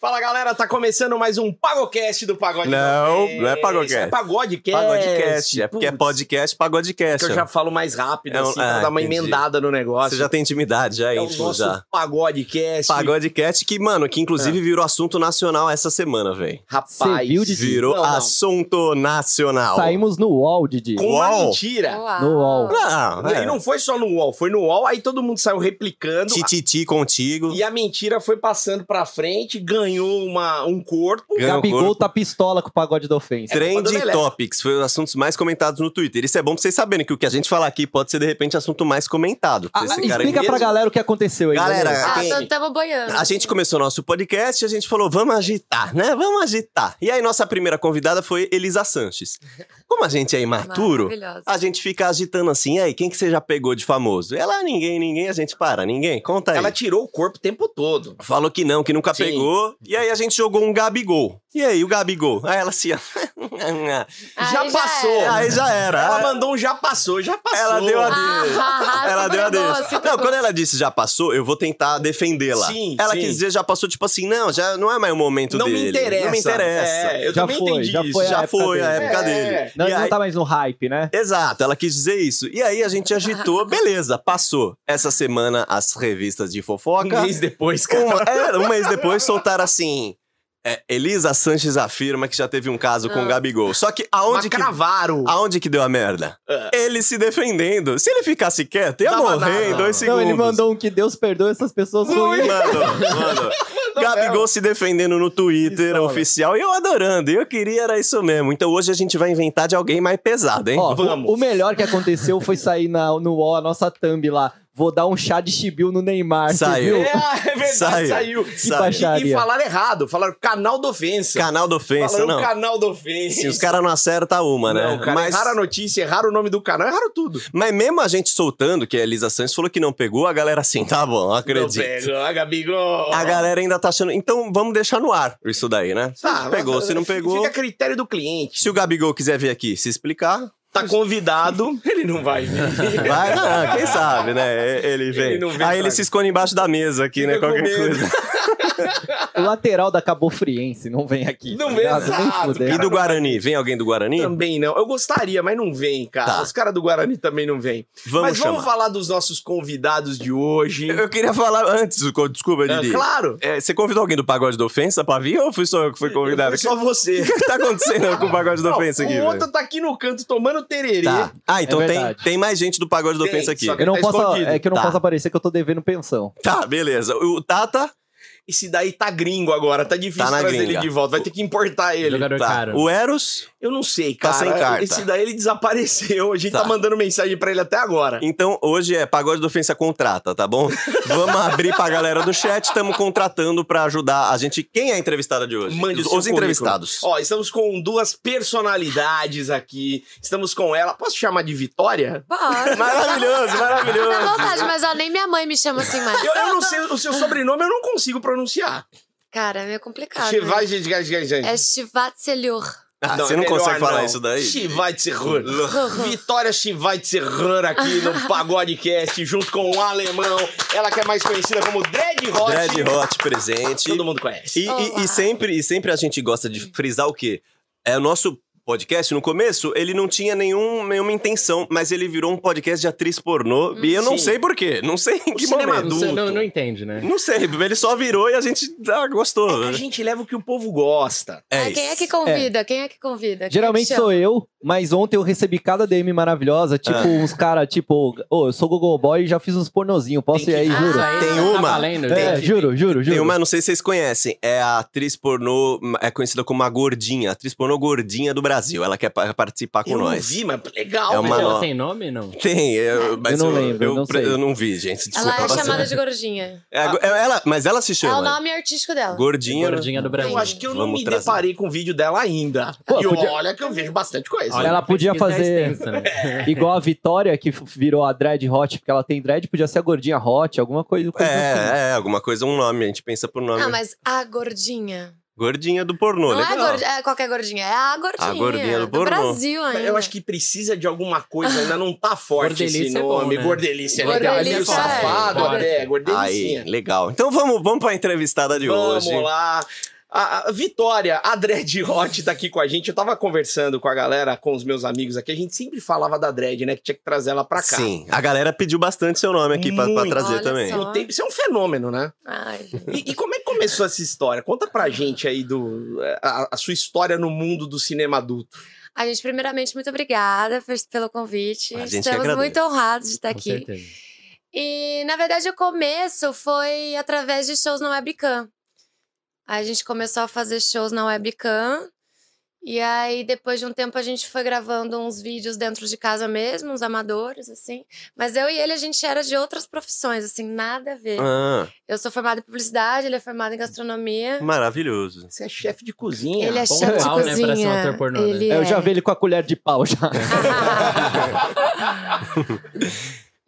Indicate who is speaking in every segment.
Speaker 1: Fala galera, tá começando mais um Pagocast do Pagode.
Speaker 2: Não,
Speaker 1: Cast.
Speaker 2: não é Pagocast.
Speaker 1: É Pagodecast.
Speaker 2: Pagodecast. É porque é
Speaker 1: Putz,
Speaker 2: podcast,
Speaker 1: que
Speaker 2: pagodecast.
Speaker 1: eu já falo mais rápido,
Speaker 2: É um-
Speaker 1: assim, pra
Speaker 2: ah,
Speaker 1: dar uma
Speaker 2: entendi.
Speaker 1: emendada no negócio.
Speaker 2: Você já tem intimidade, já é,
Speaker 1: é o
Speaker 2: íntimo,
Speaker 1: nosso
Speaker 2: já.
Speaker 1: Pagodecast.
Speaker 2: Pagodecast que, mano, que inclusive
Speaker 1: É.
Speaker 2: virou assunto nacional essa semana, velho.
Speaker 1: Rapaz,
Speaker 3: Você viu, Didi?
Speaker 2: Virou assim,
Speaker 1: Não, não.
Speaker 2: assunto nacional.
Speaker 3: Saímos no UOL, Didi.
Speaker 1: com uma
Speaker 2: Uau.
Speaker 1: mentira.
Speaker 3: É, No UOL.
Speaker 2: Não,
Speaker 1: um E
Speaker 2: é.
Speaker 1: não foi só no UOL, foi no UOL, aí todo mundo saiu replicando.
Speaker 2: Tititi contigo.
Speaker 1: E a mentira foi passando pra frente, ganhou uma, um corpo.
Speaker 2: Ganhou
Speaker 3: Gabigol
Speaker 2: corpo.
Speaker 3: tá pistola com o pagode da ofensa.
Speaker 1: Copa do
Speaker 2: Trending
Speaker 1: Lelé.
Speaker 2: Topics foi os assuntos mais comentados no Twitter. Isso é bom pra vocês saberem que o que a gente falar aqui pode ser, de repente, assunto mais comentado.
Speaker 3: Ah,
Speaker 2: Esse cara é
Speaker 3: explica pra
Speaker 2: mesmo-
Speaker 3: galera o que aconteceu aí. né,
Speaker 2: Galera,
Speaker 3: galera.
Speaker 4: Ah,
Speaker 2: Quem?
Speaker 4: tam- tamo boiando.
Speaker 2: A gente começou nosso podcast e a gente falou, vamos agitar, né? Vamos agitar. E aí, nossa primeira convidada foi Elisa Sanches. Como a gente é imaturo,
Speaker 4: Maravilhosa.
Speaker 2: a gente fica agitando assim, e aí, quem que você já pegou de famoso? Ela, ninguém, ninguém, a gente para, ninguém, conta aí.
Speaker 1: Ela tirou o corpo o tempo todo.
Speaker 2: Falou que não, que nunca
Speaker 1: Sim.
Speaker 2: pegou. E aí a gente jogou um Gabigol. E aí, o Gabigol? Aí ela assim, ó.
Speaker 4: Aí
Speaker 1: já passou.
Speaker 4: era.
Speaker 2: aí já era.
Speaker 1: Ela mandou um já passou, já passou.
Speaker 2: Ah. Ela deu a
Speaker 4: Ah,
Speaker 2: dele.
Speaker 4: ah, ah,
Speaker 2: é ela deu a
Speaker 4: superou,
Speaker 2: deixa.
Speaker 4: superou.
Speaker 2: Não, quando ela disse já passou, eu vou tentar defendê-la.
Speaker 1: Sim,
Speaker 2: ela
Speaker 1: sim.
Speaker 2: quis dizer já passou, tipo assim, não, já não é mais o momento
Speaker 1: Não
Speaker 2: dele.
Speaker 1: me interessa.
Speaker 2: Não me interessa.
Speaker 1: É, eu
Speaker 3: Já
Speaker 1: também
Speaker 3: foi,
Speaker 1: entendi
Speaker 3: já
Speaker 1: isso.
Speaker 3: foi a
Speaker 2: já
Speaker 3: época
Speaker 2: foi a
Speaker 3: dele.
Speaker 2: época
Speaker 1: É.
Speaker 2: dele.
Speaker 3: Não,
Speaker 2: E
Speaker 3: ele não
Speaker 2: aí-
Speaker 3: tá mais no hype, né?
Speaker 2: Exato, ela quis dizer isso. E aí a gente agitou, beleza, passou. Essa semana as revistas de fofoca.
Speaker 1: Um mês depois, cara.
Speaker 2: Uma- é, um mês depois soltaram assim. é, Elisa Sanches afirma que já teve um caso com o
Speaker 4: Não.
Speaker 2: Gabigol. Só que
Speaker 1: Mas
Speaker 2: aonde que,
Speaker 1: cravaram.
Speaker 2: aonde que deu a merda?
Speaker 1: É.
Speaker 2: Ele se defendendo. Se ele ficasse quieto, ia
Speaker 1: Dava nada.
Speaker 2: morrer em dois
Speaker 3: Não,
Speaker 2: segundos.
Speaker 3: ele mandou um que Deus perdoe essas pessoas ruins.
Speaker 2: Mano, mano. Gabigol se defendendo no Twitter
Speaker 3: Pistola.
Speaker 2: oficial e eu adorando. Eu queria era isso mesmo. Então hoje a gente vai inventar de alguém mais pesado, hein?
Speaker 3: Ó,
Speaker 1: Vamos.
Speaker 3: o, o melhor que aconteceu foi sair na- no UOL a nossa thumb lá. Vou dar um chá de chibiu no Neymar. você
Speaker 2: Saiu.
Speaker 3: viu?
Speaker 1: É, é verdade,
Speaker 2: Saiu.
Speaker 1: saiu.
Speaker 2: Saiu.
Speaker 3: baixaria.
Speaker 1: E, e falaram errado, falaram canal da ofensa.
Speaker 2: Canal da ofensa,
Speaker 1: falaram
Speaker 2: não.
Speaker 1: canal da ofensa.
Speaker 2: Sim, os caras não acertam uma, né?
Speaker 1: é Não, cara,
Speaker 2: mas,
Speaker 1: erraram a notícia, erraram o nome do canal, erraram tudo.
Speaker 2: mas mesmo a gente soltando, que a Elisa Santos falou que não pegou, a galera assim, tá bom,
Speaker 1: Não
Speaker 2: acredito.
Speaker 1: pego, a Gabigol.
Speaker 2: A galera ainda tá achando. Então vamos deixar no ar isso daí, né? Se
Speaker 1: Tá,
Speaker 2: pegou, se não
Speaker 1: fica
Speaker 2: pegou.
Speaker 1: Fica a critério do cliente.
Speaker 2: Se o Gabigol quiser vir aqui se explicar,
Speaker 1: Tá convidado, ele não vai vir.
Speaker 2: vai, ah, quem sabe, né? Ele vem.
Speaker 1: não vem pra
Speaker 2: Aí ele se esconde embaixo da mesa aqui, né?
Speaker 1: Fica com
Speaker 2: Qualquer
Speaker 1: medo.
Speaker 2: coisa.
Speaker 3: O lateral da Cabo Friense não vem aqui.
Speaker 1: Não
Speaker 3: tá
Speaker 1: vem,
Speaker 3: ligado? Nem
Speaker 1: exato,
Speaker 3: fudendo.
Speaker 2: E do Guarani? Vem alguém do Guarani?
Speaker 1: Também não. Eu gostaria, mas não vem, cara.
Speaker 2: Tá.
Speaker 1: Os caras do Guarani também não vêm.
Speaker 2: Vamos
Speaker 1: mas
Speaker 2: chamar.
Speaker 1: vamos falar dos nossos convidados de hoje.
Speaker 2: Eu queria falar antes, co- desculpa,
Speaker 1: Ah,
Speaker 2: Didi.
Speaker 1: claro.
Speaker 2: É, você convidou alguém do Pagode da Ofensa pra vir ou fui só eu que fui convidado?
Speaker 1: Foi só você.
Speaker 2: O que, que tá acontecendo com o Pagode da
Speaker 1: Não,
Speaker 2: Ofensa aqui,
Speaker 1: o
Speaker 2: velho?
Speaker 1: outro tá aqui no canto tomando tererê.
Speaker 2: Tá. Ah, então
Speaker 3: É
Speaker 2: tem,
Speaker 3: verdade.
Speaker 2: tem mais gente do Pagode da
Speaker 1: Tem,
Speaker 2: Ofensa aqui.
Speaker 1: só que-
Speaker 3: Eu não
Speaker 1: Tá
Speaker 3: posso,
Speaker 1: escondido.
Speaker 3: é que eu não
Speaker 2: Tá.
Speaker 3: posso aparecer que eu tô devendo pensão.
Speaker 2: Tá, beleza. O Tata,
Speaker 1: Esse daí tá gringo agora, tá difícil
Speaker 2: Tá na
Speaker 1: trazer
Speaker 2: gringa.
Speaker 1: ele de volta. Vai ter que importar ele.
Speaker 5: Jogador
Speaker 2: tá.
Speaker 5: caro.
Speaker 2: o Eros.
Speaker 1: Eu não sei,
Speaker 2: Tá
Speaker 1: cara.
Speaker 2: sem carta.
Speaker 1: Esse daí ele desapareceu. A gente tá,
Speaker 2: Tá.
Speaker 1: mandando mensagem pra ele até agora.
Speaker 2: Então, hoje é Pagode da Ofensa contrata, tá bom? Vamos abrir pra galera do chat. Estamos contratando pra ajudar a gente. Quem é a entrevistada de hoje?
Speaker 1: Mande o
Speaker 2: os
Speaker 1: seu
Speaker 2: os
Speaker 1: currículo.
Speaker 2: entrevistados.
Speaker 1: Ó, estamos com duas personalidades aqui. Estamos com ela. Posso chamar de Vitória?
Speaker 4: Bora.
Speaker 2: Maravilhoso, maravilhoso.
Speaker 4: Dá vontade, mas ó, nem minha mãe me chama assim mais.
Speaker 1: Eu, eu não sei, o seu sobrenome eu não consigo pronunciar.
Speaker 4: Cara, é meio complicado. né?
Speaker 1: Chivai de
Speaker 4: É Chivatselior.
Speaker 2: Ah,
Speaker 1: é
Speaker 2: você não consegue falar isso daí?
Speaker 1: Chivai de Vitória Chivai de aqui no Pagodecast, junto com o alemão. Ela que é mais conhecida como Dread Hot.
Speaker 2: Dread Hot presente.
Speaker 1: Todo mundo conhece.
Speaker 2: E, e- e
Speaker 4: Olá.
Speaker 2: sempre, e sempre a gente gosta de frisar o quê? É o nosso podcast, no começo, ele não tinha nenhum, nenhuma intenção, mas ele virou um podcast de atriz pornô.
Speaker 4: Hum,
Speaker 2: e eu não
Speaker 1: Sim.
Speaker 2: sei por quê. Não sei em que
Speaker 1: cinema
Speaker 2: momento.
Speaker 5: Ah, Não sei- Não,
Speaker 1: adulto.
Speaker 5: não entende, né?
Speaker 2: Não sei, ele só virou e a gente ah, gostou.
Speaker 4: É
Speaker 1: A gente leva o que o povo gosta.
Speaker 2: É
Speaker 4: Ah, quem é
Speaker 2: isso.
Speaker 4: que convida? Quem é que convida? Quem é
Speaker 3: Geralmente
Speaker 4: que chama?
Speaker 3: sou eu, mas ontem eu recebi cada DM maravilhosa, tipo
Speaker 2: Ah.
Speaker 3: uns cara, tipo, ô, eu sou Google Boy e já fiz uns pornozinhos, posso
Speaker 1: Tem
Speaker 3: ir aí,
Speaker 1: que-
Speaker 3: juro?
Speaker 4: Ah,
Speaker 5: Isso aí
Speaker 2: Tem um-
Speaker 5: não
Speaker 2: uma.
Speaker 5: Tá valendo,
Speaker 3: é,
Speaker 5: gente.
Speaker 3: juro, juro, juro.
Speaker 2: Tem uma, não sei se vocês conhecem, é a atriz pornô, é conhecida como a Gordinha, a atriz pornô Gordinha do Brasil. Ela quer pa- participar com
Speaker 1: Eu não
Speaker 2: nós.
Speaker 1: vi, mas legal.
Speaker 2: É uma
Speaker 5: Mas
Speaker 1: né?
Speaker 2: Mano,
Speaker 5: ela
Speaker 2: ó.
Speaker 5: tem nome, não?
Speaker 2: Tem, eu, mas
Speaker 3: não lembro,
Speaker 2: eu,
Speaker 3: não sei.
Speaker 2: eu não vi, gente. Desculpa.
Speaker 4: Ela é
Speaker 2: você-
Speaker 4: chamada de Gordinha.
Speaker 2: É, go- é ela, mas ela se
Speaker 4: Ah. É o
Speaker 2: chama.
Speaker 4: nome artístico dela.
Speaker 2: Gordinha. né?
Speaker 5: Gordinha do Brasil.
Speaker 1: Eu acho que eu não
Speaker 2: Vamos
Speaker 1: me
Speaker 2: trazer.
Speaker 1: deparei com o vídeo dela ainda.
Speaker 3: Pô,
Speaker 1: e
Speaker 3: podia-
Speaker 1: olha que eu vejo bastante coisa. né?
Speaker 3: Olha, ela podia
Speaker 5: pesquisa
Speaker 3: fazer-
Speaker 5: é extensa, né?
Speaker 3: Igual a Vitória, que f- virou a Dread Hot, porque ela tem dread, podia ser a gordinha Hot, alguma coisa. coisa assim.
Speaker 2: É, é, alguma coisa, um nome, a gente pensa por nome.
Speaker 4: Não, mas a Gordinha.
Speaker 2: Gordinha do pornô,
Speaker 4: Ah, Não é,
Speaker 2: legal.
Speaker 4: gord- é qualquer gordinha, é a gordinha.
Speaker 2: A gordinha do pornô.
Speaker 4: Brasil ainda.
Speaker 1: Eu acho que precisa de alguma coisa, ainda não tá forte esse
Speaker 5: Gordelícia é bom,
Speaker 1: nome.
Speaker 5: né?
Speaker 1: Gordelícia é legal.
Speaker 4: Gordelícia
Speaker 1: Meio
Speaker 4: é.
Speaker 1: safado
Speaker 5: Bora.
Speaker 1: até,
Speaker 2: Aí,
Speaker 1: gordelicinha.
Speaker 2: legal. Então vamos, vamos pra entrevistada de
Speaker 1: Vamos
Speaker 2: hoje.
Speaker 1: lá. A, a Vitória, a Dread Hot tá aqui com a gente. Eu tava conversando com a galera, com os meus amigos aqui. A gente sempre falava da Dread, né? Que tinha que trazer ela pra cá.
Speaker 2: Sim, a galera pediu bastante seu nome aqui pra, pra
Speaker 1: Muito.
Speaker 2: trazer
Speaker 4: Hum, Olha
Speaker 2: também.
Speaker 4: só.
Speaker 1: O tempo, isso é um fenômeno, né?
Speaker 4: Ai,
Speaker 1: E, e como é que começou essa história? Conta pra gente aí do, a, a sua história no mundo do cinema adulto.
Speaker 4: a gente, primeiramente, muito obrigada por- pelo convite.
Speaker 2: A gente que
Speaker 4: Estamos
Speaker 2: agradece.
Speaker 4: muito honrados de estar
Speaker 5: Com
Speaker 4: aqui.
Speaker 5: certeza.
Speaker 4: E, na verdade, o começo foi através de shows na webcam. Aí a gente começou a fazer shows na webcam. E aí, depois de um tempo, a gente foi gravando uns vídeos dentro de casa mesmo, uns amadores, assim. Mas eu e ele, a gente era de outras profissões, assim, nada a ver.
Speaker 2: Ah,
Speaker 4: Eu sou formada em publicidade, ele é formado em
Speaker 2: Hum.
Speaker 4: gastronomia.
Speaker 2: maravilhoso.
Speaker 1: Você é chefe de cozinha.
Speaker 4: Ele é
Speaker 5: bom
Speaker 4: chefe de
Speaker 5: pau, né, pra ser um
Speaker 4: cozinha.
Speaker 5: ator pornô, né?
Speaker 4: ele
Speaker 3: Eu
Speaker 4: é.
Speaker 3: já vi ele com a colher de pau já.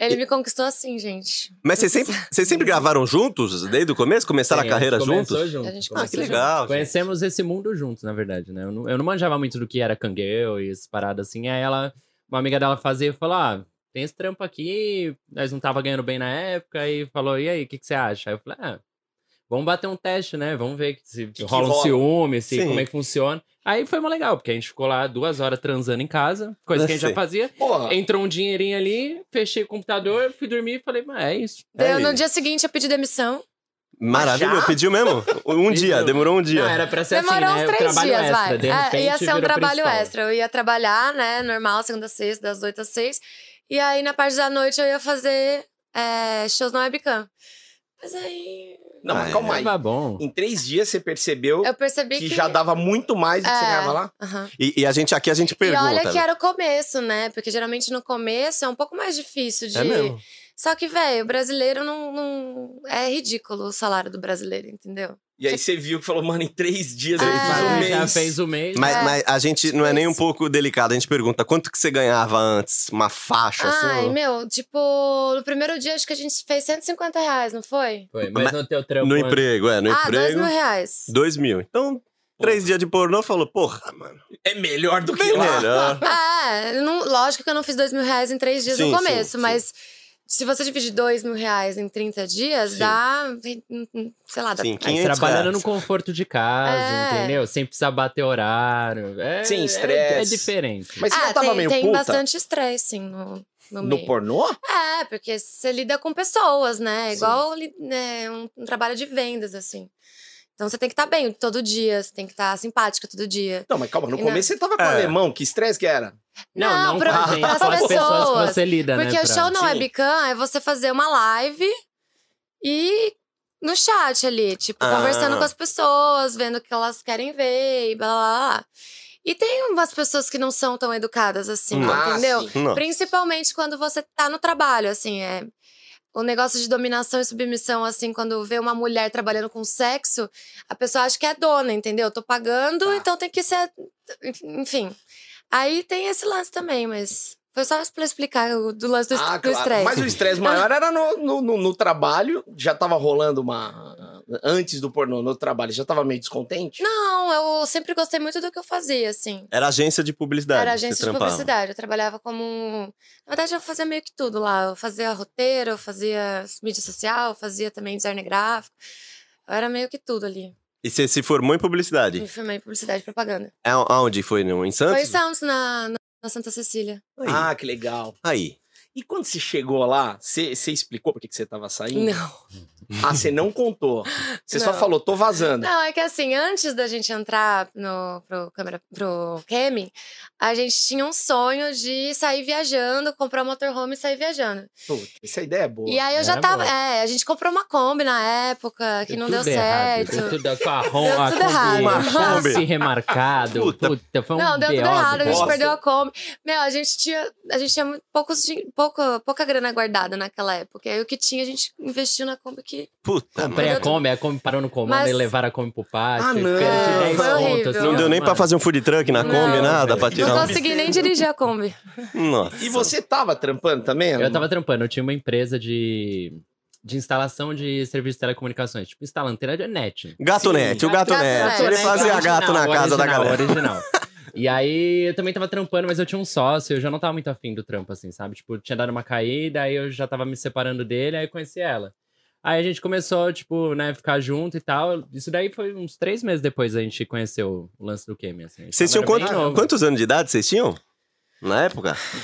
Speaker 4: ele me conquistou assim, gente.
Speaker 2: Mas vocês sempre, vocês sempre gravaram juntos? Desde o começo? Começaram
Speaker 5: Sim,
Speaker 2: a carreira
Speaker 5: É, começou
Speaker 2: juntos?
Speaker 5: junto,
Speaker 4: A gente
Speaker 2: Ah, que
Speaker 5: começou junto.
Speaker 2: legal. gente.
Speaker 5: Conhecemos esse mundo juntos, na verdade, né? Eu não, eu não manjava muito do que era cangueu e essas paradas assim. Aí ela, uma amiga dela fazia e falou: Ah, tem esse trampo aqui, nós não tava ganhando bem na época. E falou: E aí, o que, que você acha? Aí eu falei: Ah, vamos bater um teste, né? Vamos ver se
Speaker 1: que
Speaker 5: rola um
Speaker 1: rola?"
Speaker 5: ciúme, se,
Speaker 2: Sim.
Speaker 5: como é que funciona. Aí foi mó legal, porque a gente ficou lá duas horas transando em casa, coisa que a gente já
Speaker 2: Sim.
Speaker 5: fazia.
Speaker 1: Porra.
Speaker 5: Entrou um dinheirinho ali, fechei o computador, fui dormir e falei: Mas é isso.
Speaker 4: Daí eu,
Speaker 2: aí.
Speaker 4: no dia seguinte, eu pedi demissão.
Speaker 2: Maravilhoso.
Speaker 1: Já?
Speaker 2: Pediu mesmo? Um dia,
Speaker 5: Pediu.
Speaker 2: demorou um dia.
Speaker 5: Não, era pra ser
Speaker 4: Demorou
Speaker 5: assim, né?
Speaker 4: uns
Speaker 5: O
Speaker 4: três
Speaker 5: trabalho
Speaker 4: dias,
Speaker 5: extra,
Speaker 4: vai.
Speaker 5: de
Speaker 4: É,
Speaker 5: repente
Speaker 4: ia ser um
Speaker 5: virou
Speaker 4: trabalho
Speaker 5: principal.
Speaker 4: extra. Eu ia trabalhar, né? Normal, segunda a sexta, das oito às seis. E aí, na parte da noite, eu ia fazer é, shows na webcam. Mas aí.
Speaker 1: Não, mas
Speaker 2: Ah,
Speaker 1: calma aí.
Speaker 5: Tava tá bom.
Speaker 1: Em três dias você percebeu
Speaker 4: Eu percebi que.
Speaker 1: que já dava muito mais do que você
Speaker 4: É.
Speaker 1: ganhava lá?
Speaker 4: Aham.
Speaker 2: E, e a gente aqui, a gente
Speaker 4: E
Speaker 2: pergunta.
Speaker 4: olha que
Speaker 2: né?
Speaker 4: era o começo, né? Porque geralmente no começo é um pouco mais difícil de.
Speaker 2: É mesmo.
Speaker 4: Só que, velho, o brasileiro não, não. É ridículo o salário do brasileiro, entendeu?
Speaker 1: E aí você viu que falou, mano, em três dias eu
Speaker 4: É.
Speaker 1: fiz um
Speaker 5: Ah,
Speaker 1: mês.
Speaker 5: Já fez o mês.
Speaker 2: Mas,
Speaker 4: É.
Speaker 2: mas a gente não é nem um
Speaker 4: Isso.
Speaker 2: pouco delicado. A gente pergunta quanto que você ganhava antes? Uma faixa,
Speaker 4: Ai,
Speaker 2: assim? ou-
Speaker 4: meu, tipo, no primeiro dia acho que a gente fez 150 reais, não foi?
Speaker 5: Foi, mas,
Speaker 2: Mas-
Speaker 5: no teu trampo.
Speaker 2: No
Speaker 5: antes-
Speaker 2: emprego, é. No
Speaker 4: ah, dois
Speaker 2: emprego,
Speaker 4: mil reais.
Speaker 2: dois mil. Então, três dias de pornô, falou, porra, mano.
Speaker 1: É melhor do que
Speaker 2: Bem
Speaker 1: lá.
Speaker 2: melhor.
Speaker 4: Ah, não, lógico que eu não fiz dois mil reais em três dias
Speaker 2: Sim,
Speaker 4: no começo,
Speaker 2: sim,
Speaker 4: mas se você dividir dois mil reais em 30 dias,
Speaker 2: Sim.
Speaker 4: dá. hum, Sei lá, dá.
Speaker 2: Sim,
Speaker 5: Aí,
Speaker 2: 500
Speaker 5: trabalhando
Speaker 2: reais.
Speaker 5: no conforto de casa,
Speaker 4: É.
Speaker 5: entendeu? Sem precisar bater horário. É,
Speaker 1: Sem
Speaker 5: é-
Speaker 1: estresse.
Speaker 5: É, diferente.
Speaker 1: Mas você
Speaker 4: ah,
Speaker 1: não tava
Speaker 4: tem,
Speaker 1: meio
Speaker 4: tem
Speaker 1: puta
Speaker 4: bastante estresse, sim, no, no,
Speaker 1: no
Speaker 4: meio.
Speaker 1: pornô?
Speaker 4: É, porque você lida com pessoas, né?
Speaker 1: Sim.
Speaker 4: Igual li- né, um, um trabalho de vendas, assim. Então você tem que estar bem todo dia, você tem que estar simpática todo dia.
Speaker 1: Não, mas calma, no
Speaker 4: Não.
Speaker 1: começo você tava com
Speaker 2: É.
Speaker 1: alemão, que estresse que era?
Speaker 5: não, não,
Speaker 4: pra-
Speaker 5: pra, gente,
Speaker 4: pras
Speaker 5: com as pessoas que
Speaker 4: pessoas.
Speaker 5: você lida, né?
Speaker 4: Porque o
Speaker 5: pra-
Speaker 4: show na
Speaker 1: Sim.
Speaker 4: webcam é você fazer uma live e no chat ali, tipo,
Speaker 2: Ah.
Speaker 4: conversando com as pessoas, vendo o que elas querem ver e blá blá blá. E tem umas pessoas que não são tão educadas assim,
Speaker 1: Ah,
Speaker 4: entendeu?
Speaker 1: sim.
Speaker 2: Não.
Speaker 4: Principalmente quando você tá no trabalho, assim, é. O negócio de dominação e submissão, assim, quando vê uma mulher trabalhando com sexo, a pessoa acha que é dona, entendeu? Tô pagando,
Speaker 1: Tá.
Speaker 4: então tem que ser. Enfim. Aí tem esse lance também, mas. Foi só pra explicar o- do lance do, est-
Speaker 1: Ah,
Speaker 4: do
Speaker 1: claro.
Speaker 4: estresse. Ah.
Speaker 1: Mas o estresse maior era no, no, no- no trabalho, já tava rolando uma. Antes do pornô, no trabalho, já tava meio descontente?
Speaker 4: Não, eu sempre gostei muito do que eu fazia, assim.
Speaker 2: Era agência de publicidade.
Speaker 4: Era
Speaker 2: que
Speaker 4: agência
Speaker 2: você
Speaker 4: de
Speaker 2: trampava.
Speaker 4: publicidade. Eu trabalhava como. Na verdade, eu fazia meio que tudo lá. Eu fazia roteiro, eu fazia mídia social, eu fazia também design gráfico. Eu era meio que tudo ali.
Speaker 2: E você se formou em publicidade. é
Speaker 4: Me formei em publicidade e propaganda.
Speaker 2: A- Aonde foi? No- Em Santos?
Speaker 4: Foi em Santos, na, na- na Santa Cecília.
Speaker 2: Aí.
Speaker 1: Ah, que legal.
Speaker 2: Aí.
Speaker 1: E quando você chegou lá, você você explicou por que que você tava saindo?
Speaker 4: Não.
Speaker 1: Ah, você não contou. Você só
Speaker 4: Não.
Speaker 1: falou, tô vazando.
Speaker 4: Não, é que assim, antes da gente entrar no, pro, câmera, pro Kemi, a gente tinha um sonho de sair viajando, comprar um motorhome e sair viajando.
Speaker 1: Putz, essa ideia é boa.
Speaker 4: e aí eu já
Speaker 5: era
Speaker 4: tava.
Speaker 5: bom.
Speaker 4: É, a gente comprou uma Kombi na época, que
Speaker 5: Deu
Speaker 4: não
Speaker 5: tudo
Speaker 4: deu
Speaker 5: errado, né?
Speaker 4: certo.
Speaker 5: deu tudo- com a Ron,
Speaker 4: Deu
Speaker 5: a
Speaker 4: tudo errado.
Speaker 5: Kombi,
Speaker 2: Uma
Speaker 5: o
Speaker 2: Kombi.
Speaker 5: chassi remarcado.
Speaker 2: Puta.
Speaker 5: Puta, foi um
Speaker 4: Não, deu tudo
Speaker 5: BO
Speaker 4: errado, a gente
Speaker 5: depois.
Speaker 1: bosta.
Speaker 4: perdeu a Kombi. Meu, a gente tinha, a gente tinha muito- poucos, din- pouca, pouca grana guardada naquela época. Aí o que tinha, a gente investiu na Kombi que.
Speaker 2: Puta,
Speaker 5: Comprei
Speaker 2: mano.
Speaker 5: a Kombi, a Kombi parou no comando
Speaker 4: Mas-
Speaker 5: e levaram a Kombi pro pátio.
Speaker 1: Ah, não.
Speaker 5: perdi 10
Speaker 4: Foi
Speaker 5: conto,
Speaker 4: horrível.
Speaker 5: assim,
Speaker 2: Não deu nem pra
Speaker 5: mano.
Speaker 2: fazer um food truck na
Speaker 4: Não.
Speaker 2: Kombi, nada,
Speaker 1: Não
Speaker 2: pra
Speaker 4: Não
Speaker 2: tirar um...
Speaker 4: consegui nem dirigir a Kombi.
Speaker 2: Nossa.
Speaker 1: E você tava trampando também?
Speaker 5: Eu tava trampando, eu tinha uma empresa de de instalação de serviços de telecomunicações. Tipo, instala antena de net.
Speaker 2: Gatonete,
Speaker 5: Sim.
Speaker 2: o Gatonete.
Speaker 4: Gatonete.
Speaker 2: É, Ele
Speaker 4: Gatonete
Speaker 2: fazia gato na
Speaker 5: Original,
Speaker 2: casa da
Speaker 5: original,
Speaker 2: galera.
Speaker 5: Original. E aí, eu também tava trampando, mas eu tinha um sócio, eu já não tava muito afim do trampo, assim, sabe? Tipo, tinha dado uma caída, aí eu já tava me separando dele, aí eu conheci ela. Aí a gente começou, tipo, né, ficar junto e tal. Isso daí foi uns três meses depois a gente conheceu o lance do Kemi, assim. A gente
Speaker 2: Vocês tinham
Speaker 5: tava bem
Speaker 2: quanto-
Speaker 5: novo.
Speaker 2: quantos anos de idade vocês tinham? Na época?
Speaker 5: Eu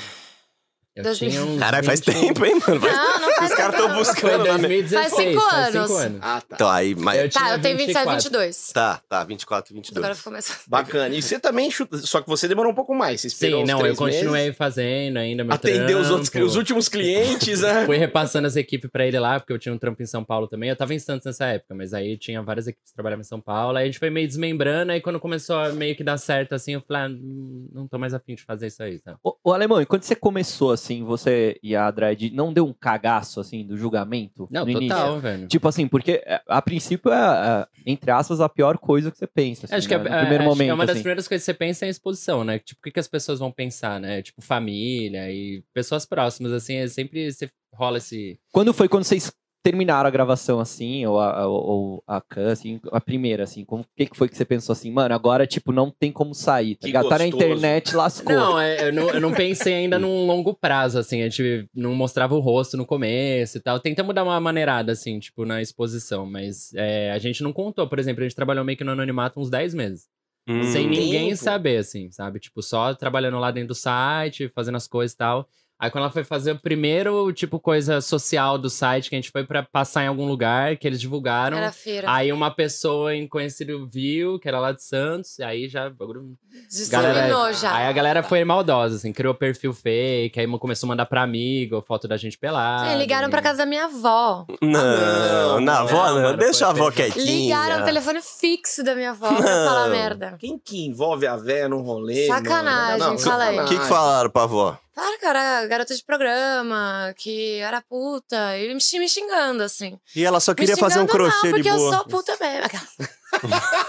Speaker 4: Dois
Speaker 5: tinha
Speaker 4: mil-
Speaker 5: uns
Speaker 2: Caralho, faz
Speaker 5: 21.
Speaker 2: tempo, hein, mano? Faz-
Speaker 4: Não, não faz
Speaker 2: Os caras estão
Speaker 4: nada.
Speaker 5: Foi
Speaker 2: buscando. né?
Speaker 5: 2016,
Speaker 4: Faz cinco
Speaker 5: faz cinco
Speaker 4: anos.
Speaker 5: anos.
Speaker 1: Ah, tá.
Speaker 2: Então, aí, mas-
Speaker 4: Tá, eu tenho 27,
Speaker 5: 24.
Speaker 4: 22.
Speaker 2: Tá, tá, 24, 22.
Speaker 4: Agora começou.
Speaker 1: Bacana. E você também chuta. Só que você demorou um pouco mais. Você esperou
Speaker 5: Sim,
Speaker 1: uns
Speaker 5: não, eu
Speaker 1: três
Speaker 5: continuei
Speaker 1: meses,
Speaker 5: fazendo ainda meu
Speaker 1: Atendeu os, outros,
Speaker 5: trampo.
Speaker 1: os últimos clientes, né?
Speaker 5: Fui repassando as equipes pra ele lá, porque eu tinha um trampo em São Paulo também. Eu tava em Santos nessa época, mas aí tinha várias equipes que trabalhavam em São Paulo. Aí a gente foi meio desmembrando, aí quando começou a meio que dar certo, assim, eu falei, ah, hum, não tô mais afim de fazer isso aí, tá?
Speaker 3: Ô, ô, Alemão, e quando você começou, assim, você e a Dredd, não deu um cagaço, assim, do julgamento?
Speaker 5: Não,
Speaker 3: no
Speaker 5: total,
Speaker 3: Início?
Speaker 5: velho.
Speaker 3: Tipo assim, porque é, a princípio é, é, entre aspas, a pior coisa que você pensa. assim,
Speaker 5: Acho que é,
Speaker 3: né,
Speaker 5: é-
Speaker 3: no primeiro
Speaker 5: acho que é
Speaker 3: momento.
Speaker 5: uma das
Speaker 3: assim.
Speaker 5: primeiras coisas que você pensa é a exposição, né? Tipo, o que, que as pessoas vão pensar, né? Tipo, família e pessoas próximas, assim, é sempre você rola esse.
Speaker 3: Quando foi quando vocês terminaram a gravação, assim, ou a, ou- ou a Khan, assim, a primeira, assim, como que, que foi que você pensou assim, mano, agora, tipo, não tem como sair, tá
Speaker 1: Que
Speaker 3: ligado? Tá na
Speaker 1: gostoso.
Speaker 3: internet, lascou.
Speaker 5: Não, é, eu não, eu não pensei ainda num longo prazo, assim. A gente não mostrava o rosto no começo e tal. Tentamos dar uma maneirada, assim, tipo, na exposição, mas é, a gente não contou. Por exemplo, a gente trabalhou meio que no anonimato uns 10 meses.
Speaker 2: Hum.
Speaker 5: Sem ninguém
Speaker 1: Tempo.
Speaker 5: saber, assim, sabe? Tipo, só trabalhando lá dentro do site, fazendo as coisas e tal. Aí quando ela foi fazer o primeiro, tipo, coisa social do site, que a gente foi pra passar em algum lugar, que eles divulgaram.
Speaker 2: um
Speaker 4: Era feira.
Speaker 5: Aí uma pessoa em conhecido viu, que era lá de Santos, e aí já o bagulho
Speaker 4: Disseminou já.
Speaker 5: Aí a galera foi maldosa, assim, criou perfil fake, aí começou a mandar pra amigo, foto da gente pelada.
Speaker 4: Sim, É, ligaram pra casa da minha avó.
Speaker 2: Não,
Speaker 1: não,
Speaker 2: na avó,
Speaker 5: não,
Speaker 2: não,
Speaker 5: mano,
Speaker 2: deixa a
Speaker 5: foi
Speaker 2: avó
Speaker 5: perfeito.
Speaker 2: quietinha.
Speaker 4: Ligaram o telefone fixo da minha avó pra falar
Speaker 2: Não.
Speaker 4: merda.
Speaker 1: Quem que envolve a véia num rolê?
Speaker 4: Sacanagem,
Speaker 1: mano?
Speaker 4: fala aí.
Speaker 2: O que, que falaram pra avó?
Speaker 4: Falaram que eu era garota de programa, que era puta, e me xing- me xingando, assim.
Speaker 2: E ela só
Speaker 4: Me
Speaker 2: queria fazer um
Speaker 4: xingando
Speaker 2: crochê
Speaker 4: não,
Speaker 2: de
Speaker 4: porque eu
Speaker 2: boa.
Speaker 4: sou puta mesmo. Aquela-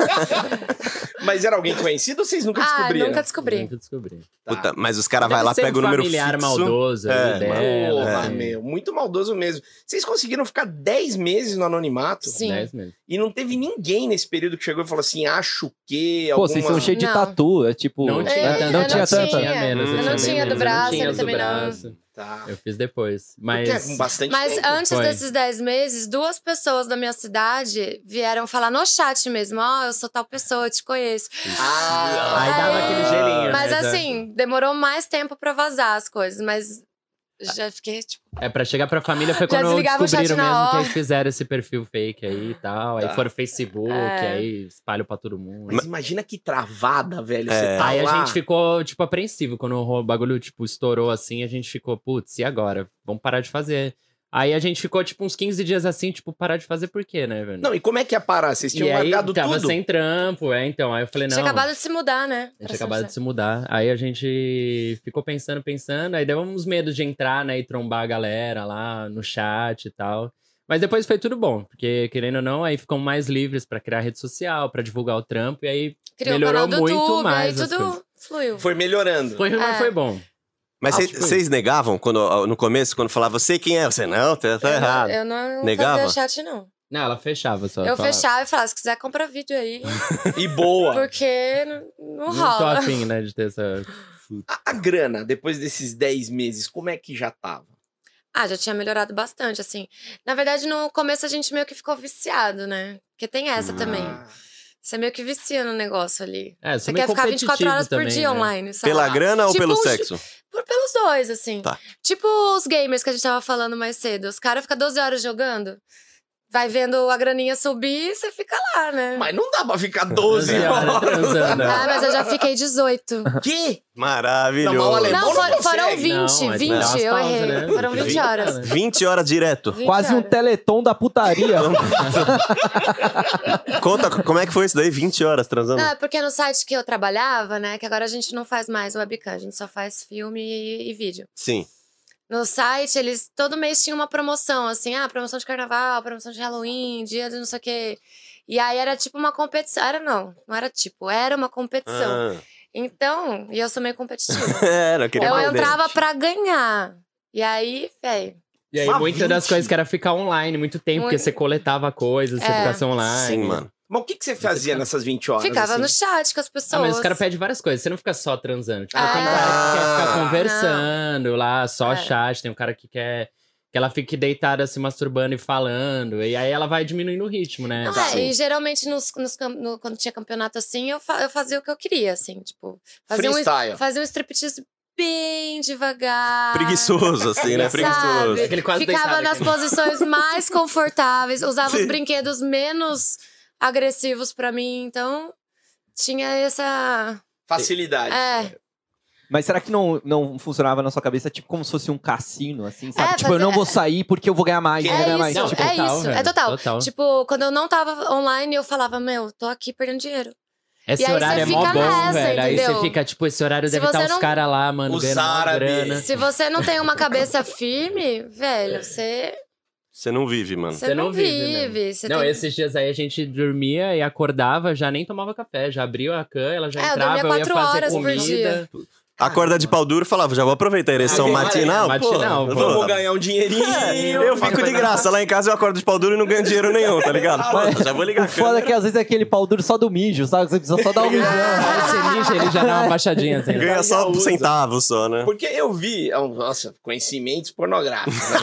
Speaker 1: Mas era alguém conhecido ou vocês nunca
Speaker 4: Ah,
Speaker 1: descobriram?
Speaker 4: nunca
Speaker 5: descobrir.
Speaker 4: descobri.
Speaker 5: né? descobri.
Speaker 1: Tá.
Speaker 2: Puta, mas os caras vai lá, pega o número
Speaker 5: um familiar
Speaker 2: fixo.
Speaker 5: maldoso
Speaker 2: É,
Speaker 5: ali dela.
Speaker 1: Porra,
Speaker 5: né?
Speaker 1: meu, muito maldoso mesmo. Vocês conseguiram ficar 10 meses no anonimato
Speaker 4: Sim.
Speaker 5: Dez meses.
Speaker 1: e não teve ninguém nesse período que chegou e falou assim: acho que.
Speaker 3: Pô,
Speaker 1: alguma...
Speaker 3: vocês são cheios de
Speaker 4: Não.
Speaker 3: tatu, é tipo...
Speaker 5: Não tinha,
Speaker 3: né,
Speaker 5: tanto,
Speaker 4: eu
Speaker 3: não
Speaker 4: não
Speaker 3: tinha tanta.
Speaker 4: tinha.
Speaker 5: menos,
Speaker 2: Eu não
Speaker 5: tinha
Speaker 2: tinha do
Speaker 5: menos,
Speaker 4: braço,
Speaker 5: eu não
Speaker 4: ele
Speaker 5: tinha
Speaker 4: também
Speaker 5: do
Speaker 4: não.
Speaker 5: braço.
Speaker 1: Tá.
Speaker 5: Eu fiz depois. Mas.
Speaker 1: Porque é com bastante
Speaker 4: Mas
Speaker 1: tempo.
Speaker 4: antes
Speaker 5: Foi.
Speaker 4: desses 10 meses, duas pessoas da minha cidade vieram falar no chat mesmo: Ó, eu sou tal pessoa, eu te conheço.
Speaker 1: Ah,
Speaker 5: Aí dava
Speaker 4: É.
Speaker 5: aquele gelinho.
Speaker 4: Mas
Speaker 5: né, da-
Speaker 4: assim, demorou mais tempo pra vazar as coisas, mas já fiquei tipo.
Speaker 5: É, pra chegar pra família foi
Speaker 4: Já
Speaker 5: quando
Speaker 4: desligava o chat
Speaker 5: descobriram
Speaker 4: na
Speaker 5: mesmo que
Speaker 4: hora.
Speaker 5: aí fizeram esse perfil fake aí e tal. Aí
Speaker 1: Tá.
Speaker 5: foram Facebook,
Speaker 4: É.
Speaker 5: aí espalham pra todo mundo.
Speaker 1: Mas imagina que travada, velho. Você
Speaker 2: É.
Speaker 1: tá
Speaker 5: Aí
Speaker 1: lá.
Speaker 5: a gente ficou, tipo, apreensivo. Quando o bagulho, tipo, estourou assim, a gente ficou, putz, e agora? Vamos parar de fazer. Aí a gente ficou, tipo, uns 15 dias assim, tipo, parar de fazer por quê, né, velho?
Speaker 1: Não, e como é que ia parar? Vocês
Speaker 5: e
Speaker 1: tinham
Speaker 5: aí
Speaker 1: largado
Speaker 5: tava
Speaker 1: tudo.
Speaker 5: sem trampo, é, então. Aí eu falei, não.
Speaker 4: Tinha acabado de se mudar, né?
Speaker 5: A gente tinha acabado de se mudar. Aí a gente ficou pensando, pensando. Aí deu uns medos de entrar, né? E trombar a galera lá no chat e tal. Mas depois foi tudo bom, porque querendo ou não, aí ficam mais livres pra criar rede social, pra divulgar o trampo. E aí
Speaker 4: Criou
Speaker 5: Melhorou
Speaker 4: o canal do
Speaker 5: muito
Speaker 4: YouTube,
Speaker 5: mais
Speaker 4: aí
Speaker 5: as coisas.
Speaker 4: tudo fluiu.
Speaker 1: Foi melhorando.
Speaker 5: foi, mas
Speaker 4: É.
Speaker 5: foi bom.
Speaker 2: Mas
Speaker 5: Ah,
Speaker 2: vocês
Speaker 5: tipo isso.
Speaker 2: vocês negavam quando, no começo, quando falava, sei quem é? Você não, tá, tá
Speaker 4: Eu não-
Speaker 2: errado.
Speaker 4: Eu não
Speaker 2: Negava?
Speaker 4: fazia chat, não.
Speaker 5: Não, ela fechava só.
Speaker 4: Eu
Speaker 5: falava,
Speaker 4: fechava e falava, se quiser, compra vídeo aí.
Speaker 1: E boa.
Speaker 4: Porque não, não
Speaker 5: Não tô
Speaker 4: rola.
Speaker 5: afim, né, de ter essa.
Speaker 1: A, a grana, depois desses 10 meses, como é que já tava?
Speaker 4: Ah, já tinha melhorado bastante, assim. Na verdade, no começo a gente meio que ficou viciado, né? Porque tem essa também.
Speaker 1: Ah,
Speaker 4: Você meio que vicia no negócio ali.
Speaker 5: É,
Speaker 4: Você quer ficar 24 horas por dia
Speaker 5: né?
Speaker 4: online, sabe?
Speaker 2: Pela grana ou
Speaker 4: Tipo
Speaker 2: pelo
Speaker 4: um
Speaker 2: sexo?
Speaker 4: Por, pelos dois, assim.
Speaker 2: Tá.
Speaker 4: Tipo os gamers que a gente tava falando mais cedo. Os caras ficam 12 horas jogando. Vai vendo a graninha subir, você fica lá, né?
Speaker 1: Mas não dá pra ficar 12 horas.
Speaker 5: é
Speaker 4: Ah, mas eu já fiquei 18.
Speaker 1: Que?
Speaker 2: Maravilhoso.
Speaker 1: Não, mas o alemão-
Speaker 4: Não,
Speaker 1: não
Speaker 4: for,
Speaker 1: consegue.
Speaker 4: foram 20,
Speaker 5: Não, é
Speaker 4: 20,
Speaker 5: dá umas
Speaker 4: eu
Speaker 5: pausas,
Speaker 4: errei.
Speaker 5: né?
Speaker 4: Foram 20 horas.
Speaker 2: 20 horas direto.
Speaker 4: 20
Speaker 3: Quase um
Speaker 4: horas.
Speaker 3: teleton da putaria.
Speaker 2: Conta co- como é que foi isso daí, 20 horas transando.
Speaker 4: Não, é porque no site que eu trabalhava, né? Que agora a gente não faz mais webcam, a gente só faz filme e, e vídeo.
Speaker 2: Sim.
Speaker 4: No site, eles todo mês tinham uma promoção, assim, ah, promoção de carnaval, promoção de Halloween, dia de não sei o quê. E aí era tipo uma competição. Era não, não era tipo, era uma competição.
Speaker 2: Ah.
Speaker 4: Então, e eu sou meio competitiva.
Speaker 2: É, não queria
Speaker 4: eu
Speaker 2: perder.
Speaker 4: entrava pra ganhar. E aí, véi,
Speaker 5: E aí,
Speaker 1: Só
Speaker 5: muitas
Speaker 1: 20?
Speaker 5: das coisas que era ficar online muito tempo, porque
Speaker 4: Muito.
Speaker 5: você coletava coisas, você
Speaker 4: É.
Speaker 5: ficasse online.
Speaker 2: Sim, mano.
Speaker 1: Mas o que, que você fazia nessas 20 horas?
Speaker 4: Ficava
Speaker 1: assim?
Speaker 4: no chat com as pessoas.
Speaker 5: Ah, mas os caras pedem várias coisas. Você não fica só transando. Tipo, tem um
Speaker 4: Ah.
Speaker 5: cara que quer ficar conversando lá, só
Speaker 4: É.
Speaker 5: chat. Tem um cara que quer que ela fique deitada se masturbando e falando. E aí ela vai diminuindo o ritmo, né?
Speaker 4: Ah,
Speaker 2: Tá.
Speaker 4: e geralmente nos, nos cam- no- quando tinha campeonato assim, eu, fa- eu fazia o que eu queria, assim, tipo, fazia um,
Speaker 1: Freestyle.
Speaker 4: fazia um striptease bem devagar.
Speaker 2: Preguiçoso, assim, né?
Speaker 4: Sabe?
Speaker 2: Preguiçoso.
Speaker 5: Aquele quase
Speaker 4: Ficava
Speaker 5: deitado,
Speaker 4: nas
Speaker 5: aquele-
Speaker 4: posições mais confortáveis, usava
Speaker 2: Sim.
Speaker 4: os brinquedos menos agressivos pra mim, então tinha essa.
Speaker 1: Facilidade.
Speaker 4: É,
Speaker 3: Mas será que não, não funcionava na sua cabeça, tipo, como se fosse um cassino, assim, sabe?
Speaker 4: É,
Speaker 3: tipo, eu
Speaker 4: fazer-
Speaker 3: não vou sair porque eu vou ganhar mais,
Speaker 1: É
Speaker 3: vou ganhar mais.
Speaker 4: isso,
Speaker 5: Não,
Speaker 3: tipo,
Speaker 4: é
Speaker 5: total,
Speaker 4: isso,
Speaker 5: velho,
Speaker 4: é total.
Speaker 5: total.
Speaker 4: Tipo, quando eu não tava online, eu falava, meu, tô aqui perdendo dinheiro.
Speaker 5: Esse
Speaker 4: E aí
Speaker 5: horário é
Speaker 4: você
Speaker 5: mó
Speaker 4: fica
Speaker 5: bom,
Speaker 4: nessa,
Speaker 5: velho. Aí você
Speaker 4: entendeu?
Speaker 5: fica, tipo, esse horário
Speaker 4: Se
Speaker 5: deve estar
Speaker 4: você
Speaker 5: os
Speaker 4: não-
Speaker 5: caras lá, mano,
Speaker 1: Os
Speaker 5: ganhando mó
Speaker 1: árabes.
Speaker 5: grana.
Speaker 4: Se você não tem uma cabeça firme, velho, você,
Speaker 2: Você não vive, mano.
Speaker 4: você,
Speaker 5: Você
Speaker 4: não,
Speaker 5: não vive,
Speaker 4: vive. você
Speaker 5: Não,
Speaker 4: tem-
Speaker 5: esses dias aí a gente dormia e acordava, já nem tomava café, já abriu a cama, ela já
Speaker 4: É, eu
Speaker 5: entrava,
Speaker 4: dormia
Speaker 5: eu, ia
Speaker 4: quatro
Speaker 5: fazer
Speaker 4: horas por
Speaker 5: comida.
Speaker 4: dia.
Speaker 2: Acorda de pau duro e falava, já vou aproveitar a ereção
Speaker 1: Ah,
Speaker 2: matinal. pô.
Speaker 5: matinal, pô.
Speaker 1: Vamos ganhar um dinheirinho.
Speaker 2: Eu fico de graça. Lá em casa eu acordo de pau duro e não ganho dinheiro nenhum, tá ligado? Pô, já vou ligar
Speaker 3: O
Speaker 2: a
Speaker 3: foda é
Speaker 2: câmera.
Speaker 3: que às vezes é aquele pau duro só do mijo, sabe? Você precisa só dar um mijão.
Speaker 5: Aí você lixa, ele já dá uma baixadinha, assim. né?
Speaker 2: Ganha só
Speaker 1: Já usa.
Speaker 2: centavos só, né?
Speaker 1: Porque eu vi, ah, nossa, conhecimentos pornográficos. né?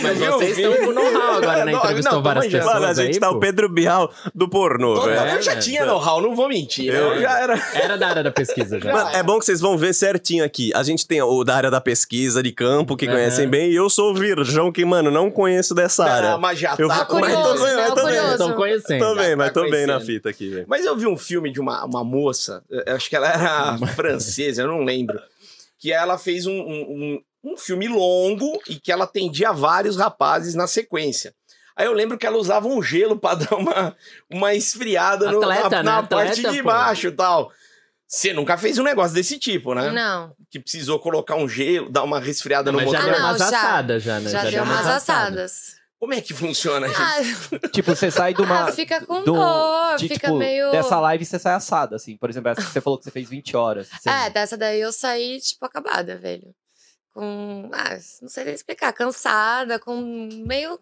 Speaker 5: Mas
Speaker 1: Eu
Speaker 5: vocês
Speaker 1: vi.
Speaker 5: estão com know-how agora, né?
Speaker 1: Não,
Speaker 5: Entrevistou
Speaker 1: não,
Speaker 5: várias
Speaker 1: tamo já.
Speaker 5: pessoas
Speaker 2: Ah, Mano, a gente
Speaker 5: aí,
Speaker 2: tá
Speaker 5: pô.
Speaker 2: o Pedro Bial do pornô,
Speaker 1: Toda-
Speaker 2: velho.
Speaker 1: eu já
Speaker 5: né?
Speaker 1: tinha know-how, não vou mentir. né? Ah,
Speaker 2: Eu
Speaker 1: Eu já era.
Speaker 5: Era da área da pesquisa já.
Speaker 2: Mano, é bom que vocês vão ver certinho aqui. A gente tem o da área da pesquisa, de campo, que
Speaker 5: Aham.
Speaker 2: conhecem bem, e eu sou o Virjão, que, mano, não conheço dessa área.
Speaker 1: Ah, mas já
Speaker 2: Eu
Speaker 1: tá
Speaker 2: vou- mas tô
Speaker 4: curioso,
Speaker 2: bem,
Speaker 4: né?
Speaker 2: mas tô bem.
Speaker 4: Curioso.
Speaker 5: Estão conhecendo.
Speaker 2: Tô bem,
Speaker 1: tá
Speaker 2: mas tô bem na
Speaker 1: conhecendo.
Speaker 2: fita aqui, velho.
Speaker 1: Mas eu vi um filme de uma, uma moça, eu acho que ela era francesa, eu não lembro, que ela fez um, um, um- um filme longo e que ela atendia vários rapazes na sequência. Aí eu lembro que ela usava um gelo pra dar uma, uma esfriada no-
Speaker 5: Atleta,
Speaker 1: na, na
Speaker 5: né?
Speaker 1: parte
Speaker 5: Atleta,
Speaker 1: de
Speaker 5: pô.
Speaker 1: baixo e tal. Você nunca fez um negócio desse tipo, né?
Speaker 4: Não,
Speaker 1: Que precisou colocar um gelo, dar uma resfriada no
Speaker 5: Mas já
Speaker 1: motor.
Speaker 5: deu
Speaker 4: Ah, não,
Speaker 5: umas
Speaker 4: já.
Speaker 5: assadas já, né?
Speaker 4: já, deu umas assadas.
Speaker 1: Como é que funciona isso?
Speaker 4: Ah,
Speaker 3: Tipo, você sai de uma.
Speaker 4: ah, fica com
Speaker 3: do-
Speaker 4: dor,
Speaker 3: de,
Speaker 4: fica
Speaker 3: tipo,
Speaker 4: meio.
Speaker 3: Dessa live você sai assada, assim. Por exemplo, essa que você falou que você fez 20 horas. assim, Você-
Speaker 4: É, dessa daí eu saí, tipo, acabada, velho. Com. Ah, não sei nem explicar. Cansada, com. meio.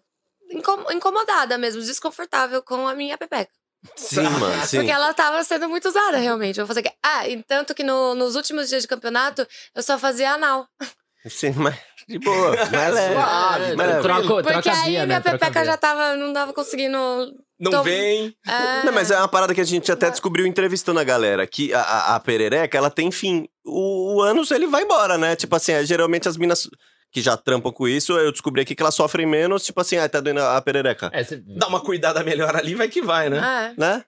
Speaker 4: incom- incomodada mesmo, desconfortável com a minha pepeca.
Speaker 2: Sim, mano, sim.
Speaker 4: Porque ela tava sendo muito usada, realmente. Eu vou fazer o quê? Ah, e tanto que no- nos últimos dias de campeonato, eu só fazia anal.
Speaker 2: Sim, mas de boa. Mas é.
Speaker 1: Suave,
Speaker 2: mas-
Speaker 5: Troca,
Speaker 4: Porque
Speaker 5: troca a
Speaker 4: aí
Speaker 5: via, né?
Speaker 4: minha
Speaker 5: Troca a
Speaker 4: pepeca
Speaker 5: via.
Speaker 4: já tava. não tava conseguindo.
Speaker 1: Não
Speaker 4: Então-
Speaker 1: vem.
Speaker 4: É.
Speaker 2: Não, mas é uma parada que a gente até descobriu entrevistando a galera, que a, a, a perereca, ela tem fim. O, o ânus, ele vai embora, né? Tipo assim, é, geralmente as minas que já trampam com isso, eu descobri aqui que elas sofrem menos, tipo assim, ah, tá doendo a a perereca,
Speaker 5: É, você-
Speaker 1: Dá uma cuidada melhor ali, vai que vai, né?
Speaker 4: É.
Speaker 2: né?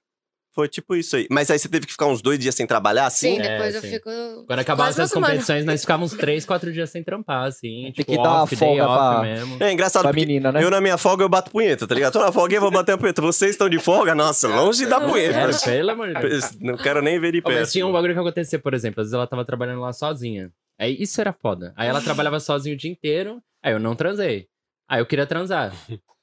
Speaker 2: Foi tipo isso aí. Mas aí você teve que ficar uns dois dias sem trabalhar, assim?
Speaker 4: Sim,
Speaker 5: É,
Speaker 4: depois eu
Speaker 5: sim.
Speaker 4: fico.
Speaker 5: Quando acabavam
Speaker 4: quase uma
Speaker 5: essas
Speaker 4: semana.
Speaker 5: competições, nós ficávamos três, quatro dias sem trampar, assim.
Speaker 3: Tem
Speaker 5: tipo,
Speaker 3: que dar uma
Speaker 5: off, day
Speaker 3: folga
Speaker 5: off
Speaker 3: pra-
Speaker 5: mesmo.
Speaker 2: É engraçado
Speaker 3: Pra
Speaker 2: porque
Speaker 3: menina, né?
Speaker 2: eu na minha folga eu bato punheta, tá ligado? Tô na folga e vou bater a punheta. Vocês estão de folga? Nossa, longe da punheta.
Speaker 5: Era, pelo amor de Deus.
Speaker 2: Não quero nem ver de
Speaker 5: É, Ô,
Speaker 2: perto.
Speaker 5: Mas tinha um bagulho que acontecia, por exemplo, às vezes ela tava trabalhando lá sozinha. Aí isso era foda. Aí ela trabalhava sozinha o dia inteiro, aí eu não transei. Aí eu queria transar.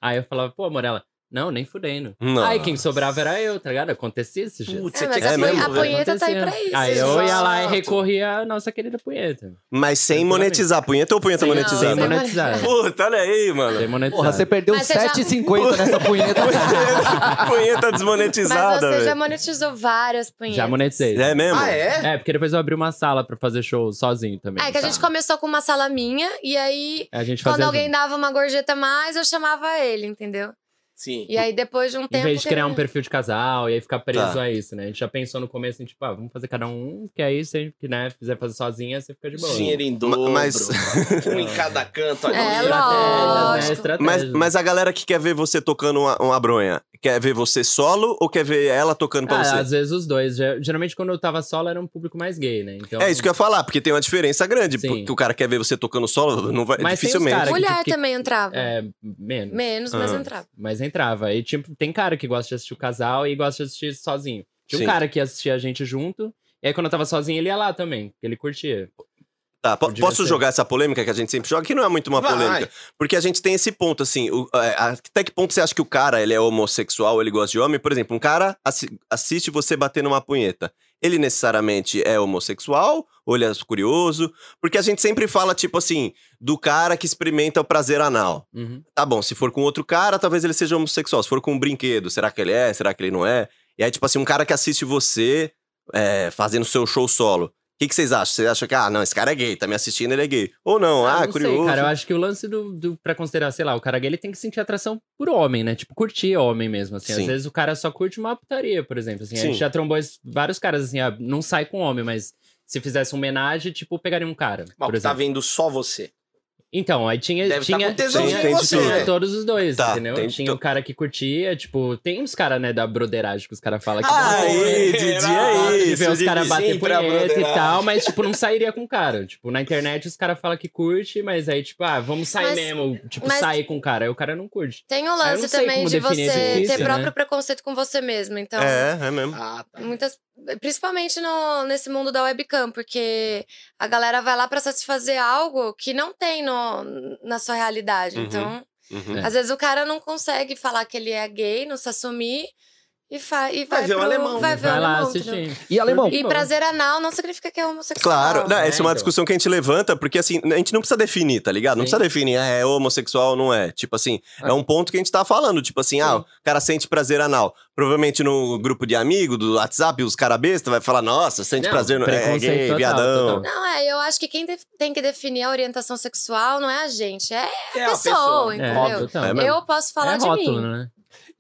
Speaker 5: Aí eu falava, pô, amor, ela, não, nem fudendo.
Speaker 2: Não.
Speaker 5: Aí quem sobrava era eu, tá ligado? Acontecia esse jeito.
Speaker 1: Putz,
Speaker 4: É,
Speaker 1: você
Speaker 4: mas
Speaker 1: tinha
Speaker 4: a,
Speaker 2: É
Speaker 1: que
Speaker 4: punhe-
Speaker 2: mesmo,
Speaker 4: a
Speaker 2: velho.
Speaker 4: punheta tá aí pra isso.
Speaker 5: Aí eu ia lá e
Speaker 1: Exato.
Speaker 5: recorria à nossa querida punheta.
Speaker 2: Mas sem
Speaker 5: Tranquilamente.
Speaker 2: monetizar a punheta ou punheta
Speaker 4: Não,
Speaker 5: Sem
Speaker 2: monetizada?
Speaker 4: sem
Speaker 5: monetizar.
Speaker 2: Puta, olha aí, mano.
Speaker 5: Sem monetizar.
Speaker 3: Porra, você perdeu
Speaker 4: Mas você já-
Speaker 3: 7,50 nessa punheta.
Speaker 2: punheta
Speaker 4: Mas
Speaker 2: desmonetizada,
Speaker 4: você já
Speaker 2: velho.
Speaker 4: monetizou várias punhetas.
Speaker 5: Já monetizei.
Speaker 2: É mesmo?
Speaker 1: Ah, é?
Speaker 5: É, porque depois eu abri uma sala pra fazer show sozinho também. É,
Speaker 4: É que a gente começou com uma sala minha e aí.
Speaker 5: A gente
Speaker 4: Quando
Speaker 5: fazia
Speaker 4: alguém
Speaker 5: junto.
Speaker 4: dava uma gorjeta a mais, eu chamava ele, entendeu?
Speaker 1: Sim.
Speaker 4: E aí, depois de um
Speaker 5: Em
Speaker 4: tempo.
Speaker 5: vez de
Speaker 4: que
Speaker 5: criar
Speaker 4: ele-
Speaker 5: um perfil de casal e aí ficar preso
Speaker 2: Tá.
Speaker 5: a isso, né? A gente já pensou no começo, em tipo, ah, vamos fazer cada um, que aí se que, né, quiser fazer sozinha, você fica de boa.
Speaker 1: Dinheiro em dobro.
Speaker 2: Ma- mas-
Speaker 1: Um em cada canto ali.
Speaker 4: É,
Speaker 5: Estratégias, né,
Speaker 4: Lógico.
Speaker 5: Estratégias.
Speaker 2: Mas, mas a galera que quer ver você tocando uma, uma bronha, quer ver você solo ou quer ver ela tocando pra
Speaker 5: Ah,
Speaker 2: então, você?
Speaker 5: às vezes os dois. Ge- Geralmente quando eu tava solo era um público mais gay, né? Então,
Speaker 2: É isso que eu ia falar, porque tem uma diferença grande.
Speaker 5: Sim.
Speaker 2: Porque o cara quer ver você tocando solo, não vai,
Speaker 5: Mas tem os
Speaker 2: dificilmente.
Speaker 5: cara que-
Speaker 4: Mulher
Speaker 5: que-
Speaker 4: também entrava.
Speaker 5: É, menos.
Speaker 4: Menos, mas
Speaker 2: Ah.
Speaker 4: entrava.
Speaker 5: Mas entrava. E tipo, tem cara que gosta de assistir o casal e gosta de assistir sozinho. Tinha
Speaker 2: Sim.
Speaker 5: um cara que assistia a gente junto, e aí quando eu tava sozinho ele ia lá também, porque ele curtia.
Speaker 2: Tá, po-
Speaker 6: Podia
Speaker 2: posso
Speaker 6: ser.
Speaker 2: jogar essa polêmica que a gente sempre joga, que não é muito uma
Speaker 1: Vai.
Speaker 2: polêmica. Porque a gente tem esse ponto, assim, o- é, até que ponto você acha que o cara, ele é homossexual, ele gosta de homem? Por exemplo, um cara assi- assiste você bater numa punheta. Ele necessariamente é homossexual? Ou ele é curioso? Porque a gente sempre fala, tipo assim, do cara que experimenta o prazer anal.
Speaker 5: Uhum.
Speaker 2: Tá bom, se for com outro cara, talvez ele seja homossexual. Se for com um brinquedo, será que ele é? Será que ele não é? E aí, tipo assim, um cara que assiste você é, fazendo seu show solo. O que, que vocês acham? Vocês acham que, ah, não, esse cara é gay, tá me assistindo, ele é gay. Ou não, ah,
Speaker 5: Eu não
Speaker 2: curioso.
Speaker 5: Sei, cara, eu acho que o lance do, do para considerar, sei lá, o cara gay ele tem que sentir atração por homem, né? Tipo, curtir homem mesmo, assim.
Speaker 2: Sim.
Speaker 5: Às vezes o cara só curte uma putaria, por exemplo, assim. A
Speaker 2: Sim.
Speaker 5: gente já trombou es- vários caras assim, ah, não sai com homem, mas se fizesse um homenagem, tipo, pegaria um cara,
Speaker 1: Mas
Speaker 5: por
Speaker 1: tá
Speaker 5: exemplo.
Speaker 1: vendo só você.
Speaker 5: Então, aí tinha
Speaker 1: Deve
Speaker 5: tinha
Speaker 1: tá com tesãozinho
Speaker 5: tinha-
Speaker 1: em
Speaker 2: tem de
Speaker 1: você.
Speaker 2: tudo.
Speaker 5: tinha
Speaker 1: né?
Speaker 5: todos os dois,
Speaker 2: Tá,
Speaker 5: entendeu?
Speaker 2: tem-
Speaker 5: tinha o cara que curtia, tipo, tem uns caras, né, da broderagem que os caras falam que
Speaker 2: Aí,
Speaker 1: Será?
Speaker 2: Didi, é
Speaker 5: de
Speaker 2: isso.
Speaker 5: ver os
Speaker 2: Didi.
Speaker 5: caras bater
Speaker 1: Sempre a
Speaker 5: punheta e
Speaker 1: broderagem.
Speaker 5: tal, mas, tipo, não sairia com o cara. Tipo, na internet os caras falam que curte, mas aí, tipo, ah, vamos sair
Speaker 4: Mas-
Speaker 5: mesmo. Tipo,
Speaker 4: mas-
Speaker 5: sair com o cara. Aí o cara não curte.
Speaker 4: Tem o
Speaker 5: Ah, não
Speaker 4: lance
Speaker 5: sei
Speaker 4: também
Speaker 5: como
Speaker 4: de
Speaker 5: definir esse
Speaker 4: você ter
Speaker 5: vício, né?
Speaker 4: próprio preconceito com você mesmo. Então,
Speaker 2: É, é mesmo.
Speaker 1: Ah, tá.
Speaker 4: muitas. Principalmente no, nesse mundo da webcam, porque a galera vai lá pra satisfazer algo que não tem no, na sua realidade.
Speaker 2: Uhum.
Speaker 4: Então,
Speaker 2: Uhum.
Speaker 5: É.
Speaker 4: às vezes o cara não consegue falar que ele é gay, não se assumir e, fa e vai,
Speaker 1: ver o
Speaker 4: pro-
Speaker 1: alemão.
Speaker 4: Vai, ver
Speaker 5: Vai
Speaker 4: o
Speaker 5: lá
Speaker 4: alemão, entendeu?
Speaker 5: assistir.
Speaker 3: E alemão,
Speaker 4: E
Speaker 5: Bom.
Speaker 4: prazer anal não significa que é homossexual.
Speaker 2: Claro, não, essa é uma
Speaker 5: então.
Speaker 2: discussão que a gente levanta, porque assim, a gente não precisa definir, tá ligado? Não
Speaker 5: Sim.
Speaker 2: precisa definir, ah, é homossexual ou não é. Tipo assim, é um ponto que a gente tá falando, tipo assim, ah, o cara sente prazer anal. Provavelmente no grupo de amigo, do WhatsApp, os cara besta vai falar, nossa, sente
Speaker 5: Não,
Speaker 2: prazer, no- é
Speaker 5: preconceito
Speaker 2: gay,
Speaker 5: total,
Speaker 2: viadão.
Speaker 5: total.
Speaker 4: Não, é, eu acho que quem def- tem que definir a orientação sexual não é a gente, é
Speaker 1: É
Speaker 4: a pessoa,
Speaker 5: É,
Speaker 4: entendeu?
Speaker 5: total.
Speaker 2: É
Speaker 5: É,
Speaker 2: mesmo.
Speaker 4: eu posso falar de
Speaker 5: rótulo,
Speaker 4: mim.
Speaker 5: né?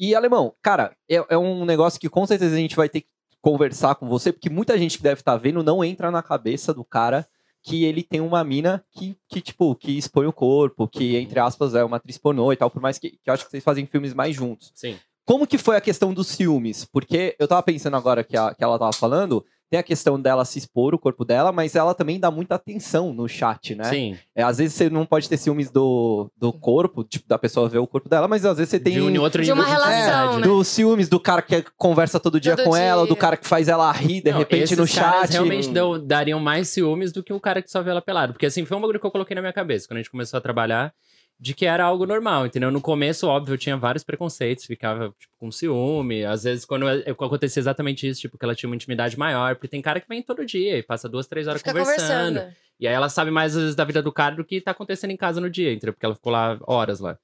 Speaker 3: E alemão, cara, é, é um negócio que com certeza a gente vai ter que conversar com você, porque muita gente que deve estar vendo não entra na cabeça do cara que ele tem uma mina que, que, tipo, que expõe o corpo, que, entre aspas, é uma atriz pornô e tal, por mais que, que eu acho que vocês fazem filmes mais juntos.
Speaker 5: Sim.
Speaker 3: Como que foi a questão dos ciúmes? Porque eu tava pensando agora que, a- que ela tava falando, tem a questão dela se expor, o corpo dela, mas ela também dá muita atenção no chat, né?
Speaker 5: Sim.
Speaker 3: É, às vezes você não pode ter ciúmes do, do corpo, tipo, da pessoa ver o corpo dela, mas às vezes você tem...
Speaker 5: De um e outro
Speaker 4: De uma
Speaker 5: nível
Speaker 4: relação,
Speaker 5: intimidade,
Speaker 4: né?
Speaker 3: Dos ciúmes do cara que conversa todo dia
Speaker 4: Todo
Speaker 3: com ela,
Speaker 4: dia.
Speaker 3: do cara que faz ela rir de
Speaker 5: Não,
Speaker 3: repente
Speaker 5: esses
Speaker 3: no
Speaker 5: caras
Speaker 3: chat.
Speaker 5: realmente dão- dariam mais ciúmes do que o cara que só vê ela pelado. Porque assim, foi um bagulho que eu coloquei na minha cabeça quando a gente começou a trabalhar, de que era algo normal, entendeu? No começo, óbvio, eu tinha vários preconceitos, ficava tipo, com ciúme. Às vezes, quando eu- eu- acontecia exatamente isso, tipo, que ela tinha uma intimidade maior, porque tem cara que vem todo dia e passa duas, três horas
Speaker 4: Fica
Speaker 5: conversando.
Speaker 4: conversando.
Speaker 5: E aí ela sabe mais, às vezes, da vida do cara do que tá acontecendo em casa no dia, entendeu? Porque ela ficou lá horas lá.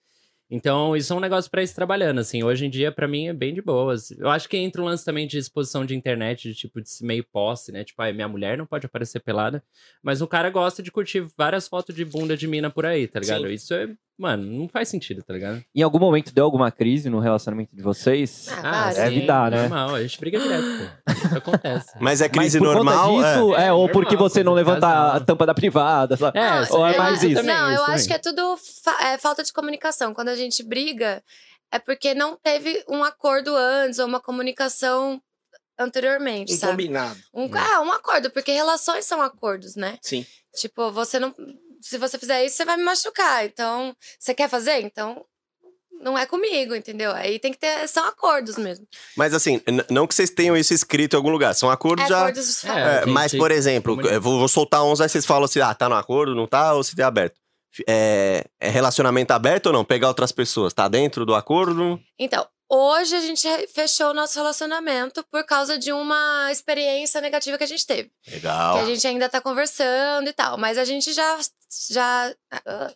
Speaker 5: Então, isso é um negócio pra ir se trabalhando, assim. Hoje em dia, pra mim, é bem de boas. Eu acho que entra um lance também de exposição de internet, de tipo, de se meio posse, né? Tipo, ah, minha mulher não pode aparecer pelada. Mas o cara gosta de curtir várias fotos de bunda de mina por aí, tá ligado? Isso é, mano, não faz sentido, tá ligado?
Speaker 3: Em algum momento deu alguma crise no relacionamento de vocês?
Speaker 4: Ah, claro.
Speaker 5: É
Speaker 3: deve dar, né?
Speaker 5: Normal, a gente briga direto, pô. Isso acontece.
Speaker 2: Mas é
Speaker 3: Mas
Speaker 2: crise
Speaker 3: por
Speaker 2: normal.
Speaker 3: conta
Speaker 2: é.
Speaker 3: disso, é,
Speaker 5: É,
Speaker 3: ou
Speaker 5: normal,
Speaker 3: porque você não
Speaker 5: por causa
Speaker 3: levanta a
Speaker 5: dela.
Speaker 3: tampa da privada, sabe?
Speaker 5: É,
Speaker 4: Não,
Speaker 5: isso
Speaker 3: ou é
Speaker 4: eu
Speaker 3: mais
Speaker 4: acho-
Speaker 3: isso?
Speaker 4: Não, eu
Speaker 5: Isso
Speaker 4: acho
Speaker 5: também.
Speaker 4: que é tudo fa- é falta de comunicação. Quando a gente briga, é porque não teve um acordo antes ou uma comunicação anteriormente,
Speaker 1: Um
Speaker 4: sabe?
Speaker 1: combinado.
Speaker 4: Um, ah, um acordo, porque relações são acordos, né?
Speaker 1: Sim.
Speaker 4: Tipo, você não. Se você fizer isso, você vai me machucar. Então, você quer fazer? Então, não é comigo, entendeu? Aí tem que ter. São acordos mesmo.
Speaker 2: Mas assim, n- não que vocês tenham isso escrito em algum lugar, são acordos
Speaker 4: É
Speaker 2: já.
Speaker 4: acordos de
Speaker 5: É,
Speaker 2: É,
Speaker 5: gente,
Speaker 2: mas, por exemplo,
Speaker 5: comunica.
Speaker 2: eu vou, vou soltar uns, aí vocês falam assim, ah, tá no acordo, não tá, ou se tem aberto. F- É, é relacionamento aberto ou não? Pegar outras pessoas, tá dentro do acordo?
Speaker 4: Então, hoje a gente re- fechou o nosso relacionamento por causa de uma experiência negativa que a gente teve.
Speaker 2: Legal.
Speaker 4: Que a gente ainda tá conversando e tal. Mas a gente já. Já. ah,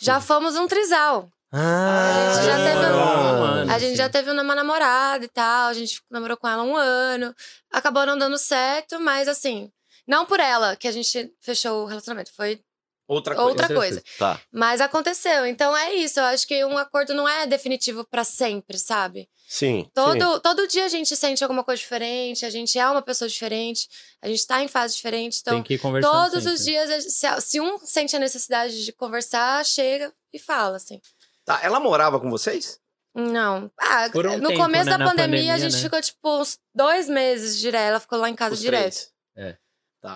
Speaker 4: Já fomos um trisal.
Speaker 2: Ah,
Speaker 4: A gente já teve
Speaker 5: um-
Speaker 2: mano.
Speaker 4: A gente já teve uma namorada e tal. A gente namorou com ela um ano. Acabou não dando certo, mas assim. Não por ela que a gente fechou o relacionamento. Foi
Speaker 1: Outra coisa.
Speaker 4: outra
Speaker 5: Outra
Speaker 4: coisa.
Speaker 2: Tá.
Speaker 4: Mas aconteceu. Então é isso. Eu acho que um acordo não é definitivo pra sempre, sabe?
Speaker 2: Sim. sim.
Speaker 4: Todo, todo dia a gente sente alguma coisa diferente, a gente é uma pessoa diferente, a gente tá em fase diferente. Então,
Speaker 5: Tem que ir conversando
Speaker 4: todos os
Speaker 5: sempre.
Speaker 4: dias, se, se um sente a necessidade de conversar, chega e fala, assim.
Speaker 1: Tá, ela morava com vocês?
Speaker 4: Não. Ah,
Speaker 5: Por um
Speaker 4: no
Speaker 5: tempo,
Speaker 4: começo
Speaker 5: né,
Speaker 4: da
Speaker 5: na
Speaker 4: pandemia,
Speaker 5: pandemia,
Speaker 4: a gente
Speaker 5: né?
Speaker 4: ficou, tipo, uns dois meses direto. Ela ficou lá em casa
Speaker 1: Os
Speaker 4: direto.
Speaker 1: três.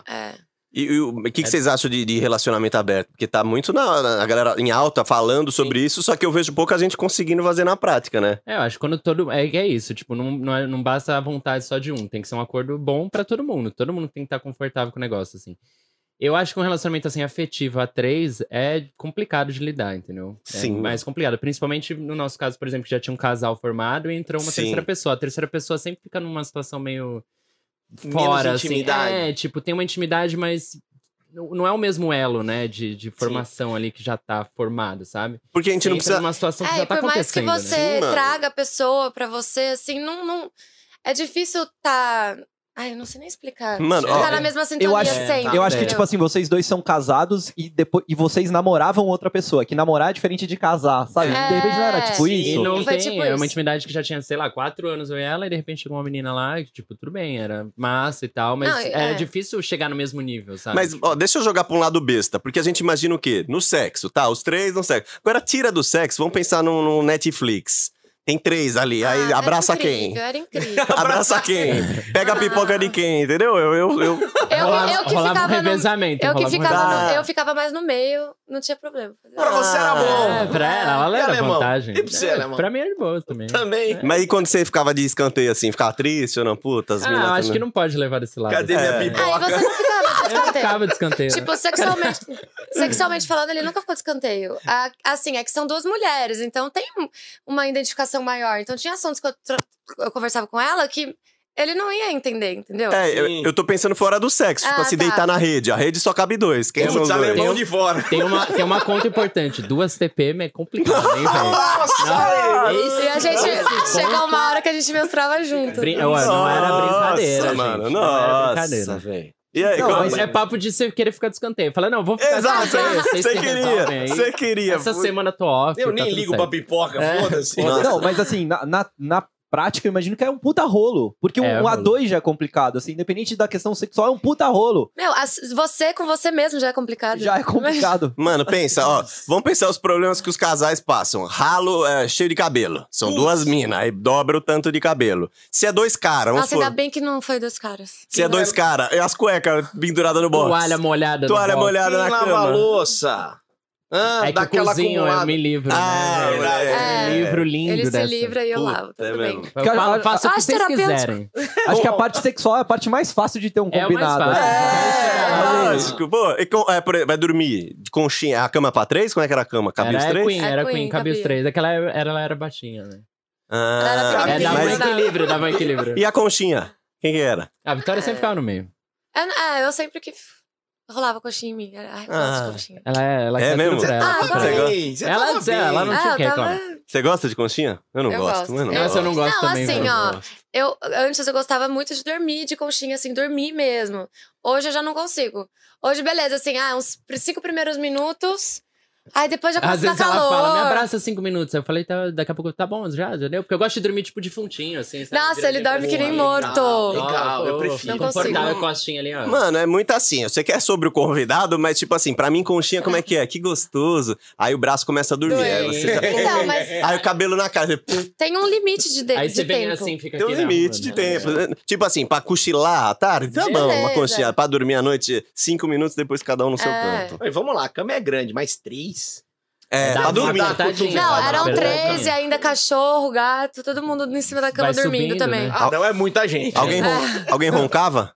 Speaker 4: É.
Speaker 2: E e o que, que
Speaker 5: É.
Speaker 2: vocês acham de, de relacionamento aberto? Porque tá muito na, na- a galera em alta falando sobre isso, só que eu vejo pouca gente conseguindo fazer na prática, né?
Speaker 5: É, eu acho que quando todo. É que é isso, tipo, não, não, é- não tá basta a vontade só de um, tem que ser um acordo bom pra todo mundo. Todo mundo tem que estar confortável com o negócio, assim. Eu acho que um relacionamento assim afetivo a três é complicado de lidar, entendeu? É
Speaker 2: Sim.
Speaker 5: mais complicado. Principalmente no nosso caso, por exemplo, que já tinha um casal formado e entrou uma
Speaker 2: Sim.
Speaker 5: terceira pessoa. A terceira pessoa sempre fica numa situação meio
Speaker 1: Menos
Speaker 5: fora, assim.
Speaker 1: intimidade.
Speaker 5: É, tipo, tem uma intimidade, mas não não é o mesmo elo, né? De, de formação ali que já tá formado, sabe?
Speaker 2: Porque a gente
Speaker 5: Você
Speaker 2: não
Speaker 5: entra
Speaker 2: precisa.
Speaker 5: numa situação que
Speaker 4: É,
Speaker 5: já
Speaker 4: e
Speaker 5: tá
Speaker 4: por mais que
Speaker 5: acontecendo, né?
Speaker 4: você
Speaker 2: Sim, mano.
Speaker 4: traga a pessoa pra você, assim, não, não. É difícil tá. Ai, eu não sei nem explicar.
Speaker 2: Mano,
Speaker 4: tá
Speaker 2: ó,
Speaker 4: na mesma
Speaker 5: Então,
Speaker 4: sintonia
Speaker 3: eu acho-
Speaker 5: é
Speaker 4: sempre.
Speaker 3: Eu acho que,
Speaker 4: entendeu?
Speaker 3: tipo assim, vocês dois são casados e, depois, e vocês namoravam outra pessoa. Que namorar é diferente de casar, sabe?
Speaker 4: É.
Speaker 3: De repente não era tipo
Speaker 4: Sim.
Speaker 5: E
Speaker 3: isso.
Speaker 5: não
Speaker 4: Foi
Speaker 5: tem,
Speaker 4: tipo
Speaker 5: é
Speaker 4: isso.
Speaker 5: uma intimidade que já tinha, sei lá, quatro anos eu e ela, e de repente chegou uma menina lá, que, tipo, tudo bem, era massa e tal, mas
Speaker 4: Não,
Speaker 5: é,
Speaker 4: é.
Speaker 5: difícil chegar no mesmo nível, sabe?
Speaker 2: Mas, ó, deixa eu jogar pra um lado besta, porque a gente imagina o quê? No sexo, tá? Os três no sexo. Agora tira do sexo, vamos pensar num, num Netflix. Tem três ali,
Speaker 4: Ah,
Speaker 2: aí
Speaker 4: era
Speaker 2: abraça
Speaker 4: incrível,
Speaker 2: quem?
Speaker 4: Era incrível.
Speaker 2: Abraça quem? Pega a pipoca de quem, entendeu? Eu, eu, eu-
Speaker 4: Eu,
Speaker 5: rolava,
Speaker 4: eu que
Speaker 5: rolava um
Speaker 4: ficava no-
Speaker 5: revezamento.
Speaker 4: Eu que
Speaker 5: rolava um
Speaker 4: ficava, no,
Speaker 2: Ah.
Speaker 4: eu ficava mais no meio, não tinha problema.
Speaker 1: Pra você era
Speaker 5: revezamento. É,
Speaker 1: bom.
Speaker 5: pra ela, ela
Speaker 1: Ah, E
Speaker 5: era
Speaker 1: alemão?
Speaker 5: vantagem.
Speaker 1: E pra você,
Speaker 5: É,
Speaker 1: alemão?
Speaker 5: pra mim era de boa também.
Speaker 1: Também.
Speaker 5: É.
Speaker 2: Mas e quando você ficava de escanteio assim, ficava triste ou não? Puta, as
Speaker 5: Ah,
Speaker 2: minas.
Speaker 5: eu acho
Speaker 2: também.
Speaker 5: que não pode levar desse lado.
Speaker 1: Cadê minha
Speaker 2: É.
Speaker 1: pipoca?
Speaker 4: Aí você não ficava de
Speaker 5: Eu
Speaker 4: escanteio.
Speaker 5: ficava de escanteio.
Speaker 4: Tipo, sexualmente, sexualmente falando, ele nunca ficou de escanteio. A- assim, é que são duas mulheres, então tem um- uma identificação maior. Então tinha assuntos que eu, tra- eu conversava com ela que ele não ia entender, entendeu?
Speaker 2: É, eu,
Speaker 1: Sim.
Speaker 2: eu tô pensando fora do sexo, tipo
Speaker 4: Ah,
Speaker 2: assim,
Speaker 4: tá.
Speaker 2: deitar na rede. A rede só cabe dois. Quem
Speaker 1: Tem
Speaker 2: são
Speaker 1: uns
Speaker 2: os dois?
Speaker 1: alemão de fora.
Speaker 5: Tem uma, tem uma conta importante. Duas TPM é complicado, hein, velho?
Speaker 1: Nossa!
Speaker 5: Esse-
Speaker 4: E a gente
Speaker 5: esse
Speaker 4: chegou
Speaker 5: ponto-
Speaker 4: uma hora que a gente menstruava junto.
Speaker 5: Brin- Ué, não era brincadeira,
Speaker 2: Nossa,
Speaker 5: gente.
Speaker 2: mano,
Speaker 5: Não era
Speaker 2: nossa,
Speaker 5: brincadeira.
Speaker 2: velho. E aí,
Speaker 3: Não,
Speaker 2: como-
Speaker 5: Mas é papo de você querer ficar de escanteio. Fala, não, vou ficar
Speaker 2: Exato, é
Speaker 5: de escanteio. Ah, vocês
Speaker 2: você
Speaker 5: se resolvem
Speaker 2: queria,
Speaker 5: aí.
Speaker 2: você queria.
Speaker 5: Essa semana tô off.
Speaker 1: Eu
Speaker 5: tá
Speaker 1: nem
Speaker 5: tudo
Speaker 1: ligo
Speaker 5: certo.
Speaker 1: pra pipoca,
Speaker 5: É.
Speaker 1: foda-se.
Speaker 5: Foda-se.
Speaker 3: Não, mas assim, na, na, na prática eu imagino que é um puta rolo. Porque um,
Speaker 5: É,
Speaker 3: um
Speaker 5: rolo.
Speaker 3: A2 já é complicado, assim, independente da questão sexual, é um puta rolo.
Speaker 4: Meu, as- você com você mesmo já é complicado.
Speaker 3: Já é complicado.
Speaker 2: Mano, pensa, ó. Vamos pensar os problemas que os casais passam. Ralo é, cheio de cabelo. São duas minas, aí dobra o tanto de cabelo. Se é dois caras, vamos
Speaker 4: Nossa, ainda né?
Speaker 2: supor.
Speaker 4: bem que não foi dos caras.
Speaker 2: Se é dois caras, é as cuecas penduradas no box.
Speaker 5: Toalha molhada. no
Speaker 2: Toalha
Speaker 5: box.
Speaker 2: molhada
Speaker 1: Quem
Speaker 2: na
Speaker 1: lava a
Speaker 2: cama.
Speaker 1: louça? Ah,
Speaker 5: É que
Speaker 1: dá
Speaker 5: o
Speaker 1: aquela
Speaker 5: cozinho, eu
Speaker 1: acumulada.
Speaker 5: me livro.
Speaker 2: Ah,
Speaker 5: né?
Speaker 1: é,
Speaker 5: Eu me
Speaker 4: é.
Speaker 5: livro lindo
Speaker 4: ele se
Speaker 5: dessa.
Speaker 4: livra e eu
Speaker 2: Puta,
Speaker 4: lavo, tudo
Speaker 2: é
Speaker 4: bem.
Speaker 2: mesmo.
Speaker 5: Eu
Speaker 3: Cara,
Speaker 5: falo-
Speaker 3: olha-
Speaker 5: faço o que
Speaker 4: acho
Speaker 5: vocês
Speaker 4: terapêutico.
Speaker 5: quiserem.
Speaker 3: Acho que a parte sexual é a parte mais fácil de ter um
Speaker 5: É o mais
Speaker 3: combinado.
Speaker 5: fácil.
Speaker 2: É,
Speaker 5: É.
Speaker 2: lógico. Pô, e com- é, por exemplo, vai dormir de conchinha. A cama pra três? Como é que era a cama? Cabia os
Speaker 5: Era
Speaker 2: três?
Speaker 5: Queen, era
Speaker 4: É
Speaker 5: Queen,
Speaker 4: Queen,
Speaker 5: cabia os
Speaker 4: cabia.
Speaker 5: três. Aquela era, ela era baixinha, né?
Speaker 4: Era
Speaker 2: Ah,
Speaker 4: Cabia.
Speaker 5: É,
Speaker 4: pequenininha.
Speaker 5: dava um
Speaker 2: mas
Speaker 4: Mas-
Speaker 5: equilíbrio, dava um equilíbrio.
Speaker 2: e a conchinha? Quem que era?
Speaker 5: A Vitória sempre ficava no meio.
Speaker 4: É, é, eu sempre que rolava coxinha em mim. era- Ai, eu gosto
Speaker 2: Ah.
Speaker 4: de coxinha.
Speaker 5: Ela é. Ela
Speaker 2: É
Speaker 5: quer
Speaker 2: mesmo?
Speaker 5: tudo pra ela,
Speaker 4: Ah,
Speaker 5: tudo pra
Speaker 4: tá
Speaker 5: ela.
Speaker 4: bem.
Speaker 1: Você
Speaker 5: Ela
Speaker 1: tava
Speaker 5: disse,
Speaker 1: bem.
Speaker 5: ela não-
Speaker 4: Ah,
Speaker 5: tinha
Speaker 4: eu
Speaker 5: que
Speaker 4: tava.
Speaker 5: reclamar.
Speaker 2: Você gosta de conchinha? Eu não
Speaker 4: Eu
Speaker 2: gosto.
Speaker 4: gosto.
Speaker 2: mas não
Speaker 4: Eu
Speaker 5: Essa eu não gosto
Speaker 4: Não,
Speaker 5: também.
Speaker 4: assim,
Speaker 5: velho.
Speaker 4: ó. Eu, antes eu gostava muito de dormir de conchinha, assim, dormir mesmo. Hoje eu já não consigo. Hoje, beleza, assim, ah, uns pr- cinco primeiros minutos. Aí depois já
Speaker 5: Às
Speaker 4: começa a
Speaker 5: vezes
Speaker 4: dar
Speaker 5: ela
Speaker 4: calor.
Speaker 5: fala, me abraça cinco minutos. Eu falei, tá, daqui a pouco, tá bom, já, já deu. Porque eu gosto de dormir, tipo, de funtinho, assim. sabe?
Speaker 4: Nossa, ele
Speaker 5: Viradinha
Speaker 4: dorme que
Speaker 5: pra
Speaker 4: nem
Speaker 5: cima.
Speaker 4: morto.
Speaker 1: Legal, legal, eu prefiro.
Speaker 5: Não
Speaker 4: Não consigo.
Speaker 5: confortável com a costinha ali, ó.
Speaker 2: Mano, é muito assim. Eu sei que é sobre o convidado, mas tipo assim, pra mim, conchinha, como é que é? Que gostoso. Aí o braço começa a dormir. Aí,
Speaker 4: Doei.
Speaker 2: você já-
Speaker 4: Então, mas
Speaker 2: Aí o cabelo na cara. pff,
Speaker 4: tem um limite de, de,
Speaker 5: Aí você
Speaker 4: de
Speaker 5: vem
Speaker 4: tempo.
Speaker 5: assim, fica
Speaker 2: Tem um
Speaker 5: aqui na
Speaker 2: limite
Speaker 5: rua,
Speaker 2: de
Speaker 5: né?
Speaker 2: tempo. Tipo assim, pra cochilar à tarde, tá bom. Uma
Speaker 4: Beleza.
Speaker 2: conchinha. Pra dormir à noite, cinco minutos depois cada um no seu
Speaker 4: É.
Speaker 2: canto.
Speaker 1: Ei, Vamos lá, a cama é grande, mais três.
Speaker 2: É,
Speaker 5: Dá
Speaker 2: pra
Speaker 5: uma
Speaker 2: dormir.
Speaker 5: vontadinha,
Speaker 4: Não,
Speaker 5: dá uma
Speaker 4: eram
Speaker 5: apertada.
Speaker 4: três é. e ainda cachorro, gato, todo mundo em cima da cama
Speaker 5: Vai
Speaker 4: dormindo
Speaker 5: subindo,
Speaker 4: também.
Speaker 5: né?
Speaker 1: Ah, não é muita gente.
Speaker 2: Alguém, ron- Alguém roncava?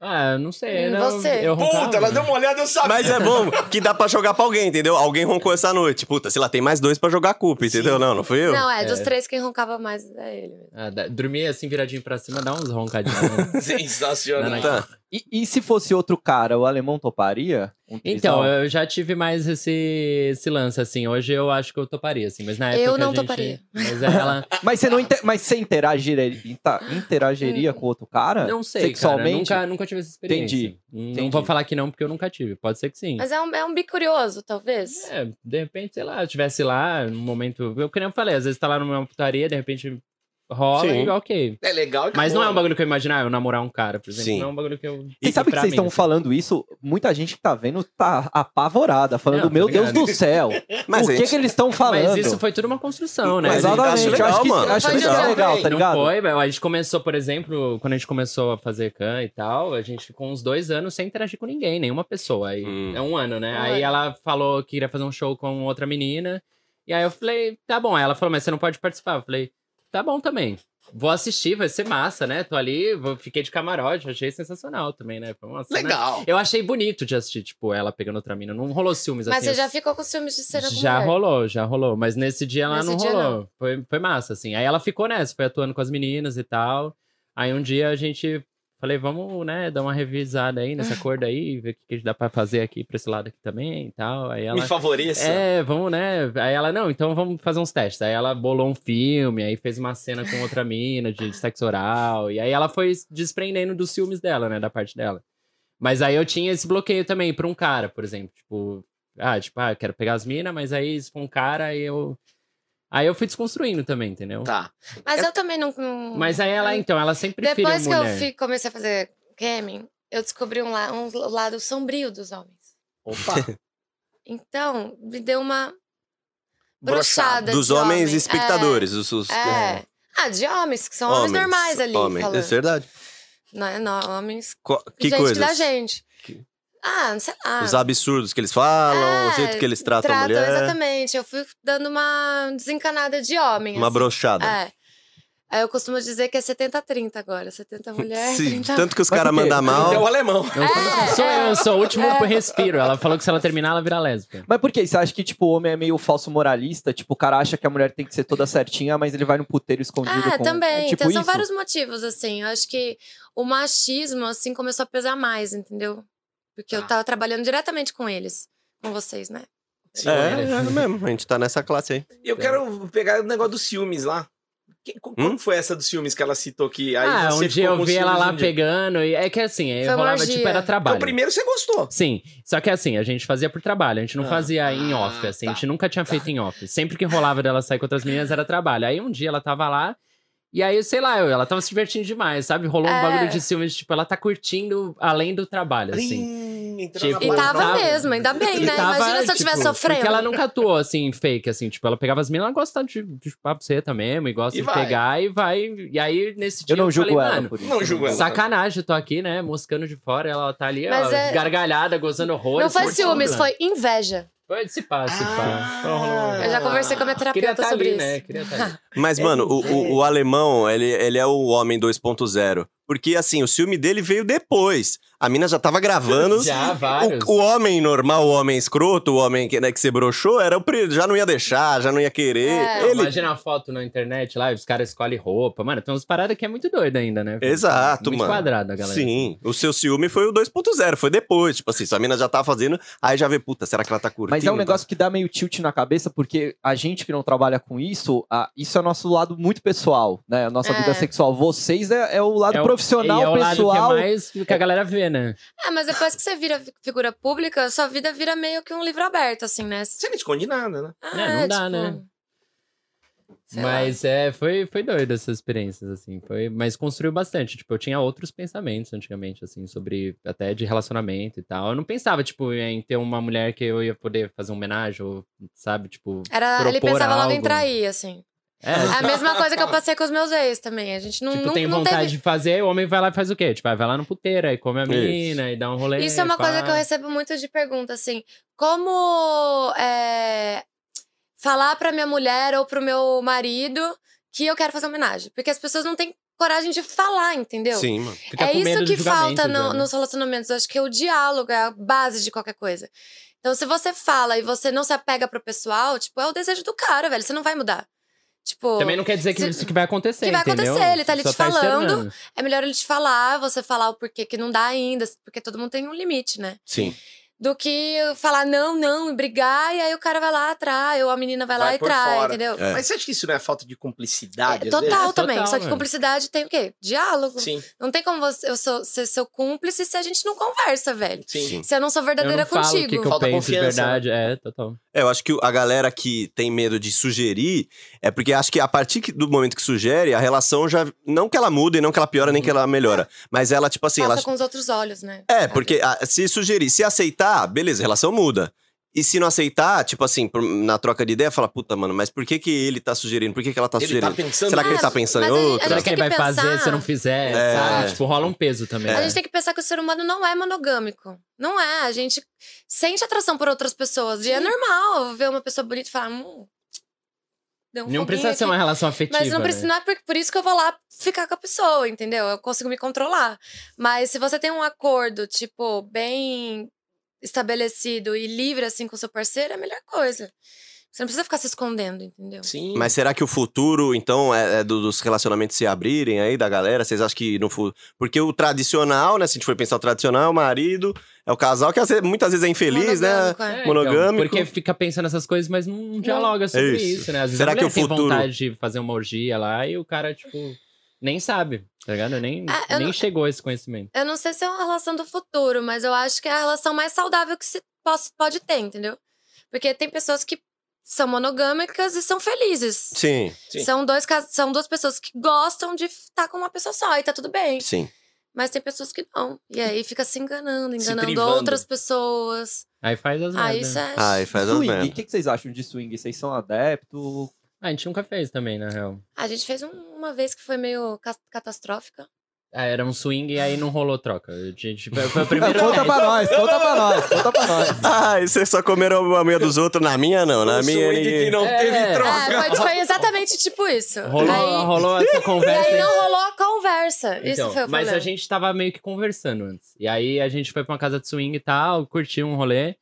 Speaker 5: Ah, não sei.
Speaker 4: Hum,
Speaker 5: Não,
Speaker 4: você.
Speaker 5: Eu roncava.
Speaker 1: Puta, ela deu uma olhada, eu sabia.
Speaker 2: Mas é bom que dá pra jogar pra alguém, entendeu? Alguém roncou essa noite. Puta, sei lá, tem mais dois pra jogar a culpa, entendeu? Não, não fui eu.
Speaker 4: Não, é, dos
Speaker 5: É.
Speaker 4: três quem roncava mais é ele. mesmo.
Speaker 5: Ah, dá- dormir assim, viradinho pra cima, dá uns roncadinhos. né?
Speaker 1: Sensacional.
Speaker 5: Não, não.
Speaker 2: Tá.
Speaker 3: E, e se fosse outro cara, o alemão toparia? Um
Speaker 5: Então,
Speaker 3: trisal?
Speaker 5: eu já tive mais esse, esse lance, assim. Hoje eu acho que eu toparia, assim. Mas na época.
Speaker 4: Eu
Speaker 5: que
Speaker 4: não
Speaker 5: a gente-
Speaker 4: toparia.
Speaker 5: Mas é, ela.
Speaker 3: Mas você não inter... mas você interagiria, inta- interagiria com outro cara?
Speaker 5: Não sei.
Speaker 3: É, Sexualmente?
Speaker 5: Cara, nunca, nunca tive essa experiência.
Speaker 3: Entendi,
Speaker 5: Não
Speaker 3: entendi.
Speaker 5: vou falar que não, porque eu nunca tive. Pode ser que sim.
Speaker 4: Mas é um, é um bicurioso, talvez.
Speaker 5: É, de repente, sei lá, eu tivesse lá num momento. Eu que nem eu falei, às vezes tá lá numa putaria, de repente rola
Speaker 2: Sim.
Speaker 5: e ok.
Speaker 1: É legal que
Speaker 5: Mas não é um
Speaker 1: bom.
Speaker 5: bagulho que eu imaginar, eu namorar um cara, por exemplo.
Speaker 2: Sim.
Speaker 5: Não é um bagulho que eu.
Speaker 3: Vocês sabem que
Speaker 5: pra
Speaker 3: vocês
Speaker 5: mim,
Speaker 3: estão
Speaker 5: assim.
Speaker 3: falando isso? Muita gente que tá vendo tá apavorada, falando,
Speaker 5: Não,
Speaker 3: meu
Speaker 5: tá
Speaker 3: Deus
Speaker 5: ligado.
Speaker 3: do céu,
Speaker 2: Mas é
Speaker 3: o que,
Speaker 2: gente,
Speaker 3: que eles estão falando?
Speaker 5: Mas isso foi tudo uma construção, né?
Speaker 2: Mas
Speaker 5: A gente-
Speaker 2: olha- acho
Speaker 3: Exatamente, eu
Speaker 2: legal,
Speaker 3: acho que,
Speaker 2: mano.
Speaker 3: acho que isso
Speaker 1: Legal.
Speaker 3: é legal, tá
Speaker 5: não
Speaker 3: ligado?
Speaker 5: foi, velho. A gente começou, por exemplo, quando a gente começou a fazer can e tal, a gente ficou uns dois anos sem interagir com ninguém, nenhuma pessoa. Aí,
Speaker 2: Hum.
Speaker 5: É um ano, né?
Speaker 4: Um
Speaker 5: aí
Speaker 4: ano.
Speaker 5: ela falou que iria fazer um show com outra menina. E aí eu falei, tá bom. Aí ela falou, mas você não pode participar. Eu falei, tá bom também. Vou assistir, vai ser massa, né? Tô ali, vou- fiquei de camarote, achei sensacional também, né? Foi uma cena-
Speaker 1: Legal.
Speaker 5: Eu achei bonito de assistir, tipo, ela pegando outra mina. Não rolou ciúmes
Speaker 4: Mas
Speaker 5: assim.
Speaker 4: você já ficou com ciúmes de cena com
Speaker 5: Já
Speaker 4: mulher?
Speaker 5: rolou, já rolou. Mas nesse dia ela
Speaker 4: Nesse
Speaker 5: não
Speaker 4: dia,
Speaker 5: rolou.
Speaker 4: não.
Speaker 5: Foi, foi massa, assim. Aí ela ficou nessa, foi atuando com as meninas e tal. Aí um dia a gente. Falei, vamos, né, dar uma revisada aí nesse acordo aí, ver o que, que dá pra fazer aqui pra esse lado aqui também e tal. Aí ela.
Speaker 1: Me favoreça.
Speaker 5: É, vamos, né? Aí ela, não, então vamos fazer uns testes. Aí ela bolou um filme, aí fez uma cena com outra mina de sexo oral. E aí ela foi se desprendendo dos ciúmes dela, né? Da parte dela. Mas aí eu tinha esse bloqueio também pra um cara, por exemplo. Tipo, ah, tipo, ah, eu quero pegar as minas, mas aí se for um cara, aí eu. Aí eu fui desconstruindo também, entendeu?
Speaker 1: Tá.
Speaker 4: Mas eu também não. não-
Speaker 5: Mas aí ela, então, ela sempre preferiu
Speaker 4: Depois que
Speaker 5: mulher.
Speaker 4: eu fi- comecei a fazer gaming, eu descobri um, la- um lado sombrio dos homens.
Speaker 1: Opa.
Speaker 4: Então, me deu uma
Speaker 1: Brochado.
Speaker 4: brochada.
Speaker 3: é
Speaker 2: Dos
Speaker 4: de
Speaker 2: homens
Speaker 4: homem.
Speaker 2: espectadores. Os, os-
Speaker 4: É, é. Ah, de homens, que são homens,
Speaker 2: Homens,
Speaker 4: normais ali.
Speaker 2: homens.
Speaker 4: Falando.
Speaker 2: Isso é verdade.
Speaker 4: Não, é- não, homens.
Speaker 2: Co- que
Speaker 4: gente
Speaker 2: coisas?
Speaker 4: da gente.
Speaker 2: Que-
Speaker 4: Ah, não sei lá.
Speaker 2: Os absurdos que eles falam, o
Speaker 4: É,
Speaker 2: jeito que eles tratam, a mulher.
Speaker 4: Exatamente. Eu fui dando uma desencanada de homem.
Speaker 2: Uma
Speaker 4: assim.
Speaker 2: brochada.
Speaker 4: É. Aí eu costumo dizer que é 70-30 agora. 70 mulher, então.
Speaker 2: Se-
Speaker 4: 30
Speaker 2: tanto que os
Speaker 3: Mas
Speaker 2: caras
Speaker 3: por quê?
Speaker 2: mandam
Speaker 1: É o
Speaker 2: mal.
Speaker 1: alemão.
Speaker 5: Eu
Speaker 4: É.
Speaker 5: sou- sou eu, sou o último respiro. Ela falou que se ela terminar, ela vira lésbica.
Speaker 3: Mas por que? Você acha que, tipo, o homem é meio falso moralista? Tipo, o cara acha que a mulher tem que ser toda certinha, mas ele vai no puteiro
Speaker 5: um,
Speaker 3: escondido
Speaker 4: Ah,
Speaker 3: com...
Speaker 4: também.
Speaker 3: É, tipo
Speaker 4: então,
Speaker 3: isso?
Speaker 4: são vários motivos, assim. Eu acho que o machismo, assim, começou a pesar mais, entendeu? Porque
Speaker 1: Tá.
Speaker 4: eu tava trabalhando diretamente com eles. Com vocês, né?
Speaker 1: Sim,
Speaker 2: É,
Speaker 1: né?
Speaker 2: é mesmo. A gente tá nessa classe aí.
Speaker 5: É.
Speaker 1: Eu quero pegar o negócio dos ciúmes lá. Que, co- Como foi essa dos ciúmes que ela citou que aí
Speaker 5: Hum? ah,
Speaker 1: você
Speaker 5: um dia
Speaker 1: ficou
Speaker 5: eu
Speaker 1: com
Speaker 5: vi ela
Speaker 1: ciúmes
Speaker 5: lá
Speaker 1: um dia?
Speaker 5: pegando. E é que assim, eu
Speaker 4: Foi uma
Speaker 5: rolava,
Speaker 4: orgia.
Speaker 5: tipo, era
Speaker 1: Então
Speaker 5: trabalho.
Speaker 1: primeiro você gostou.
Speaker 5: Sim, só que assim, a gente fazia por trabalho, a gente não
Speaker 1: Ah,
Speaker 5: fazia em off,
Speaker 1: ah,
Speaker 5: assim,
Speaker 1: tá.
Speaker 5: a gente nunca tinha feito em off. Sempre que rolava dela sair com outras meninas era trabalho. Aí um dia ela tava lá, e aí, sei lá, eu- ela tava se divertindo demais, sabe? Rolou um
Speaker 4: É.
Speaker 5: bagulho de ciúmes, tipo, ela tá curtindo além do trabalho, assim.
Speaker 1: né? Ih, entrou
Speaker 5: Tipo,
Speaker 4: E
Speaker 5: Mas
Speaker 4: tava
Speaker 5: tava-
Speaker 4: mesmo, ainda bem,
Speaker 5: E
Speaker 4: né?
Speaker 5: tava,
Speaker 4: Imagina se eu
Speaker 5: tipo,
Speaker 4: estivesse sofrendo.
Speaker 5: Porque ela nunca atuou assim, fake, assim, tipo, ela pegava as meninas, ela gosta de, de chupar buceta mesmo, e gosta
Speaker 1: E
Speaker 5: de
Speaker 1: vai.
Speaker 5: pegar e vai. E aí, nesse dia,
Speaker 3: Eu não julgo
Speaker 5: falei,
Speaker 3: ela
Speaker 5: mano.
Speaker 3: por isso.
Speaker 1: Não julgo ela.
Speaker 5: Sacanagem, eu tô aqui, né? Moscando de fora, ela tá ali,
Speaker 4: Mas
Speaker 5: ó,
Speaker 4: é-
Speaker 5: gargalhada, gozando horrores.
Speaker 4: Não foi
Speaker 5: curtindo.
Speaker 4: ciúmes, foi inveja.
Speaker 5: Foi se pá, se pá.
Speaker 1: Ah.
Speaker 5: Então, rolou.
Speaker 4: Eu já conversei com a minha
Speaker 5: Queria
Speaker 4: terapeuta
Speaker 5: tá
Speaker 4: sobre
Speaker 5: ali,
Speaker 4: isso.
Speaker 5: né? Queria tá ali.
Speaker 2: Mas,
Speaker 4: É,
Speaker 2: mano, o, o, o alemão, ele, ele é o homem 2.0. Porque, assim, o ciúme dele veio depois. A mina já tava gravando.
Speaker 5: Já, vários.
Speaker 2: O, o homem normal, o homem escroto, o homem que, né, que se broxou, era o pri- já não ia deixar, já não ia querer.
Speaker 4: É.
Speaker 2: Ele-
Speaker 5: Imagina a foto na internet lá, os caras escolhem roupa. Mano, tem umas paradas que é muito doida ainda, né?
Speaker 2: Exato,
Speaker 5: muito
Speaker 2: mano.
Speaker 5: quadrada, galera.
Speaker 2: Sim, o seu ciúme foi o 2.0, foi depois. Tipo assim, sua mina já tá fazendo, aí já vê, puta, será que ela tá curtindo?
Speaker 3: Mas é um negócio que dá meio tilt na cabeça, porque a gente que não trabalha com isso, a- isso é nosso lado muito pessoal, né? A nossa
Speaker 4: É.
Speaker 3: vida sexual. Vocês é, é o lado
Speaker 5: É o-
Speaker 3: profissional,
Speaker 5: e é o lado
Speaker 3: pessoal.
Speaker 5: que é mais que a galera vê, né?
Speaker 4: Ah, mas depois que você vira fi- figura pública, sua vida vira meio que um livro aberto, assim, né?
Speaker 1: Você não esconde nada, né?
Speaker 4: Ah,
Speaker 5: não dá, né?
Speaker 4: sei
Speaker 5: mas é, foi, foi doido essas experiências, assim. Foi, mas construiu bastante. Tipo, eu tinha outros pensamentos antigamente, assim, sobre até de relacionamento e tal. Eu não pensava, tipo, em ter uma mulher que eu ia poder fazer um homenagem, ou, sabe, tipo.
Speaker 4: Era, ele
Speaker 5: propor
Speaker 4: pensava logo em
Speaker 5: algo.
Speaker 4: trair, assim.
Speaker 5: É,
Speaker 4: É a mesma coisa que eu passei com os meus ex também. A gente não,
Speaker 5: tipo,
Speaker 4: não,
Speaker 5: tem
Speaker 4: não
Speaker 5: vontade
Speaker 4: teve
Speaker 5: de fazer, o homem vai lá e faz o quê? Tipo, ah, vai lá no puteiro, aí come a
Speaker 2: Isso.
Speaker 5: menina e dá um rolê.
Speaker 4: Isso é uma
Speaker 5: pá.
Speaker 4: coisa que eu recebo muito de pergunta, assim. Como é, falar pra minha mulher ou pro meu marido que eu quero fazer homenagem? Porque as pessoas não têm coragem de falar, entendeu?
Speaker 2: Sim, mano.
Speaker 5: Fica
Speaker 4: É
Speaker 5: com medo
Speaker 4: isso
Speaker 5: do
Speaker 4: que
Speaker 5: julgamento
Speaker 4: falta
Speaker 5: já,
Speaker 4: no-
Speaker 5: né?
Speaker 4: nos relacionamentos. Eu acho que o diálogo é a base de qualquer coisa. Então, se você fala e você não se apega pro pessoal, tipo, é o desejo do cara, velho. Você não vai mudar. Tipo,
Speaker 5: Também não quer dizer que
Speaker 4: se-
Speaker 5: isso que vai acontecer,
Speaker 4: que vai
Speaker 5: entendeu?
Speaker 4: acontecer, ele tá ali
Speaker 5: Só
Speaker 4: te falando.
Speaker 5: externando.
Speaker 4: é melhor ele te falar, você falar o porquê que não dá ainda, porque todo mundo tem um limite, né?
Speaker 2: Sim.
Speaker 4: do que falar não, não, e brigar, e aí o cara vai lá atrai, ou a menina vai, lá
Speaker 1: Vai
Speaker 4: e
Speaker 1: por
Speaker 4: trai,
Speaker 1: fora.
Speaker 4: entendeu?
Speaker 2: É.
Speaker 1: Mas você acha que isso não é falta de cumplicidade?
Speaker 4: É,
Speaker 1: às vezes?
Speaker 4: total
Speaker 5: É,
Speaker 4: também.
Speaker 5: total,
Speaker 4: Só que
Speaker 5: né?
Speaker 4: cumplicidade tem o quê? Diálogo.
Speaker 1: Sim,
Speaker 4: Não tem como você, eu sou, ser seu cúmplice se a gente não conversa, velho.
Speaker 1: sim.
Speaker 2: Sim.
Speaker 4: Se eu não sou
Speaker 5: Eu
Speaker 4: verdadeira
Speaker 5: não falo o
Speaker 4: contigo.
Speaker 5: que, que eu
Speaker 1: Falta
Speaker 5: penso de
Speaker 1: confiança, né?
Speaker 5: verdade. É, total.
Speaker 2: É, eu acho que a galera que tem medo de sugerir é porque acho que a partir que- do momento que sugere, a relação já. Não que ela muda e não que ela piora, nem que ela melhora. Mas ela, tipo assim,
Speaker 4: Passa
Speaker 2: ela.
Speaker 4: com os outros olhos, né?
Speaker 2: É, porque ah, se sugerir, se aceitar, beleza, a relação muda. E se não aceitar, tipo assim, por- na troca de ideia, fala, puta, mano, mas por que que ele tá sugerindo? Por que que ela tá
Speaker 1: Ele tá
Speaker 2: sugerindo?
Speaker 1: pensando
Speaker 2: Será que ele
Speaker 1: nisso?
Speaker 2: tá pensando em
Speaker 4: mas a gente- a
Speaker 2: outra?
Speaker 5: Será
Speaker 4: gente
Speaker 5: que
Speaker 4: tem
Speaker 5: ele vai
Speaker 4: que
Speaker 5: fazer
Speaker 4: pensar-
Speaker 5: se não fizer,
Speaker 2: É.
Speaker 5: sabe? Tipo, rola um peso também.
Speaker 4: A
Speaker 5: né?
Speaker 4: gente tem que pensar que o ser humano não é monogâmico. Não é. A gente sente atração por outras pessoas. E é normal ver uma pessoa bonita e falar. Hum, deu um
Speaker 5: Não
Speaker 4: foguinho
Speaker 5: precisa
Speaker 4: aqui.
Speaker 5: ser uma relação afetiva.
Speaker 4: Mas não
Speaker 5: né?
Speaker 4: precisa, não é por, por isso que eu vou lá ficar com a pessoa, entendeu? Eu consigo me controlar. Mas se você tem um acordo, tipo, bem estabelecido e livre, assim, com o seu parceiro, é a melhor coisa. Você não precisa ficar se escondendo, entendeu?
Speaker 1: Sim.
Speaker 2: Mas será que o futuro, então, é, é do- dos relacionamentos se abrirem aí da galera? Vocês acham que no futuro. Porque o tradicional, né? Se a gente for pensar o tradicional, é o marido, é o casal, que às vezes- muitas vezes é infeliz, né?
Speaker 4: Monogâmico, é.
Speaker 5: É,
Speaker 2: monogâmico.
Speaker 5: porque fica pensando essas coisas, mas não dialoga
Speaker 2: É
Speaker 5: sobre
Speaker 2: isso.
Speaker 5: isso. né? Às vezes
Speaker 2: Será
Speaker 5: a
Speaker 2: que é o
Speaker 5: mulher tem
Speaker 2: futuro-
Speaker 5: vontade de fazer uma orgia lá e o cara, tipo, nem sabe, tá ligado? Nem,
Speaker 4: Ah, eu
Speaker 5: nem
Speaker 4: não-
Speaker 5: chegou a esse conhecimento.
Speaker 4: Eu não sei se é uma relação do futuro, mas eu acho que é a relação mais saudável que se possa- pode ter, entendeu? Porque tem pessoas que são monogâmicas e são felizes.
Speaker 2: Sim,
Speaker 1: Sim.
Speaker 4: São, dois, cas- são duas pessoas que gostam de estar com uma pessoa só e tá tudo bem.
Speaker 2: sim.
Speaker 4: Mas tem pessoas que não. E aí fica se enganando,
Speaker 1: Se
Speaker 4: enganando
Speaker 1: privando.
Speaker 4: outras pessoas.
Speaker 5: Aí faz as
Speaker 4: Ah,
Speaker 5: merda.
Speaker 4: isso é.
Speaker 2: Ai, faz as
Speaker 3: swing, o
Speaker 2: merda.
Speaker 3: que, que vocês acham de swing? Vocês são adeptos?
Speaker 5: Ah, a gente nunca fez também, na real.
Speaker 4: A gente fez um- uma vez que foi meio ca- catastrófica.
Speaker 5: Ah, era um swing e aí não rolou troca. A gente, foi, foi a primeira
Speaker 3: conta
Speaker 5: vez.
Speaker 3: pra nós, conta pra nós, conta pra nós.
Speaker 2: Ah, e vocês só comeram a meia dos outros? Na minha, não. Na
Speaker 1: O
Speaker 2: minha.
Speaker 1: swing que
Speaker 2: ninguém-
Speaker 1: não
Speaker 5: É.
Speaker 1: teve troca.
Speaker 4: É, foi, foi exatamente tipo isso.
Speaker 5: Rolou,
Speaker 4: aí,
Speaker 5: rolou essa
Speaker 4: e
Speaker 5: conversa.
Speaker 4: aí
Speaker 5: aí.
Speaker 4: não rolou a conversa. isso
Speaker 5: Então,
Speaker 4: foi o
Speaker 5: mas
Speaker 4: problema.
Speaker 5: a gente tava meio que conversando antes. E aí a gente foi pra uma casa de swing e tal, curtiu um rolê.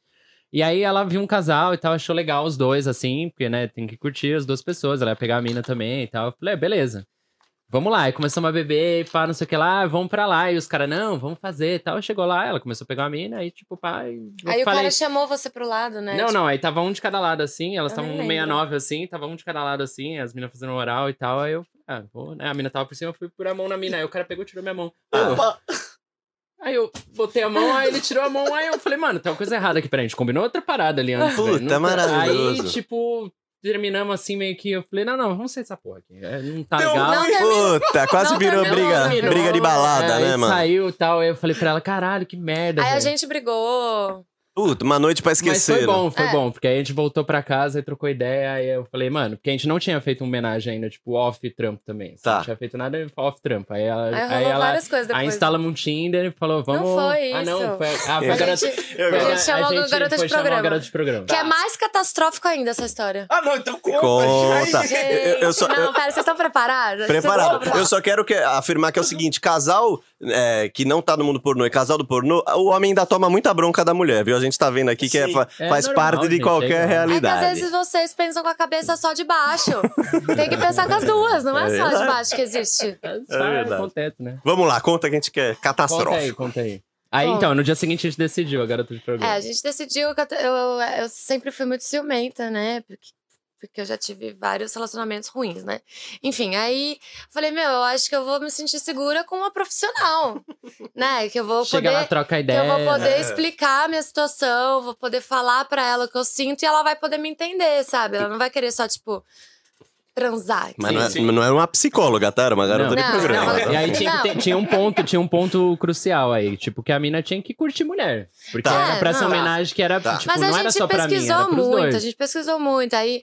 Speaker 5: E aí ela viu um casal e tal, achou legal os dois, assim, porque, né, tem que curtir as duas pessoas. Ela ia pegar a mina também e tal. Eu falei, "É, beleza. Vamos lá. E começamos a beber, pá, não sei o que lá, "Ah, vamos pra lá. E os caras, não, vamos fazer e tal. Chegou lá, ela começou a pegar a mina, aí, tipo, pá, e eu
Speaker 4: Aí o
Speaker 5: falei,
Speaker 4: cara chamou você pro lado, né?
Speaker 5: não, não, aí tava um de cada lado assim, elas
Speaker 4: Eu nem
Speaker 5: estavam no
Speaker 4: lembro.
Speaker 5: 69 assim, tava um de cada lado assim, as minas fazendo oral e tal, aí eu, ah, vou, né? A mina tava por cima, eu fui por a mão na mina, aí o cara pegou e tirou minha mão. Eu-
Speaker 1: Opa.
Speaker 5: Aí eu botei a mão, aí ele tirou a mão, aí eu falei, mano, tem uma coisa errada aqui, peraí, a gente combinou outra parada ali antes.
Speaker 2: Puta,
Speaker 5: velho, não-
Speaker 2: maravilhoso.
Speaker 5: Aí, tipo, terminamos assim meio que, eu falei, não, não, vamos sair dessa porra aqui, é, não tá
Speaker 1: Não,
Speaker 5: legal.
Speaker 4: Não terminou.
Speaker 2: Puta, quase
Speaker 4: Não
Speaker 2: virou
Speaker 4: terminou,
Speaker 2: briga,
Speaker 4: não terminou.
Speaker 2: briga de balada,
Speaker 5: É,
Speaker 2: né,
Speaker 5: aí
Speaker 2: mano?
Speaker 5: Saiu e tal, aí eu falei pra ela, caralho, que merda,
Speaker 4: Tipo, Aí a
Speaker 5: velho."
Speaker 4: gente brigou.
Speaker 2: Puta, uma noite pra
Speaker 5: Mas
Speaker 2: esquecer. né?
Speaker 5: foi bom, foi
Speaker 4: É.
Speaker 5: bom, porque aí a gente voltou pra casa e trocou ideia, aí eu falei, mano, porque a gente não tinha feito uma homenagem ainda, tipo, off trampo também. assim,
Speaker 2: Tá.
Speaker 5: Não tinha feito nada off trampo. Aí ela,
Speaker 4: Aí
Speaker 5: aí
Speaker 4: rolou
Speaker 5: ela
Speaker 4: várias coisas depois.
Speaker 5: aí instalamos um Tinder e falou, vamos.
Speaker 4: foi
Speaker 5: Ah, não,
Speaker 4: isso.
Speaker 5: foi. Ah,
Speaker 4: A
Speaker 5: foi a garota.
Speaker 4: gente-
Speaker 2: Eu
Speaker 5: foi
Speaker 4: a
Speaker 5: a-
Speaker 4: gente chamou
Speaker 5: a
Speaker 4: a
Speaker 5: gente
Speaker 4: garota de
Speaker 5: foi chamar a
Speaker 4: programa.
Speaker 5: garota de programa. Ah,
Speaker 4: Que é mais catastrófico ainda essa história.
Speaker 1: Ah, não, então conta.
Speaker 2: Conta.
Speaker 1: gente.
Speaker 2: Tá. Eu- eu só-
Speaker 4: Gente, Não, pera, vocês estão preparados?
Speaker 2: Preparado. Eu só quero que- afirmar que é o seguinte: casal é, que não tá no mundo pornô e casal do pornô, o homem ainda toma muita bronca da mulher, viu? A gente tá vendo aqui que é
Speaker 1: Sim.
Speaker 2: fa-
Speaker 5: É
Speaker 2: faz
Speaker 5: normal,
Speaker 2: parte de
Speaker 5: gente,
Speaker 2: qualquer
Speaker 5: é normal.
Speaker 4: É que às
Speaker 2: realidade.
Speaker 4: vezes vocês pensam com a cabeça só de baixo. Tem que pensar com as duas, não é
Speaker 2: É
Speaker 4: só de
Speaker 2: verdade.
Speaker 4: baixo que existe.
Speaker 5: Mas,
Speaker 2: É
Speaker 5: ah,
Speaker 2: verdade.
Speaker 5: Acontece, né?
Speaker 2: Vamos lá, conta que a gente quer.
Speaker 5: Conta aí,
Speaker 2: Catastrófico.
Speaker 5: conta aí. Aí
Speaker 4: Bom.
Speaker 5: então, no dia seguinte a gente decidiu a garota de
Speaker 4: É,
Speaker 5: programa.
Speaker 4: a gente decidiu que eu, eu, eu sempre fui muito ciumenta, né? Porque, porque eu já tive vários relacionamentos ruins, né? Enfim, aí falei, meu, eu acho que eu vou me sentir segura com uma profissional, né? Que eu vou poder.
Speaker 5: Chega lá, troca
Speaker 4: que
Speaker 5: ideia.
Speaker 4: eu vou poder
Speaker 2: né?
Speaker 4: explicar a minha situação, vou poder falar pra ela o que eu sinto e ela vai poder me entender, sabe? Ela não vai querer só, tipo, transar.
Speaker 2: Mas
Speaker 1: Sim,
Speaker 2: não, é,
Speaker 1: sim.
Speaker 2: não era uma psicóloga, tá? Era uma garota
Speaker 5: Não.
Speaker 2: de
Speaker 4: Não,
Speaker 2: programa. né?
Speaker 4: não.
Speaker 5: E aí tinha, que ter-
Speaker 4: Não.
Speaker 5: tinha um ponto, tinha um ponto crucial aí, tipo, que a mina tinha que curtir mulher. Porque
Speaker 2: Tá.
Speaker 5: era pra
Speaker 4: É,
Speaker 5: essa
Speaker 4: não.
Speaker 5: homenagem que era,
Speaker 2: Tá.
Speaker 5: tipo,
Speaker 4: Mas
Speaker 5: não
Speaker 4: a
Speaker 5: era
Speaker 4: gente
Speaker 5: só pra mim,
Speaker 4: pesquisou
Speaker 5: era pros
Speaker 4: muito,
Speaker 5: dois.
Speaker 4: a gente pesquisou muito. Aí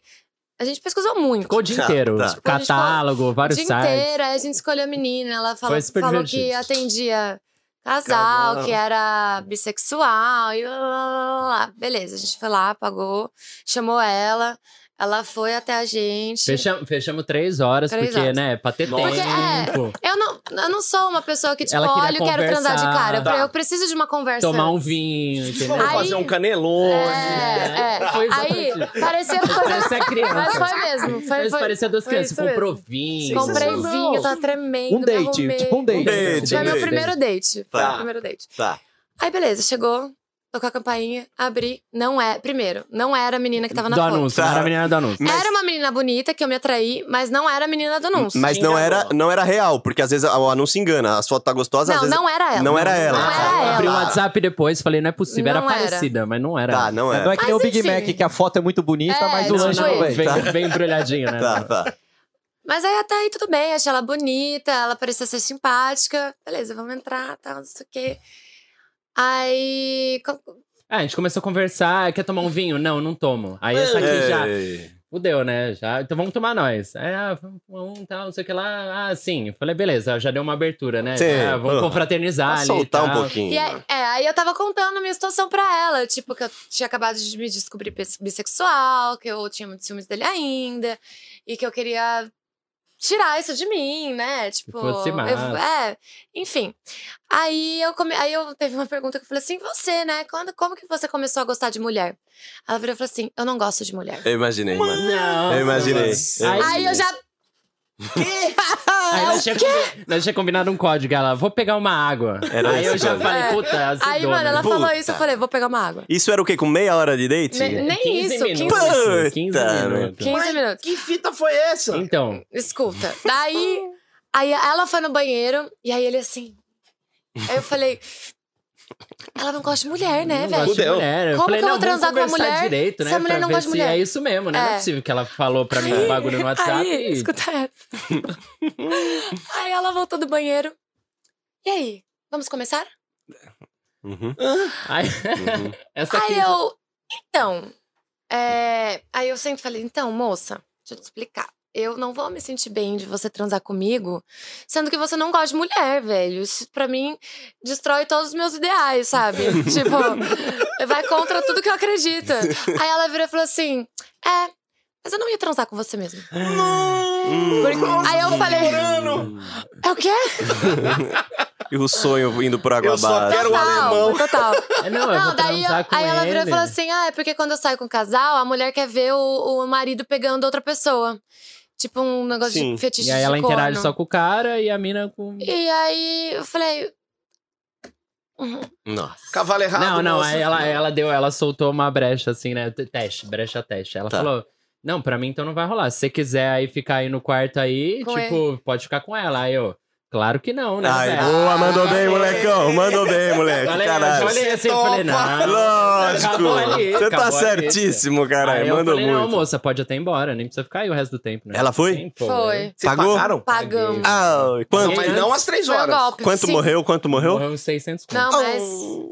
Speaker 4: a gente pesquisou muito.
Speaker 5: Ficou o dia
Speaker 2: Tá,
Speaker 5: inteiro.
Speaker 2: tá.
Speaker 5: tipo,
Speaker 4: Ficou o dia inteiro.
Speaker 5: Catálogo,
Speaker 4: o
Speaker 5: vários
Speaker 4: dia
Speaker 5: sites.
Speaker 4: inteiro, aí a gente escolheu a menina, ela falou,
Speaker 5: Foi super
Speaker 4: falou que
Speaker 5: divertido.
Speaker 4: atendia casal,
Speaker 2: Casal.
Speaker 4: que era bissexual e lá, lá, lá, lá, lá. Beleza, a gente foi lá, pagou, chamou ela, ela foi até a gente.
Speaker 5: Fechamos, fechamos três horas,
Speaker 4: Três
Speaker 5: porque,
Speaker 4: horas.
Speaker 5: né, pra ter
Speaker 1: Nossa.
Speaker 4: Porque, é,
Speaker 5: tempo,
Speaker 4: Eu não, eu não sou uma pessoa que, tipo,
Speaker 5: Ela queria
Speaker 4: olha, eu quero transar de
Speaker 5: conversar.
Speaker 4: cara. Eu-
Speaker 1: Tá.
Speaker 4: Eu preciso de uma conversa.
Speaker 5: tomar um vinho, entendeu?
Speaker 1: Vamos
Speaker 4: Aí-
Speaker 1: fazer um canelone.
Speaker 4: É, é.
Speaker 5: Foi
Speaker 4: Aí,
Speaker 5: exatamente.
Speaker 4: parecia coisa...
Speaker 5: Essa é
Speaker 4: Mas
Speaker 5: criança.
Speaker 4: foi mesmo. Foi,
Speaker 5: Eles
Speaker 4: foi,
Speaker 5: pareciam duas
Speaker 4: foi
Speaker 5: crianças.
Speaker 4: isso
Speaker 5: Comprou vinho.
Speaker 4: comprei
Speaker 5: Não.
Speaker 4: vinho, eu tava tremendo.
Speaker 3: Um
Speaker 4: me
Speaker 3: date,
Speaker 4: arrumei.
Speaker 3: tipo um date.
Speaker 2: Um date.
Speaker 4: Foi
Speaker 2: Entendi.
Speaker 4: meu primeiro date. Foi
Speaker 2: Tá.
Speaker 4: meu primeiro date.
Speaker 2: Tá.
Speaker 4: Aí, beleza, chegou, tocou a campainha, abri. Não é. Primeiro, não era a menina que tava na
Speaker 5: Do
Speaker 4: foto.
Speaker 5: anúncio, não
Speaker 2: Tá.
Speaker 5: era a menina do anúncio.
Speaker 2: Mas-
Speaker 4: Era uma menina bonita que eu me atraí, mas não era a menina do anúncio.
Speaker 2: Mas não era, não era real, porque às vezes o anúncio engana. As fotos tá gostosas, às
Speaker 4: não,
Speaker 2: vezes.
Speaker 4: não era ela.
Speaker 2: não era ela.
Speaker 4: Não
Speaker 2: tá.
Speaker 4: era ela.
Speaker 5: Abri o
Speaker 2: Tá.
Speaker 5: WhatsApp depois, falei, não é possível. Era
Speaker 4: Não era.
Speaker 5: parecida, mas não era.
Speaker 2: Tá, não
Speaker 3: Não
Speaker 2: é.
Speaker 3: é que nem o
Speaker 4: Mas
Speaker 3: Big
Speaker 4: enfim.
Speaker 3: Mac, que a foto é muito bonita,
Speaker 4: É,
Speaker 3: mas o
Speaker 4: não,
Speaker 3: lanche
Speaker 4: não.
Speaker 3: não vem.
Speaker 5: Bem, bem embrulhadinho, né?
Speaker 2: Tá, tá.
Speaker 4: Mas aí até aí tudo bem, achei ela bonita, ela parecia ser simpática. Beleza, vamos entrar, tal, não sei o quê. Aí. co-
Speaker 5: Ah, a gente começou a conversar, quer tomar um vinho? Não, não tomo. Aí essa
Speaker 2: É.
Speaker 5: aqui já
Speaker 2: Ei.
Speaker 5: fudeu, né? Já, então vamos tomar nós. Aí, ah, vamos tomar um, tal, não sei o que lá. Ah, sim. Eu Falei, beleza, já deu uma abertura, né?
Speaker 2: Sim,
Speaker 5: Ah, vamos
Speaker 2: porra.
Speaker 5: confraternizar
Speaker 2: Vai
Speaker 5: ali.
Speaker 2: soltar um
Speaker 5: tal.
Speaker 2: pouquinho.
Speaker 4: E aí, é, aí eu tava contando a minha situação pra ela, tipo, que eu tinha acabado de me descobrir bis- bissexual, que eu tinha muitos ciúmes dele ainda. e que eu queria tirar isso de mim, né? Tipo,
Speaker 5: fosse
Speaker 4: eu-
Speaker 5: massa.
Speaker 4: é, enfim. Aí eu come... aí eu teve uma pergunta que eu falei assim: "Você, né? Quando como que você começou a gostar de mulher?" Ela virou e falou assim: "Eu não gosto de mulher".
Speaker 2: Eu imaginei, mano.
Speaker 5: Não.
Speaker 2: Eu imaginei.
Speaker 5: Ai,
Speaker 4: Aí eu já
Speaker 5: É.
Speaker 4: É
Speaker 5: Aí nós tinha, combi- nós tinha combinado um código, ela, vou pegar uma água.
Speaker 2: Era
Speaker 5: aí eu
Speaker 2: isso,
Speaker 5: já
Speaker 2: mano.
Speaker 5: falei,
Speaker 4: É.
Speaker 5: né? puta, azedona.
Speaker 4: Aí, mano, ela falou
Speaker 2: Puta.
Speaker 4: isso, eu falei: "Vou pegar uma água".
Speaker 2: Isso era o quê? Com meia hora de date?
Speaker 4: Ne- nem
Speaker 5: 15
Speaker 4: isso,
Speaker 5: minutos,
Speaker 2: 15
Speaker 5: 15
Speaker 2: Puta,
Speaker 5: minutos.
Speaker 4: 15
Speaker 1: Mas-
Speaker 4: minutos.
Speaker 1: Que fita foi essa?
Speaker 5: Então,
Speaker 4: Escuta. Daí, aí ela foi no banheiro e aí ele assim. Aí eu falei. Ela não gosta de mulher, né,
Speaker 5: não gosto
Speaker 4: velho?
Speaker 5: de
Speaker 1: Fudeu.
Speaker 5: mulher.
Speaker 4: Como
Speaker 5: falei,
Speaker 4: que eu
Speaker 5: não,
Speaker 4: vou transar
Speaker 5: vamos
Speaker 4: com a
Speaker 5: conversar
Speaker 4: mulher
Speaker 5: direito, né,
Speaker 4: se a mulher
Speaker 5: pra
Speaker 4: não
Speaker 5: ver
Speaker 4: gosta de
Speaker 5: se
Speaker 4: mulher?
Speaker 5: É isso mesmo, né? Não é
Speaker 4: É.
Speaker 5: possível que ela falou pra mim um bagulho no WhatsApp.
Speaker 4: Aí,
Speaker 5: e-
Speaker 4: escuta essa. aí ela voltou do banheiro. E aí, vamos começar?
Speaker 2: Uhum,
Speaker 5: Aí-
Speaker 2: uhum.
Speaker 5: Essa aqui.
Speaker 4: Aí eu. Então. é, Aí eu sempre falei, então, moça, deixa eu te explicar. Eu não vou me sentir bem de você transar comigo, sendo que você não gosta de mulher, velho. Isso pra mim destrói todos os meus ideais, sabe? tipo, vai contra tudo que eu acredito. Aí ela virou e falou assim: É, mas eu não ia transar com você mesmo.
Speaker 2: Hum.
Speaker 4: Porque- Aí eu falei: É o quê?
Speaker 2: E o sonho indo por água
Speaker 1: Eu só
Speaker 2: abaixo.
Speaker 1: Era quero- o alemão.
Speaker 4: total.
Speaker 5: É, Não, eu
Speaker 4: Não,
Speaker 5: vou
Speaker 4: daí eu-
Speaker 5: transar com
Speaker 4: aí ela virou e
Speaker 5: ele.
Speaker 4: falou assim: ah, é porque quando eu saio com o casal, a mulher quer ver o, o marido pegando outra pessoa. Tipo um negócio
Speaker 2: Sim.
Speaker 4: de fetiche
Speaker 5: E aí ela
Speaker 4: de
Speaker 5: interage
Speaker 4: corno.
Speaker 5: só com o cara e a mina com.
Speaker 4: E aí eu falei. "Uhum."
Speaker 2: Nossa.
Speaker 1: Cavalo errado.
Speaker 5: Não, não,
Speaker 1: moça.
Speaker 5: aí ela,
Speaker 2: é-
Speaker 5: ela deu, ela soltou uma brecha assim, né? T- Teste, brecha teste. Ela
Speaker 2: Tá.
Speaker 5: falou: Não, pra mim então não vai rolar. Se você quiser aí ficar aí no quarto aí,
Speaker 4: Com
Speaker 5: tipo, pode ficar com ela. Aí eu, claro que não, né?
Speaker 2: Ai,
Speaker 5: velho?"
Speaker 2: boa, mandou bem, molecão. Mandou bem, moleque.
Speaker 5: Falei, eu
Speaker 2: Caralho.
Speaker 5: olhei assim e
Speaker 1: Topa.
Speaker 5: falei, não.
Speaker 2: Lógico.
Speaker 5: Acabou ali,
Speaker 2: Você tá
Speaker 5: acabou ali.
Speaker 2: certíssimo,
Speaker 5: Aí
Speaker 2: caralho.
Speaker 5: eu
Speaker 2: Mandou
Speaker 5: falei, não,
Speaker 2: muito.
Speaker 5: moça, pode até ir embora, nem precisa ficar aí o resto do tempo, né?
Speaker 2: Ela foi?
Speaker 5: Sim, pô,
Speaker 4: Foi.
Speaker 1: Vocês
Speaker 2: Pagou?
Speaker 1: pagaram?
Speaker 4: Pagão.
Speaker 2: Ah,
Speaker 1: Não,
Speaker 2: quanto?
Speaker 1: mas não às três
Speaker 4: Foi um
Speaker 1: horas.
Speaker 4: golpe.
Speaker 2: Quanto
Speaker 4: sim.
Speaker 2: morreu? Quanto
Speaker 5: Morreu?
Speaker 2: morreu?
Speaker 5: uns 600 conto.
Speaker 4: Não, mas.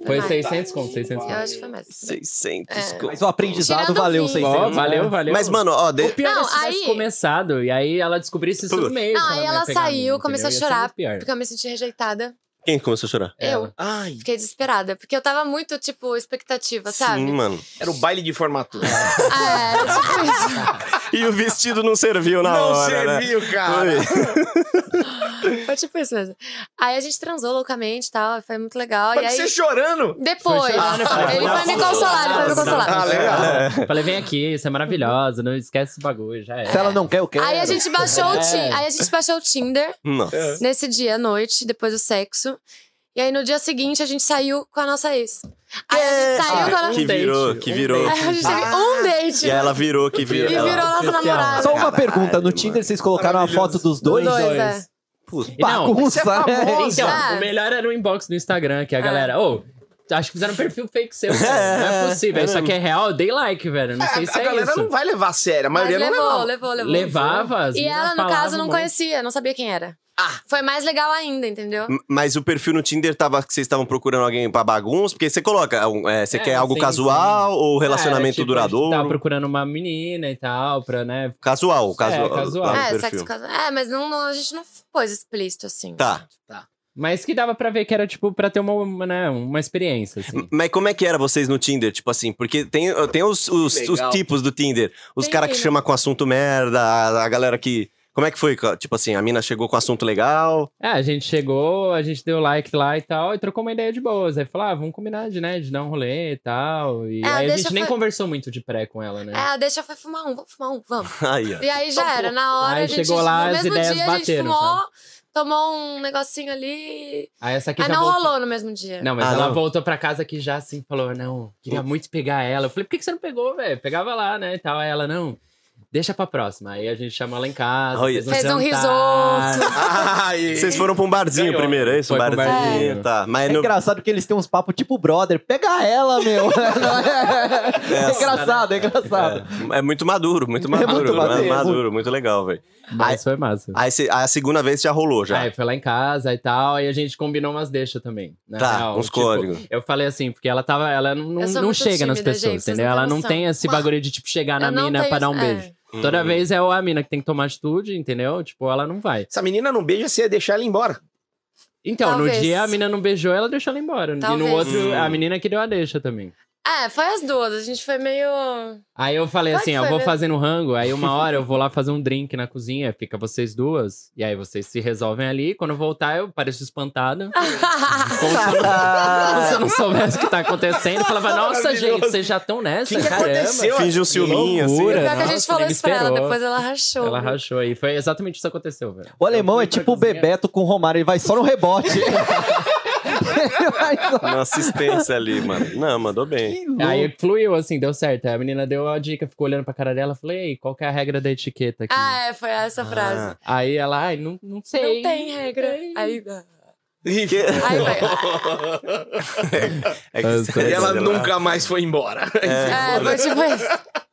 Speaker 5: foi
Speaker 4: mais.
Speaker 5: 600 conto, 600
Speaker 4: Eu
Speaker 5: conto.
Speaker 4: acho que foi mais.
Speaker 2: 600
Speaker 4: É.
Speaker 2: co-
Speaker 3: Mas o aprendizado
Speaker 4: Tirando
Speaker 3: valeu né?
Speaker 4: o fim.
Speaker 3: vocês.
Speaker 5: Ó, valeu, valeu.
Speaker 2: Mas, mano, ó, de-
Speaker 5: O pior
Speaker 4: Não,
Speaker 5: é se tivesse
Speaker 4: aí-
Speaker 5: começado e aí ela descobrisse isso
Speaker 2: Tudo.
Speaker 5: no meio.
Speaker 4: Não,
Speaker 5: que
Speaker 4: aí
Speaker 5: ia
Speaker 4: ela
Speaker 5: pegar a
Speaker 4: saiu,
Speaker 5: mina,
Speaker 4: começou a
Speaker 5: entendeu? Ia ser
Speaker 4: chorar,
Speaker 5: muito pior.
Speaker 4: Porque eu me senti rejeitada.
Speaker 2: quem começou a chorar?
Speaker 4: Eu
Speaker 1: Ai,
Speaker 4: fiquei desesperada. Porque eu tava muito, tipo, expectativa, sabe?
Speaker 2: Sim, mano.
Speaker 1: era o baile de formatura.
Speaker 4: Ah, era difícil.
Speaker 2: E o vestido não serviu na
Speaker 1: não
Speaker 2: hora, né?
Speaker 1: serviu, cara.
Speaker 2: Foi.
Speaker 4: Foi tipo isso mesmo. Aí a gente transou loucamente e tal, foi muito legal.
Speaker 1: Pode
Speaker 4: e aí,
Speaker 1: ser chorando.
Speaker 4: depois,
Speaker 5: Foi chorar, né? Falei,
Speaker 4: ele
Speaker 5: "Nossa,
Speaker 4: foi me consolar, ele foi me
Speaker 5: nossa,
Speaker 4: consolar.
Speaker 2: É.
Speaker 1: Ah, legal.
Speaker 5: Falei, vem aqui, você é maravilhosa, não esquece esse bagulho, já é.
Speaker 3: Se ela não quer, eu quero.
Speaker 4: Aí a gente baixou o Ti-
Speaker 5: É.
Speaker 4: aí a gente baixou o Tinder
Speaker 2: Nossa.
Speaker 1: É.
Speaker 4: nesse dia à noite, depois do sexo. E aí no dia seguinte a gente saiu com a nossa ex. Aí um a gente saiu com a
Speaker 2: Ah, Que
Speaker 4: nossa.
Speaker 2: virou, que virou.
Speaker 4: Aí a gente teve um date.
Speaker 2: E ela virou, que
Speaker 4: e
Speaker 2: virou.
Speaker 4: virou
Speaker 2: Ela...
Speaker 4: nossa
Speaker 5: Especial.
Speaker 4: namorada.
Speaker 3: Só uma
Speaker 2: Caralho,
Speaker 3: pergunta: no
Speaker 2: mano.
Speaker 3: Tinder vocês colocaram a foto dos
Speaker 4: Os
Speaker 3: dois?
Speaker 4: dois,
Speaker 5: dois.
Speaker 4: é.
Speaker 5: E não,
Speaker 1: Você é famoso.
Speaker 5: Então,
Speaker 4: Ah.
Speaker 5: o melhor era o inbox do Instagram,
Speaker 4: É.
Speaker 5: que a galera. Ô, acho que fizeram um perfil fake seu. Cara. não é possível. isso aqui é real, eu dei like, velho. Não sei
Speaker 1: É,
Speaker 5: se
Speaker 1: a
Speaker 5: é
Speaker 1: galera
Speaker 5: isso.
Speaker 1: não vai levar a sério. A
Speaker 4: Mas
Speaker 1: maioria não
Speaker 4: levou,
Speaker 1: leva.
Speaker 4: levou, levou.
Speaker 5: Levava. as
Speaker 4: E
Speaker 5: meninas
Speaker 4: ela, no
Speaker 5: falavam
Speaker 4: caso, não
Speaker 5: muito.
Speaker 4: conhecia, não sabia quem era.
Speaker 1: Ah.
Speaker 4: Foi mais legal ainda, entendeu?
Speaker 2: M- Mas o perfil no Tinder tava que vocês estavam procurando alguém pra bagunça? Porque você coloca, um, é, você
Speaker 5: É,
Speaker 2: quer algo
Speaker 5: sim,
Speaker 2: casual ou
Speaker 5: É,
Speaker 2: relacionamento
Speaker 5: tipo, a gente
Speaker 2: duradouro?
Speaker 5: Tava procurando uma menina e tal, pra, né?
Speaker 2: Casual, casual.
Speaker 5: casual.
Speaker 2: lá no
Speaker 5: Ah,
Speaker 4: é,
Speaker 2: perfil.
Speaker 4: sexo casual. É, mas não, não- a gente não pôs explícito assim.
Speaker 2: Tá.
Speaker 5: Mas que dava pra ver que era, tipo, pra ter uma, uma, né, uma experiência, assim.
Speaker 2: Mas como é que era vocês no Tinder? Tipo assim, porque tem, tem os, os-
Speaker 1: Que
Speaker 2: os
Speaker 1: legal.
Speaker 2: tipos do Tinder. Os
Speaker 4: Tem,
Speaker 2: caras que
Speaker 4: né?
Speaker 2: chamam com assunto merda, a, a galera que. Como é que foi? Tipo assim, a mina chegou com assunto legal.
Speaker 5: É, a gente chegou, a gente deu like lá e tal, e trocou uma ideia de boas. Aí falou, ah, vamos combinar de, né, de dar um rolê e tal. E
Speaker 4: É,
Speaker 5: aí a
Speaker 4: deixa
Speaker 5: gente
Speaker 4: eu
Speaker 5: nem
Speaker 4: fa-
Speaker 5: conversou muito de pré com ela, né?
Speaker 4: É, a deixa foi fumar um, vamos fumar um, vamos.
Speaker 2: Aí, ó.
Speaker 4: E aí já era, na hora
Speaker 5: Aí
Speaker 4: a gente.
Speaker 5: chegou lá,
Speaker 4: no
Speaker 5: as
Speaker 4: mesmo
Speaker 5: ideias
Speaker 4: dia a gente
Speaker 5: bateram,
Speaker 4: fumou, tomou um negocinho ali.
Speaker 5: Aí essa aqui
Speaker 4: Aí
Speaker 5: já
Speaker 4: Ah, não
Speaker 5: voltou.
Speaker 4: rolou no mesmo dia.
Speaker 5: Não, mas
Speaker 2: Ah,
Speaker 5: ela
Speaker 2: não.
Speaker 5: voltou pra casa que já assim falou: não, queria muito pegar ela. Eu falei, por que, que você não pegou, velho? Pegava lá, né? E tal. Aí ela, não, deixa pra próxima. Aí a gente chamou ela em casa,
Speaker 2: Olha.
Speaker 5: fez um,
Speaker 4: Fez um
Speaker 5: jantar.
Speaker 4: risoto.
Speaker 1: Ai.
Speaker 2: Vocês foram pra um barzinho
Speaker 5: Ganhou.
Speaker 2: primeiro, é isso? Um
Speaker 5: Foi pra um
Speaker 2: barzinho.
Speaker 5: barzinho.
Speaker 2: Tá. Mas
Speaker 3: É
Speaker 2: no-
Speaker 3: engraçado que eles têm uns papos tipo brother. Pega ela, meu. é engraçado, é engraçado.
Speaker 2: é muito maduro, muito maduro.
Speaker 3: muito
Speaker 2: né?
Speaker 3: maduro.
Speaker 2: maduro, muito legal, velho.
Speaker 5: Mas foi massa.
Speaker 2: Aí, cê- aí a segunda vez já rolou, já.
Speaker 5: Aí foi lá em casa e tal, e a gente combinou umas deixas também. na
Speaker 2: Tá,
Speaker 5: real. tipo,
Speaker 2: uns códigos.
Speaker 5: Eu falei assim, porque ela tava. Ela não, não,
Speaker 4: Eu sou
Speaker 5: não
Speaker 4: muito
Speaker 5: chega nas
Speaker 4: tímida,
Speaker 5: pessoas,
Speaker 4: gente, vocês
Speaker 5: entendeu?
Speaker 4: não têm
Speaker 5: Ela não
Speaker 4: noção.
Speaker 5: tem esse bagulho de, tipo, chegar na
Speaker 4: Eu não
Speaker 5: mina
Speaker 4: tenho-
Speaker 5: pra dar um
Speaker 4: é.
Speaker 5: beijo. Toda
Speaker 2: Uhum.
Speaker 5: vez é a mina que tem que tomar atitude, entendeu? Tipo, ela não vai.
Speaker 1: Essa menina não beija, você ia deixar ela embora.
Speaker 5: Então,
Speaker 4: Talvez.
Speaker 5: no dia a mina não beijou, ela deixou ela embora. E
Speaker 4: Talvez.
Speaker 5: no outro,
Speaker 2: Hum.
Speaker 5: a menina que deu a deixa também.
Speaker 4: É, foi as duas. A gente foi meio.
Speaker 5: Aí eu falei
Speaker 4: Qual
Speaker 5: assim,
Speaker 4: que
Speaker 5: ó,
Speaker 4: foi
Speaker 5: vou
Speaker 4: mesmo?
Speaker 5: fazer no rango, aí uma hora eu vou lá fazer um drink na cozinha, fica vocês duas, e aí vocês se resolvem ali, quando eu voltar eu pareço espantado, como se eu não,
Speaker 3: Ah,
Speaker 5: como se eu não soubesse o que tá acontecendo, eu falava, nossa
Speaker 1: Maravilhoso.
Speaker 5: gente, vocês já estão nessa,
Speaker 1: O que que
Speaker 5: caramba.
Speaker 4: Hum.
Speaker 1: aconteceu?
Speaker 2: Finge um
Speaker 5: Que
Speaker 2: ciúminho, assim.
Speaker 5: loucura, né?
Speaker 4: Pior que a gente
Speaker 5: nossa,
Speaker 4: falou
Speaker 5: nem
Speaker 4: isso pra ela,
Speaker 5: esperou.
Speaker 4: depois ela rachou.
Speaker 5: Ela rachou aí, foi exatamente isso que aconteceu, velho.
Speaker 3: O alemão
Speaker 5: Eu
Speaker 3: é
Speaker 5: fui pra
Speaker 3: tipo o
Speaker 5: cozinha.
Speaker 3: Bebeto com o Romário, ele vai só no rebote. Ele vai só-
Speaker 2: Uma assistência ali, mano. Não, mandou bem.
Speaker 3: Que louco.
Speaker 5: Aí fluiu, assim, deu certo. Aí a menina deu a dica, ficou olhando pra cara dela, falei, ei, qual que é a regra da etiqueta aqui?
Speaker 4: Ah, é, foi essa a
Speaker 2: Ah.
Speaker 4: frase.
Speaker 5: Aí ela, ai, não, não sei.
Speaker 4: Não tem regra.
Speaker 5: tem.
Speaker 4: Aí.
Speaker 1: E
Speaker 4: Aí vai.
Speaker 2: É que-
Speaker 5: E
Speaker 2: sei
Speaker 1: ela
Speaker 2: lá.
Speaker 1: nunca mais foi embora.
Speaker 4: É, foi tipo isso.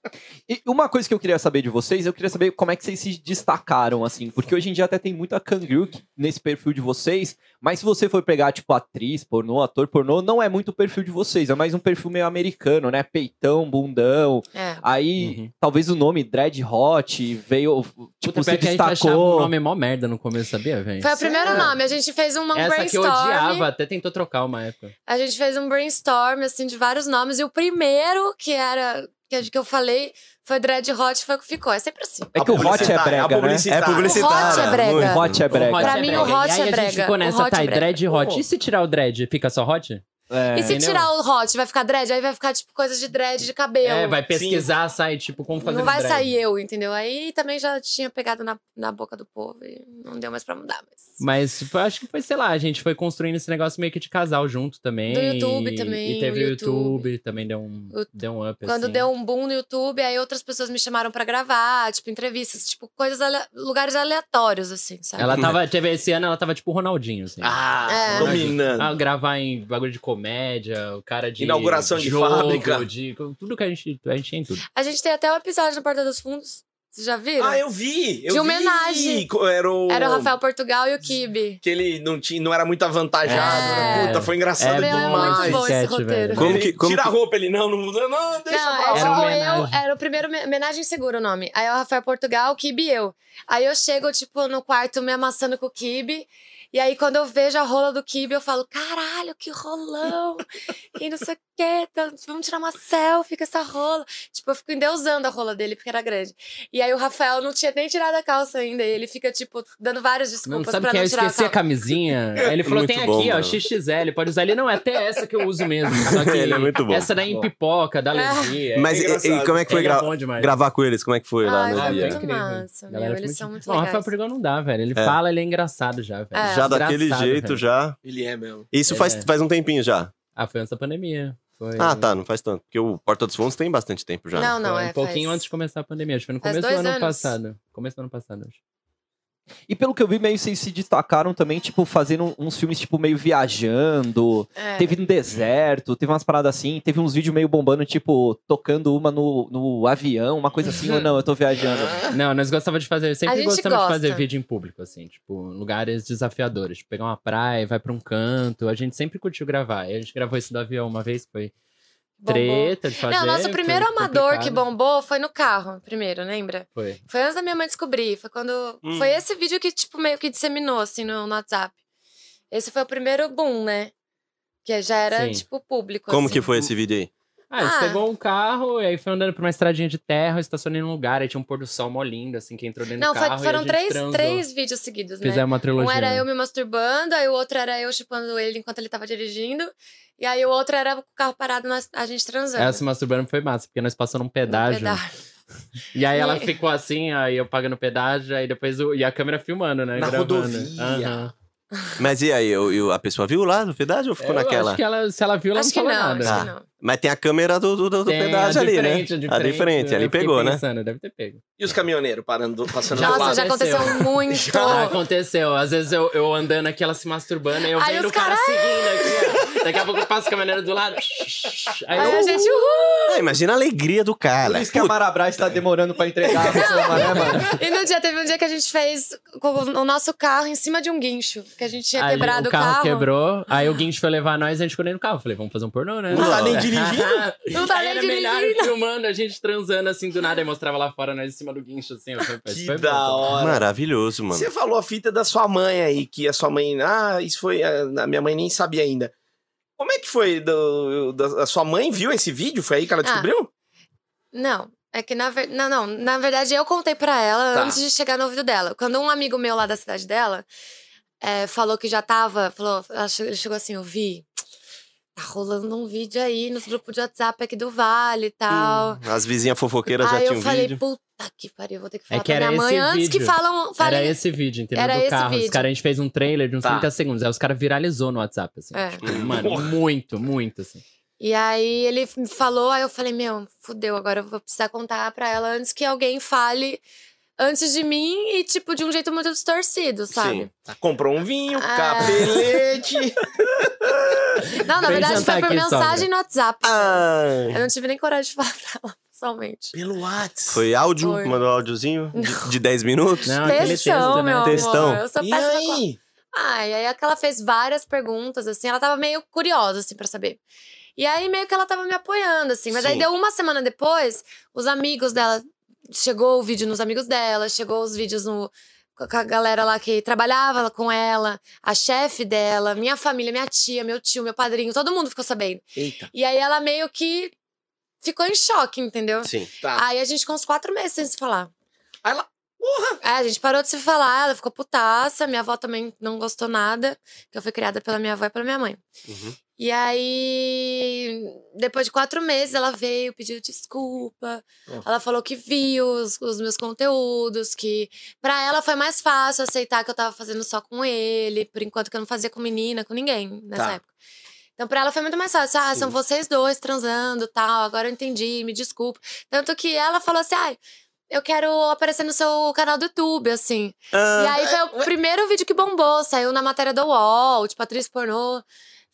Speaker 3: E uma coisa que eu queria saber de vocês, eu queria saber como é que vocês se destacaram, assim. Porque hoje em dia até tem muita canguru que- nesse perfil de vocês. Mas se você for pegar, tipo, atriz, pornô, ator pornô, não é muito o perfil de vocês. É mais um perfil meio americano, né? Peitão, bundão.
Speaker 4: É.
Speaker 3: Aí,
Speaker 5: Uhum.
Speaker 3: talvez o nome Dread Hot veio, tipo,
Speaker 5: Puta,
Speaker 3: se
Speaker 5: pior que a gente achava
Speaker 3: destacou.
Speaker 5: o nome mó merda no começo, sabia, velho?
Speaker 4: Foi o primeiro nome. A gente fez um, um
Speaker 5: Essa que eu
Speaker 4: brainstorm.
Speaker 5: odiava, até tentou trocar uma época.
Speaker 4: A gente fez um brainstorm, assim, de vários nomes. E o primeiro, que era. Que é de que eu falei, foi Dread Hot, foi o que ficou. É sempre assim.
Speaker 3: É que o Hot é
Speaker 1: A
Speaker 3: brega, né?
Speaker 2: É
Speaker 1: publicitária.
Speaker 2: publicitária.
Speaker 4: O hot é brega.
Speaker 2: muito.
Speaker 3: O Hot é brega.
Speaker 5: Hot
Speaker 4: Pra
Speaker 5: é
Speaker 4: mim,
Speaker 5: brega.
Speaker 4: o hot
Speaker 5: e aí
Speaker 4: é
Speaker 5: a gente
Speaker 4: brega.
Speaker 5: ficou
Speaker 4: O
Speaker 5: nessa,
Speaker 4: hot
Speaker 5: tá,
Speaker 4: é
Speaker 5: e
Speaker 4: brega.
Speaker 5: dread hot.
Speaker 3: Pô.
Speaker 5: E se tirar o dread, fica só hot?
Speaker 3: É.
Speaker 4: E se
Speaker 5: Entendeu?
Speaker 4: tirar o hot, vai ficar dread? Aí vai ficar, tipo, coisa de dread de cabelo.
Speaker 5: É, vai pesquisar, sai, tipo, como fazer
Speaker 4: Não
Speaker 5: um
Speaker 4: vai
Speaker 5: dread.
Speaker 4: sair eu, entendeu? Aí também já tinha pegado na, na boca do povo e não deu mais pra mudar. Mas...
Speaker 5: Mas tipo, acho que foi, sei lá, a gente foi construindo esse negócio meio que de casal junto também.
Speaker 4: Do YouTube
Speaker 5: e-
Speaker 4: também,
Speaker 5: E teve
Speaker 4: o
Speaker 5: o
Speaker 4: YouTube.
Speaker 5: YouTube, também deu um,
Speaker 4: O-
Speaker 5: deu um up,
Speaker 4: Quando
Speaker 5: assim.
Speaker 4: deu um boom no YouTube, aí outras pessoas me chamaram pra gravar, tipo, entrevistas, tipo, coisas, ale- lugares aleatórios, assim, sabe?
Speaker 5: Ela tava, teve esse ano, ela tava tipo o Ronaldinho, assim.
Speaker 1: Ah,
Speaker 4: É.
Speaker 1: dominando.
Speaker 5: Ah, gravar em bagulho de comédia, o cara de.
Speaker 1: Inauguração de fábrica.
Speaker 5: de- tudo que a gente. A gente tem em tudo.
Speaker 4: A gente tem até um episódio no Porta dos Fundos. Vocês já viram?
Speaker 1: Ah, eu vi! Eu
Speaker 4: De
Speaker 1: vi.
Speaker 4: homenagem.
Speaker 1: Era o...
Speaker 4: Era o Rafael Portugal e o Kibe.
Speaker 1: Que ele não, tinha, não era muito avantajado. né?
Speaker 4: É.
Speaker 1: Puta, foi engraçado
Speaker 4: Meu, é muito
Speaker 1: demais.
Speaker 4: bom esse
Speaker 5: Sete,
Speaker 4: roteiro.
Speaker 5: velho.
Speaker 2: Como
Speaker 1: Ele
Speaker 2: que- como
Speaker 1: tira
Speaker 2: que-
Speaker 1: a roupa, ele não, não, não deixa
Speaker 4: Não,
Speaker 1: pra lá.
Speaker 4: era, um-
Speaker 5: Era
Speaker 4: o eu,
Speaker 5: homenagem.
Speaker 4: era o primeiro me- homenagem seguro o nome. Aí é o Rafael Portugal, o Kibe e eu. Aí eu chego, tipo, no quarto me amassando com o Kibe. E aí, quando eu vejo a rola do Kibe, eu falo: caralho, que rolão! E não sei o quê, tá- vamos tirar uma selfie com essa rola. Tipo, eu fico endeusando a rola dele, porque era grande. E aí o Rafael não tinha nem tirado a calça ainda. E ele fica, tipo, dando várias
Speaker 5: Não
Speaker 4: desculpas
Speaker 5: sabe
Speaker 4: pra
Speaker 5: que é
Speaker 4: não
Speaker 5: eu
Speaker 4: tirar
Speaker 5: esqueci a
Speaker 4: a calça.
Speaker 5: camisinha. Aí ele falou:
Speaker 2: Muito
Speaker 5: tem
Speaker 2: bom,
Speaker 5: aqui, ó,
Speaker 2: mano.
Speaker 5: XXL, pode usar. Ele não, é até essa que eu uso mesmo. Só que
Speaker 2: Ele é muito bom.
Speaker 5: Essa daí em pipoca,
Speaker 4: Ah.
Speaker 5: da alergia.
Speaker 2: Mas
Speaker 1: É
Speaker 2: e-
Speaker 1: engraçado.
Speaker 2: e como é que foi
Speaker 5: Ele
Speaker 2: gra-
Speaker 5: bom demais.
Speaker 2: gravar com eles? Como é que foi lá
Speaker 4: Ai,
Speaker 2: no
Speaker 5: Ah,
Speaker 4: foi
Speaker 5: é
Speaker 2: dia?
Speaker 4: muito
Speaker 5: incrível.
Speaker 4: massa, meu.
Speaker 5: Galera,
Speaker 4: Eles
Speaker 5: foi
Speaker 4: são muito
Speaker 5: Não, o Rafael
Speaker 4: legais.
Speaker 5: Perigão não dá, velho. Ele
Speaker 2: É.
Speaker 5: fala, ele é engraçado já, velho.
Speaker 4: É.
Speaker 2: Já daquele
Speaker 5: Engraçado,
Speaker 2: jeito,
Speaker 5: velho.
Speaker 2: já.
Speaker 1: Ele é mesmo.
Speaker 2: Isso
Speaker 5: É.
Speaker 2: faz, faz um tempinho já.
Speaker 5: Ah, foi antes da pandemia. Foi-
Speaker 2: Ah, tá, não faz tanto. Porque o Porta dos Fundos tem bastante tempo já. né?
Speaker 4: Não, não,
Speaker 5: foi
Speaker 4: é.
Speaker 5: um pouquinho
Speaker 4: faz-
Speaker 5: antes de começar a pandemia. Acho que foi no
Speaker 4: Faz
Speaker 5: começo do
Speaker 4: dois
Speaker 5: ano
Speaker 4: anos.
Speaker 5: passado. Começo do ano passado, acho.
Speaker 3: E pelo que eu vi, meio que vocês se destacaram também, tipo, fazendo uns filmes, tipo, meio viajando.
Speaker 4: é.
Speaker 3: Teve no deserto, teve umas paradas assim, teve uns vídeos meio bombando, tipo, tocando uma no, no avião, uma coisa assim, ou não, eu tô viajando.
Speaker 5: Não, nós gostávamos de fazer,
Speaker 4: A
Speaker 5: sempre
Speaker 4: gente
Speaker 5: gostamos
Speaker 4: gosta.
Speaker 5: de fazer vídeo em público, assim, tipo, lugares desafiadores. Tipo, pegar uma praia, vai pra um canto. A gente sempre curtiu gravar. E a gente gravou esse do avião uma vez, foi
Speaker 4: Bombou.
Speaker 5: treta de fazer.
Speaker 4: Não, nosso
Speaker 5: foi
Speaker 4: primeiro amador que
Speaker 5: complicado.
Speaker 4: bombou foi no carro, primeiro, lembra?
Speaker 5: Foi.
Speaker 4: Foi antes da minha mãe descobrir. Foi quando.
Speaker 2: Hum.
Speaker 4: Foi esse vídeo que, tipo, meio que disseminou, assim, no, no WhatsApp. Esse foi o primeiro boom, né? Que já era,
Speaker 5: Sim.
Speaker 4: tipo, público.
Speaker 2: Como
Speaker 4: assim.
Speaker 2: que foi esse vídeo aí?
Speaker 5: Ah, a gente
Speaker 4: Ah.
Speaker 5: pegou um carro, e aí foi andando por uma estradinha de terra, estacionei num lugar, aí tinha um pôr do sol mó lindo, assim, que entrou dentro
Speaker 4: Não,
Speaker 5: do
Speaker 4: foi-
Speaker 5: carro. e a
Speaker 4: foram
Speaker 5: gente
Speaker 4: três,
Speaker 5: transou.
Speaker 4: três vídeos seguidos, né?
Speaker 5: Fizemos uma trilogia.
Speaker 4: Um era
Speaker 5: né?
Speaker 4: eu me masturbando, aí o outro era eu chupando ele enquanto ele tava dirigindo. E aí o outro era o carro parado, nós- a gente transando.
Speaker 5: Essa masturbando foi massa, porque nós passamos um
Speaker 4: No
Speaker 5: pedágio.
Speaker 4: pedágio.
Speaker 5: E aí ela
Speaker 4: E-
Speaker 5: ficou assim, aí eu pagando pedágio, aí depois o- e a câmera filmando, né?
Speaker 1: Na
Speaker 5: gravando.
Speaker 1: rodovia.
Speaker 5: Aham.
Speaker 2: Mas e aí, eu, eu- a pessoa viu lá no pedágio ou ficou
Speaker 5: Eu
Speaker 2: naquela?
Speaker 5: Acho que ela, se ela viu, ela
Speaker 4: Acho que
Speaker 5: não
Speaker 4: não,
Speaker 5: falou nada.
Speaker 4: acho
Speaker 2: Ah,
Speaker 4: que não.
Speaker 2: Mas tem a câmera do, do, do
Speaker 5: Tem a
Speaker 2: pedágio ali, né?
Speaker 5: diferente,
Speaker 2: A diferente, ali pegou, né?
Speaker 5: né? Deve ter pego.
Speaker 1: E os caminhoneiros parando, passando do
Speaker 4: Nossa,
Speaker 1: lado?
Speaker 4: já aconteceu muito.
Speaker 5: Ah, aconteceu. Às vezes eu, eu andando aqui, ela se masturbando, aí eu
Speaker 4: Aí
Speaker 5: vendo
Speaker 4: os
Speaker 5: o cara
Speaker 4: caras-
Speaker 5: seguindo aqui. ó. Daqui a pouco eu passo o caminhoneiro do lado. Aí
Speaker 4: Aí a
Speaker 5: eu...
Speaker 4: gente, uhul!
Speaker 2: Ah, imagina a alegria do cara.
Speaker 3: Por isso que a Marabras tá demorando pra entregar a reforma, né, mano?
Speaker 4: E no dia, teve um dia que a gente fez com o nosso carro em cima de um guincho. Que a gente tinha
Speaker 5: Ali,
Speaker 4: quebrado Ah.
Speaker 5: o carro, quebrou, aí o guincho foi levar nós, a gente ficou dentro do carro. Falei, vamos fazer um pornô, né?
Speaker 1: Não tá nem dirigindo?
Speaker 5: Não
Speaker 4: Não tá nem
Speaker 5: era melhor
Speaker 4: dirigindo.
Speaker 5: filmando, a gente transando assim do nada e mostrava lá fora, nós em cima do guincho, assim. Eu falei, "Pô, isso
Speaker 1: Que
Speaker 5: foi bom,
Speaker 1: da
Speaker 5: pô."
Speaker 1: hora.
Speaker 2: Maravilhoso, mano.
Speaker 1: Você eh, falou a fita da sua mãe aí, que a sua mãe. Ah, isso foi. A a minha mãe nem sabia ainda. Ô, Como é que foi? do- da- a sua mãe viu esse vídeo? Foi aí que ela
Speaker 4: Ah.
Speaker 1: descobriu?
Speaker 4: Não, é que na verdade. Não, não. Na verdade, eu contei pra ela
Speaker 1: Tá.
Speaker 4: antes de chegar no ouvido dela. Quando um amigo meu lá da cidade dela eh, falou que já tava. Falou, ela che- ele chegou assim, eu vi. Tá rolando um vídeo aí nos grupos de WhatsApp aqui do Vale e
Speaker 5: Hum,
Speaker 4: tal.
Speaker 2: As vizinhas fofoqueiras já
Speaker 4: aí
Speaker 2: tinham
Speaker 4: Ah, eu falei,
Speaker 2: vídeo.
Speaker 4: puta que pariu, vou ter que
Speaker 5: um É
Speaker 4: falar
Speaker 5: que
Speaker 4: pra
Speaker 5: era
Speaker 4: minha mãe
Speaker 5: esse
Speaker 4: antes que
Speaker 5: vídeo.
Speaker 4: falam.
Speaker 5: Era
Speaker 4: falem-
Speaker 5: esse vídeo, entendeu?
Speaker 4: Era
Speaker 5: do
Speaker 4: esse
Speaker 5: carro. Os
Speaker 4: vídeo.
Speaker 5: caras, a gente fez um trailer de uns
Speaker 1: Tá.
Speaker 5: 30 segundos. Aí os caras viralizou no WhatsApp, assim.
Speaker 4: É.
Speaker 5: Tipo, mano,
Speaker 1: Porra.
Speaker 5: muito, muito, assim.
Speaker 4: E aí ele me falou, aí eu falei, meu, fudeu, agora eu vou precisar contar pra ela antes que alguém fale antes de mim e, tipo, de um jeito muito distorcido, sabe?
Speaker 2: Sim.
Speaker 1: Ah, Comprou um vinho,
Speaker 4: Ah.
Speaker 1: capelete.
Speaker 4: Não, na
Speaker 5: Vem
Speaker 4: verdade
Speaker 5: jantar
Speaker 4: foi por
Speaker 5: aqui, sogra.
Speaker 4: mensagem no WhatsApp.
Speaker 2: Ai.
Speaker 4: Eu não tive nem coragem de falar pra ela, pessoalmente.
Speaker 1: Pelo Whats.
Speaker 2: Foi áudio?
Speaker 4: Foi.
Speaker 2: Mandou áudiozinho? De, de 10 minutos?
Speaker 5: Não, aquele texto,
Speaker 4: Textão,
Speaker 5: né?
Speaker 4: meu
Speaker 2: Textão.
Speaker 4: amor. Eu sou
Speaker 1: E
Speaker 4: péssima com-
Speaker 1: aí?
Speaker 4: Ah, e aí aquela fez várias perguntas, assim, ela tava meio curiosa, assim, pra saber. E aí meio que ela tava me apoiando, assim. Mas aí
Speaker 2: Sim.
Speaker 4: deu uma semana depois, os amigos dela. Chegou o vídeo nos amigos dela, chegou os vídeos no. Com a galera lá que trabalhava com ela, a chefe dela, minha família, minha tia, meu tio, meu padrinho, todo mundo ficou sabendo.
Speaker 1: Eita,
Speaker 4: E aí ela meio que ficou em choque, entendeu?
Speaker 2: Sim.
Speaker 1: tá.
Speaker 4: Aí a gente ficou uns quatro meses sem se falar.
Speaker 1: Aí ela-
Speaker 4: Porra! É, a gente parou de se falar, ela ficou putaça, minha avó também não gostou nada, que eu fui criada pela minha avó e pela minha mãe.
Speaker 2: Uhum.
Speaker 4: E aí, depois de quatro meses, ela veio, pediu desculpa.
Speaker 1: Oh.
Speaker 4: Ela falou que viu os, os meus conteúdos, que pra ela foi mais fácil aceitar que eu tava fazendo só com ele, por enquanto que eu não fazia com menina, com ninguém nessa
Speaker 1: Tá.
Speaker 4: época. Então, pra ela foi muito mais fácil. Ah, são vocês dois transando tal, agora eu entendi, me desculpa. Tanto que ela falou assim: ai, eu quero aparecer no seu canal do YouTube, assim.
Speaker 2: Ah,
Speaker 4: E aí foi o primeiro vídeo que bombou, saiu na matéria do UOL, tipo, atriz pornô.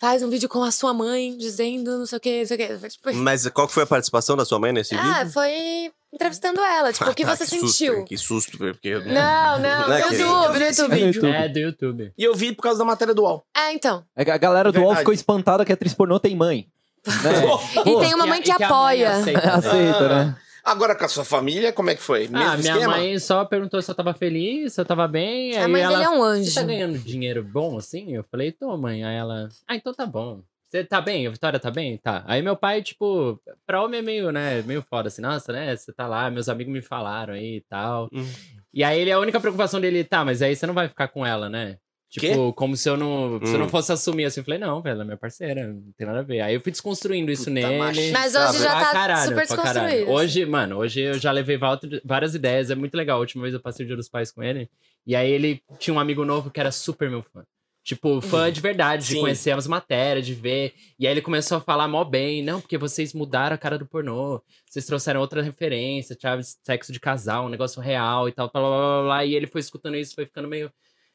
Speaker 4: Faz um vídeo com a sua mãe, dizendo não sei o que, não sei o que. Foi, tipo,
Speaker 2: Mas qual que foi a participação da sua mãe nesse
Speaker 4: ah,
Speaker 2: Hum, vídeo?
Speaker 4: foi entrevistando ela, tipo, o que
Speaker 2: Ah,
Speaker 4: você
Speaker 2: susto,
Speaker 4: sentiu.
Speaker 2: Que susto, porque eu...
Speaker 4: Não, não,
Speaker 2: Não é
Speaker 4: no
Speaker 2: que-
Speaker 4: YouTube, no
Speaker 1: esse
Speaker 4: YouTube.
Speaker 1: vídeo.
Speaker 5: É, do YouTube.
Speaker 1: E eu vi por causa da matéria do UOL.
Speaker 4: É, então.
Speaker 3: A galera do UOL
Speaker 1: Verdade.
Speaker 3: ficou espantada que a atriz pornô tem mãe. Né?
Speaker 1: Pô,
Speaker 4: E tem uma
Speaker 5: a-
Speaker 4: mãe que
Speaker 5: e a mãe
Speaker 4: apoia.
Speaker 5: aceita, né?
Speaker 3: Aceita, né?
Speaker 1: Agora com a sua família, como é que foi? Mesmo
Speaker 5: Ah, minha
Speaker 1: esquema?
Speaker 5: mãe só perguntou se eu tava feliz, se eu tava bem.
Speaker 4: A
Speaker 5: aí
Speaker 4: mãe
Speaker 5: ela,
Speaker 4: dele é um anjo.
Speaker 5: Você tá ganhando dinheiro bom assim? Eu falei, tô, mãe. Aí ela, ah, então tá bom. Você tá bem? A Vitória tá bem? Tá. Aí meu pai, tipo, pra homem é meio, né, meio foda assim, nossa, né, você tá lá, meus amigos me falaram aí e tal.
Speaker 2: Hum.
Speaker 5: E aí ele, a única preocupação dele, tá, mas aí você não vai ficar com ela, né? Tipo, como se eu não, se eu não
Speaker 2: Hum.
Speaker 5: fosse assumir assim. Eu falei, não, velho, ela é minha parceira, não tem nada a ver. Aí eu fui desconstruindo isso
Speaker 1: Puta,
Speaker 5: nele.
Speaker 1: machista,
Speaker 4: Mas hoje
Speaker 1: sabe?
Speaker 4: já
Speaker 5: Ah, Pra
Speaker 4: tá
Speaker 5: caralho,
Speaker 4: super
Speaker 5: pra caralho.
Speaker 4: desconstruído.
Speaker 5: Hoje, mano, hoje eu já levei val- várias ideias, é muito legal. A última vez eu passei o Dia dos Pais com ele, e aí ele tinha um amigo novo que era super meu fã. Tipo, fã de verdade, de
Speaker 1: Sim.
Speaker 5: conhecer as matérias, de ver. E aí ele começou a falar mó bem. Não, porque vocês mudaram a cara do pornô. Vocês trouxeram outra referência, sabe? Sexo de casal, um negócio real e tal. Blá, blá, blá, blá. E ele foi escutando isso, foi ficando meio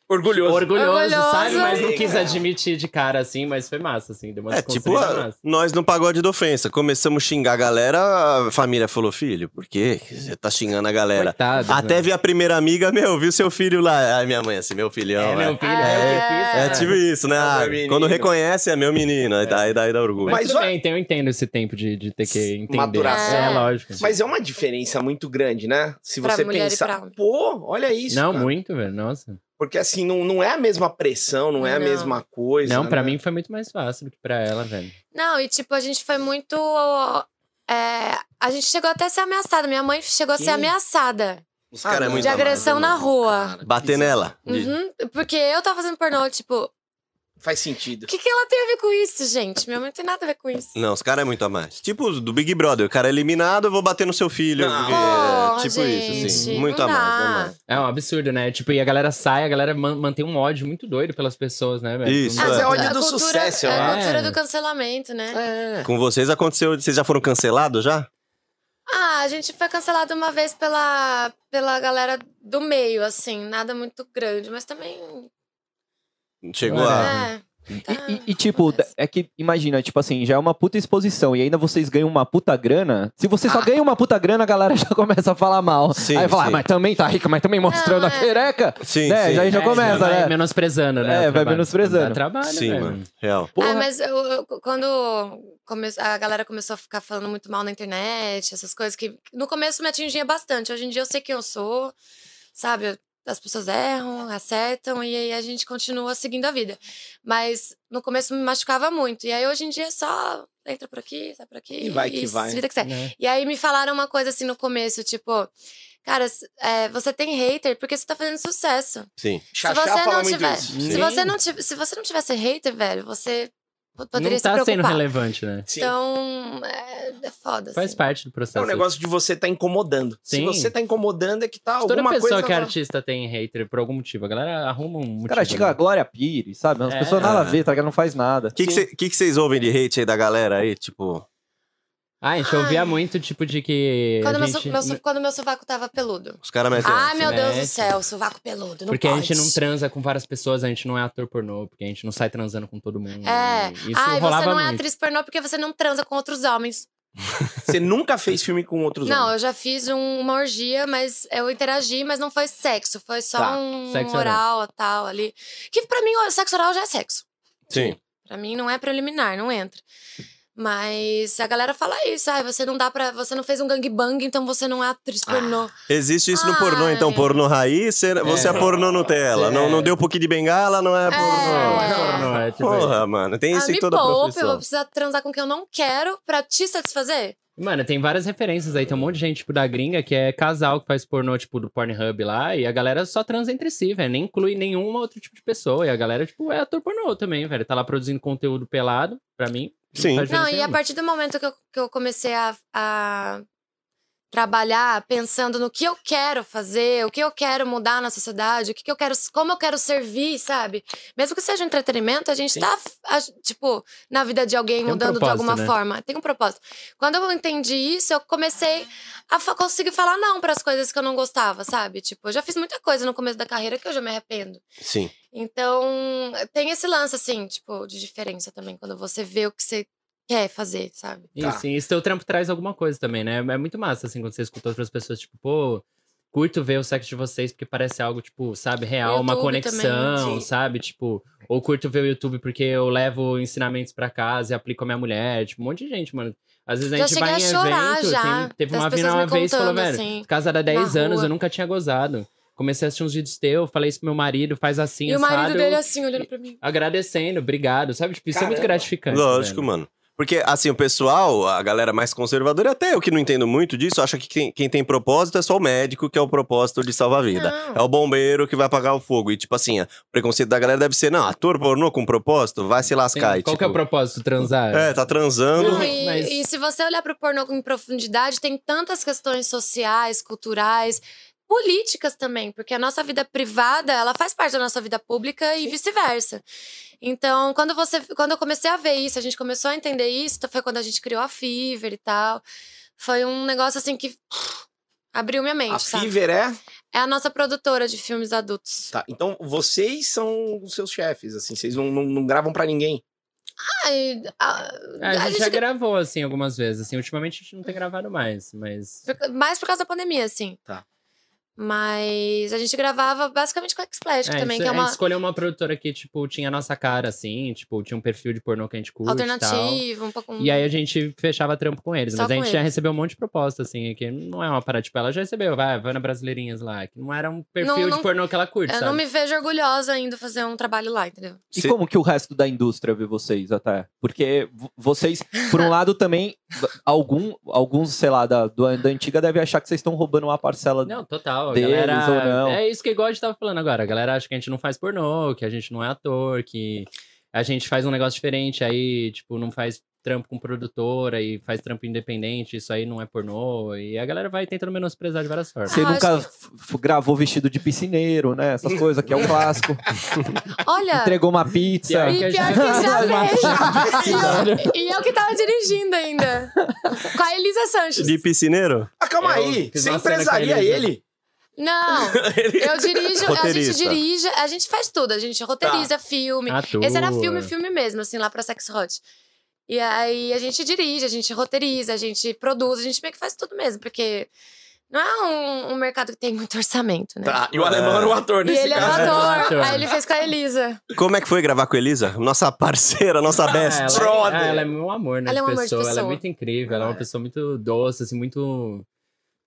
Speaker 1: Orgulhoso.
Speaker 5: orgulhoso,
Speaker 4: Orgulhoso.
Speaker 5: sabe? Mas não quis
Speaker 1: Legal.
Speaker 5: admitir de cara, assim. Mas foi massa, assim. Deu uma
Speaker 2: É, tipo,
Speaker 5: desconstruída
Speaker 2: a-
Speaker 5: massa.
Speaker 2: nós no pagode da ofensa. Começamos a xingar a galera, a família falou: filho, por que você tá xingando a galera?
Speaker 5: Coitados, né?
Speaker 2: Até vi a primeira amiga, meu, viu seu filho lá. Ai, minha mãe, assim, meu filhão.
Speaker 5: É,
Speaker 2: É,
Speaker 5: meu filho,
Speaker 4: É.
Speaker 5: é,
Speaker 2: é
Speaker 5: o que
Speaker 2: tipo isso, né? Ah,
Speaker 1: meu menino.
Speaker 2: quando reconhece, é meu menino. Aí, dá- aí, dá- aí dá orgulho.
Speaker 5: Mas,
Speaker 1: Mas
Speaker 5: tudo
Speaker 1: olha-
Speaker 5: bem, então eu entendo esse tempo de, de ter que entender.
Speaker 1: Maturação.
Speaker 5: É, lógico.
Speaker 1: Mas é uma diferença muito grande, né? Se
Speaker 4: Pra
Speaker 1: você
Speaker 4: mulher e
Speaker 1: pensar,
Speaker 4: pra homem.
Speaker 1: pô, olha isso.
Speaker 5: não,
Speaker 1: cara.
Speaker 5: muito, velho. Nossa.
Speaker 1: Porque assim, não, não é a mesma pressão, não é a
Speaker 4: Não.
Speaker 1: mesma coisa.
Speaker 5: não, pra
Speaker 1: né?
Speaker 5: mim foi muito mais fácil do que pra ela, velho.
Speaker 4: Não, e tipo, a gente foi muito. é, a gente chegou até a ser ameaçada. Minha mãe chegou a ser
Speaker 1: Que?
Speaker 4: ameaçada
Speaker 2: Os caras
Speaker 1: não.
Speaker 2: é muito
Speaker 4: de agressão
Speaker 2: amado,
Speaker 4: na
Speaker 2: né?
Speaker 4: rua.
Speaker 1: Cara,
Speaker 2: Bater
Speaker 1: isso
Speaker 2: nela.
Speaker 4: Uhum, porque eu tava fazendo pornô, tipo,
Speaker 1: Faz
Speaker 4: o
Speaker 1: sentido.
Speaker 4: que, que ela tem a ver com isso, gente? Minha mãe não tem nada a ver com isso.
Speaker 2: Não, os caras é muito a mais. Tipo os do Big Brother, o cara é eliminado, eu vou bater no seu filho.
Speaker 1: Não.
Speaker 2: É,
Speaker 4: Pô,
Speaker 2: tipo isso,
Speaker 4: Oh, gente,
Speaker 2: assim. Muito a
Speaker 4: não
Speaker 2: mais,
Speaker 4: dá.
Speaker 2: né, mano?
Speaker 5: É um absurdo, né? Tipo, e a galera sai, a galera man- mantém um ódio muito doido pelas pessoas, né, velho?
Speaker 2: Isso,
Speaker 5: Não-
Speaker 1: Mas é ódio
Speaker 4: A
Speaker 1: do
Speaker 4: cultura-
Speaker 1: sucesso, eu
Speaker 4: É a
Speaker 5: acho.
Speaker 4: cultura
Speaker 5: É.
Speaker 4: do cancelamento, né?
Speaker 1: É.
Speaker 2: Com vocês aconteceu. Vocês já foram cancelados já?
Speaker 4: Ah, a gente foi cancelado uma vez pela, pela galera do meio, assim, nada muito grande, mas também.
Speaker 2: Chegou
Speaker 5: É.
Speaker 2: a.
Speaker 4: É.
Speaker 3: E, e- e, tipo, da- é que imagina, tipo assim, já é uma puta exposição e ainda vocês ganham uma puta grana. Se você só
Speaker 1: Ah.
Speaker 3: ganha uma puta grana, a galera já começa a falar mal.
Speaker 2: Sim,
Speaker 3: aí fala,
Speaker 2: sim.
Speaker 3: ah, mas também tá rica, mas também mostrando
Speaker 4: Não,
Speaker 3: a
Speaker 4: é.
Speaker 3: xereca.
Speaker 2: Sim,
Speaker 3: né?
Speaker 2: sim.
Speaker 3: Já, já
Speaker 5: É,
Speaker 3: começa,
Speaker 5: vai
Speaker 3: né?
Speaker 5: menosprezando, né?
Speaker 3: É,
Speaker 5: o
Speaker 3: vai
Speaker 5: trabalho.
Speaker 3: menosprezando.
Speaker 5: Dá trabalho,
Speaker 2: Sim,
Speaker 5: velho. né?
Speaker 2: mano. Real.
Speaker 3: Porra.
Speaker 4: Ah, mas eu- eu- quando come- a galera começou a ficar falando muito mal na internet, essas coisas que no começo me atingia bastante. Hoje em dia eu sei quem eu sou, sabe? Eu as pessoas erram, acertam, e aí a gente continua seguindo a vida. Mas no começo me machucava muito. E aí hoje em dia é só entra por aqui, sai por aqui.
Speaker 1: E vai que vai.
Speaker 4: Vida que segue.
Speaker 5: Né?
Speaker 4: E aí me falaram uma coisa assim no começo, tipo, cara, s- é, você tem hater porque você tá fazendo sucesso.
Speaker 2: Sim.
Speaker 1: Xaxá
Speaker 4: você não
Speaker 1: fala muito
Speaker 4: tiver-
Speaker 1: isso.
Speaker 5: Sim.
Speaker 4: Se você, não tiv- se você não tivesse hater, velho, você p- poderia
Speaker 5: não tá
Speaker 4: se
Speaker 5: sendo
Speaker 4: preocupar.
Speaker 5: relevante, né?
Speaker 1: Sim.
Speaker 4: então, é, é foda.
Speaker 5: Faz
Speaker 4: assim.
Speaker 5: parte do
Speaker 1: É
Speaker 5: processo.
Speaker 1: um negócio de você tá incomodando. Se
Speaker 5: Sim.
Speaker 1: você tá incomodando, é que tá
Speaker 5: Toda
Speaker 1: alguma
Speaker 5: pessoa
Speaker 1: coisa.
Speaker 5: que é
Speaker 1: lá-
Speaker 5: artista tem hater por algum motivo. A galera arruma um motivo.
Speaker 3: Cara, chega a
Speaker 5: né?
Speaker 3: Glória Pires, sabe? As
Speaker 5: É.
Speaker 3: pessoas nada a ver, tá ligado? Não faz nada.
Speaker 2: O que
Speaker 1: Sim.
Speaker 2: vocês ouvem de hate aí da galera aí? Tipo.
Speaker 5: Ah, a gente ouvia
Speaker 4: Ai.
Speaker 5: muito, tipo, de que.
Speaker 4: Quando,
Speaker 5: a
Speaker 4: meu,
Speaker 5: gente...
Speaker 4: so- meu so- quando meu sovaco tava peludo.
Speaker 2: Os caras metem. né?
Speaker 4: Ai, Ah, meu Deus do
Speaker 5: Mete.
Speaker 4: céu, sovaco peludo. Não
Speaker 5: Porque
Speaker 4: pode.
Speaker 5: a gente não transa com várias pessoas, a gente não é ator pornô, porque a gente não sai transando com todo mundo.
Speaker 4: É.
Speaker 5: Isso
Speaker 4: Ai,
Speaker 5: rolava
Speaker 4: você não é
Speaker 5: muito.
Speaker 4: atriz pornô porque você não transa com outros homens.
Speaker 1: Você nunca fez filme com outros
Speaker 4: não,
Speaker 1: homens.
Speaker 4: eu já fiz um- uma orgia, mas eu interagi, mas não foi sexo. Foi só
Speaker 1: Tá,
Speaker 4: um
Speaker 5: sexo
Speaker 4: oral e tal ali. Que pra mim, o sexo oral já é sexo.
Speaker 2: Sim.
Speaker 4: Pra mim não é preliminar, não entra. Mas a galera fala isso. Ai, você não dá pra. Você não fez um gangbang, então você não é atriz
Speaker 2: Ah,
Speaker 4: pornô.
Speaker 2: Existe isso no
Speaker 4: Ai.
Speaker 2: pornô, então. Pornô raiz, cê- você é, pornô Nutella.
Speaker 5: É.
Speaker 2: Não, não deu um pouquinho de bengala, não é
Speaker 5: Não,
Speaker 2: pornô.
Speaker 5: é pornô, é tipo-
Speaker 2: Porra, mano. Tem
Speaker 4: Ah,
Speaker 2: isso
Speaker 4: me
Speaker 2: em toda
Speaker 4: poupe, eu vou
Speaker 2: profissão.
Speaker 4: precisar transar com quem eu não quero pra te satisfazer?
Speaker 5: Mano, tem várias referências aí. Tem um monte de gente, tipo, da gringa que é casal que faz pornô, tipo, do Pornhub lá. E a galera só transa entre si, velho. Nem inclui nenhum outro tipo de pessoa. E a galera, tipo, é ator pornô também, velho. Tá lá produzindo conteúdo pelado, pra mim.
Speaker 2: Sim.
Speaker 5: faz
Speaker 4: Não, e
Speaker 5: diferença
Speaker 4: a
Speaker 5: nenhuma.
Speaker 4: partir do momento que eu, que eu comecei a, a trabalhar pensando no que eu quero fazer, o que eu quero mudar na sociedade, o que, que eu quero, como eu quero servir, sabe? Mesmo que seja um entretenimento, a gente
Speaker 1: Sim.
Speaker 4: tá, a- tipo, na vida de alguém,
Speaker 5: um
Speaker 4: mudando de
Speaker 5: propósito,
Speaker 4: alguma
Speaker 5: né?
Speaker 4: forma. Tem um propósito. Quando eu entendi isso, eu comecei a fa- conseguir falar não para as coisas que eu não gostava, sabe? Tipo, eu já fiz muita coisa no começo da carreira que hoje eu me arrependo.
Speaker 2: Sim.
Speaker 4: Então, tem esse lance, assim, tipo, de diferença também, quando você vê o que você quer fazer, sabe?
Speaker 5: E
Speaker 1: Tá.
Speaker 5: sim, esse teu trampo traz alguma coisa também, né? É muito massa, assim, quando você escuta outras pessoas, tipo, pô, curto ver o sexo de vocês porque parece algo, tipo, sabe, real, uma
Speaker 4: YouTube
Speaker 5: conexão,
Speaker 4: também, sim.
Speaker 5: sabe? Tipo, ou curto ver o YouTube porque eu levo ensinamentos pra casa e aplico a minha mulher, tipo, um monte de gente, mano. Às vezes a
Speaker 4: já
Speaker 5: gente
Speaker 4: cheguei
Speaker 5: vai
Speaker 4: a
Speaker 5: em
Speaker 4: chorar
Speaker 5: evento,
Speaker 4: já.
Speaker 5: tem- teve
Speaker 4: das
Speaker 5: uma
Speaker 4: pessoas
Speaker 5: mina uma
Speaker 4: me
Speaker 5: vez e falou,
Speaker 4: contando,
Speaker 5: velho,
Speaker 4: assim.
Speaker 5: casada há 10
Speaker 4: na
Speaker 5: anos,
Speaker 4: rua.
Speaker 5: eu nunca tinha gozado. Comecei a assistir uns vídeos teus, falei isso pro meu marido, faz assim,
Speaker 4: E o marido
Speaker 5: assado,
Speaker 4: dele assim, olhando pra mim.
Speaker 5: agradecendo, obrigado, sabe? Tipo, isso é muito
Speaker 1: Caramba.
Speaker 5: gratificante.
Speaker 2: Lógico,
Speaker 5: velho.
Speaker 2: mano. Porque, assim, o pessoal, a galera mais conservadora, e até eu que não entendo muito disso, acha que quem, quem tem propósito é só o médico, que é o propósito de salvar a vida.
Speaker 4: Não.
Speaker 2: É o bombeiro que vai apagar o fogo. E, tipo assim, o preconceito da galera deve ser, não, ator pornô com propósito, vai se
Speaker 5: Sim,
Speaker 2: lascar. e,
Speaker 5: Qual
Speaker 2: tipo,
Speaker 5: que é o propósito? Transar?
Speaker 2: É, tá transando.
Speaker 4: Não, e,
Speaker 5: Mas-
Speaker 4: e se você olhar pro pornô em profundidade, tem tantas questões sociais, culturais, políticas também, porque a nossa vida privada, ela faz parte da nossa vida pública e vice-versa. Então, quando você, quando eu comecei a ver isso, a gente começou a entender isso, foi quando a gente criou a Fever e tal. Foi um negócio assim que abriu minha mente,
Speaker 1: A
Speaker 4: sabe?
Speaker 1: Fever é.
Speaker 4: É a nossa produtora de filmes adultos.
Speaker 1: Tá, então vocês são os seus chefes, assim, vocês não, não, não gravam pra ninguém.
Speaker 4: Ai, a-
Speaker 5: É, a,
Speaker 4: a
Speaker 5: gente
Speaker 4: gente
Speaker 5: já gravou, assim, algumas vezes. Assim, ultimamente a gente não tem gravado mais, mas.
Speaker 4: Por ca- mais por causa da pandemia, assim.
Speaker 1: Tá.
Speaker 4: Mas a gente gravava basicamente com a Xplash
Speaker 5: É,
Speaker 4: também,
Speaker 5: isso-
Speaker 4: que é
Speaker 5: a gente
Speaker 4: uma
Speaker 5: escolheu uma produtora que, tipo, tinha a nossa cara, assim, tipo, tinha um perfil de pornô que a gente curte e
Speaker 4: alternativa, um pouco.
Speaker 5: tal. E aí a gente fechava trampo com eles.
Speaker 4: Só
Speaker 5: mas a
Speaker 4: com
Speaker 5: gente já
Speaker 4: eles.
Speaker 5: recebeu um monte de proposta, assim, que não é uma parada, tipo, ela já recebeu, vai, vai na Brasileirinhas lá, que não era um perfil
Speaker 4: Não,
Speaker 5: de
Speaker 4: não-
Speaker 5: pornô que ela curte,
Speaker 4: eu
Speaker 5: sabe?
Speaker 4: não me vejo orgulhosa ainda fazer um trabalho lá, entendeu?
Speaker 3: E
Speaker 2: Cê-
Speaker 3: como que o resto da indústria vê vocês até? Porque vo- vocês, por um lado, também, v- algum, alguns, sei lá, da, do- da antiga deve achar que vocês estão roubando uma parcela.
Speaker 5: Não, total. a
Speaker 3: deles
Speaker 5: galera,
Speaker 3: ou não.
Speaker 5: É isso que igual a gente tava falando agora. A galera acha que a gente não faz pornô, que a gente não é ator, que a gente faz um negócio diferente, aí, tipo, não faz trampo com produtora e faz trampo independente, isso aí não é pornô. E a galera vai tentando menosprezar de várias formas.
Speaker 3: Você
Speaker 4: Ah,
Speaker 3: nunca
Speaker 4: acho
Speaker 3: f- f- gravou vestido de piscineiro, né? Essas coisas, que é o clássico.
Speaker 4: Olha,
Speaker 3: Entregou uma pizza.
Speaker 4: E pior que já vejo. e eu que tava dirigindo ainda. Com a Elisa Sanches.
Speaker 2: De piscineiro?
Speaker 1: Ah, calma
Speaker 5: Eu
Speaker 1: aí,
Speaker 5: fiz
Speaker 1: você
Speaker 5: uma cena
Speaker 1: empresaria
Speaker 5: com ele,
Speaker 1: ele?
Speaker 4: Não, eu dirijo, a gente
Speaker 2: Roteirista.
Speaker 4: dirige, a gente faz tudo, a gente roteiriza filme.
Speaker 5: Ator.
Speaker 4: Esse era filme, filme mesmo, assim, lá pra Sex Hot. E aí a gente dirige, a gente roteiriza, a gente produz, a gente meio que faz tudo mesmo, porque não é um, um mercado que tem muito orçamento, né?
Speaker 1: Tá, e o alemão era o ator
Speaker 4: E
Speaker 1: nesse
Speaker 4: ele é um
Speaker 1: caso.
Speaker 4: ator,
Speaker 5: ator.
Speaker 4: aí ele fez com a Elisa.
Speaker 2: Como é que foi gravar com a Elisa? Nossa parceira, nossa best.
Speaker 5: Ah, ela,
Speaker 1: brother.
Speaker 5: ah, ela é um amor, né?
Speaker 4: Ela é um amor de
Speaker 5: pessoa. Ela é
Speaker 4: pessoa.
Speaker 5: muito incrível, ela é uma pessoa muito doce, assim, muito.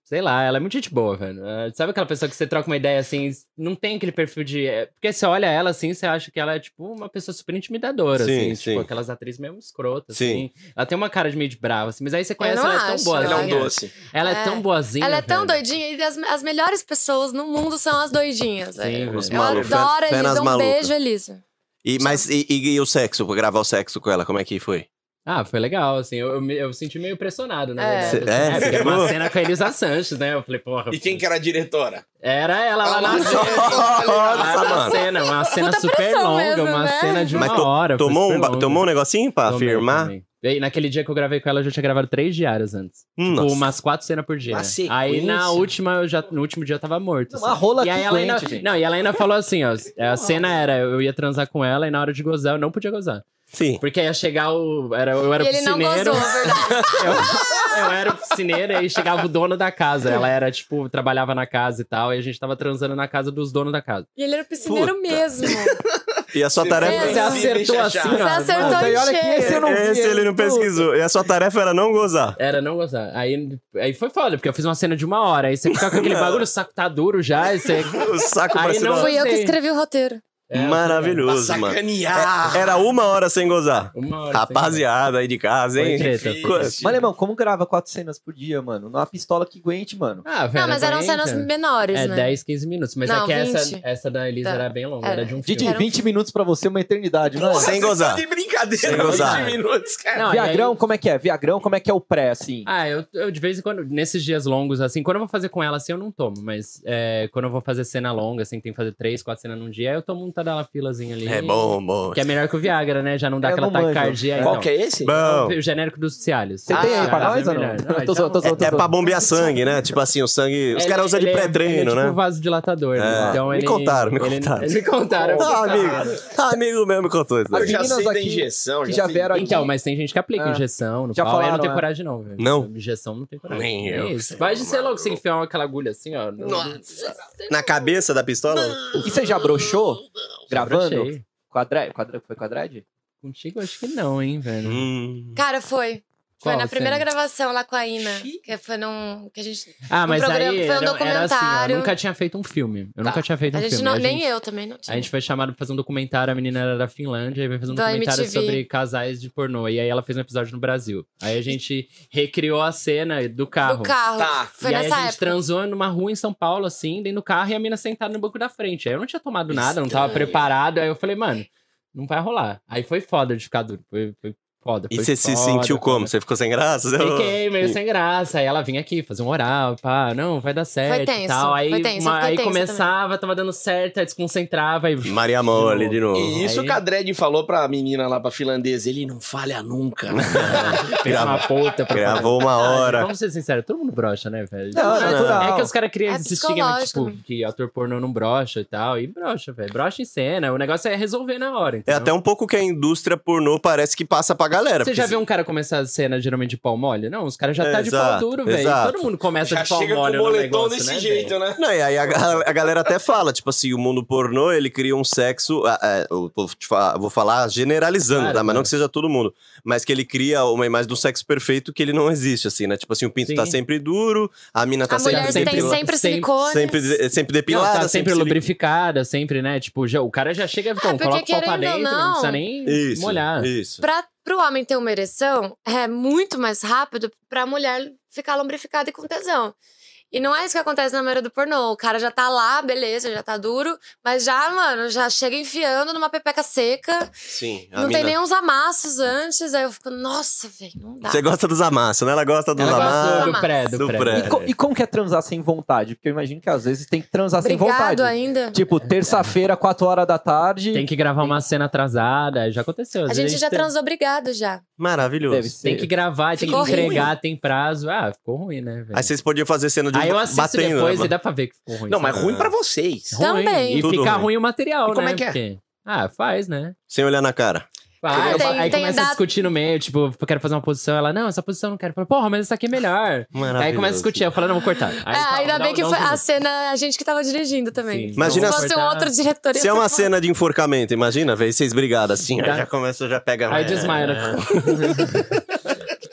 Speaker 5: Sei lá, ela é muito gente boa, velho. É, sabe aquela pessoa que você troca uma ideia assim, não tem aquele perfil de. é, porque você olha ela assim, você acha que ela é, tipo, uma pessoa super intimidadora,
Speaker 2: Sim,
Speaker 5: assim.
Speaker 2: sim.
Speaker 5: Tipo, aquelas atrizes mesmo escrotas,
Speaker 2: Sim.
Speaker 5: assim. Ela tem uma cara de meio de brava, assim, mas aí você conhece,
Speaker 4: não
Speaker 5: ela é tão
Speaker 4: acho,
Speaker 5: boazinha.
Speaker 1: Ele é um
Speaker 4: Olha.
Speaker 1: doce.
Speaker 5: Ela é,
Speaker 4: É.
Speaker 5: tão boazinha.
Speaker 4: Ela é tão
Speaker 5: velho.
Speaker 4: doidinha e as, as melhores pessoas no mundo são as doidinhas. velho.
Speaker 5: Sim,
Speaker 2: Os
Speaker 4: Eu
Speaker 5: velho.
Speaker 2: malucos.
Speaker 4: adoro,
Speaker 2: Fe-
Speaker 4: eles
Speaker 2: feras
Speaker 4: dão um
Speaker 2: malucas.
Speaker 4: beijo, Elisa.
Speaker 2: E, mas e, e- e o sexo? Gravar o sexo com ela, como é que foi?
Speaker 5: Ah, foi legal, assim. Eu, eu, me- eu senti meio pressionado, na
Speaker 4: É.
Speaker 5: verdade.
Speaker 2: Cê- é?
Speaker 5: assim, porque
Speaker 2: Cê
Speaker 5: era uma
Speaker 2: ficou?
Speaker 5: cena com a Elisa Sanches, né? Eu falei, porra.
Speaker 1: E quem que era a diretora?
Speaker 5: Era ela lá na cena.
Speaker 1: Ah,
Speaker 2: Nossa,
Speaker 5: Lá na
Speaker 2: mano.
Speaker 5: cena, Ah, uma cena super
Speaker 4: pressão
Speaker 5: longa,
Speaker 4: mesmo,
Speaker 5: uma
Speaker 4: né?
Speaker 5: cena de uma
Speaker 2: Mas to-
Speaker 5: hora. foi
Speaker 2: Tomou um,
Speaker 5: super
Speaker 2: ba-
Speaker 5: longa.
Speaker 2: tomou um negocinho pra
Speaker 5: Tomei
Speaker 2: afirmar?
Speaker 5: também. E aí, naquele dia que eu gravei com ela, eu já tinha gravado três diárias antes. Tipo,
Speaker 2: Hum, Nossa.
Speaker 5: umas quatro cenas por dia.
Speaker 1: Uma
Speaker 5: né?
Speaker 1: sequência.
Speaker 5: Aí na última, eu já, no último dia eu tava morto. assim.
Speaker 3: Uma rola
Speaker 5: E aí ela ainda,
Speaker 3: quente, gente.
Speaker 5: não, e ela ainda falou assim, ó. A cena era, eu ia transar com ela e na hora de gozar eu não podia gozar.
Speaker 2: Sim.
Speaker 5: Porque ia chegar o. Era, eu era
Speaker 4: E ele não
Speaker 5: piscineiro.
Speaker 4: gozou, é verdade.
Speaker 5: Eu, eu era piscineiro e aí chegava o dono da casa. Ela era, tipo, trabalhava na casa e tal. E a gente tava transando na casa dos donos da casa.
Speaker 4: E ele era o piscineiro
Speaker 2: Puta.
Speaker 4: mesmo.
Speaker 2: E a sua tarefa.
Speaker 4: fez
Speaker 5: Você
Speaker 4: Sim,
Speaker 5: acertou
Speaker 1: deixa
Speaker 5: assim,
Speaker 1: chato.
Speaker 5: ó.
Speaker 4: Você acertou
Speaker 5: mano.
Speaker 4: em
Speaker 3: e olha que
Speaker 4: cheio.
Speaker 3: esse eu não vi.
Speaker 2: Esse ele não
Speaker 3: Puta.
Speaker 2: pesquisou. E a sua tarefa era não gozar.
Speaker 5: Era não gozar. Aí, aí foi foda, porque eu fiz uma cena de uma hora. Aí você fica com aquele bagulho, o saco tá duro já. E você...
Speaker 2: O saco
Speaker 5: Aí
Speaker 2: parecendo.
Speaker 5: não- É,
Speaker 4: Fui eu que
Speaker 5: Sim.
Speaker 4: escrevi o roteiro.
Speaker 1: Pra
Speaker 2: Maravilhoso, mano.
Speaker 1: sacanear.
Speaker 2: Era uma hora sem gozar.
Speaker 5: Uma hora.
Speaker 2: Rapaziada aí de casa,
Speaker 5: Foi
Speaker 2: hein?
Speaker 5: treta.
Speaker 1: Difícil.
Speaker 2: Coisa.
Speaker 3: Mas, irmão, como grava quatro cenas por dia, mano? Numa pistola que aguente, mano.
Speaker 5: Ah, velho.
Speaker 4: Não, mas eram
Speaker 5: 40.
Speaker 4: cenas menores,
Speaker 5: É
Speaker 4: né?
Speaker 5: 10, 15 minutos. Mas
Speaker 4: Não,
Speaker 5: é que essa,
Speaker 4: 20.
Speaker 5: essa da Elisa
Speaker 4: Tá.
Speaker 5: era bem longa,
Speaker 4: Era.
Speaker 5: era de um filme.
Speaker 3: Didi,
Speaker 4: Era um
Speaker 3: 20 minutos pra você é uma eternidade, não é?
Speaker 2: Sem
Speaker 1: Vocês estão
Speaker 2: gozar.
Speaker 1: De brincadeira,
Speaker 2: Sem gozar.
Speaker 1: 20 minutos, cara.
Speaker 5: Não, e aí-
Speaker 3: Viagrão, como é que é? Viagrão, como é que é o pré, assim?
Speaker 5: Ah, eu, eu de vez em quando, nesses dias longos, assim, quando eu vou fazer com ela, assim, eu não tomo, mas é, quando eu vou fazer cena longa, assim, tem que fazer três, quatro cenas num dia, eu tomo um tadalafilazinho ali.
Speaker 2: É bom, bom.
Speaker 5: Que é melhor que o Viagra, né? Já não dá
Speaker 3: Eu
Speaker 5: aquela
Speaker 3: não manjo.
Speaker 5: taquicardia.
Speaker 1: Qual
Speaker 5: então.
Speaker 1: que é esse?
Speaker 2: Bom.
Speaker 5: O genérico dos Ah, Cialis.
Speaker 3: Você tem aí pra nós ou não?
Speaker 5: é Não,
Speaker 3: Tô zoando, tô zoando, tô
Speaker 2: É
Speaker 3: zoando.
Speaker 2: pra bombear sangue, né? Tipo assim, o sangue. Os caras usam de pré-treino,
Speaker 5: Ele é
Speaker 2: né?
Speaker 5: tipo vaso dilatador.
Speaker 2: É.
Speaker 5: né? Então
Speaker 2: Me
Speaker 5: ele-
Speaker 2: contaram, me
Speaker 5: ele-
Speaker 2: contaram.
Speaker 5: eles Me contaram.
Speaker 2: Ah, amigo. Ah, amigo meu me contou isso.
Speaker 1: Eu
Speaker 3: As
Speaker 2: daí.
Speaker 1: já
Speaker 3: meninas
Speaker 1: sei da
Speaker 3: aqui
Speaker 1: injeção.
Speaker 3: que já
Speaker 1: sei-
Speaker 3: vieram aqui.
Speaker 5: Então, mas tem gente que aplica
Speaker 3: Ah.
Speaker 5: injeção no
Speaker 3: Já
Speaker 5: pau. aí
Speaker 3: falaram,
Speaker 5: não tem
Speaker 3: é.
Speaker 5: coragem, não, velho. Tipo,
Speaker 2: Não?
Speaker 5: Injeção não tem coragem.
Speaker 2: Nem
Speaker 5: É
Speaker 2: eu,
Speaker 5: Isso.
Speaker 2: sei
Speaker 5: Vai de
Speaker 2: lá,
Speaker 5: ser louco
Speaker 2: maluco.
Speaker 5: sem enfiar aquela agulha assim, ó. no-
Speaker 1: Nossa.
Speaker 2: Assim, Na cabeça da pistola?
Speaker 3: E você já broxou? Gravando?
Speaker 5: Brochei.
Speaker 3: Quadra... Quadra... Foi quadrade?
Speaker 5: Contigo acho que não, hein, velho.
Speaker 2: Hum.
Speaker 4: Cara, foi. Foi
Speaker 5: Qual
Speaker 4: na primeira
Speaker 5: cena?
Speaker 4: gravação lá com a Ina. Que foi num. Que a gente.
Speaker 5: Ah,
Speaker 4: Um
Speaker 5: mas
Speaker 4: programa-
Speaker 5: aí
Speaker 4: foi um
Speaker 5: era, era assim, ó,
Speaker 4: documentário.
Speaker 5: eu nunca tinha feito um filme. Eu
Speaker 1: Tá.
Speaker 5: nunca tinha feito um
Speaker 4: a gente
Speaker 5: filme.
Speaker 4: não.
Speaker 5: a
Speaker 4: nem
Speaker 5: gente,
Speaker 4: eu também não
Speaker 5: a
Speaker 4: tinha.
Speaker 5: gente foi chamado pra fazer um documentário, a menina era da Finlândia, e vai fazer um
Speaker 4: Da
Speaker 5: documentário
Speaker 4: MTV.
Speaker 5: sobre casais de pornô. E aí ela fez um episódio no Brasil. Aí a gente recriou a cena do carro.
Speaker 4: Do carro.
Speaker 1: Tá.
Speaker 4: Foi
Speaker 5: e aí a
Speaker 4: nessa
Speaker 5: gente
Speaker 4: época.
Speaker 5: transou numa rua em São Paulo, assim, dentro do carro, e a mina sentada no banco da frente. Aí eu não tinha tomado nada, não tava
Speaker 1: Estranho.
Speaker 5: preparado. Aí eu falei, mano, não vai rolar. Aí foi foda de ficar duro. Foi, foi foda.
Speaker 2: E
Speaker 5: foi
Speaker 2: você se
Speaker 5: foda,
Speaker 2: sentiu
Speaker 5: foda.
Speaker 2: como? Você ficou sem graça? Você-
Speaker 5: Fiquei meio sem graça. Aí ela vinha aqui fazer um oral, pá, não, vai dar certo. e
Speaker 4: tenso,
Speaker 5: tal. Aí,
Speaker 4: foi tenso, eu
Speaker 5: uma-
Speaker 4: fiquei
Speaker 5: aí
Speaker 4: tensa
Speaker 5: começava, tava dando certo, aí desconcentrava. E...
Speaker 2: Maria Mole de novo.
Speaker 1: E isso
Speaker 5: Aí-
Speaker 1: o Cadred falou pra menina lá, pra finlandesa. Ele não falha nunca.
Speaker 5: Fez uma puta pra
Speaker 2: Gravou uma
Speaker 5: Ah,
Speaker 2: hora.
Speaker 5: Vamos ser sinceros, todo mundo brocha, né, velho?
Speaker 3: Não,
Speaker 5: é,
Speaker 3: natural.
Speaker 5: é que os caras criam
Speaker 4: É
Speaker 5: esse estigma,
Speaker 4: psicológico.
Speaker 5: tipo, que ator pornô não brocha e tal. E brocha, velho. Brocha em cena. O negócio é resolver na hora,
Speaker 2: É
Speaker 5: entendeu?
Speaker 2: até um pouco que a indústria pornô parece que passa pra galera.
Speaker 5: Você
Speaker 2: porque
Speaker 5: já viu um cara começar a cena geralmente de pau mole? Não, os caras já
Speaker 2: É,
Speaker 5: tá de pau
Speaker 2: exato,
Speaker 5: duro, velho.
Speaker 2: exato.
Speaker 5: Todo mundo começa
Speaker 1: Já
Speaker 5: de pau
Speaker 1: chega com o
Speaker 5: mole no
Speaker 1: boletão
Speaker 5: negócio,
Speaker 1: desse
Speaker 5: né, velho?
Speaker 1: jeito, né?
Speaker 2: Não, e aí a, ga- a galera até fala, tipo assim, o mundo pornô, ele cria um sexo, ah, ah, eu vou te fa- vou falar generalizando,
Speaker 5: Claro,
Speaker 2: tá? Mas não
Speaker 5: claro.
Speaker 2: que seja todo mundo. Mas que ele cria uma imagem do sexo perfeito que ele não existe, assim, né? Tipo assim, o pinto
Speaker 5: Sim.
Speaker 2: tá sempre duro, a mina tá
Speaker 4: A
Speaker 2: sempre...
Speaker 4: mulher
Speaker 5: sempre-
Speaker 4: tem
Speaker 5: sempre-
Speaker 4: sempre silicone.
Speaker 2: sempre, de- sempre
Speaker 5: Não,
Speaker 2: depilada,
Speaker 5: tá sempre
Speaker 2: se li-
Speaker 5: lubrificada, sempre, né? Tipo, já, o cara já chega, bom,
Speaker 4: porque
Speaker 5: coloca o pau pra
Speaker 4: querendo ou
Speaker 5: dentro, não,
Speaker 4: não-
Speaker 5: precisa nem
Speaker 2: Isso,
Speaker 5: molhar.
Speaker 2: isso.
Speaker 4: Pra, pro homem ter uma ereção, é muito mais rápido pra mulher ficar lombrificada e com tesão. E não é isso que acontece na maioria do pornô. O cara já tá lá, beleza, já tá duro, mas já, mano, já chega enfiando numa pepeca seca.
Speaker 2: Sim, a
Speaker 4: não
Speaker 2: mina-
Speaker 4: tem nem uns amassos antes. Aí eu fico, nossa, velho, não dá.
Speaker 2: Você gosta dos amassos, né? Ela gosta dos
Speaker 5: Ela gosta
Speaker 2: amassos.
Speaker 5: do pré, do,
Speaker 2: Do
Speaker 5: pré.
Speaker 2: pré.
Speaker 3: E, co- e como que é transar sem vontade? Porque eu imagino que às vezes tem que transar sem
Speaker 4: Obrigado
Speaker 3: vontade.
Speaker 4: ainda.
Speaker 3: Tipo, terça-feira, 4 horas da tarde.
Speaker 5: Tem que gravar uma cena atrasada, já aconteceu. às
Speaker 4: A
Speaker 5: vezes
Speaker 4: gente já
Speaker 5: tem-
Speaker 4: transou obrigado já.
Speaker 2: Maravilhoso.
Speaker 3: Deve ser.
Speaker 5: Tem que gravar, tem que
Speaker 4: Ficou ruim.
Speaker 5: entregar, tem prazo. Ah, ficou ruim, né, velho?
Speaker 2: Aí vocês podiam fazer cena de
Speaker 5: Aí eu assisto
Speaker 2: batendo,
Speaker 5: depois
Speaker 2: né?
Speaker 5: e dá pra ver que ficou ruim.
Speaker 1: Não, mas
Speaker 5: sabe?
Speaker 1: ruim pra vocês.
Speaker 5: Ruim.
Speaker 4: Também.
Speaker 5: E
Speaker 2: Tudo
Speaker 5: fica
Speaker 2: ruim.
Speaker 5: ruim. o material,
Speaker 1: E como
Speaker 5: né?
Speaker 1: é que é?
Speaker 5: Porque- Ah, faz, né?
Speaker 2: Sem olhar na cara.
Speaker 5: Faz.
Speaker 4: Ah, tem-
Speaker 5: aí
Speaker 4: tem
Speaker 5: começa
Speaker 4: dado-
Speaker 5: a discutir no meio, tipo, eu quero fazer uma posição. Ela, não, essa posição eu não quero. Eu falo, porra, mas essa aqui é melhor.
Speaker 2: Maravilhoso.
Speaker 5: Aí começa a discutir, eu falo, não, vou cortar. Aí,
Speaker 4: É,
Speaker 5: tá,
Speaker 4: ainda
Speaker 5: dá-
Speaker 4: bem que
Speaker 5: dá um
Speaker 4: foi a
Speaker 5: segundo.
Speaker 4: cena, a gente que tava dirigindo também.
Speaker 5: Sim.
Speaker 2: Imagina
Speaker 4: Se
Speaker 2: Vamos
Speaker 4: fosse um
Speaker 5: cortar.
Speaker 4: outro diretor, ia
Speaker 2: Se é
Speaker 4: ser
Speaker 2: uma
Speaker 4: bom.
Speaker 2: cena de enforcamento,
Speaker 4: Ah,
Speaker 2: imagina, velho, vocês brigadas assim. Aí
Speaker 5: Dá-
Speaker 2: já começa, já pega.
Speaker 5: Aí desmaia. né?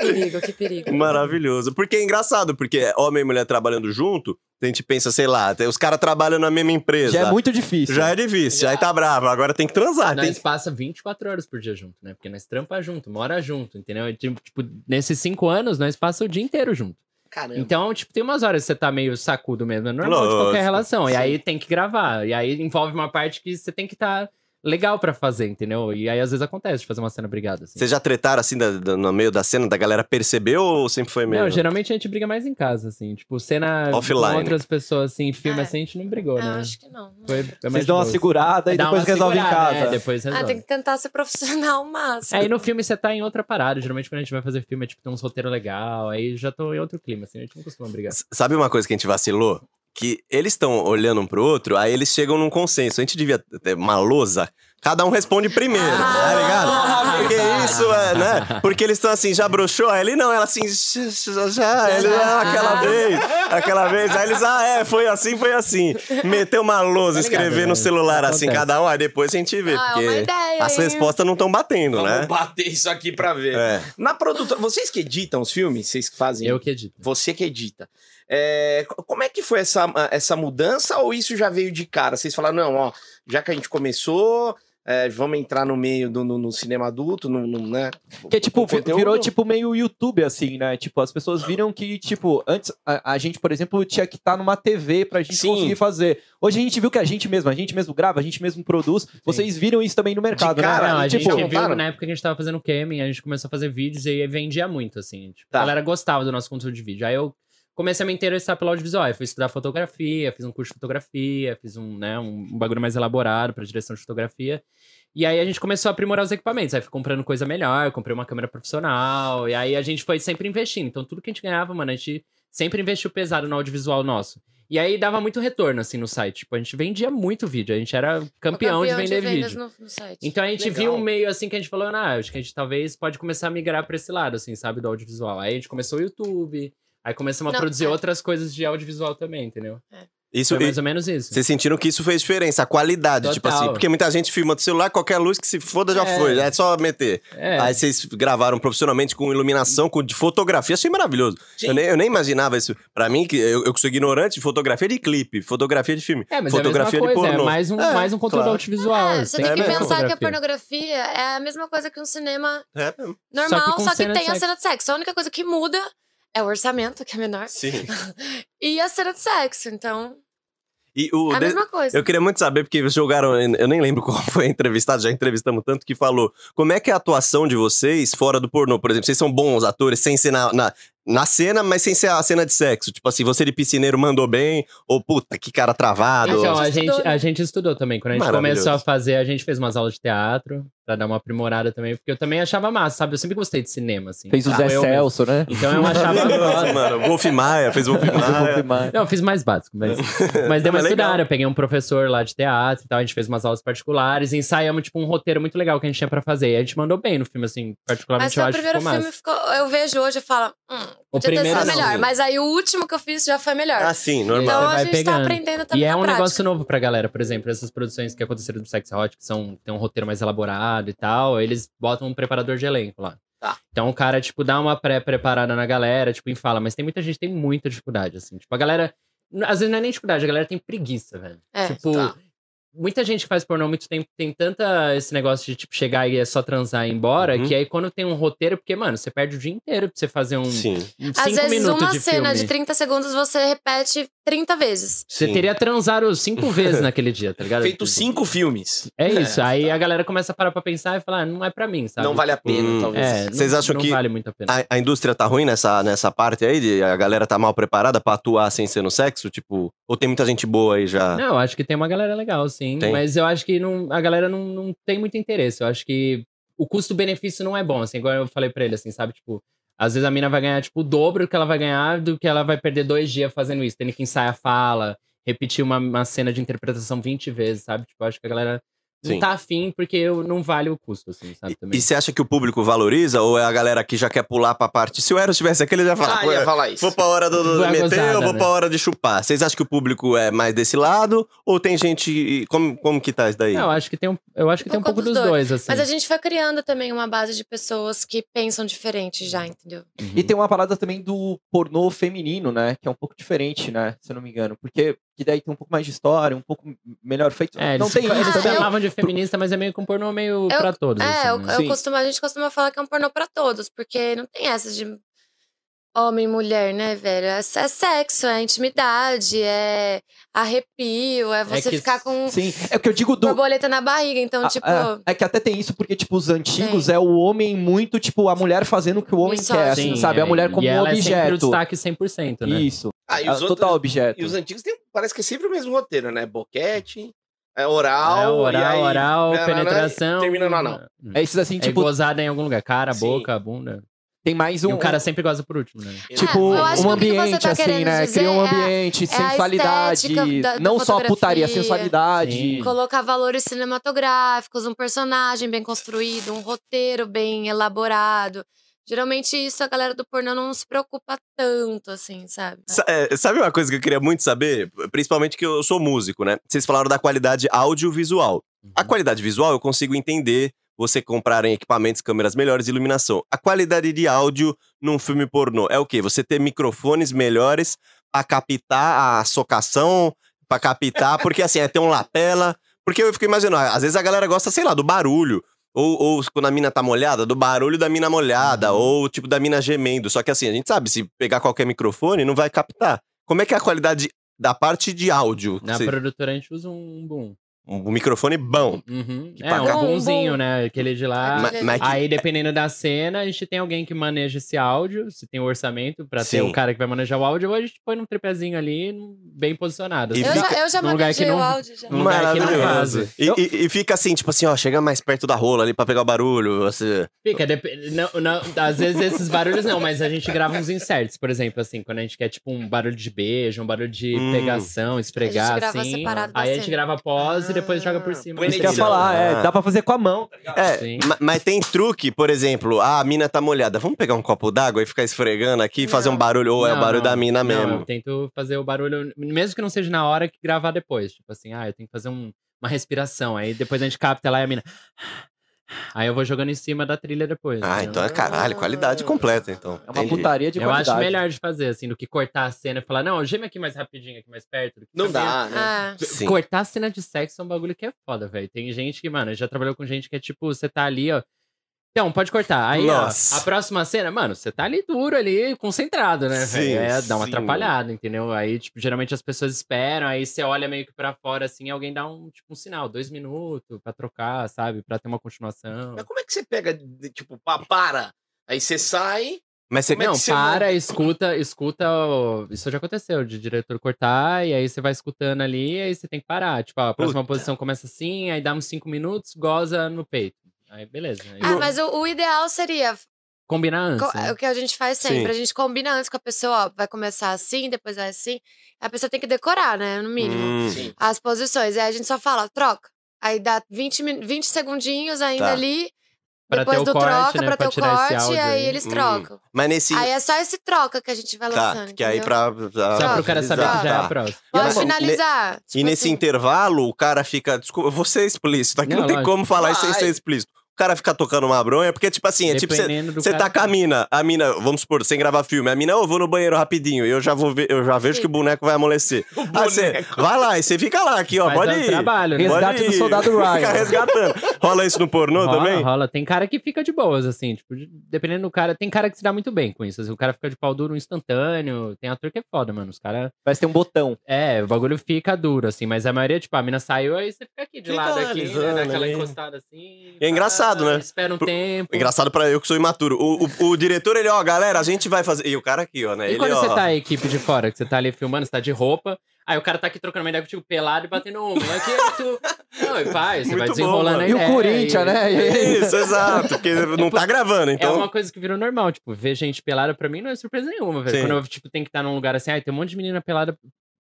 Speaker 4: perigo, que perigo.
Speaker 2: Maravilhoso. Porque é engraçado, porque homem e mulher trabalhando junto, a gente pensa, sei lá, os caras trabalham na mesma empresa.
Speaker 3: Já é muito difícil.
Speaker 2: Já é difícil,
Speaker 5: Já.
Speaker 2: aí tá bravo, agora tem que transar. Ah, tem
Speaker 5: Nós
Speaker 2: que-
Speaker 5: passa 24 horas por dia junto, né? Porque nós trampa junto, mora junto, entendeu? E, Tipo, tipo, nesses cinco anos, nós passa o dia inteiro junto.
Speaker 1: Caramba.
Speaker 5: Então, tipo, tem umas horas que você tá meio sacudo mesmo, é normal de
Speaker 2: Lógico,
Speaker 5: qualquer relação. E
Speaker 1: sim.
Speaker 5: aí tem que gravar. E aí envolve uma parte que você tem que estar legal pra fazer, entendeu? E aí às vezes acontece de fazer uma cena brigada, assim.
Speaker 2: Vocês já tretaram assim da- da- no meio da cena, da galera percebeu ou sempre foi meio?
Speaker 5: Não, geralmente a gente briga mais em casa, assim. Tipo, cena
Speaker 2: Offline.
Speaker 5: com outras pessoas, assim, filme,
Speaker 4: É.
Speaker 5: assim, a gente não brigou,
Speaker 4: Ah,
Speaker 5: né?
Speaker 4: acho que não.
Speaker 5: Foi, é mais
Speaker 3: Vocês dão uma
Speaker 5: boa.
Speaker 3: segurada e
Speaker 5: É, Dá
Speaker 3: depois
Speaker 5: uma
Speaker 3: resolve em
Speaker 5: segurada,
Speaker 3: casa.
Speaker 5: É, depois resolve.
Speaker 4: Ah, tem que tentar ser profissional o máximo.
Speaker 5: Aí no filme você tá em outra parada. Geralmente quando a gente vai fazer filme é tipo tem uns roteiro legal. Aí já tô em outro clima, assim. A gente não costuma brigar.
Speaker 2: S- Sabe uma coisa que a gente vacilou? Que eles estão olhando um pro outro, aí eles chegam num consenso. A gente devia ter uma lousa, cada um responde primeiro,
Speaker 4: Ah!
Speaker 2: tá ligado? Porque isso é, né? Porque eles estão assim, já broxou? Aí ele não, ela assim, já, já, já. Ele, ah, aquela vez, aquela vez. Aí eles, ah, é, foi assim, foi assim. Meteu uma lousa,
Speaker 5: Tá ligado,
Speaker 2: escrever no
Speaker 5: né?
Speaker 2: celular assim,
Speaker 5: Acontece.
Speaker 2: cada um, aí depois a gente vê.
Speaker 4: Ah, é uma
Speaker 2: porque tá
Speaker 4: ideia,
Speaker 2: as
Speaker 4: hein?
Speaker 2: respostas não estão batendo,
Speaker 1: Vamos
Speaker 2: né?
Speaker 1: bater isso aqui pra ver.
Speaker 2: É.
Speaker 1: Na produtora, vocês que editam os filmes, vocês que fazem?
Speaker 5: Eu que edito.
Speaker 1: Você que edita. É, co- como é que foi essa, essa mudança ou isso já veio de cara? Vocês falaram, não, ó, já que a gente começou, é, vamos entrar no meio do no, no cinema adulto, no, no, né?
Speaker 3: Porque, tipo,
Speaker 1: O conteúdo-
Speaker 3: virou, tipo, meio YouTube, assim, né? Tipo, as pessoas viram que, tipo, antes a, a gente, por exemplo, tinha que estar numa TV pra gente
Speaker 1: Sim.
Speaker 3: conseguir fazer. Hoje a gente viu que a gente mesmo, a gente mesmo grava, a gente mesmo produz. Vocês viram isso também no mercado,
Speaker 1: cara,
Speaker 5: não,
Speaker 3: né?
Speaker 5: a
Speaker 1: e
Speaker 5: gente
Speaker 1: tipo-
Speaker 5: viu na época que a gente tava fazendo Camming, a gente começou a fazer vídeos e aí vendia muito, assim. Tipo,
Speaker 1: Tá.
Speaker 5: A galera gostava do nosso conteúdo de vídeo. Aí eu comecei a me interessar pelo audiovisual. Eu fui estudar fotografia, fiz um curso de fotografia, fiz um, né, um bagulho mais elaborado pra direção de fotografia. E aí a gente começou a aprimorar os equipamentos. Aí fui comprando coisa melhor, comprei uma câmera profissional. E aí a gente foi sempre investindo. Então tudo que a gente ganhava, mano, a gente sempre investiu pesado no audiovisual nosso. E aí dava muito retorno, assim, no site. Tipo, a gente vendia muito vídeo. A gente era
Speaker 4: O
Speaker 5: campeão, de vender vídeo.
Speaker 4: vendas No, no site.
Speaker 5: Então a gente
Speaker 1: Legal.
Speaker 5: viu um meio assim que a gente falou, ah, acho que a gente talvez pode começar a migrar pra esse lado, assim, sabe, do audiovisual. Aí a gente começou o YouTube, aí começamos a
Speaker 4: Não,
Speaker 5: produzir
Speaker 4: é.
Speaker 5: outras coisas de audiovisual também, entendeu?
Speaker 2: Isso,
Speaker 5: Foi mais ou menos isso.
Speaker 2: Vocês sentiram que isso fez diferença, a qualidade,
Speaker 5: Total.
Speaker 2: tipo assim. Porque muita gente filma do celular, qualquer luz que se foda já
Speaker 5: É.
Speaker 2: foi, é só meter.
Speaker 5: É.
Speaker 2: Aí vocês gravaram profissionalmente com iluminação, com de fotografia, achei maravilhoso.
Speaker 1: Sim.
Speaker 2: Eu nem, eu nem imaginava isso. Pra mim, que eu, eu que sou ignorante, fotografia de clipe, fotografia de filme,
Speaker 5: É, mas
Speaker 2: fotografia
Speaker 5: é a mesma coisa,
Speaker 2: de pornô.
Speaker 5: é mais um,
Speaker 2: É,
Speaker 5: mais um conteúdo
Speaker 2: claro.
Speaker 5: audiovisual.
Speaker 4: É, você
Speaker 5: assim,
Speaker 4: tem que
Speaker 5: né,
Speaker 2: mesmo.
Speaker 4: pensar que a
Speaker 5: fotografia.
Speaker 4: pornografia é a mesma coisa que um cinema
Speaker 2: É mesmo.
Speaker 4: normal,
Speaker 5: Só
Speaker 4: só
Speaker 5: que com
Speaker 4: que,
Speaker 5: cena de
Speaker 4: tem a
Speaker 5: sexo.
Speaker 4: cena de sexo. A única coisa que muda é o orçamento, que é menor,
Speaker 2: Sim.
Speaker 4: e a cena de sexo. Então,
Speaker 2: E o
Speaker 4: é a
Speaker 2: de-
Speaker 4: mesma coisa.
Speaker 2: Eu queria muito saber, porque jogaram. Eu nem lembro qual foi entrevistado, já entrevistamos tanto que falou. Como é que é a atuação de vocês fora do pornô? Por exemplo, vocês são bons atores sem ser na, na, na cena, mas sem ser a cena de sexo. Tipo assim, você de piscineiro mandou bem, ou puta, que cara travado.
Speaker 5: Então, a
Speaker 4: A gente
Speaker 5: gente,
Speaker 4: estudou, né?
Speaker 5: a gente estudou também. Quando a gente
Speaker 2: Maravilhoso.
Speaker 5: começou a fazer, a gente fez umas aulas de teatro pra dar uma aprimorada também, porque eu também achava massa, sabe? Eu sempre gostei de cinema, assim.
Speaker 3: Fez o
Speaker 5: Então,
Speaker 3: Zé
Speaker 5: eu-
Speaker 3: Celso, né?
Speaker 5: Então eu achava
Speaker 2: Tipo assim, Nossa,
Speaker 5: massa.
Speaker 2: mano, Wolf Maia, fez Wolf Maia.
Speaker 5: Não, eu fiz mais básico, mas, mas deu uma
Speaker 2: Mas legal.
Speaker 5: estudada. Eu peguei um professor lá de teatro e tal, a gente fez umas aulas particulares, ensaiamos, tipo, um roteiro muito legal que a gente tinha pra fazer. E a gente mandou bem no filme, assim,
Speaker 4: Mas
Speaker 5: particularmente
Speaker 4: foi
Speaker 5: eu
Speaker 4: o
Speaker 5: acho que
Speaker 4: Ah, primeiro
Speaker 5: ficou
Speaker 4: filme,
Speaker 5: massa.
Speaker 4: ficou, eu vejo hoje e falo, hum,
Speaker 5: O
Speaker 4: podia ter
Speaker 5: primeiro
Speaker 4: sido
Speaker 2: não.
Speaker 4: melhor. Mas aí o último que eu fiz já foi melhor.
Speaker 2: Ah, sim,
Speaker 4: então
Speaker 2: normal.
Speaker 5: Você
Speaker 4: a
Speaker 5: vai
Speaker 4: gente tá
Speaker 5: pegando.
Speaker 4: aprendendo também
Speaker 5: E é
Speaker 4: na
Speaker 5: um
Speaker 4: prática.
Speaker 5: negócio novo pra galera, por exemplo, essas produções que aconteceram do Sex Hot, que são, tem um roteiro mais elaborado e tal, eles botam um preparador de elenco lá.
Speaker 1: Tá.
Speaker 5: Então o cara, tipo, dá uma pré-preparada na galera, tipo, e fala, mas tem muita gente que tem muita dificuldade, assim. Tipo, a galera, n- às vezes não é nem dificuldade, a galera tem preguiça, velho.
Speaker 4: É,
Speaker 5: tipo,
Speaker 1: tá.
Speaker 5: muita gente que faz pornô há muito tempo tem tanta esse negócio de, tipo, chegar e é só transar e ir embora,
Speaker 2: Uhum.
Speaker 5: que aí quando tem um roteiro, porque, mano, você perde o dia inteiro pra você fazer um
Speaker 2: Sim.
Speaker 5: um cinco
Speaker 4: Às vezes
Speaker 5: minutos
Speaker 4: uma
Speaker 5: de
Speaker 4: cena
Speaker 5: filme.
Speaker 4: de 30 segundos você repete 30 vezes.
Speaker 5: Você
Speaker 2: sim.
Speaker 5: teria transado cinco vezes naquele dia, tá ligado?
Speaker 1: Feito
Speaker 5: Tipo,
Speaker 1: cinco filmes.
Speaker 5: É isso. aí a galera começa a parar pra pensar e falar, "Ah, não é pra mim, sabe?
Speaker 1: Não vale a pena,
Speaker 2: Hum.
Speaker 1: talvez.
Speaker 5: É,
Speaker 2: Vocês
Speaker 5: não,
Speaker 2: acham
Speaker 5: não
Speaker 2: que-
Speaker 5: vale muito a pena.
Speaker 2: A, a indústria tá ruim nessa, nessa parte aí? De, a galera tá mal preparada pra atuar sem ser no sexo? Tipo, ou tem muita gente boa aí já?
Speaker 5: Não, eu acho que tem uma galera legal, sim.
Speaker 2: Tem.
Speaker 5: Mas eu acho que não, a galera não, não tem muito interesse. Eu acho que o custo-benefício não é bom, assim. Igual eu falei pra ele, assim, sabe? Tipo, às vezes a mina vai ganhar, tipo, o dobro que ela vai ganhar do que ela vai perder dois dias fazendo isso. Tendo que ensaiar a fala, repetir uma, uma cena de interpretação 20 vezes, sabe? Tipo, eu acho que a galera
Speaker 2: Sim.
Speaker 5: não tá afim porque eu não vale o custo, assim, sabe? Também.
Speaker 2: E você acha que o público valoriza ou é a galera que já quer pular pra parte? Se o Eros tivesse aquele, ele já fala.
Speaker 1: Ah,
Speaker 2: "Pô,
Speaker 1: ia falar isso.
Speaker 2: é. Vou pra hora do, do
Speaker 5: Vai
Speaker 2: meter
Speaker 5: gozada,
Speaker 2: ou vou
Speaker 5: né?
Speaker 2: pra hora de chupar? Vocês acham que o público é mais desse lado? Ou tem gente. Como, como que tá isso daí?
Speaker 5: Não, eu acho que tem um, eu acho que tem um pouco dos dois, assim.
Speaker 4: Mas a gente foi criando também uma base de pessoas que pensam diferente já, entendeu?
Speaker 5: Uhum.
Speaker 3: E tem uma parada também do pornô feminino, né? Que é um pouco diferente, né? Se eu não me engano. Porque que daí tem um pouco mais de história, um pouco melhor feito.
Speaker 5: É,
Speaker 3: não
Speaker 5: eles,
Speaker 3: tem isso
Speaker 5: eles
Speaker 3: também.
Speaker 5: chamavam de feminista, mas é meio que um pornô meio
Speaker 4: É,
Speaker 5: pra todos.
Speaker 4: É, né? eu,
Speaker 5: assim, né?
Speaker 4: eu
Speaker 3: Sim.
Speaker 4: costumo, a gente costuma falar que é um pornô pra todos, porque não tem essa de homem e mulher, né, velho? É, é sexo, é intimidade, é arrepio, é você
Speaker 5: que-
Speaker 4: ficar com
Speaker 3: Sim, é o que eu digo do.
Speaker 4: borboleta na barriga. Então,
Speaker 3: Ah,
Speaker 4: tipo,
Speaker 3: é, é que até tem isso, porque, tipo, os antigos é o homem muito, tipo, a mulher fazendo o que o homem
Speaker 4: Isso,
Speaker 3: quer,
Speaker 4: sim,
Speaker 3: assim, sabe? A
Speaker 5: é,
Speaker 3: mulher
Speaker 5: e
Speaker 3: como um
Speaker 5: ela É sempre o
Speaker 3: objeto.
Speaker 5: destaque 100%, né?
Speaker 3: Isso.
Speaker 1: Ah, e
Speaker 3: Ah,
Speaker 1: os outros-
Speaker 3: total objeto.
Speaker 1: E os antigos tem, parece que é sempre o mesmo roteiro, né? Boquete, é oral.
Speaker 5: É,
Speaker 1: e
Speaker 5: oral,
Speaker 1: aí-
Speaker 5: oral,
Speaker 1: Não, não, não,
Speaker 5: penetração.
Speaker 1: termina no anal.
Speaker 3: É esses assim,
Speaker 5: É
Speaker 3: tipo,
Speaker 5: gozada em algum lugar. Cara,
Speaker 1: Sim.
Speaker 5: boca, bunda.
Speaker 3: tem mais
Speaker 5: E
Speaker 3: um.
Speaker 5: o cara sempre goza por último, né?
Speaker 3: Tipo,
Speaker 4: É, eu acho
Speaker 3: um
Speaker 4: que o que você tá
Speaker 3: ambiente, assim,
Speaker 4: querendo
Speaker 3: né?
Speaker 4: dizer
Speaker 3: Cria um
Speaker 4: é a-
Speaker 3: ambiente,
Speaker 4: a
Speaker 3: sensualidade.
Speaker 4: estética da- da
Speaker 3: não só
Speaker 4: fotografia.
Speaker 3: putaria, sensualidade.
Speaker 5: Sim.
Speaker 4: colocar valores cinematográficos, um personagem bem construído, um roteiro bem elaborado. Geralmente isso a galera do pornô não se preocupa tanto, assim, sabe?
Speaker 2: Sa- é, Sabe uma coisa que eu queria muito saber? Principalmente que eu sou músico, né? Vocês falaram da qualidade audiovisual.
Speaker 5: Uhum.
Speaker 2: A qualidade visual eu consigo entender você comprar em equipamentos, câmeras melhores, iluminação. A qualidade de áudio num filme pornô é o quê? Você ter microfones melhores pra captar a socação, pra captar, porque assim, é ter um lapela. Porque eu fico imaginando, às vezes a galera gosta, sei lá, do barulho. Ou, ou quando a mina tá molhada, do barulho da mina molhada,
Speaker 5: Uhum.
Speaker 2: ou tipo da mina gemendo. Só que assim, a gente sabe, se pegar qualquer microfone, não vai captar. Como é que é a qualidade da parte de áudio?
Speaker 5: Na
Speaker 2: Você-
Speaker 5: produtora a gente usa um boom.
Speaker 2: Um microfone bom.
Speaker 5: Uhum.
Speaker 2: Que
Speaker 5: É,
Speaker 2: paga-
Speaker 5: um
Speaker 4: Boom,
Speaker 5: boomzinho,
Speaker 4: boom.
Speaker 5: né? Aquele de lá.
Speaker 2: Ma- mas é que-
Speaker 5: Aí, dependendo da cena, a gente tem alguém que maneja esse áudio, se tem um orçamento pra ter
Speaker 2: Sim.
Speaker 5: o cara que vai manejar o áudio, ou a gente põe num tripézinho ali, num- bem posicionado.
Speaker 2: E
Speaker 4: eu,
Speaker 5: assim.
Speaker 2: fica-
Speaker 4: já, eu já
Speaker 5: num lugar que
Speaker 4: manejei
Speaker 5: não-
Speaker 4: o áudio já.
Speaker 5: num lugar que é não
Speaker 2: Maravilhoso.
Speaker 5: vaze.
Speaker 2: E,
Speaker 3: Eu-
Speaker 2: e- e fica assim, tipo assim, ó, chega mais perto da rola ali pra pegar o barulho. Você...
Speaker 5: Fica, dep- não, não, às vezes esses barulhos não, mas a gente grava uns inserts, por exemplo, assim, quando a gente quer tipo um barulho de beijo, um barulho de
Speaker 2: Hum.
Speaker 5: pegação,
Speaker 4: A
Speaker 5: esfregar,
Speaker 4: gente grava
Speaker 5: assim.
Speaker 4: separado da
Speaker 5: Aí a gente
Speaker 4: cena.
Speaker 5: grava pós e depois joga por cima.
Speaker 1: Ah,
Speaker 3: Isso que eu ia
Speaker 1: Entendi.
Speaker 3: falar,
Speaker 2: Ah.
Speaker 3: é. Dá pra fazer com a mão.
Speaker 5: Sim.
Speaker 2: É, ma- mas tem truque, por exemplo, ah, a mina tá molhada. Vamos pegar um copo d'água e ficar esfregando aqui e fazer um
Speaker 4: Não.
Speaker 2: barulho. Ou é o
Speaker 5: Não,
Speaker 2: barulho
Speaker 5: não.
Speaker 2: da mina
Speaker 5: Não,
Speaker 2: mesmo.
Speaker 5: eu tento fazer o barulho, mesmo que não seja na hora que gravar depois. Tipo assim, ah, eu tenho que fazer um- uma respiração. Aí depois a gente capta lá e a mina. Aí eu vou jogando em cima da trilha depois.
Speaker 2: Ah,
Speaker 5: entendeu?
Speaker 2: então é caralho, qualidade completa, então.
Speaker 3: É uma
Speaker 2: Entendi.
Speaker 3: putaria de
Speaker 5: Eu
Speaker 3: qualidade.
Speaker 5: acho melhor de fazer, assim, do que cortar a cena e falar, não, geme aqui mais rapidinho, aqui mais perto. do que
Speaker 1: Não
Speaker 5: fazer-
Speaker 1: dá, né?
Speaker 4: Ah,
Speaker 2: Sim.
Speaker 5: Cortar a cena de sexo é um bagulho que é foda, velho. Tem gente que, mano, já trabalhou com gente que é tipo, você tá ali, ó. Então, pode cortar. Aí, ó,
Speaker 2: Nossa.
Speaker 5: a próxima cena, mano, você tá ali duro, ali, concentrado, né,
Speaker 2: Sim,
Speaker 5: velho? É, dá uma
Speaker 2: sim.
Speaker 5: atrapalhada, entendeu? Aí, tipo, geralmente as pessoas esperam, aí você olha meio que pra fora, assim, alguém dá um, tipo, um sinal, dois minutos pra trocar, sabe? Pra ter uma continuação.
Speaker 1: Mas como é que você pega, de- tipo, pá, para? Aí você sai.
Speaker 2: Mas você
Speaker 1: Como é que
Speaker 5: não,
Speaker 1: você
Speaker 5: para, escuta, escuta. o- Isso já aconteceu, de diretor cortar, e aí você vai escutando ali, e aí você tem que parar. Tipo, ó, a próxima posição começa assim, aí dá uns cinco minutos, goza no peito. Aí beleza. Aí
Speaker 4: ah, mas o, o ideal seria
Speaker 5: combina antes.
Speaker 4: co-
Speaker 5: né?
Speaker 4: o que a gente faz sempre.
Speaker 2: Ah, Sim.
Speaker 4: A gente combina antes com a pessoa, ó, vai começar assim, depois vai assim. A pessoa tem que decorar, né? No mínimo.
Speaker 2: Hum,
Speaker 1: Sim.
Speaker 4: As posições. Aí a gente só fala, troca. Aí dá 20, min- 20 segundinhos ainda
Speaker 2: Tá.
Speaker 4: ali.
Speaker 5: Pra
Speaker 4: depois
Speaker 5: ter o
Speaker 4: do
Speaker 5: corte,
Speaker 4: troca, pra
Speaker 5: né, pra
Speaker 4: ter o
Speaker 5: tirar esse
Speaker 4: corte,
Speaker 5: áudio
Speaker 4: e aí
Speaker 5: aí.
Speaker 4: eles
Speaker 2: Hum.
Speaker 4: trocam.
Speaker 2: Mas nesse.
Speaker 4: Aí é só esse troca que a gente vai
Speaker 2: Tá,
Speaker 4: lançando.
Speaker 2: que aí
Speaker 4: entendeu?
Speaker 2: pra.
Speaker 5: Só pro cara saber que já é
Speaker 2: Tá.
Speaker 5: a próxima.
Speaker 4: Pode
Speaker 2: Mas-
Speaker 4: finalizar. tipo
Speaker 2: E nesse
Speaker 4: assim. intervalo
Speaker 2: intervalo, o cara fica. Desculpa, eu vou ser explícito. Aqui não,
Speaker 5: Não,
Speaker 2: tem
Speaker 5: lógico.
Speaker 2: como falar isso sem
Speaker 1: Vai.
Speaker 2: ser explícito. O cara fica tocando uma bronha, porque, tipo assim, é tipo. Cê,
Speaker 5: Dependendo do
Speaker 2: Você
Speaker 5: cara.
Speaker 2: tá com a mina, a mina, vamos supor, sem gravar filme, a mina, ô, eu vou no banheiro rapidinho, eu já vou ver, eu já vejo
Speaker 4: Sim.
Speaker 2: que o boneco vai amolecer. Aí
Speaker 1: Assim,
Speaker 2: você vai lá, e você fica lá aqui, ó,
Speaker 5: Vai
Speaker 2: pode
Speaker 5: dando
Speaker 2: ir.
Speaker 5: trabalho, né?
Speaker 2: pode
Speaker 3: Resgate do
Speaker 2: ir.
Speaker 3: soldado Ryan.
Speaker 2: Fica resgatando. Rola isso no pornô
Speaker 5: rola,
Speaker 2: também?
Speaker 5: rola. Tem cara que fica de boas, assim, tipo, de- dependendo do cara. Tem cara que se dá muito bem com isso. assim, o cara fica de pau duro instantâneo. Tem ator que é foda, mano. Os caras.
Speaker 3: Parece ter um botão.
Speaker 5: É, o bagulho fica duro, assim, mas a maioria, tipo, a mina saiu, aí você fica aqui de
Speaker 2: Fica
Speaker 5: lado, aqui, né,
Speaker 2: analisando
Speaker 5: daquela
Speaker 2: ali.
Speaker 5: encostada assim.
Speaker 2: É engraçado, né?
Speaker 5: Espera um
Speaker 2: Pro-
Speaker 5: tempo.
Speaker 2: Engraçado pra eu que sou imaturo. O, o- o diretor, ele, ó, galera, a gente vai fazer. E o cara aqui, ó, né?
Speaker 5: E
Speaker 2: ele,
Speaker 5: quando
Speaker 2: ó,
Speaker 5: você tá a equipe de fora, que você tá ali filmando, você tá de roupa, aí o cara tá aqui trocando uma ideia contigo pelado e batendo ombro. Aqui é muito. Não, e pai, você
Speaker 2: Muito
Speaker 5: vai
Speaker 2: bom,
Speaker 5: desenrolando
Speaker 2: mano.
Speaker 5: a
Speaker 3: E o
Speaker 5: ideia,
Speaker 3: Corinthians,
Speaker 5: e-
Speaker 3: né?
Speaker 2: Isso, exato, porque não tá gravando,
Speaker 5: É
Speaker 2: então.
Speaker 5: uma coisa que virou normal, tipo, ver gente pelada pra mim não é surpresa nenhuma, velho.
Speaker 2: Sim.
Speaker 5: Quando eu, tipo, tenho que estar num lugar assim, ai, tem um monte de menina pelada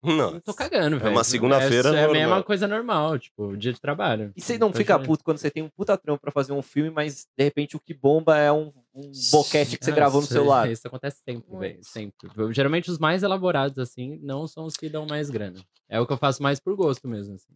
Speaker 2: Não.
Speaker 5: Não tô cagando, velho.
Speaker 2: uma segunda-feira
Speaker 5: É, é a
Speaker 2: normal.
Speaker 5: mesma coisa normal, tipo, dia de trabalho.
Speaker 3: E você não
Speaker 5: Então,
Speaker 3: fica
Speaker 5: já-
Speaker 3: puto quando você tem um puta trampo pra fazer um filme, mas de repente o que bomba é um, um boquete que você
Speaker 5: Ah,
Speaker 3: gravou no
Speaker 5: isso-
Speaker 3: celular.
Speaker 5: Isso acontece sempre,
Speaker 4: Muito.
Speaker 5: velho. Sempre. Tipo, Geralmente os mais elaborados, assim, não são os que dão mais grana. É o que eu faço mais por gosto mesmo, assim.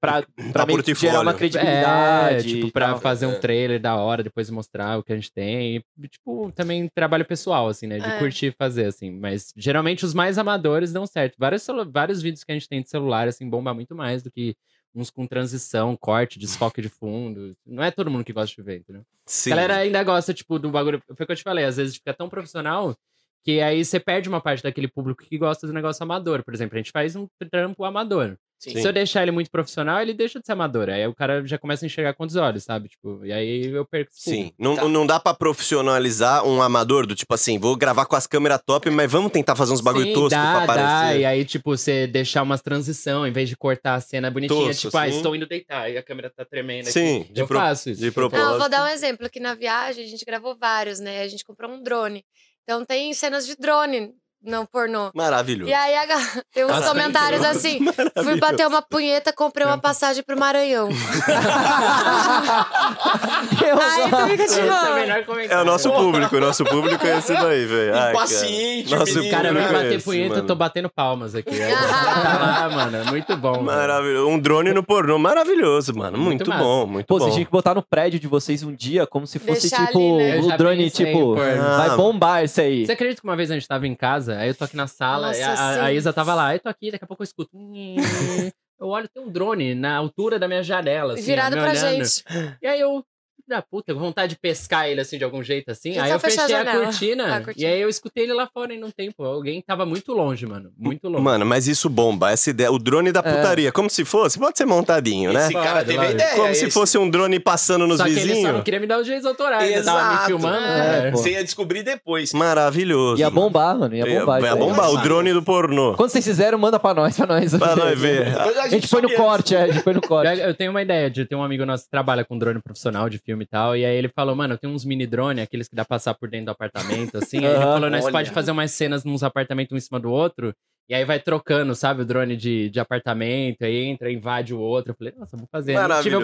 Speaker 3: Pra, pra meio que
Speaker 2: portfólio.
Speaker 3: gerar uma credibilidade.
Speaker 5: É, Tá tipo,
Speaker 3: e
Speaker 5: pra
Speaker 3: tal.
Speaker 5: fazer
Speaker 2: É.
Speaker 5: um trailer da hora, depois mostrar o que a gente tem. E, tipo, também trabalho pessoal, assim, né? De
Speaker 4: É.
Speaker 5: curtir fazer, assim. Mas geralmente os mais amadores dão certo. Vários, celu- vários vídeos que a gente tem de celular, assim, bomba muito mais do que uns com transição, corte, desfoque de fundo. Não é todo mundo que gosta de ver, entendeu?
Speaker 2: Sim.
Speaker 5: A galera ainda gosta, tipo, do bagulho. Foi o que eu te falei, às vezes fica tão profissional que aí você perde uma parte daquele público que gosta do negócio amador. Por exemplo, a gente faz um trampo amador.
Speaker 1: Sim.
Speaker 5: Se eu deixar ele muito profissional, ele deixa de ser amador. Aí o cara já começa a enxergar com os olhos, sabe? Tipo, e aí eu perco esse
Speaker 2: Sim.
Speaker 5: público.
Speaker 2: Não,
Speaker 1: Tá.
Speaker 2: não dá pra profissionalizar um amador do tipo assim, vou gravar com as câmeras top, mas vamos tentar fazer uns bagulho
Speaker 5: Sim,
Speaker 2: tosco pra
Speaker 5: dá, dá.
Speaker 2: aparecer.
Speaker 5: E aí, tipo, você deixar umas transição, em vez de cortar a cena bonitinha,
Speaker 2: Tosco,
Speaker 5: tipo, ah,
Speaker 2: assim.
Speaker 5: estou indo deitar, e a câmera tá tremendo.
Speaker 2: Sim,
Speaker 5: aqui.
Speaker 2: de
Speaker 5: eu
Speaker 2: pro-
Speaker 5: faço isso.
Speaker 2: de
Speaker 5: tipo,
Speaker 2: propósito.
Speaker 4: Não, eu vou dar um exemplo. Que na viagem a gente gravou vários, né? A gente comprou um drone. Então tem cenas de drone no pornô.
Speaker 2: Maravilhoso.
Speaker 4: E aí a ga- tem uns
Speaker 2: Maravilhoso.
Speaker 4: comentários assim. Fui bater uma punheta, comprei uma passagem pro Maranhão.
Speaker 2: Assim,
Speaker 3: Eu
Speaker 4: aí tu
Speaker 3: gosto.
Speaker 4: fica
Speaker 5: Esse é o
Speaker 4: tipo.
Speaker 5: melhor comentário.
Speaker 2: É o nosso público, o nosso público é esse daí, velho. Ai, cara.
Speaker 1: Impaciente,
Speaker 2: Nosso
Speaker 1: menino. né?
Speaker 5: Cara,
Speaker 2: público
Speaker 5: vai
Speaker 2: é
Speaker 5: bater
Speaker 2: esse,
Speaker 5: punheta, eu
Speaker 2: mano.
Speaker 5: tô batendo palmas aqui. Aí, tá lá, mano, é muito bom. mano.
Speaker 2: Maravilhoso. Um drone no pornô, maravilhoso, mano. Muito,
Speaker 5: Muito massa.
Speaker 2: bom, muito
Speaker 3: Pô,
Speaker 2: bom.
Speaker 3: vocês tinham que botar no prédio de vocês um dia, como se fosse
Speaker 4: Deixar
Speaker 3: tipo
Speaker 4: ali, né?
Speaker 5: Eu
Speaker 3: o
Speaker 5: já
Speaker 3: drone,
Speaker 5: pensei,
Speaker 3: tipo,
Speaker 5: pô.
Speaker 2: Ah,
Speaker 3: vai bombar isso aí.
Speaker 5: Você acredita que uma vez a gente tava em casa, aí eu tô aqui na sala,
Speaker 4: Nossa,
Speaker 5: e a- a, a
Speaker 4: sim.
Speaker 5: Isa tava lá, aí tô aqui, daqui a pouco eu escuto. eu olho, tem um drone na altura da minha janela.
Speaker 2: é
Speaker 5: Assim, ó,
Speaker 4: Virado
Speaker 5: me
Speaker 4: pra
Speaker 5: olhando.
Speaker 2: né?
Speaker 4: gente.
Speaker 5: E aí eu, da puta, com vontade de pescar ele assim de algum jeito assim.
Speaker 4: Só
Speaker 5: aí eu
Speaker 4: fechar a
Speaker 5: fechei a,
Speaker 4: janela.
Speaker 5: cortina,
Speaker 4: A cortina.
Speaker 5: E aí eu escutei ele lá fora em um tempo. Alguém tava muito longe, mano. Muito longe.
Speaker 2: Mano, mas isso bomba, essa ideia. O drone da putaria, como se fosse, pode ser montadinho, né?
Speaker 1: Esse cara
Speaker 5: Claro,
Speaker 1: teve a
Speaker 5: claro.
Speaker 1: ideia.
Speaker 2: como se
Speaker 1: esse.
Speaker 2: fosse um drone passando nos
Speaker 5: só que ele só não
Speaker 2: vizinhos.
Speaker 5: queria me dar os direitos autorais. Ele tava
Speaker 1: Exato.
Speaker 5: me filmando.
Speaker 3: É,
Speaker 5: né?
Speaker 3: pô.
Speaker 1: Você ia descobrir depois.
Speaker 2: Hum. Maravilhoso.
Speaker 3: Ia bombar, mano. Ia bombar.
Speaker 2: Ia
Speaker 3: isso aí. é
Speaker 2: bombar, o drone do pornô.
Speaker 3: Quando vocês fizeram, manda pra nós, pra nós.
Speaker 2: Pra nós ver.
Speaker 1: Depois
Speaker 3: A gente foi no
Speaker 1: soube
Speaker 3: corte, é, a gente foi no corte.
Speaker 5: Eu, eu tenho uma ideia de ter um amigo nosso que trabalha com drone profissional de filme e tal. E aí ele falou, mano, eu tenho uns mini drone, aqueles que dá pra passar por dentro do apartamento, assim. aí ele
Speaker 3: Aham.
Speaker 5: falou, nós
Speaker 1: Olha.
Speaker 5: pode fazer umas cenas nos apartamentos um em cima do outro. E aí vai trocando, sabe, o drone de, de apartamento, aí entra, invade o outro. Eu falei, nossa, vou fazer. Não tive a
Speaker 2: Maravilhoso.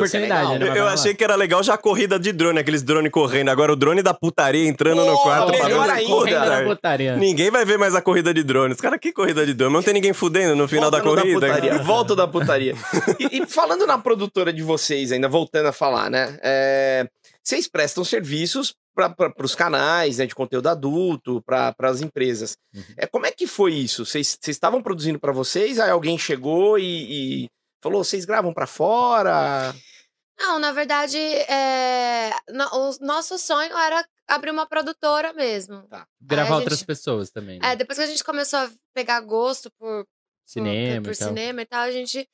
Speaker 1: Legal.
Speaker 5: oportunidade, né?
Speaker 2: Eu,
Speaker 5: mas
Speaker 2: eu
Speaker 5: vamos lá.
Speaker 2: achei que era legal já a corrida de drone, aqueles drone correndo. Agora o drone da putaria entrando no
Speaker 1: Oh,
Speaker 2: quarto pra
Speaker 1: melhor
Speaker 2: ver
Speaker 1: ainda,
Speaker 2: correndo.
Speaker 5: Correndo na putaria.
Speaker 2: né? Ninguém vai ver mais a corrida de drones. Cara, que corrida de drone? Não tem ninguém fudendo no final
Speaker 1: Volta
Speaker 2: da
Speaker 1: no
Speaker 2: corrida.
Speaker 1: putaria, volta da putaria. E, e falando na produtora de vocês, ainda voltando a falar, né? é, vocês prestam serviços para os canais né, de conteúdo adulto, para as empresas. É, como é que foi isso? Vocês vocês estavam produzindo para vocês, aí alguém chegou e, e falou: vocês gravam para fora?
Speaker 4: Não, na verdade, é, no- o nosso sonho era abrir uma produtora mesmo.
Speaker 2: Tá.
Speaker 5: Gravar
Speaker 4: Aí a
Speaker 5: outras
Speaker 4: gente-
Speaker 5: pessoas também. né?
Speaker 4: É, depois que a gente começou a pegar gosto por, por-
Speaker 5: Cinema
Speaker 4: por
Speaker 5: e tal.
Speaker 4: cinema e tal, a gente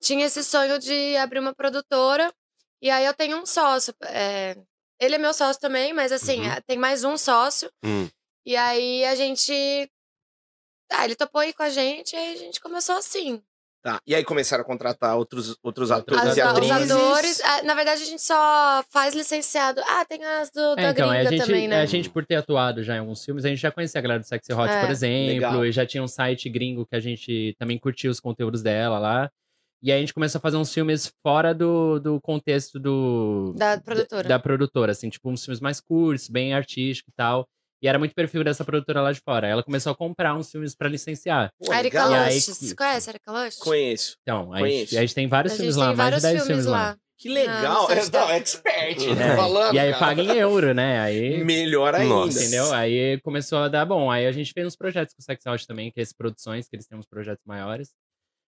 Speaker 4: tinha esse sonho de abrir uma produtora. E aí eu tenho um sócio. é, ele é meu sócio também, mas assim,
Speaker 2: Uhum.
Speaker 4: é, tem mais um sócio.
Speaker 2: Hum.
Speaker 4: E aí a gente. Ah, ele topou ir com a gente e aí a gente começou assim.
Speaker 1: Tá. E aí começaram a contratar outros, outros
Speaker 5: Outros
Speaker 1: atores
Speaker 4: As-
Speaker 1: e
Speaker 4: os
Speaker 1: atrizes.
Speaker 4: atores. ah, Na verdade, a gente só faz licenciado. Ah, tem as do, da
Speaker 5: É, então,
Speaker 4: gringa
Speaker 5: a gente,
Speaker 4: também, né?
Speaker 5: a gente, por ter atuado já em alguns filmes, a gente já conhecia a galera do Sexy Hot,
Speaker 4: É.
Speaker 5: por exemplo,
Speaker 1: Legal.
Speaker 5: e já tinha um site gringo que a gente também curtia os conteúdos dela lá. E aí a gente começou a fazer uns filmes fora do, do contexto do...
Speaker 4: Da produtora.
Speaker 5: Da, produtora, assim, tipo uns filmes mais curtos, bem artístico e tal. E era muito perfil dessa produtora lá de fora. Ela começou a comprar uns filmes pra licenciar.
Speaker 1: Pô,
Speaker 4: A Erika
Speaker 1: legal.
Speaker 5: E aí-
Speaker 4: Lush. Você conhece a Erika Lush?
Speaker 1: Conheço.
Speaker 5: Então, a
Speaker 1: Conheço.
Speaker 5: gente, a gente tem
Speaker 4: A
Speaker 5: vários
Speaker 4: gente
Speaker 5: filmes
Speaker 4: tem
Speaker 5: lá, mais de
Speaker 4: vários
Speaker 5: 10
Speaker 4: filmes, lá.
Speaker 1: Que
Speaker 4: Não,
Speaker 1: legal.
Speaker 4: não sei
Speaker 1: É,
Speaker 4: se
Speaker 1: não,
Speaker 4: tá-
Speaker 1: expert,
Speaker 5: É,
Speaker 1: né? Falando.
Speaker 5: e aí
Speaker 1: cara.
Speaker 5: paga em euro, né? Aí...
Speaker 1: Melhor ainda.
Speaker 2: Nossa.
Speaker 5: Entendeu? Aí começou a dar bom. Aí a gente fez uns projetos com o Sex Out também, que é esses produções, que eles têm uns projetos maiores.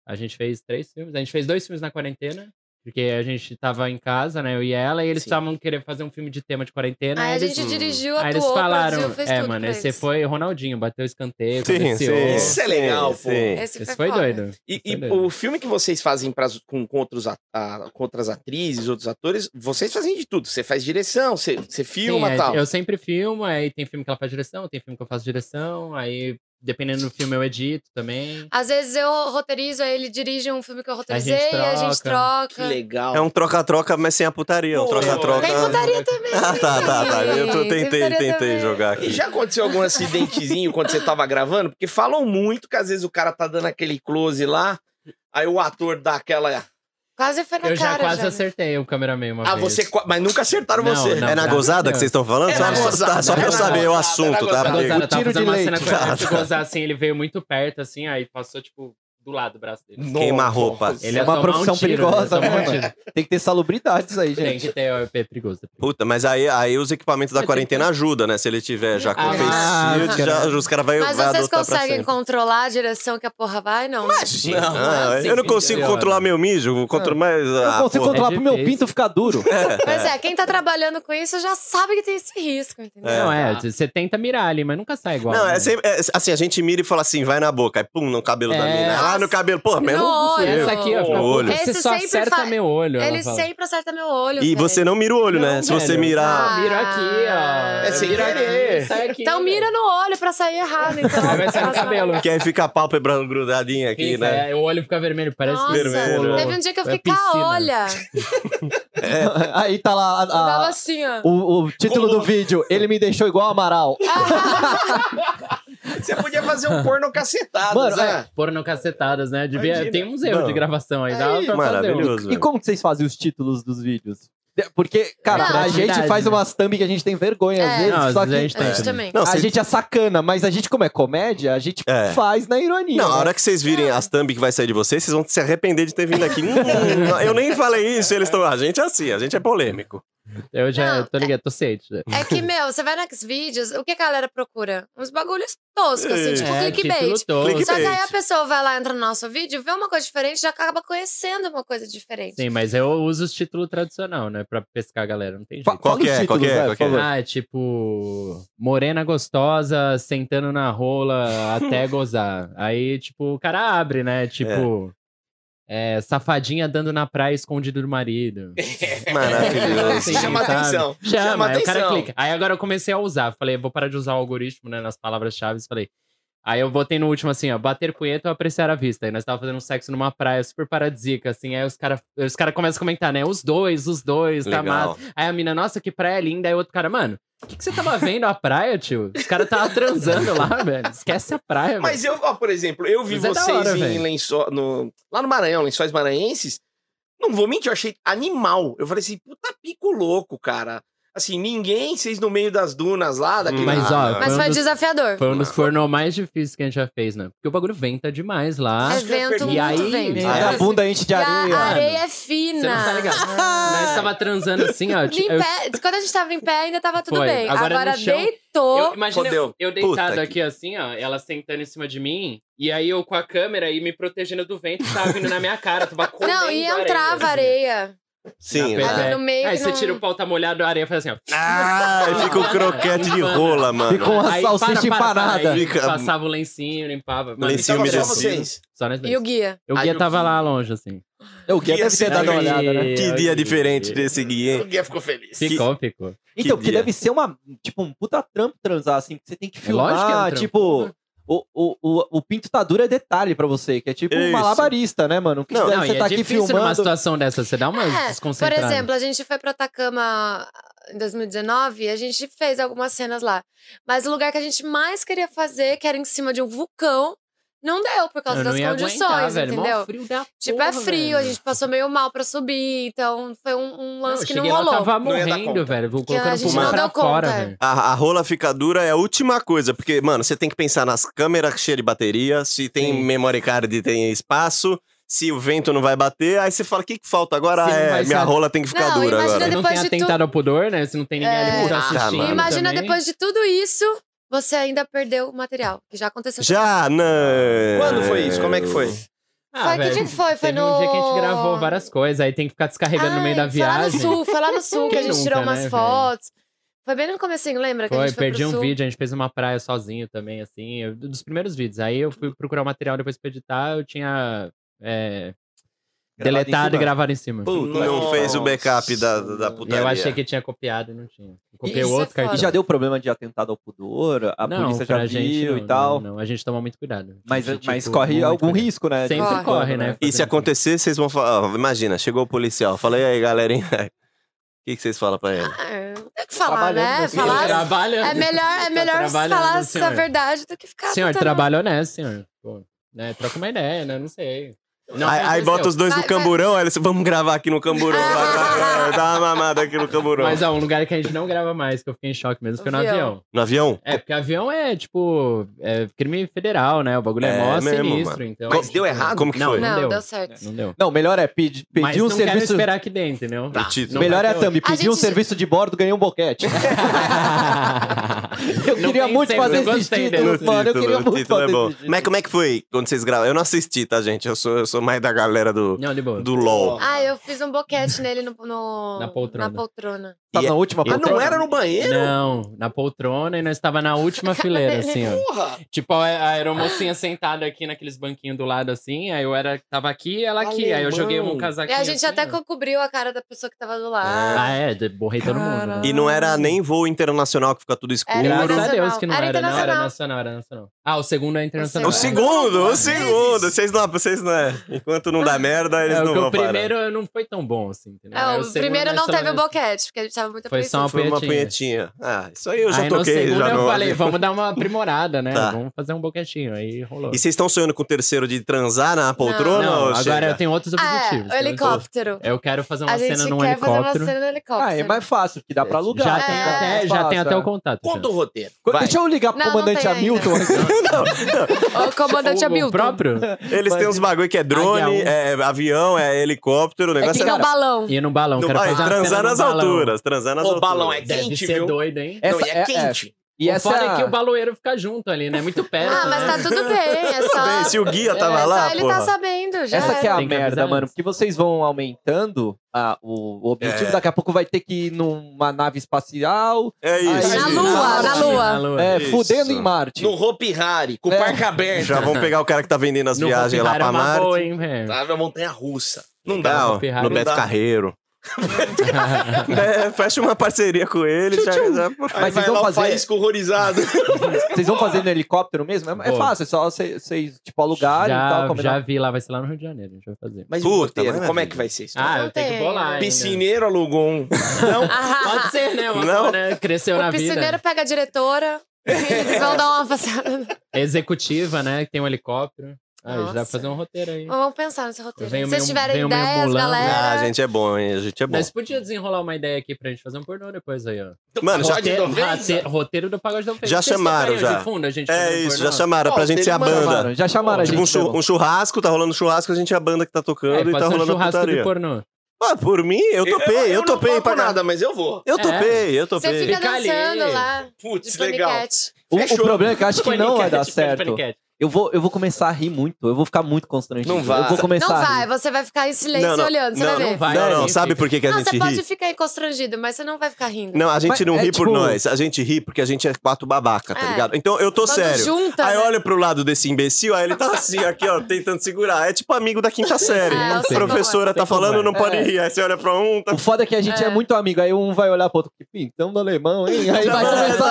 Speaker 5: A gente fez três filmes. A gente fez dois filmes na quarentena, porque a gente tava em casa, né? Eu e ela, e eles
Speaker 1: Sim.
Speaker 5: estavam querendo fazer um filme de tema de quarentena.
Speaker 4: Aí
Speaker 5: aí
Speaker 4: a
Speaker 5: eles-
Speaker 4: gente
Speaker 2: Hum.
Speaker 4: dirigiu,
Speaker 5: Aí eles
Speaker 4: atuou,
Speaker 5: falaram,
Speaker 4: produziu, fez
Speaker 5: é,
Speaker 4: tudo
Speaker 5: mano,
Speaker 4: pra
Speaker 5: esse
Speaker 4: eles.
Speaker 5: foi Ronaldinho, bateu escanteio,
Speaker 2: Sim,
Speaker 5: cabeceou.
Speaker 2: sim.
Speaker 1: Isso é
Speaker 2: sim,
Speaker 1: legal, pô.
Speaker 2: sim.
Speaker 4: Esse,
Speaker 5: Isso foi
Speaker 4: foda.
Speaker 5: doido.
Speaker 1: E,
Speaker 5: Isso foi
Speaker 1: e
Speaker 5: doido.
Speaker 1: o filme que vocês fazem pras- com, com outros a- a- com outras atrizes, outros atores, vocês fazem de tudo. Você faz direção, você, você
Speaker 5: Sim,
Speaker 1: filma
Speaker 5: é,
Speaker 1: tal.
Speaker 5: Eu sempre filmo, aí tem filme que ela faz direção, tem filme que eu faço direção, aí dependendo do filme, eu edito também.
Speaker 4: Às vezes eu roteirizo, aí ele dirige um filme que eu roteirizei, a gente
Speaker 1: Que
Speaker 4: troca.
Speaker 1: legal.
Speaker 2: É um troca-troca, mas sem a putaria. É um
Speaker 1: Pô,
Speaker 2: troca-troca.
Speaker 4: Tem putaria também.
Speaker 2: Ah, tá, tá, tá. Eu
Speaker 4: Tem
Speaker 2: tô- tentei,
Speaker 4: putaria
Speaker 2: tentei
Speaker 4: também.
Speaker 2: jogar
Speaker 1: E
Speaker 2: aqui.
Speaker 1: já aconteceu algum acidentezinho quando você tava gravando? Porque falam muito que às vezes o cara tá dando aquele close lá, aí o ator dá aquela.
Speaker 4: Quase foi na
Speaker 5: eu já
Speaker 4: cara.
Speaker 5: quase
Speaker 4: né?
Speaker 5: acertei o cameraman uma
Speaker 1: Ah,
Speaker 5: vez.
Speaker 1: você. qua- Mas nunca acertaram
Speaker 5: Não,
Speaker 1: você.
Speaker 5: não.
Speaker 2: É na
Speaker 5: Não,
Speaker 2: gozada
Speaker 5: não.
Speaker 2: que vocês estão falando?
Speaker 1: É
Speaker 2: só
Speaker 1: na
Speaker 2: só-
Speaker 1: gozada,
Speaker 2: tá, só
Speaker 1: é
Speaker 2: pra eu
Speaker 1: na
Speaker 2: saber o
Speaker 1: gozada,
Speaker 2: assunto,
Speaker 1: é na
Speaker 2: tá?
Speaker 1: gozada.
Speaker 5: Agora,
Speaker 2: Porque-
Speaker 5: eu tava
Speaker 3: tiro de
Speaker 5: fazendo uma cena
Speaker 3: leite.
Speaker 5: com ele, de gozar assim, ele veio muito perto, assim, aí passou, tipo, do lado do braço dele.
Speaker 1: Nossa.
Speaker 2: Queima a roupa.
Speaker 5: Ele
Speaker 3: é
Speaker 5: ia
Speaker 3: uma
Speaker 5: tomar um
Speaker 3: profissão
Speaker 5: tiro, ele ia
Speaker 3: perigosa,
Speaker 5: tomar
Speaker 3: né,
Speaker 5: um tiro.
Speaker 3: Tem que ter salubridades aí,
Speaker 5: Tem
Speaker 3: gente.
Speaker 5: que ter OEP é perigoso.
Speaker 2: Puta, mas aí, aí os equipamentos da
Speaker 5: É,
Speaker 2: quarentena ajudam, né? Se ele tiver já com
Speaker 5: Ah,
Speaker 2: face shield,
Speaker 3: máscara.
Speaker 2: já, os caras vão
Speaker 4: Mas vocês
Speaker 2: adotar pra
Speaker 4: conseguem
Speaker 2: sempre.
Speaker 4: controlar a direção que a porra vai? Não.
Speaker 2: Não,
Speaker 1: Imagina.
Speaker 2: não, Ah, é, eu não consigo
Speaker 5: entendeu?
Speaker 2: controlar meu mijo, vou controlar mais a
Speaker 3: Eu não consigo
Speaker 2: Ah, porra.
Speaker 3: controlar
Speaker 5: É
Speaker 3: pro meu
Speaker 5: difícil.
Speaker 3: pinto ficar duro.
Speaker 4: Pois é, quem tá trabalhando com isso já sabe que tem esse risco, entendeu?
Speaker 2: É.
Speaker 5: não, é,
Speaker 1: tá.
Speaker 5: você tenta mirar ali, mas nunca sai igual.
Speaker 2: Não, é
Speaker 5: né?
Speaker 2: sempre, é, assim, a gente mira e fala assim, vai na boca, aí pum, no cabelo da
Speaker 5: É.
Speaker 2: mina. Lá no
Speaker 4: Nossa.
Speaker 2: cabelo, porra, mas não-
Speaker 4: No olho.
Speaker 5: Essa aqui, ó.
Speaker 1: O
Speaker 5: fica-
Speaker 2: olho.
Speaker 5: Você
Speaker 4: Esse
Speaker 5: só
Speaker 4: sempre
Speaker 5: acerta
Speaker 4: fa-
Speaker 5: meu olho. ela
Speaker 4: Ele
Speaker 5: fala.
Speaker 4: sempre acerta meu olho.
Speaker 2: E
Speaker 4: velho.
Speaker 2: você não mira o olho, né?
Speaker 5: Não,
Speaker 2: Se você
Speaker 5: velho.
Speaker 2: mirar.
Speaker 5: Ah, mira aqui, ó.
Speaker 1: É sem
Speaker 5: mira
Speaker 1: querer.
Speaker 5: aqui, sai aqui.
Speaker 4: Então mira no olho pra sair errado, então.
Speaker 5: Aí vai sair no cabelo.
Speaker 2: Que aí fica a pálpebra grudadinha aqui,
Speaker 5: Fica,
Speaker 2: né?
Speaker 5: é, o olho fica vermelho, parece
Speaker 4: Nossa,
Speaker 5: que
Speaker 2: Vermelho.
Speaker 4: Teve um dia que eu
Speaker 5: É
Speaker 4: fiquei com
Speaker 5: piscina.
Speaker 4: a olha.
Speaker 2: É.
Speaker 3: aí tá lá
Speaker 2: Ah,
Speaker 4: Eu tava
Speaker 3: a- a-
Speaker 4: assim, ó.
Speaker 3: o, o título do vídeo. Ele me deixou igual Amaral. Ah,
Speaker 1: Você podia fazer um porno cacetado,
Speaker 4: um
Speaker 3: Mano,
Speaker 1: né?
Speaker 5: Porno cacetadas, né? Devia-
Speaker 1: Imagina.
Speaker 5: Tem uns erros
Speaker 2: Não.
Speaker 5: de gravação aí, dá
Speaker 3: Aí,
Speaker 5: pra fazer. um.
Speaker 2: Maravilhoso.
Speaker 3: E
Speaker 2: velho.
Speaker 3: como que vocês fazem os títulos dos vídeos? Porque, cara,
Speaker 4: Não,
Speaker 3: a gente
Speaker 5: criatividade,
Speaker 3: faz
Speaker 5: né?
Speaker 3: umas thumb que a gente tem vergonha às
Speaker 4: É.
Speaker 3: vezes,
Speaker 5: Não, às
Speaker 3: só que
Speaker 5: vezes a gente
Speaker 4: A gente
Speaker 5: É.
Speaker 4: também.
Speaker 2: Não,
Speaker 3: a
Speaker 2: cê-
Speaker 3: gente é sacana, mas a gente, como é comédia, a gente
Speaker 2: É.
Speaker 3: faz na ironia.
Speaker 2: Não,
Speaker 3: né?
Speaker 2: a hora que vocês virem as thumb que vai sair de vocês, vocês vão se arrepender de ter vindo aqui. Hum, não, eu nem falei isso, eles estão. A gente é assim, a gente é polêmico.
Speaker 5: Eu já
Speaker 4: Não,
Speaker 5: tô ligado, tô ciente. já.
Speaker 4: É que, meu, você vai naqueles vídeos, o que a galera procura? Uns bagulhos toscos, assim, tipo
Speaker 5: É, título
Speaker 4: clickbait.
Speaker 5: tosco.
Speaker 2: Clickbait.
Speaker 4: Só que aí a pessoa vai lá, entra no nosso vídeo, vê uma coisa diferente, já acaba conhecendo uma coisa diferente.
Speaker 5: Sim, mas eu uso os títulos tradicional, né? Pra pescar a galera, não tem jeito.
Speaker 3: Fa-
Speaker 2: Qual
Speaker 3: fala os
Speaker 2: que é? Qual
Speaker 3: títulos,
Speaker 2: que é?
Speaker 3: vai,
Speaker 2: Qual
Speaker 3: por
Speaker 2: que é?
Speaker 3: favor.
Speaker 5: Ah, é tipo, morena gostosa sentando na rola até gozar. Aí, tipo, o cara abre, né? Tipo, é, safadinha dando na praia escondido do marido.
Speaker 2: Maravilhoso.
Speaker 5: Sim,
Speaker 1: Chama
Speaker 5: é, sabe?
Speaker 1: atenção.
Speaker 5: Chama,
Speaker 1: Chama
Speaker 5: aí o cara
Speaker 1: atenção.
Speaker 5: clica. Aí agora eu comecei a usar. Falei, vou parar de usar o algoritmo, né? Nas palavras-chave. Falei. Aí eu botei no último assim, ó, bater punheta ou apreciar a vista. Aí nós tava fazendo sexo numa praia super paradisíaca, assim. Aí os caras os cara começam a comentar, né? Os dois, os dois, tá massa.
Speaker 2: Legal.
Speaker 5: Aí a mina, nossa, que praia linda. Aí o outro cara, mano, o que, que você tava vendo a praia, tio? Os caras tava transando lá, velho. Esquece a praia,
Speaker 1: Mas eu, ó, por exemplo, eu vi
Speaker 5: Mas é da
Speaker 1: vocês
Speaker 5: hora,
Speaker 1: em
Speaker 5: velho.
Speaker 1: lençó, no, lá no Maranhão, lençóis maranhenses. Não vou mentir, eu achei animal. Eu falei assim, puta pico louco, cara. Assim, ninguém, vocês no meio das dunas lá,
Speaker 5: velho.
Speaker 1: daquele.
Speaker 5: Mas
Speaker 2: Ah,
Speaker 5: ó,
Speaker 2: não.
Speaker 5: foi,
Speaker 4: Mas
Speaker 5: um
Speaker 4: foi
Speaker 5: dos,
Speaker 4: desafiador.
Speaker 5: foi um dos pornô mais difíceis que a gente já fez, né? Porque o bagulho venta demais lá.
Speaker 4: É
Speaker 1: Acho que eu
Speaker 4: vento,
Speaker 1: perdi.
Speaker 5: E
Speaker 4: muito
Speaker 5: aí,
Speaker 2: é?
Speaker 4: vento.
Speaker 5: né?
Speaker 3: A bunda enche de
Speaker 4: Ah, E
Speaker 3: areia.
Speaker 4: a areia é
Speaker 5: Você não
Speaker 4: fina.
Speaker 5: tá ligado? Nós tava transando assim, ó.
Speaker 4: Em
Speaker 5: Tipo, eu,
Speaker 4: pé- quando a gente tava em pé, ainda tava tudo
Speaker 5: Foi.
Speaker 4: bem.
Speaker 5: Agora é
Speaker 4: Agora,
Speaker 5: no chão,
Speaker 4: deitou.
Speaker 5: eu, imagina eu,
Speaker 1: Fodeu.
Speaker 5: eu
Speaker 2: Puta
Speaker 5: deitado
Speaker 2: que-
Speaker 5: aqui assim, ó, ela sentando em cima de mim, e aí eu com a câmera e me protegendo do vento que tava vindo na minha cara, tava comendo
Speaker 4: Não, e
Speaker 5: areia,
Speaker 4: entrava
Speaker 5: assim.
Speaker 4: areia.
Speaker 2: Sim, né?
Speaker 5: Pois
Speaker 4: Ali
Speaker 5: é.
Speaker 4: no meio
Speaker 5: Aí
Speaker 4: que
Speaker 5: você
Speaker 4: não-
Speaker 5: tira o pau, tá molhado, a areia faz assim, ó.
Speaker 2: Ah, e fica o croquete de rola, mano.
Speaker 3: Ficou uma
Speaker 5: Aí,
Speaker 3: salsicha
Speaker 5: para, para, para,
Speaker 3: empanada.
Speaker 5: aí
Speaker 2: Fica-
Speaker 5: Passava o lencinho, limpava. Mano,
Speaker 2: Lencinho
Speaker 5: ficava
Speaker 1: Tava Então, só
Speaker 2: umedecido.
Speaker 5: só-
Speaker 1: vocês.
Speaker 5: Só nós dois.
Speaker 4: E o guia.
Speaker 5: O
Speaker 1: Ai,
Speaker 5: guia
Speaker 1: eu
Speaker 5: tava
Speaker 1: vi.
Speaker 5: lá longe, assim.
Speaker 3: Eu guia deve ter dado uma
Speaker 5: Aí,
Speaker 3: olhada, né?
Speaker 2: Que
Speaker 5: aí,
Speaker 2: dia diferente desse guia, hein?
Speaker 1: O guia ficou feliz.
Speaker 5: Ficou, ficou.
Speaker 3: Então, porque
Speaker 2: dia.
Speaker 3: deve ser uma, tipo, um puta trampo transar, assim, que você tem que
Speaker 5: É lógico que é um
Speaker 3: filmar,
Speaker 5: trampo.
Speaker 3: tipo... O, o, o, o pinto tá duro é detalhe pra você, que é tipo
Speaker 2: Isso.
Speaker 3: um malabarista, né, mano? Que
Speaker 2: Não,
Speaker 3: deve-
Speaker 5: Não,
Speaker 3: você
Speaker 5: e
Speaker 3: tá
Speaker 5: é
Speaker 3: aqui
Speaker 5: difícil numa
Speaker 3: filmando.
Speaker 5: situação dessa, você dá uma
Speaker 4: É, por
Speaker 5: desconcentrada.
Speaker 4: exemplo, a gente foi pra Atacama ah, em 2019 e a gente fez algumas cenas lá. Mas o lugar que a gente mais queria fazer, que era em cima de um vulcão, não deu por causa
Speaker 5: Eu não
Speaker 4: das
Speaker 5: ia
Speaker 4: condições,
Speaker 5: aguentar, velho. Mó
Speaker 4: entendeu?
Speaker 5: frio da
Speaker 4: Tipo,
Speaker 5: porra,
Speaker 4: é frio,
Speaker 5: velho.
Speaker 4: a gente passou meio mal pra subir, então foi um, um
Speaker 5: Não, eu
Speaker 4: lance que não
Speaker 5: cheguei lá,
Speaker 4: rolou.
Speaker 5: tava
Speaker 1: Não ia dar
Speaker 5: morrendo,
Speaker 1: conta.
Speaker 5: velho. Vou
Speaker 4: Que a
Speaker 5: colocando o
Speaker 4: gente
Speaker 5: pulmão
Speaker 2: não
Speaker 5: pra
Speaker 4: deu
Speaker 5: fora,
Speaker 4: conta, é.
Speaker 5: velho.
Speaker 2: A, a rola fica dura é a última coisa, porque, mano, você tem que pensar nas câmeras cheias de bateria, se tem
Speaker 5: Sim.
Speaker 2: memory card e tem espaço, se o vento não vai bater, aí você fala, o que, que falta agora?
Speaker 5: Se não
Speaker 2: Ah, é,
Speaker 5: vai
Speaker 2: minha
Speaker 5: ser-
Speaker 2: rola tem que ficar
Speaker 4: Não,
Speaker 2: dura
Speaker 4: imagina
Speaker 2: agora.
Speaker 5: Se não
Speaker 4: Depois
Speaker 5: tem
Speaker 4: de tu-
Speaker 5: atentado ao pudor, né? Se não tem ninguém ali
Speaker 4: É.
Speaker 5: por
Speaker 1: Ah,
Speaker 5: assistindo
Speaker 2: mano.
Speaker 4: Imagina
Speaker 5: também.
Speaker 4: depois de tudo isso, você ainda perdeu o material, que já aconteceu.
Speaker 2: Já, não.
Speaker 1: Quando foi isso? Como é que foi?
Speaker 5: Ah,
Speaker 4: Foi, que
Speaker 5: velho,
Speaker 4: dia que foi? Foi
Speaker 5: teve um dia que a gente
Speaker 4: no-
Speaker 5: gravou várias coisas, aí tem que ficar descarregando no meio da
Speaker 4: Ai,
Speaker 5: viagem.
Speaker 4: Foi lá no sul, foi lá no sul que a
Speaker 5: Quem
Speaker 4: gente tirou
Speaker 5: nunca,
Speaker 4: umas
Speaker 5: né,
Speaker 4: fotos. Foi bem no comecinho, lembra? que a
Speaker 5: Foi,
Speaker 4: gente foi
Speaker 5: perdi
Speaker 4: pro
Speaker 5: um
Speaker 4: sul?
Speaker 5: vídeo, a gente fez uma praia sozinho também, assim, eu- dos primeiros vídeos. Aí eu fui procurar o material depois pra editar, eu tinha é,
Speaker 3: Gravado em
Speaker 5: Deletado e
Speaker 3: cima.
Speaker 5: gravado em cima.
Speaker 2: não fez o backup da,
Speaker 1: Nossa.
Speaker 2: da
Speaker 5: E
Speaker 2: putaria.
Speaker 5: eu achei que é tinha copiado e não tinha. Copiei
Speaker 4: Isso é
Speaker 5: outro
Speaker 4: foda.
Speaker 5: cartão.
Speaker 3: E já deu problema de atentado ao pudor, a
Speaker 5: tá- não,
Speaker 3: polícia já
Speaker 5: pra
Speaker 3: viu
Speaker 5: gente, não,
Speaker 3: e tal.
Speaker 5: Não, não, a gente toma muito cuidado.
Speaker 3: Mas,
Speaker 5: A gente,
Speaker 3: mas
Speaker 5: tipo,
Speaker 3: corre
Speaker 5: muito
Speaker 3: algum
Speaker 5: cuidado.
Speaker 3: risco, né? de
Speaker 5: Sempre
Speaker 3: vez em
Speaker 5: corre,
Speaker 3: quando,
Speaker 5: né?
Speaker 2: E se acontecer, vocês vão falar. ó, imagina, chegou o policial. Fala "E aí, galerinha. O que, que vocês falam pra ele?
Speaker 4: Ah, tem que falar,
Speaker 3: Trabalhando
Speaker 4: né?
Speaker 3: no
Speaker 5: Senhor,
Speaker 4: Falar...
Speaker 5: trabalha.
Speaker 4: É melhor, é melhor
Speaker 5: Tá trabalhando,
Speaker 4: falar
Speaker 5: senhor.
Speaker 4: essa verdade do que ficar.
Speaker 5: Senhor,
Speaker 4: tentando-
Speaker 5: trabalha honesto, senhor. Pô, né, troca uma ideia, né? Não sei.
Speaker 2: aí
Speaker 5: Não, mas assim,
Speaker 2: aí
Speaker 5: aconteceu.
Speaker 2: bota os dois no
Speaker 4: Vai, vai.
Speaker 2: camburão, aí eles vamos gravar aqui no camburão. vai, vai, vai, vai, dá uma mamada aqui no camburão.
Speaker 5: Mas é um lugar que a gente não grava mais, que eu fiquei em choque mesmo, foi no
Speaker 4: Avião.
Speaker 5: avião.
Speaker 2: No avião?
Speaker 5: É, porque avião é, tipo, é crime federal, né? O bagulho
Speaker 2: É
Speaker 5: é, mó
Speaker 2: mesmo,
Speaker 5: sinistro,
Speaker 2: mano.
Speaker 5: então...
Speaker 1: Mas deu errado?
Speaker 2: Como que
Speaker 5: Não,
Speaker 2: foi?
Speaker 5: não
Speaker 4: Não,
Speaker 5: deu.
Speaker 4: deu certo.
Speaker 5: Não deu.
Speaker 3: Não, melhor é pedir, pedir
Speaker 5: Mas
Speaker 3: um
Speaker 5: não quero
Speaker 3: serviço.
Speaker 5: esperar aqui dentro, entendeu?
Speaker 2: O título.
Speaker 5: Não
Speaker 3: melhor
Speaker 5: vai
Speaker 3: é a
Speaker 5: ter
Speaker 3: Thumb,
Speaker 4: A
Speaker 3: pedir
Speaker 4: gente
Speaker 3: um
Speaker 4: já-
Speaker 3: serviço de bordo, ganhei um boquete. Eu
Speaker 5: Não
Speaker 3: queria
Speaker 5: tem
Speaker 3: muito
Speaker 5: sempre,
Speaker 3: fazer
Speaker 5: eu
Speaker 3: esse
Speaker 5: gostei
Speaker 3: título,
Speaker 5: desse
Speaker 3: mano. Eu queria
Speaker 2: o
Speaker 3: muito
Speaker 2: título é
Speaker 3: fazer
Speaker 2: bom.
Speaker 3: esse título.
Speaker 2: Mas como é que foi quando vocês gravaram? Eu não assisti, tá, gente? Eu sou, eu sou mais da galera do,
Speaker 5: Não, de boa.
Speaker 2: do LOL.
Speaker 4: Ah, eu fiz um boquete nele no, no-
Speaker 5: Na poltrona.
Speaker 4: Na poltrona.
Speaker 3: Tá na última
Speaker 5: é-
Speaker 1: Ah, não
Speaker 3: poltrona?
Speaker 1: era no banheiro?
Speaker 5: Não, na poltrona e nós estava na última fileira, assim, ó.
Speaker 1: Porra!
Speaker 5: Tipo, a a aeromocinha sentada aqui naqueles banquinhos do lado, assim. Aí eu era, tava aqui e ela aqui. Aí eu
Speaker 1: Alemão.
Speaker 5: joguei um
Speaker 4: E
Speaker 5: casaquinho.
Speaker 4: a gente
Speaker 5: assim,
Speaker 4: até
Speaker 5: ó.
Speaker 4: co- cobriu a cara da pessoa que tava do
Speaker 5: Ah,
Speaker 4: lado.
Speaker 5: é, de- borrei todo mundo. né?
Speaker 4: Caralho.
Speaker 2: E não era nem voo internacional que fica tudo escuro.
Speaker 4: Era
Speaker 5: Graças a
Speaker 4: internacional.
Speaker 5: Deus que não
Speaker 4: Era
Speaker 5: era, não. Era
Speaker 4: internacional.
Speaker 5: nacional, era nacional. Ah, o segundo é internacional.
Speaker 2: O
Speaker 4: Não,
Speaker 2: segundo, o
Speaker 1: não,
Speaker 2: segundo.
Speaker 1: vezes.
Speaker 2: Vocês não, vocês não é. Enquanto não dá merda, eles
Speaker 5: É,
Speaker 2: não
Speaker 5: porque
Speaker 2: vão
Speaker 5: o
Speaker 2: parar.
Speaker 5: primeiro não foi tão bom, assim, entendeu?
Speaker 4: É,
Speaker 5: Aí
Speaker 4: o
Speaker 5: segundo
Speaker 4: primeiro
Speaker 5: nós
Speaker 4: não teve o
Speaker 5: falamos-
Speaker 4: boquete, porque a gente tava muito
Speaker 5: Foi só um uma
Speaker 4: apreensivo.
Speaker 2: Foi uma
Speaker 5: punhetinha.
Speaker 2: punhetinha. Ah, isso aí eu já
Speaker 5: aí no
Speaker 2: toquei.
Speaker 5: segundo
Speaker 2: Já
Speaker 5: eu
Speaker 2: não...
Speaker 5: falei, vamos dar uma aprimorada, né?
Speaker 2: Tá.
Speaker 5: Vamos fazer um boquetinho. Aí rolou.
Speaker 2: E vocês estão sonhando com o terceiro de transar na poltrona?
Speaker 5: Não,
Speaker 2: ou
Speaker 5: agora
Speaker 2: chega?
Speaker 5: eu tenho outros
Speaker 4: Ah,
Speaker 5: objetivos.
Speaker 4: é, o
Speaker 5: Eu-
Speaker 4: helicóptero.
Speaker 5: Eu quero fazer uma
Speaker 4: A gente
Speaker 5: cena num
Speaker 4: quer fazer uma
Speaker 5: helicóptero.
Speaker 4: cena no helicóptero. Um
Speaker 3: Ah, é mais fácil, porque dá pra alugar.
Speaker 5: Já
Speaker 4: É,
Speaker 5: tem,
Speaker 4: é
Speaker 5: até, já tem até o contato.
Speaker 1: Conta o roteiro.
Speaker 3: contato.
Speaker 1: Vai.
Speaker 3: Deixa eu ligar pro
Speaker 4: Não, não
Speaker 3: comandante
Speaker 4: tem ainda.
Speaker 3: Hamilton.
Speaker 4: O comandante
Speaker 5: o,
Speaker 4: Hamilton.
Speaker 5: o próprio?
Speaker 2: Eles têm uns bagulho que é drone,
Speaker 5: Águia um.
Speaker 2: é avião, é helicóptero, o negócio
Speaker 4: Que é o
Speaker 3: Cara,
Speaker 4: balão.
Speaker 5: E no balão.
Speaker 2: Não,
Speaker 5: Então, quero
Speaker 2: ai,
Speaker 5: fazer uma
Speaker 2: transar
Speaker 5: cena no
Speaker 2: nas
Speaker 5: balão.
Speaker 2: alturas, transar nas
Speaker 1: O
Speaker 2: alturas.
Speaker 1: balão é
Speaker 5: Deve
Speaker 1: quente,
Speaker 5: ser
Speaker 1: viu?
Speaker 5: doido, hein?
Speaker 1: Não,
Speaker 3: Essa
Speaker 1: e é quente.
Speaker 3: E essa...
Speaker 5: Fora que o baloeiro fica junto ali, né? Muito perto.
Speaker 4: Ah, mas tá
Speaker 5: né?
Speaker 4: tudo bem. É só,
Speaker 2: Bem, se o guia
Speaker 5: É,
Speaker 2: tava
Speaker 4: é
Speaker 2: lá,
Speaker 4: só ele
Speaker 2: porra.
Speaker 4: tá sabendo já.
Speaker 3: Essa que é a
Speaker 5: Tem que
Speaker 3: merda,
Speaker 5: avisar
Speaker 3: mano.
Speaker 5: antes.
Speaker 3: Porque vocês vão aumentando a- o, o objetivo.
Speaker 2: É.
Speaker 3: Daqui a pouco vai ter que ir numa nave espacial.
Speaker 2: É isso.
Speaker 3: Aí-
Speaker 4: Na
Speaker 3: Sim.
Speaker 4: lua, na
Speaker 3: Na
Speaker 4: lua.
Speaker 3: É,
Speaker 2: Isso.
Speaker 3: fudendo em Marte.
Speaker 1: No Hopi Hari, com o
Speaker 3: É.
Speaker 1: parque aberto.
Speaker 2: Já vão pegar o cara que tá vendendo as viagens lá pra Marte.
Speaker 5: é Boa, hein, velho?
Speaker 1: Sabe, a tá? montanha russa. Não
Speaker 2: Tá,
Speaker 1: dá.
Speaker 2: ó,
Speaker 5: Hopi Hari.
Speaker 2: no
Speaker 1: Não
Speaker 2: Beto
Speaker 1: dá.
Speaker 2: Carreiro. É, fecha uma parceria com ele. já- já-
Speaker 1: Aí
Speaker 3: Mas
Speaker 1: vai
Speaker 3: vocês vão
Speaker 1: lá o
Speaker 3: fazer-
Speaker 1: faísco horrorizado.
Speaker 3: Vocês vão fazer no helicóptero mesmo? É, é
Speaker 5: Boa.
Speaker 3: fácil, é só vocês- vocês, tipo, alugarem e tal.
Speaker 5: Já,
Speaker 2: é?
Speaker 3: combinar.
Speaker 5: já vi lá, vai ser lá no Rio de Janeiro. A gente vai fazer.
Speaker 1: Mas
Speaker 2: Puta,
Speaker 1: o roteiro,
Speaker 2: maravilha.
Speaker 1: como é que vai ser isso?
Speaker 5: Ah,
Speaker 4: não
Speaker 5: eu tenho que
Speaker 4: tem,
Speaker 5: bolar.
Speaker 4: né?
Speaker 5: ainda.
Speaker 1: Piscineiro alugou um. Não,
Speaker 5: Pode ser, né? Uma
Speaker 2: Não.
Speaker 5: não. Cresceu na
Speaker 4: Ah, o piscineiro
Speaker 5: vida.
Speaker 4: pega a diretora. Eles vão dar uma passada.
Speaker 5: Executiva, né? Que tem um helicóptero. Ah, já dá pra
Speaker 4: Nossa.
Speaker 5: fazer um roteiro aí.
Speaker 4: Vamos pensar nesse roteiro.
Speaker 5: Vem
Speaker 4: Se
Speaker 5: meio-
Speaker 4: vocês tiverem
Speaker 5: vem meio
Speaker 4: ideias,
Speaker 5: ambulância.
Speaker 4: galera.
Speaker 2: Ah, a gente é bom, hein? A gente é bom.
Speaker 5: Nós podia desenrolar uma ideia aqui pra gente fazer um pornô depois aí, ó.
Speaker 2: Mano, já,
Speaker 1: Pagode
Speaker 5: roteiro,
Speaker 1: da ofensa?
Speaker 5: roteiro, roteiro do Pagode da Ofensa.
Speaker 2: Já
Speaker 5: Vocês
Speaker 2: chamaram,
Speaker 5: topariam
Speaker 2: já.
Speaker 5: De fundo, a gente
Speaker 2: é
Speaker 5: fazer um
Speaker 2: isso,
Speaker 5: pornô?
Speaker 2: já chamaram
Speaker 1: Ó,
Speaker 2: pra gente ser a
Speaker 1: teve uma-
Speaker 2: banda.
Speaker 3: Chamaram, já chamaram
Speaker 2: Tipo
Speaker 3: a
Speaker 2: um,
Speaker 3: gente.
Speaker 2: chu-
Speaker 3: mesmo.
Speaker 2: um churrasco, tá rolando um churrasco, a gente é a banda que tá
Speaker 5: É,
Speaker 2: tocando e
Speaker 5: pode
Speaker 2: tá
Speaker 5: ser um
Speaker 2: rolando a
Speaker 5: churrasco de
Speaker 2: putaria.
Speaker 5: pornô.
Speaker 2: Ah, por mim, eu topei, eu,
Speaker 1: não
Speaker 2: topei.
Speaker 1: topo
Speaker 2: pra caralho.
Speaker 1: nada, mas eu vou.
Speaker 2: Eu
Speaker 5: É.
Speaker 2: topei, eu topei.
Speaker 4: Você fica
Speaker 5: Fica ali.
Speaker 4: dançando lá.
Speaker 1: Putz,
Speaker 4: De
Speaker 2: é
Speaker 1: legal.
Speaker 4: paniquete.
Speaker 3: O, o
Speaker 1: Fechou.
Speaker 3: problema é que eu
Speaker 5: Tipo
Speaker 3: acho que não vai dar
Speaker 5: Paniquete, pode
Speaker 3: certo.
Speaker 5: paniquete.
Speaker 3: Eu vou, eu vou começar a rir muito. Eu vou ficar muito constrangido.
Speaker 1: Não vai.
Speaker 3: Eu vou começar
Speaker 4: Não
Speaker 3: a rir.
Speaker 4: vai, você vai ficar em silêncio
Speaker 2: Não, não.
Speaker 4: olhando, você
Speaker 2: Não,
Speaker 4: vai
Speaker 5: não
Speaker 4: ver.
Speaker 5: vai.
Speaker 2: não, não,
Speaker 5: gente.
Speaker 2: sabe por que, que a
Speaker 4: não,
Speaker 2: gente
Speaker 4: você
Speaker 2: ri?
Speaker 4: pode ficar aí constrangido, mas você não vai ficar rindo.
Speaker 2: Não, a gente
Speaker 3: Mas
Speaker 2: não
Speaker 3: é
Speaker 2: ri por
Speaker 3: tipo-
Speaker 2: nós, a gente ri porque a gente é quatro babaca, tá
Speaker 4: É.
Speaker 2: ligado? Então eu tô
Speaker 4: Quando
Speaker 2: sério.
Speaker 4: junta,
Speaker 2: aí
Speaker 4: né?
Speaker 2: olha pro lado desse imbecil, aí ele tá assim, aqui, ó, tentando segurar. É tipo amigo da quinta série.
Speaker 4: É, eu
Speaker 2: a
Speaker 4: sei
Speaker 2: professora
Speaker 5: como é.
Speaker 2: tá
Speaker 5: Sei como
Speaker 2: falando,
Speaker 5: é.
Speaker 2: não pode
Speaker 3: É.
Speaker 2: rir. Aí você olha pra um, tá.
Speaker 3: O foda é que a gente é.
Speaker 4: É.
Speaker 3: muito amigo. Aí um vai olhar pro outro. Que pintão do alemão, hein? Aí vai
Speaker 2: Não, não,
Speaker 3: começar a rir.
Speaker 2: não,
Speaker 3: tá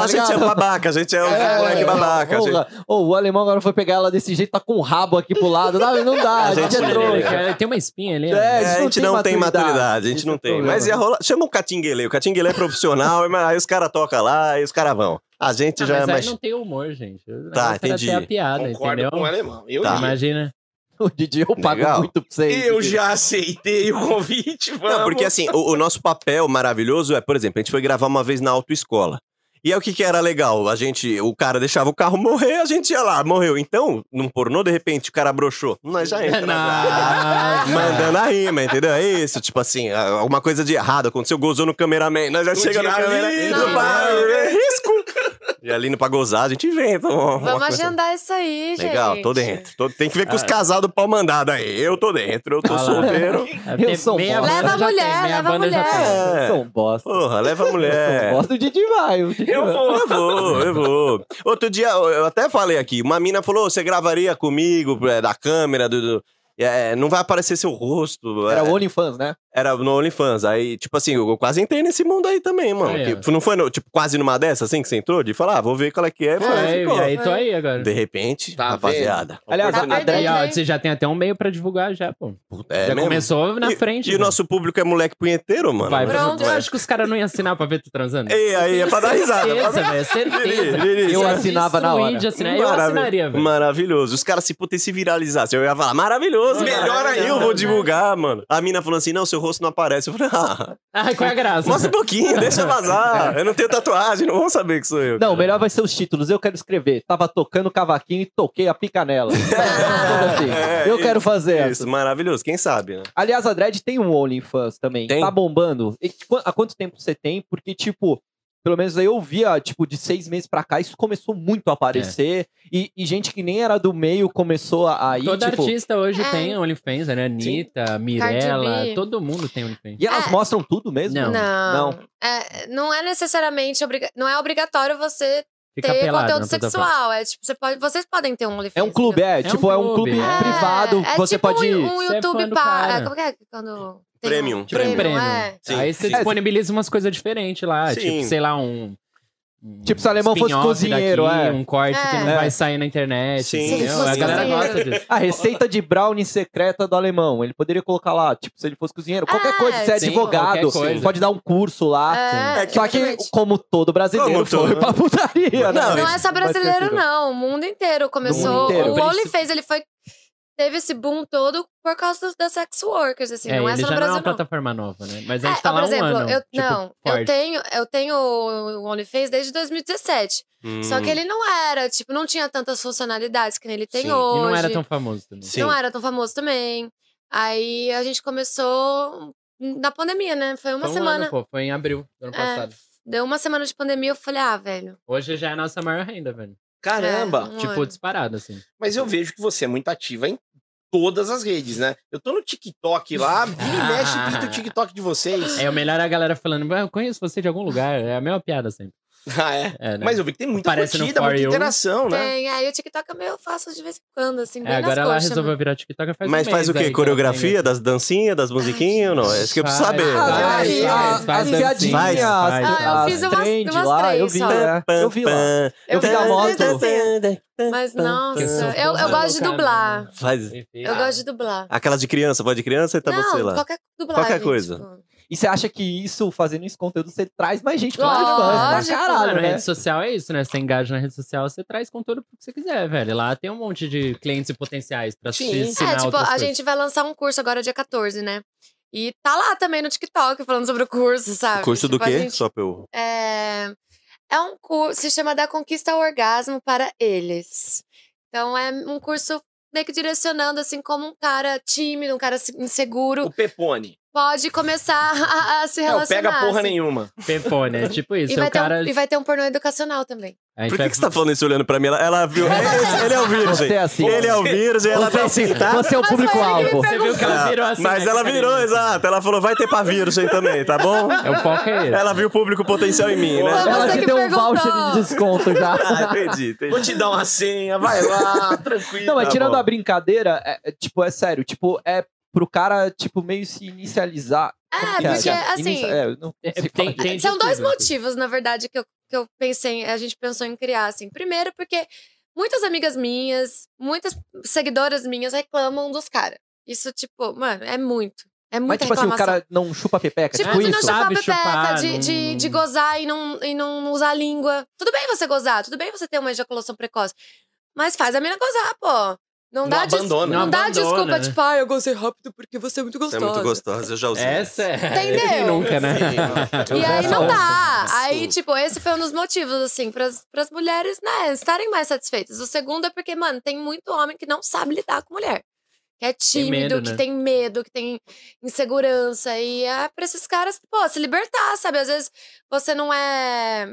Speaker 2: "Ah, a gente é
Speaker 3: ligado?
Speaker 2: babaca, a gente é um moleque babaca. a gente-
Speaker 3: Porra, ô, o alemão agora foi pegar ela desse jeito, tá com o rabo aqui pro lado. Não, não dá, a gente é
Speaker 5: Olha,
Speaker 3: trouxa.
Speaker 5: ele Tem uma espinha ali.
Speaker 3: É,
Speaker 5: ó.
Speaker 2: É, a gente não tem maturidade, a gente
Speaker 3: Esse é
Speaker 2: não
Speaker 3: o
Speaker 2: tem.
Speaker 3: problema.
Speaker 2: Mas ia rolar. Chama o Catinguele, o Catinguele é profissional, mas aí os caras tocam lá, aí os caras vão. A gente
Speaker 5: Ah,
Speaker 2: já é
Speaker 5: mas aí
Speaker 2: mais.
Speaker 5: não tem humor, gente. O
Speaker 2: Tá,
Speaker 5: negócio era
Speaker 2: entendi.
Speaker 5: ter a piada,
Speaker 1: Concordo
Speaker 5: entendeu?
Speaker 1: com o alemão. Eu,
Speaker 2: Tá.
Speaker 1: ia.
Speaker 5: Imagina.
Speaker 3: O Didi, eu pago
Speaker 2: Legal.
Speaker 3: muito pra vocês.
Speaker 1: eu
Speaker 3: Didi.
Speaker 1: já aceitei o convite, vamos.
Speaker 2: Não, porque assim, o, o nosso papel maravilhoso é, por exemplo, a gente foi gravar uma vez na autoescola. E aí o que, que era legal? A gente, o cara deixava o carro morrer, a gente ia lá, morreu. Então, num pornô, de repente, o cara broxou. Nós já entra. já.
Speaker 5: Nossa.
Speaker 2: Mandando a rima, entendeu? É isso, tipo assim, a- alguma coisa de errado aconteceu, gozou no cameraman, nós
Speaker 4: Um
Speaker 2: já
Speaker 1: Fudir
Speaker 2: chega no
Speaker 1: ali,
Speaker 2: cameraman,
Speaker 4: não.
Speaker 2: vai, é risco. E ali no pra gozar, a gente inventa. uma- uma
Speaker 4: Vamos
Speaker 2: coisa.
Speaker 4: agendar isso aí, gente. É.
Speaker 2: Legal, tô dentro. Tô- tem que ver com os casados pau mandado aí. Eu tô dentro, eu tô
Speaker 5: Ah lá.
Speaker 2: solteiro.
Speaker 5: Até
Speaker 3: Eu sou
Speaker 5: meia
Speaker 3: bom.
Speaker 5: banda
Speaker 4: Leva
Speaker 5: já
Speaker 4: a mulher,
Speaker 5: tem, meia
Speaker 4: leva a
Speaker 5: banda já
Speaker 4: mulher.
Speaker 5: tem.
Speaker 2: É.
Speaker 3: Vocês são bosta.
Speaker 2: Porra, leva a
Speaker 3: São
Speaker 2: mulher.
Speaker 3: bosta, o Didi vai. O Didi
Speaker 1: Eu
Speaker 3: vai.
Speaker 1: vou.
Speaker 2: Eu vou, eu vou. Outro dia, eu até falei aqui, uma mina falou: "Ô, você gravaria comigo, é, da câmera, do. do-" É, não vai aparecer seu rosto.
Speaker 3: Era
Speaker 2: é,
Speaker 3: o OnlyFans, né?
Speaker 2: era no OnlyFans. Aí, tipo assim, eu quase entrei nesse mundo aí também, mano.
Speaker 5: É,
Speaker 2: Que- não foi, no- tipo, quase numa dessa, assim, que você entrou? De falar, ah, vou ver qual é que é. e foi lá e
Speaker 5: É,
Speaker 2: ficou.
Speaker 5: e aí tô aí agora.
Speaker 2: De repente,
Speaker 1: Tá
Speaker 2: rapaziada.
Speaker 3: Aliás,
Speaker 4: Tá
Speaker 3: a-
Speaker 4: perdendo,
Speaker 5: Daí, ó,
Speaker 4: hein?
Speaker 5: você já tem até um meio pra divulgar já, pô.
Speaker 2: Puta, é
Speaker 5: já
Speaker 2: mesmo?
Speaker 5: começou na
Speaker 2: E-
Speaker 5: frente.
Speaker 2: E o
Speaker 5: né?
Speaker 2: nosso público é moleque punheteiro, mano. né?
Speaker 5: Vai,
Speaker 4: Pronto.
Speaker 5: pronto. Eu acho que os caras não iam assinar pra ver tu transando.
Speaker 2: Ei, aí, é pra dar risada. é pra
Speaker 5: Certeza,
Speaker 2: dar-
Speaker 5: velho, certeza.
Speaker 2: Lili, Lili,
Speaker 3: Eu
Speaker 2: isso é
Speaker 3: assinava na
Speaker 5: Destruir
Speaker 3: hora.
Speaker 5: de assinar. assim, né? Eu
Speaker 2: maravilhoso.
Speaker 5: assinaria, velho.
Speaker 2: Maravilhoso. Os caras, se putem se viralizasse, eu ia falar, maravilhoso, melhor aí, eu vou divulgar, mano. A mina falando assim, não, seu rosto não aparece. Eu falei, ah,
Speaker 5: Ai, qual é a graça?
Speaker 2: mostra um pouquinho, deixa vazar. Eu não tenho tatuagem, não vão saber que sou eu.
Speaker 3: Não, o melhor vai ser os títulos. Eu quero escrever. Tava tocando cavaquinho e toquei a pica nela. Tudo assim.
Speaker 2: É,
Speaker 3: Eu
Speaker 2: isso,
Speaker 3: quero fazer essa.
Speaker 2: Isso, maravilhoso, quem sabe, né?
Speaker 3: Aliás, a Dredd tem um OnlyFans também.
Speaker 2: Tem?
Speaker 3: Tá bombando. E qu- há quanto tempo você tem? Porque, tipo, pelo menos eu via, tipo, de seis meses pra cá, isso começou muito a aparecer.
Speaker 2: É.
Speaker 3: E, e gente que nem era do meio começou a, a ir,
Speaker 5: Todo
Speaker 3: tipo...
Speaker 5: artista hoje
Speaker 4: É.
Speaker 5: tem OnlyFans, né? Anitta, Mirella,
Speaker 4: B.
Speaker 5: todo mundo tem OnlyFans.
Speaker 3: E elas
Speaker 4: É.
Speaker 3: mostram tudo mesmo?
Speaker 5: Não.
Speaker 4: Não.
Speaker 3: Não.
Speaker 4: É, não é necessariamente obriga... não é obrigatório você
Speaker 5: Fica
Speaker 4: ter
Speaker 5: pelado
Speaker 4: conteúdo
Speaker 5: na plataforma.
Speaker 4: sexual. É tipo, você pode, vocês podem ter um OnlyFans.
Speaker 3: É um clube, é.
Speaker 5: um
Speaker 3: tipo, é um
Speaker 5: clube,
Speaker 3: clube
Speaker 5: é.
Speaker 3: privado.
Speaker 4: É, é
Speaker 3: você
Speaker 4: tipo
Speaker 3: pode...
Speaker 4: Um, um
Speaker 5: Você é fã
Speaker 4: YouTube
Speaker 5: do
Speaker 4: para.
Speaker 5: cara.
Speaker 4: Como que é quando. tem um-
Speaker 2: Premium.
Speaker 5: Tipo, um
Speaker 4: Premium,
Speaker 5: prêmio.
Speaker 4: é.
Speaker 2: Sim,
Speaker 5: Aí você
Speaker 2: sim.
Speaker 5: disponibiliza umas coisas diferentes lá.
Speaker 2: Sim.
Speaker 5: Tipo, sei lá, um. um
Speaker 3: Tipo, se o alemão fosse
Speaker 5: spin-off
Speaker 3: cozinheiro,
Speaker 5: daqui,
Speaker 3: é.
Speaker 5: Um corte que não
Speaker 4: É.
Speaker 5: vai sair na internet.
Speaker 2: Sim.
Speaker 5: entendeu?
Speaker 4: Se ele fosse
Speaker 5: A galera
Speaker 4: cozinheiro.
Speaker 5: gosta disso.
Speaker 3: A receita de brownie secreta do alemão. Ele poderia colocar lá, tipo, se ele fosse cozinheiro. Qualquer
Speaker 4: Ah,
Speaker 3: coisa, se é
Speaker 5: sim,
Speaker 3: advogado,
Speaker 5: qualquer coisa.
Speaker 3: pode dar um curso lá.
Speaker 4: É,
Speaker 2: É que-
Speaker 3: Só que,
Speaker 4: exatamente.
Speaker 3: como todo brasileiro,
Speaker 2: Como todo.
Speaker 3: foi pra putaria, né?
Speaker 2: Não,
Speaker 4: Não
Speaker 2: isso
Speaker 4: é só
Speaker 5: assim,
Speaker 4: brasileiro, não. O mundo inteiro começou.
Speaker 3: inteiro.
Speaker 4: O OnlyFans, ele foi. Teve esse boom todo por causa dos- das sex workers, assim.
Speaker 5: É,
Speaker 4: não é
Speaker 5: ele
Speaker 4: só no
Speaker 5: já não é uma
Speaker 4: Brasil, não.
Speaker 5: plataforma nova, né? Mas a
Speaker 4: É,
Speaker 5: gente tá
Speaker 4: ó,
Speaker 5: lá
Speaker 4: por
Speaker 5: um
Speaker 4: exemplo,
Speaker 5: ano.
Speaker 4: eu,
Speaker 5: tipo,
Speaker 4: não,
Speaker 5: forte.
Speaker 4: eu tenho, eu tenho o OnlyFans desde 2017.
Speaker 2: Hum.
Speaker 4: Só que ele é não era, tipo, não tinha tantas funcionalidades que nem ele tem
Speaker 2: Sim, e
Speaker 5: E
Speaker 4: hoje.
Speaker 5: não era tão famoso também.
Speaker 2: Sim.
Speaker 4: não era tão famoso também. Aí a gente começou na pandemia, né? Foi uma
Speaker 5: Foi um
Speaker 4: semana.
Speaker 5: ano, pô, foi em abril do ano
Speaker 4: É.
Speaker 5: passado.
Speaker 4: Deu uma semana de pandemia, eu falei, ah, velho.
Speaker 5: Hoje já é a nossa maior renda, velho.
Speaker 4: é,
Speaker 1: Caramba!
Speaker 4: um
Speaker 5: Tipo,
Speaker 4: ano.
Speaker 5: disparado, assim.
Speaker 1: Mas eu vejo que você é muito ativa em todas as redes, né? Eu tô no TikTok lá, vira e mexe pinta o TikTok de vocês.
Speaker 5: É o melhor é a galera falando, "Ué, eu conheço você de algum lugar. É a mesma piada sempre.
Speaker 1: Ah, é?
Speaker 5: É, né?
Speaker 1: Mas eu vi que tem muita
Speaker 5: Aparece no
Speaker 1: curtida,
Speaker 5: For
Speaker 1: muita
Speaker 5: You.
Speaker 1: interação, né?
Speaker 4: Tem, aí o TikTok é meio fácil de vez em quando, assim,
Speaker 5: É,
Speaker 4: bem nas
Speaker 5: agora ela
Speaker 4: coxas.
Speaker 5: resolveu
Speaker 4: né?
Speaker 5: virar TikTok faz um
Speaker 2: Mas faz
Speaker 5: mês
Speaker 2: o
Speaker 5: aí
Speaker 2: quê?
Speaker 5: que ela
Speaker 2: Coreografia
Speaker 5: tem, né?
Speaker 2: das dancinhas, das musiquinhas ou não? É isso que eu preciso
Speaker 5: Faz,
Speaker 2: saber.
Speaker 5: faz,
Speaker 3: Ah,
Speaker 4: Faz,
Speaker 3: as-
Speaker 5: faz,
Speaker 3: as
Speaker 5: faz
Speaker 3: piadinhas,
Speaker 5: dancinha, faz.
Speaker 3: as-
Speaker 4: Ah, eu
Speaker 3: as
Speaker 4: fiz umas-
Speaker 3: trends
Speaker 4: umas
Speaker 3: lá, eu
Speaker 4: três
Speaker 3: vi,
Speaker 4: só.
Speaker 3: é, eu vi lá. Eu vi da
Speaker 4: fiz
Speaker 3: moto.
Speaker 4: umas
Speaker 2: assim, é.
Speaker 4: dancinhas, Mas,
Speaker 2: Tan,
Speaker 4: nossa,
Speaker 5: tan, tan,
Speaker 4: eu, eu
Speaker 5: tan,
Speaker 4: gosto de
Speaker 5: tan,
Speaker 4: dublar.
Speaker 2: Faz.
Speaker 5: Ah.
Speaker 4: Eu gosto de dublar.
Speaker 2: Aquelas de criança, voz de criança e tá
Speaker 4: não,
Speaker 2: você lá.
Speaker 4: qualquer dublagem.
Speaker 2: Qualquer coisa.
Speaker 4: tipo.
Speaker 3: E você acha que isso, fazendo esse conteúdo, você traz mais gente pro
Speaker 4: Lógico,
Speaker 3: OnlyFans pra
Speaker 5: Mano,
Speaker 3: caralho, né?
Speaker 5: rede social é isso, né? Você engaja na rede social, você traz conteúdo pro que você quiser, velho. Lá tem um monte de clientes e potenciais pra
Speaker 1: Sim.
Speaker 5: te ensinar
Speaker 4: É, tipo,
Speaker 5: outras
Speaker 4: a
Speaker 5: coisas.
Speaker 4: gente vai lançar um curso agora dia 14, né? E tá lá também no TikTok falando sobre o curso, sabe?
Speaker 2: Curso do
Speaker 4: Tipo, a
Speaker 2: quê?
Speaker 4: gente-
Speaker 2: Só pra eu.
Speaker 4: É, é um curso, se chama Da Conquista ao Orgasmo para Eles. Então é um curso meio que direcionando, assim, como um cara tímido, um cara se- inseguro
Speaker 1: O Pepone.
Speaker 4: pode começar a, a se
Speaker 1: Não
Speaker 4: relacionar.
Speaker 1: pega porra
Speaker 4: assim.
Speaker 1: nenhuma.
Speaker 5: Pepô, né? Tipo isso.
Speaker 4: E
Speaker 5: é
Speaker 4: vai,
Speaker 5: o cara.
Speaker 4: ter um, e vai ter um pornô educacional também.
Speaker 5: a gente
Speaker 2: Por
Speaker 5: vai-
Speaker 2: que, que você tá falando isso olhando pra mim? Ela, ela viu. É esse- ele é o
Speaker 3: Você é
Speaker 2: virgem.
Speaker 3: assim.
Speaker 2: Ele é o virgem, ela
Speaker 3: Você
Speaker 2: tá
Speaker 3: é
Speaker 2: assim,
Speaker 3: assim,
Speaker 2: tá?
Speaker 3: Você é o
Speaker 4: Mas foi ele que
Speaker 3: público-alvo.
Speaker 4: me
Speaker 5: Você viu que ela
Speaker 2: Ah,
Speaker 5: virou assim.
Speaker 2: Mas
Speaker 5: né,
Speaker 2: ela
Speaker 5: cadê?
Speaker 2: virou, exato. Ela falou, vai ter pra virgem também, tá bom?
Speaker 5: É o foco é esse.
Speaker 2: Ela viu o público potencial em mim,
Speaker 1: Foi
Speaker 2: né?
Speaker 3: Ela
Speaker 4: você
Speaker 3: te
Speaker 4: que
Speaker 3: deu um
Speaker 4: perguntou.
Speaker 3: voucher de desconto já.
Speaker 2: Ah, entendi, entendi.
Speaker 1: Vou te dar uma senha, vai lá, tranquilo.
Speaker 3: Não, mas
Speaker 2: Tá
Speaker 3: tirando
Speaker 2: bom.
Speaker 3: a brincadeira, é- é, tipo, é sério. Tipo, é pro cara, tipo, meio se inicializar. Como
Speaker 4: É,
Speaker 3: que é?
Speaker 4: porque, assim,
Speaker 3: Inicia- é, eu não
Speaker 5: É,
Speaker 3: sei
Speaker 5: tem-
Speaker 3: falar.
Speaker 5: tem de
Speaker 4: São dois
Speaker 5: tudo, né?
Speaker 4: motivos, na verdade, que eu, que eu pensei, a gente pensou em criar, assim. Primeiro, porque muitas amigas minhas, muitas seguidoras minhas reclamam dos caras. Isso, tipo, mano, é muito. É
Speaker 3: Mas,
Speaker 4: muita
Speaker 3: tipo assim, o
Speaker 4: reclamação.
Speaker 3: cara não chupa pepeca,
Speaker 4: Tipo,
Speaker 3: tipo,
Speaker 4: de
Speaker 5: tu
Speaker 4: não
Speaker 3: isso.
Speaker 4: chupar a
Speaker 5: Sabe
Speaker 4: pepeca,
Speaker 5: chupar,
Speaker 4: de,
Speaker 5: não-
Speaker 4: de, de gozar e não, e não usar a língua. Tudo bem você gozar, tudo bem você ter uma ejaculação precoce. Mas faz a mina gozar, pô. Não,
Speaker 1: Não
Speaker 4: dá, des-
Speaker 1: abandona.
Speaker 4: não
Speaker 5: Não
Speaker 4: dá
Speaker 5: abandona,
Speaker 4: desculpa,
Speaker 5: né?
Speaker 4: tipo, ah, eu gozei rápido porque você é muito
Speaker 2: Você é
Speaker 4: gostosa.
Speaker 2: muito gostosa, eu já usei.
Speaker 5: Essa é.
Speaker 4: Entendeu?
Speaker 5: Quem nunca, né?
Speaker 2: Sim.
Speaker 4: E aí não dá. Aí,
Speaker 2: Sim.
Speaker 4: tipo, esse foi um dos motivos, assim, pras, pras mulheres, né, estarem mais satisfeitas. O segundo é porque, mano, tem muito homem que não sabe lidar com mulher. Que é tímido,
Speaker 5: medo,
Speaker 4: que
Speaker 5: né?
Speaker 4: tem medo, que tem insegurança. E é pra esses caras, pô, se libertar, sabe? Às vezes você não é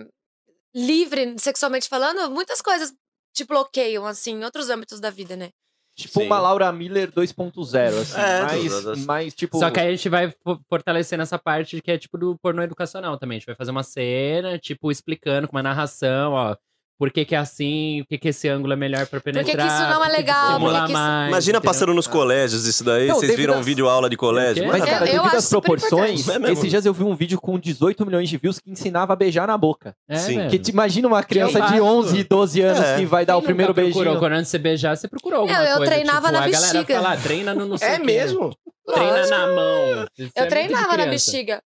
Speaker 4: livre sexualmente falando, muitas coisas te bloqueiam, assim, em outros âmbitos da vida, né?
Speaker 3: Tipo
Speaker 2: Sim.
Speaker 3: uma Laura Miller 2.0, assim.
Speaker 2: É,
Speaker 3: mais,
Speaker 2: todas as-
Speaker 3: mais, tipo...
Speaker 5: Só que aí a gente vai fo- fortalecendo essa parte que é tipo do pornô educacional também. A gente vai fazer uma cena, tipo, explicando com uma narração, ó. por que, que é assim, por que, que esse ângulo é melhor pra
Speaker 4: que que
Speaker 5: penetrar.
Speaker 4: isso não é legal, por que
Speaker 5: Simular
Speaker 4: que isso-
Speaker 5: mais,
Speaker 2: Imagina
Speaker 5: entendeu?
Speaker 2: passando nos colégios isso daí.
Speaker 3: Não,
Speaker 2: Vocês
Speaker 3: devido
Speaker 2: viram um
Speaker 3: às-
Speaker 2: vídeo aula de colégio?
Speaker 5: É, Eu-
Speaker 2: Mas,
Speaker 3: É, Mas, cara,
Speaker 4: é, eu
Speaker 3: devido
Speaker 4: acho
Speaker 3: às
Speaker 4: super
Speaker 3: proporções,
Speaker 2: importante. É mesmo.
Speaker 3: esses dias eu vi um vídeo com 18 milhões de views que ensinava a beijar na boca.
Speaker 5: É,
Speaker 2: Sim.
Speaker 5: velho.
Speaker 3: Que te imagina uma criança de
Speaker 5: faço.
Speaker 3: 11, 12 anos
Speaker 2: É.
Speaker 3: que vai dar
Speaker 5: Quem
Speaker 3: o primeiro
Speaker 5: nunca procurou?
Speaker 3: beijinho.
Speaker 5: Quando antes de você beijar, você procurou alguma
Speaker 4: Eu- eu
Speaker 5: coisa.
Speaker 4: treinava
Speaker 5: tipo,
Speaker 4: na
Speaker 5: A galera
Speaker 4: bexiga.
Speaker 5: fala, "Ah, treina no não sei o
Speaker 1: É
Speaker 5: quê". né?
Speaker 1: mesmo?
Speaker 5: Treina
Speaker 4: Lógico.
Speaker 5: na mão. Isso é
Speaker 4: Eu
Speaker 5: muito
Speaker 4: treinava
Speaker 5: de
Speaker 4: na
Speaker 5: criança.
Speaker 4: bexiga.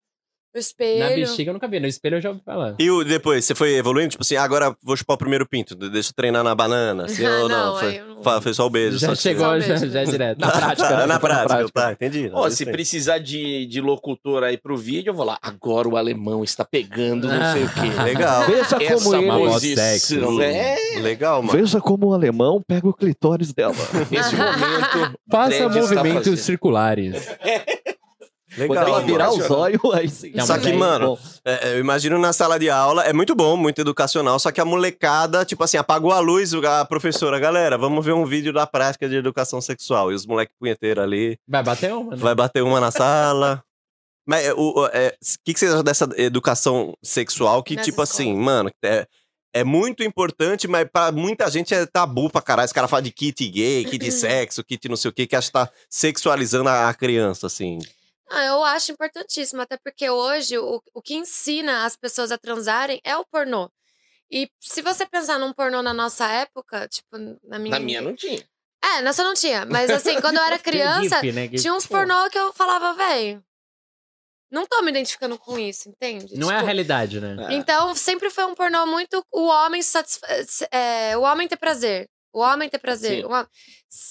Speaker 4: No
Speaker 5: Na
Speaker 4: espelho.
Speaker 5: bexiga eu nunca vi, no espelho eu já ouvi falar.
Speaker 2: E o, depois, você foi evoluindo? Tipo assim, ah, agora vou chupar o primeiro pinto, de- deixa eu treinar na banana. Assim,
Speaker 4: Ah,
Speaker 2: ou não,
Speaker 4: não,
Speaker 2: foi,
Speaker 4: aí eu não-
Speaker 2: fa- foi só o beijo.
Speaker 5: já
Speaker 2: só
Speaker 4: Só
Speaker 5: chegou, já,
Speaker 4: beijo.
Speaker 5: já é direto.
Speaker 2: Na prática, na prática,
Speaker 3: prática.
Speaker 2: tá, entendi.
Speaker 1: Ó, se precisar de, de locutor aí pro vídeo, eu vou lá. Agora o alemão está pegando não sei o quê.
Speaker 2: Legal,
Speaker 3: Veja
Speaker 4: Tá
Speaker 3: como
Speaker 1: Essa
Speaker 5: uma
Speaker 3: ele.
Speaker 5: voz
Speaker 1: posição.
Speaker 5: sexy.
Speaker 1: É,
Speaker 2: legal, mano.
Speaker 3: Veja como o alemão pega o clitóris dela.
Speaker 5: assim.
Speaker 1: nesse momento.
Speaker 5: Faça
Speaker 1: Dredd está fazendo.
Speaker 5: movimentos circulares.
Speaker 3: Quando
Speaker 2: Legal,
Speaker 3: ela
Speaker 1: mano.
Speaker 3: virar os
Speaker 1: Impressionante.
Speaker 3: olhos, assim. aí sim.
Speaker 5: Não,
Speaker 2: Só
Speaker 5: mas
Speaker 2: que,
Speaker 5: aí-
Speaker 2: mano,
Speaker 3: Bom,
Speaker 2: é, é, eu imagino na sala de aula, é muito bom, muito educacional, só que a molecada, tipo assim, apagou a luz, a professora, galera, vamos ver um vídeo da prática de educação sexual. E os moleques punheteiros ali,
Speaker 5: Vai bater uma, né?
Speaker 2: vai bater uma na sala. Mas é, o o- é, que, que você acha dessa educação sexual que,
Speaker 4: Nas
Speaker 2: tipo
Speaker 4: escolas.
Speaker 2: assim, mano, é, é muito importante, mas pra muita gente é tabu pra caralho. Os caras falam de kit gay,
Speaker 3: Uhum.
Speaker 2: kit sexo, kit não sei o que, que acha que tá sexualizando a a criança, assim.
Speaker 4: Ah, eu acho importantíssimo, até porque hoje o, o que ensina as pessoas a transarem é o pornô. E se você pensar num pornô na nossa época, tipo, na
Speaker 1: Na
Speaker 4: minha.
Speaker 1: minha não tinha.
Speaker 4: É, na sua não tinha. Mas assim, quando eu era criança,
Speaker 5: Tem o GIF, né, que-
Speaker 4: tinha uns
Speaker 5: pô,
Speaker 4: pornô que eu falava, velho. Não tô me identificando com isso, entende?
Speaker 5: Não é a
Speaker 4: Tipo,
Speaker 5: realidade, né?
Speaker 1: É.
Speaker 4: Então, sempre foi um pornô muito o homem satisfa é, o homem ter prazer. O homem ter prazer.
Speaker 1: Sim.
Speaker 4: o homem-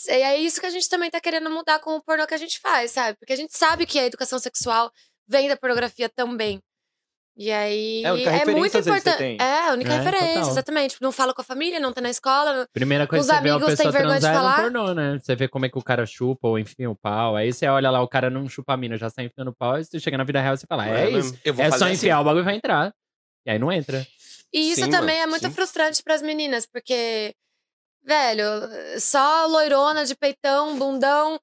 Speaker 4: E é isso que a gente também tá querendo mudar com o pornô que a gente faz, sabe? Porque a gente sabe que a educação sexual vem da pornografia também. E aí
Speaker 3: É a única
Speaker 4: é
Speaker 3: referência,
Speaker 4: muito
Speaker 3: às vezes, que você
Speaker 4: importante.
Speaker 3: tem.
Speaker 4: É, a única
Speaker 5: É,
Speaker 4: referência,
Speaker 5: total.
Speaker 4: exatamente. Tipo, Não fala com a família, não tá na escola.
Speaker 5: Primeira coisa
Speaker 4: Os
Speaker 5: que você vê uma
Speaker 4: amigos têm
Speaker 5: pessoa
Speaker 4: vergonha de
Speaker 5: transar é no
Speaker 4: falar?
Speaker 5: pornô, né? Você vê como é que o cara chupa, ou enfia o pau. Aí você olha lá, o cara não chupa a mina, já sai enfiando o pau. Aí você chega na vida real e você fala, é, isso.
Speaker 1: Ah, Eu vou
Speaker 5: É
Speaker 1: fazer
Speaker 5: só
Speaker 1: assim.
Speaker 5: enfiar o bagulho e vai entrar. E aí não entra.
Speaker 4: E isso
Speaker 2: Sim,
Speaker 4: também
Speaker 2: mano,
Speaker 4: é muito
Speaker 2: sim.
Speaker 4: frustrante pras meninas, porque, velho, só loirona de peitão, bundão,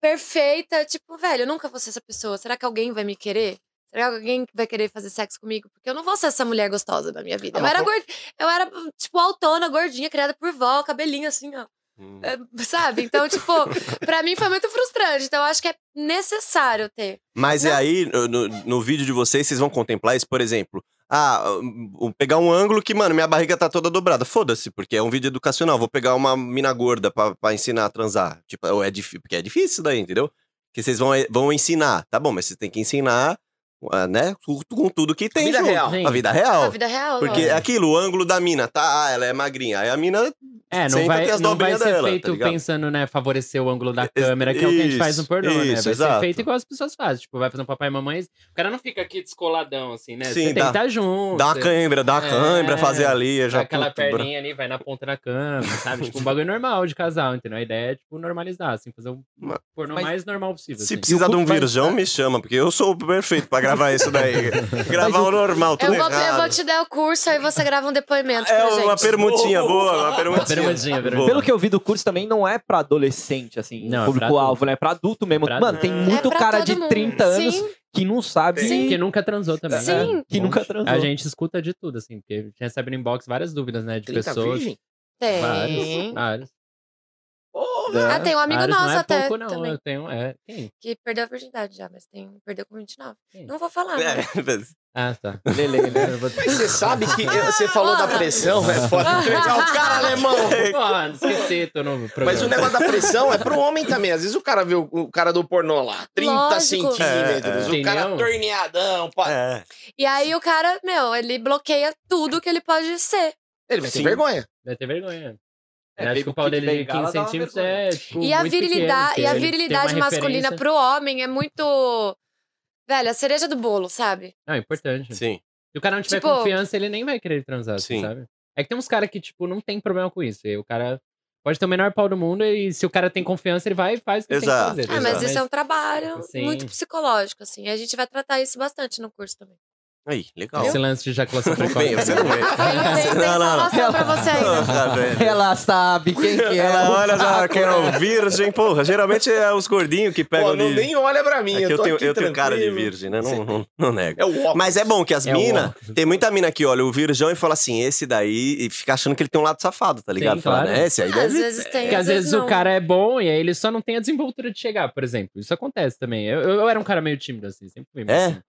Speaker 4: perfeita. Tipo, velho, eu nunca vou ser essa pessoa. Será que alguém vai me querer? Será que alguém vai querer fazer sexo comigo? Porque eu não vou ser essa mulher gostosa da minha vida.
Speaker 1: Ah,
Speaker 2: É
Speaker 4: eu,
Speaker 1: mas
Speaker 4: era
Speaker 1: pô-
Speaker 4: gord... eu era, tipo, autona, gordinha, criada por vó, cabelinho assim, ó.
Speaker 2: Hum.
Speaker 4: É, Sabe? Então, tipo, pra mim foi muito frustrante. Então, eu acho que é necessário ter.
Speaker 2: Mas é
Speaker 4: Não.
Speaker 2: aí, no, no- no vídeo de vocês, vocês vão contemplar isso, por exemplo. Ah, um, pegar um ângulo que, mano, minha barriga tá toda dobrada. Foda-se, porque é um vídeo educacional. Vou pegar uma mina gorda pra, pra ensinar a transar. Tipo, é, é difícil, porque é difícil isso daí, entendeu? Que vocês vão, eh, vão ensinar. Tá bom, mas vocês têm que ensinar, ah, né? Com, com tudo que tem.
Speaker 1: Vida
Speaker 2: junto.
Speaker 1: real.
Speaker 5: Sim.
Speaker 2: A vida real.
Speaker 4: Na vida real,
Speaker 2: Porque é
Speaker 4: lógico.
Speaker 2: aquilo, o ângulo da mina, tá? Ah, ela é magrinha. Aí a mina.
Speaker 5: É, não
Speaker 2: Senta,
Speaker 5: vai,
Speaker 2: tem as
Speaker 5: não vai
Speaker 2: dobrinhas
Speaker 5: ser
Speaker 2: dela, tá
Speaker 5: feito
Speaker 2: ligado?
Speaker 5: pensando, né, favorecer o ângulo da
Speaker 2: Ex-
Speaker 5: câmera, que é o que a gente faz no
Speaker 2: isso,
Speaker 5: pornô, né?
Speaker 2: isso,
Speaker 5: Vai
Speaker 2: exato.
Speaker 5: ser feito igual as pessoas fazem. Tipo, vai fazer um papai e mamãe. O cara não fica aqui descoladão, assim, né?
Speaker 2: Sim,
Speaker 5: Você
Speaker 2: dá-
Speaker 5: tem que estar junto.
Speaker 2: Dá uma câimbra, dá uma
Speaker 5: É,
Speaker 2: câimbra, fazer ali.
Speaker 5: Dá
Speaker 2: Já
Speaker 5: aquela
Speaker 2: puto, bro.
Speaker 5: perninha ali, vai na ponta da cama, sabe? tipo, um bagulho normal de casal, entendeu? A ideia é, tipo, normalizar, assim, fazer o
Speaker 2: Mas-
Speaker 5: pornô
Speaker 3: mas-
Speaker 5: mais normal possível.
Speaker 2: Se
Speaker 5: assim.
Speaker 2: precisar de um
Speaker 3: vai-
Speaker 2: virgão, me chama, porque eu sou o perfeito pra gravar isso daí. gravar o normal,
Speaker 4: Eu
Speaker 2: é tudo
Speaker 4: vou, eu
Speaker 2: errado.
Speaker 4: vou te dar o curso, aí você grava um depoimento
Speaker 2: É
Speaker 4: pra gente.
Speaker 2: uma permutinha boa, uma permutinha.
Speaker 5: Bermudinha, bermudinha.
Speaker 2: Boa.
Speaker 3: Pelo que eu vi do curso também não é pra adolescente, assim,
Speaker 5: Não, é pra
Speaker 3: público-alvo, né? É pra adulto mesmo.
Speaker 5: Pra
Speaker 3: Mano, tem
Speaker 5: adulto.
Speaker 4: É
Speaker 3: muito
Speaker 4: pra
Speaker 3: cara
Speaker 4: todo
Speaker 3: de
Speaker 4: mundo.
Speaker 3: 30 anos
Speaker 4: Sim.
Speaker 3: que não sabe.
Speaker 5: Sim. Que nunca transou também.
Speaker 4: Sim.
Speaker 5: né?
Speaker 3: Que nunca transou.
Speaker 5: A gente escuta de tudo, assim, porque a gente recebe no inbox várias dúvidas, né? De
Speaker 1: 30
Speaker 5: pessoas.
Speaker 1: virgem?
Speaker 4: Tem.
Speaker 5: Vários, vários.
Speaker 1: Ô,
Speaker 3: É.
Speaker 4: Ah, tem É. um amigo
Speaker 5: vários,
Speaker 4: nosso
Speaker 5: não é
Speaker 4: até
Speaker 5: pouco, não.
Speaker 4: também,
Speaker 5: Eu tenho, é. Quem?
Speaker 4: que perdeu a virgindade já, mas tem, perdeu com 29.
Speaker 5: Quem?
Speaker 4: Não vou falar. né?
Speaker 2: É.
Speaker 5: Ah, tá.
Speaker 3: Lele, né?
Speaker 5: Eu vou-
Speaker 1: Mas você sabe que você falou da pressão, é foda entregar o cara alemão.
Speaker 5: Ah, esqueci, tô no programa.
Speaker 1: Mas o negócio da pressão é pro homem também. Às vezes o cara vê o, o cara do pornô lá, 30
Speaker 4: Lógico.
Speaker 1: centímetros,
Speaker 5: É, é.
Speaker 1: o cara
Speaker 5: Entendeu?
Speaker 1: torneadão. pá.
Speaker 2: É.
Speaker 4: E aí o cara, meu, ele bloqueia tudo que ele pode ser.
Speaker 1: Ele vai ter
Speaker 2: Sim.
Speaker 1: vergonha.
Speaker 5: Vai ter vergonha.
Speaker 3: É,
Speaker 5: Acho
Speaker 3: baby
Speaker 5: que o pau
Speaker 3: kit
Speaker 5: dele de
Speaker 3: bengala
Speaker 5: 15
Speaker 3: dá uma
Speaker 5: centímetros
Speaker 3: vergonha.
Speaker 5: é, tipo,
Speaker 4: E a
Speaker 5: muito pequeno,
Speaker 4: virilidade,
Speaker 5: porque
Speaker 4: e a
Speaker 5: ele tem
Speaker 4: virilidade
Speaker 5: uma
Speaker 4: masculina
Speaker 5: referência-
Speaker 4: pro homem é muito. Velho, a cereja do bolo, sabe?
Speaker 5: Não, é importante.
Speaker 2: Sim.
Speaker 5: Se o cara não tiver
Speaker 4: Tipo-
Speaker 5: confiança, ele nem vai querer transar, assim,
Speaker 2: Sim.
Speaker 5: sabe? É que tem uns caras que, tipo, não tem problema com isso. E o cara pode ter o menor pau do mundo e se o cara tem confiança, ele vai e faz o que
Speaker 2: Exato,
Speaker 5: tem que fazer. tá
Speaker 4: Ah, mas
Speaker 2: Exato.
Speaker 4: isso é um trabalho
Speaker 5: Sim.
Speaker 4: muito psicológico, assim. A gente vai tratar isso bastante no curso também.
Speaker 2: Aí, legal.
Speaker 5: Esse lance de é ejaculação
Speaker 2: Não vem,
Speaker 5: precoce.
Speaker 2: você não vê.
Speaker 4: Ele não tem sensação pra você ainda.
Speaker 3: Ela sabe quem que é.
Speaker 2: Ela olha já, quero virgem, porra. Geralmente é os gordinhos que pegam
Speaker 1: né? Pô, não
Speaker 2: de-
Speaker 1: nem olha pra mim.
Speaker 2: É que
Speaker 1: eu,
Speaker 2: eu
Speaker 1: tô
Speaker 2: tenho,
Speaker 1: aqui
Speaker 2: eu tenho cara de
Speaker 1: tranquilo.
Speaker 2: virgem, né?
Speaker 1: Sim.
Speaker 2: Não, não, não nego.
Speaker 1: É o óculos.
Speaker 2: Mas é bom que as
Speaker 5: É o
Speaker 2: minas.
Speaker 5: óculos.
Speaker 2: Tem muita mina que olha o virgão e fala assim: esse daí. E fica achando que ele tem um lado safado, tá ligado? Fala,
Speaker 5: claro.
Speaker 2: né? Esse aí
Speaker 4: Às
Speaker 2: deve.
Speaker 4: vezes tem,
Speaker 5: Porque às vezes
Speaker 4: não.
Speaker 5: o cara é bom e aí ele só não tem a desenvoltura de chegar, por exemplo. Isso acontece também. Eu, eu era um cara meio tímido, assim, sempre fui. mas,
Speaker 2: É?
Speaker 5: assim,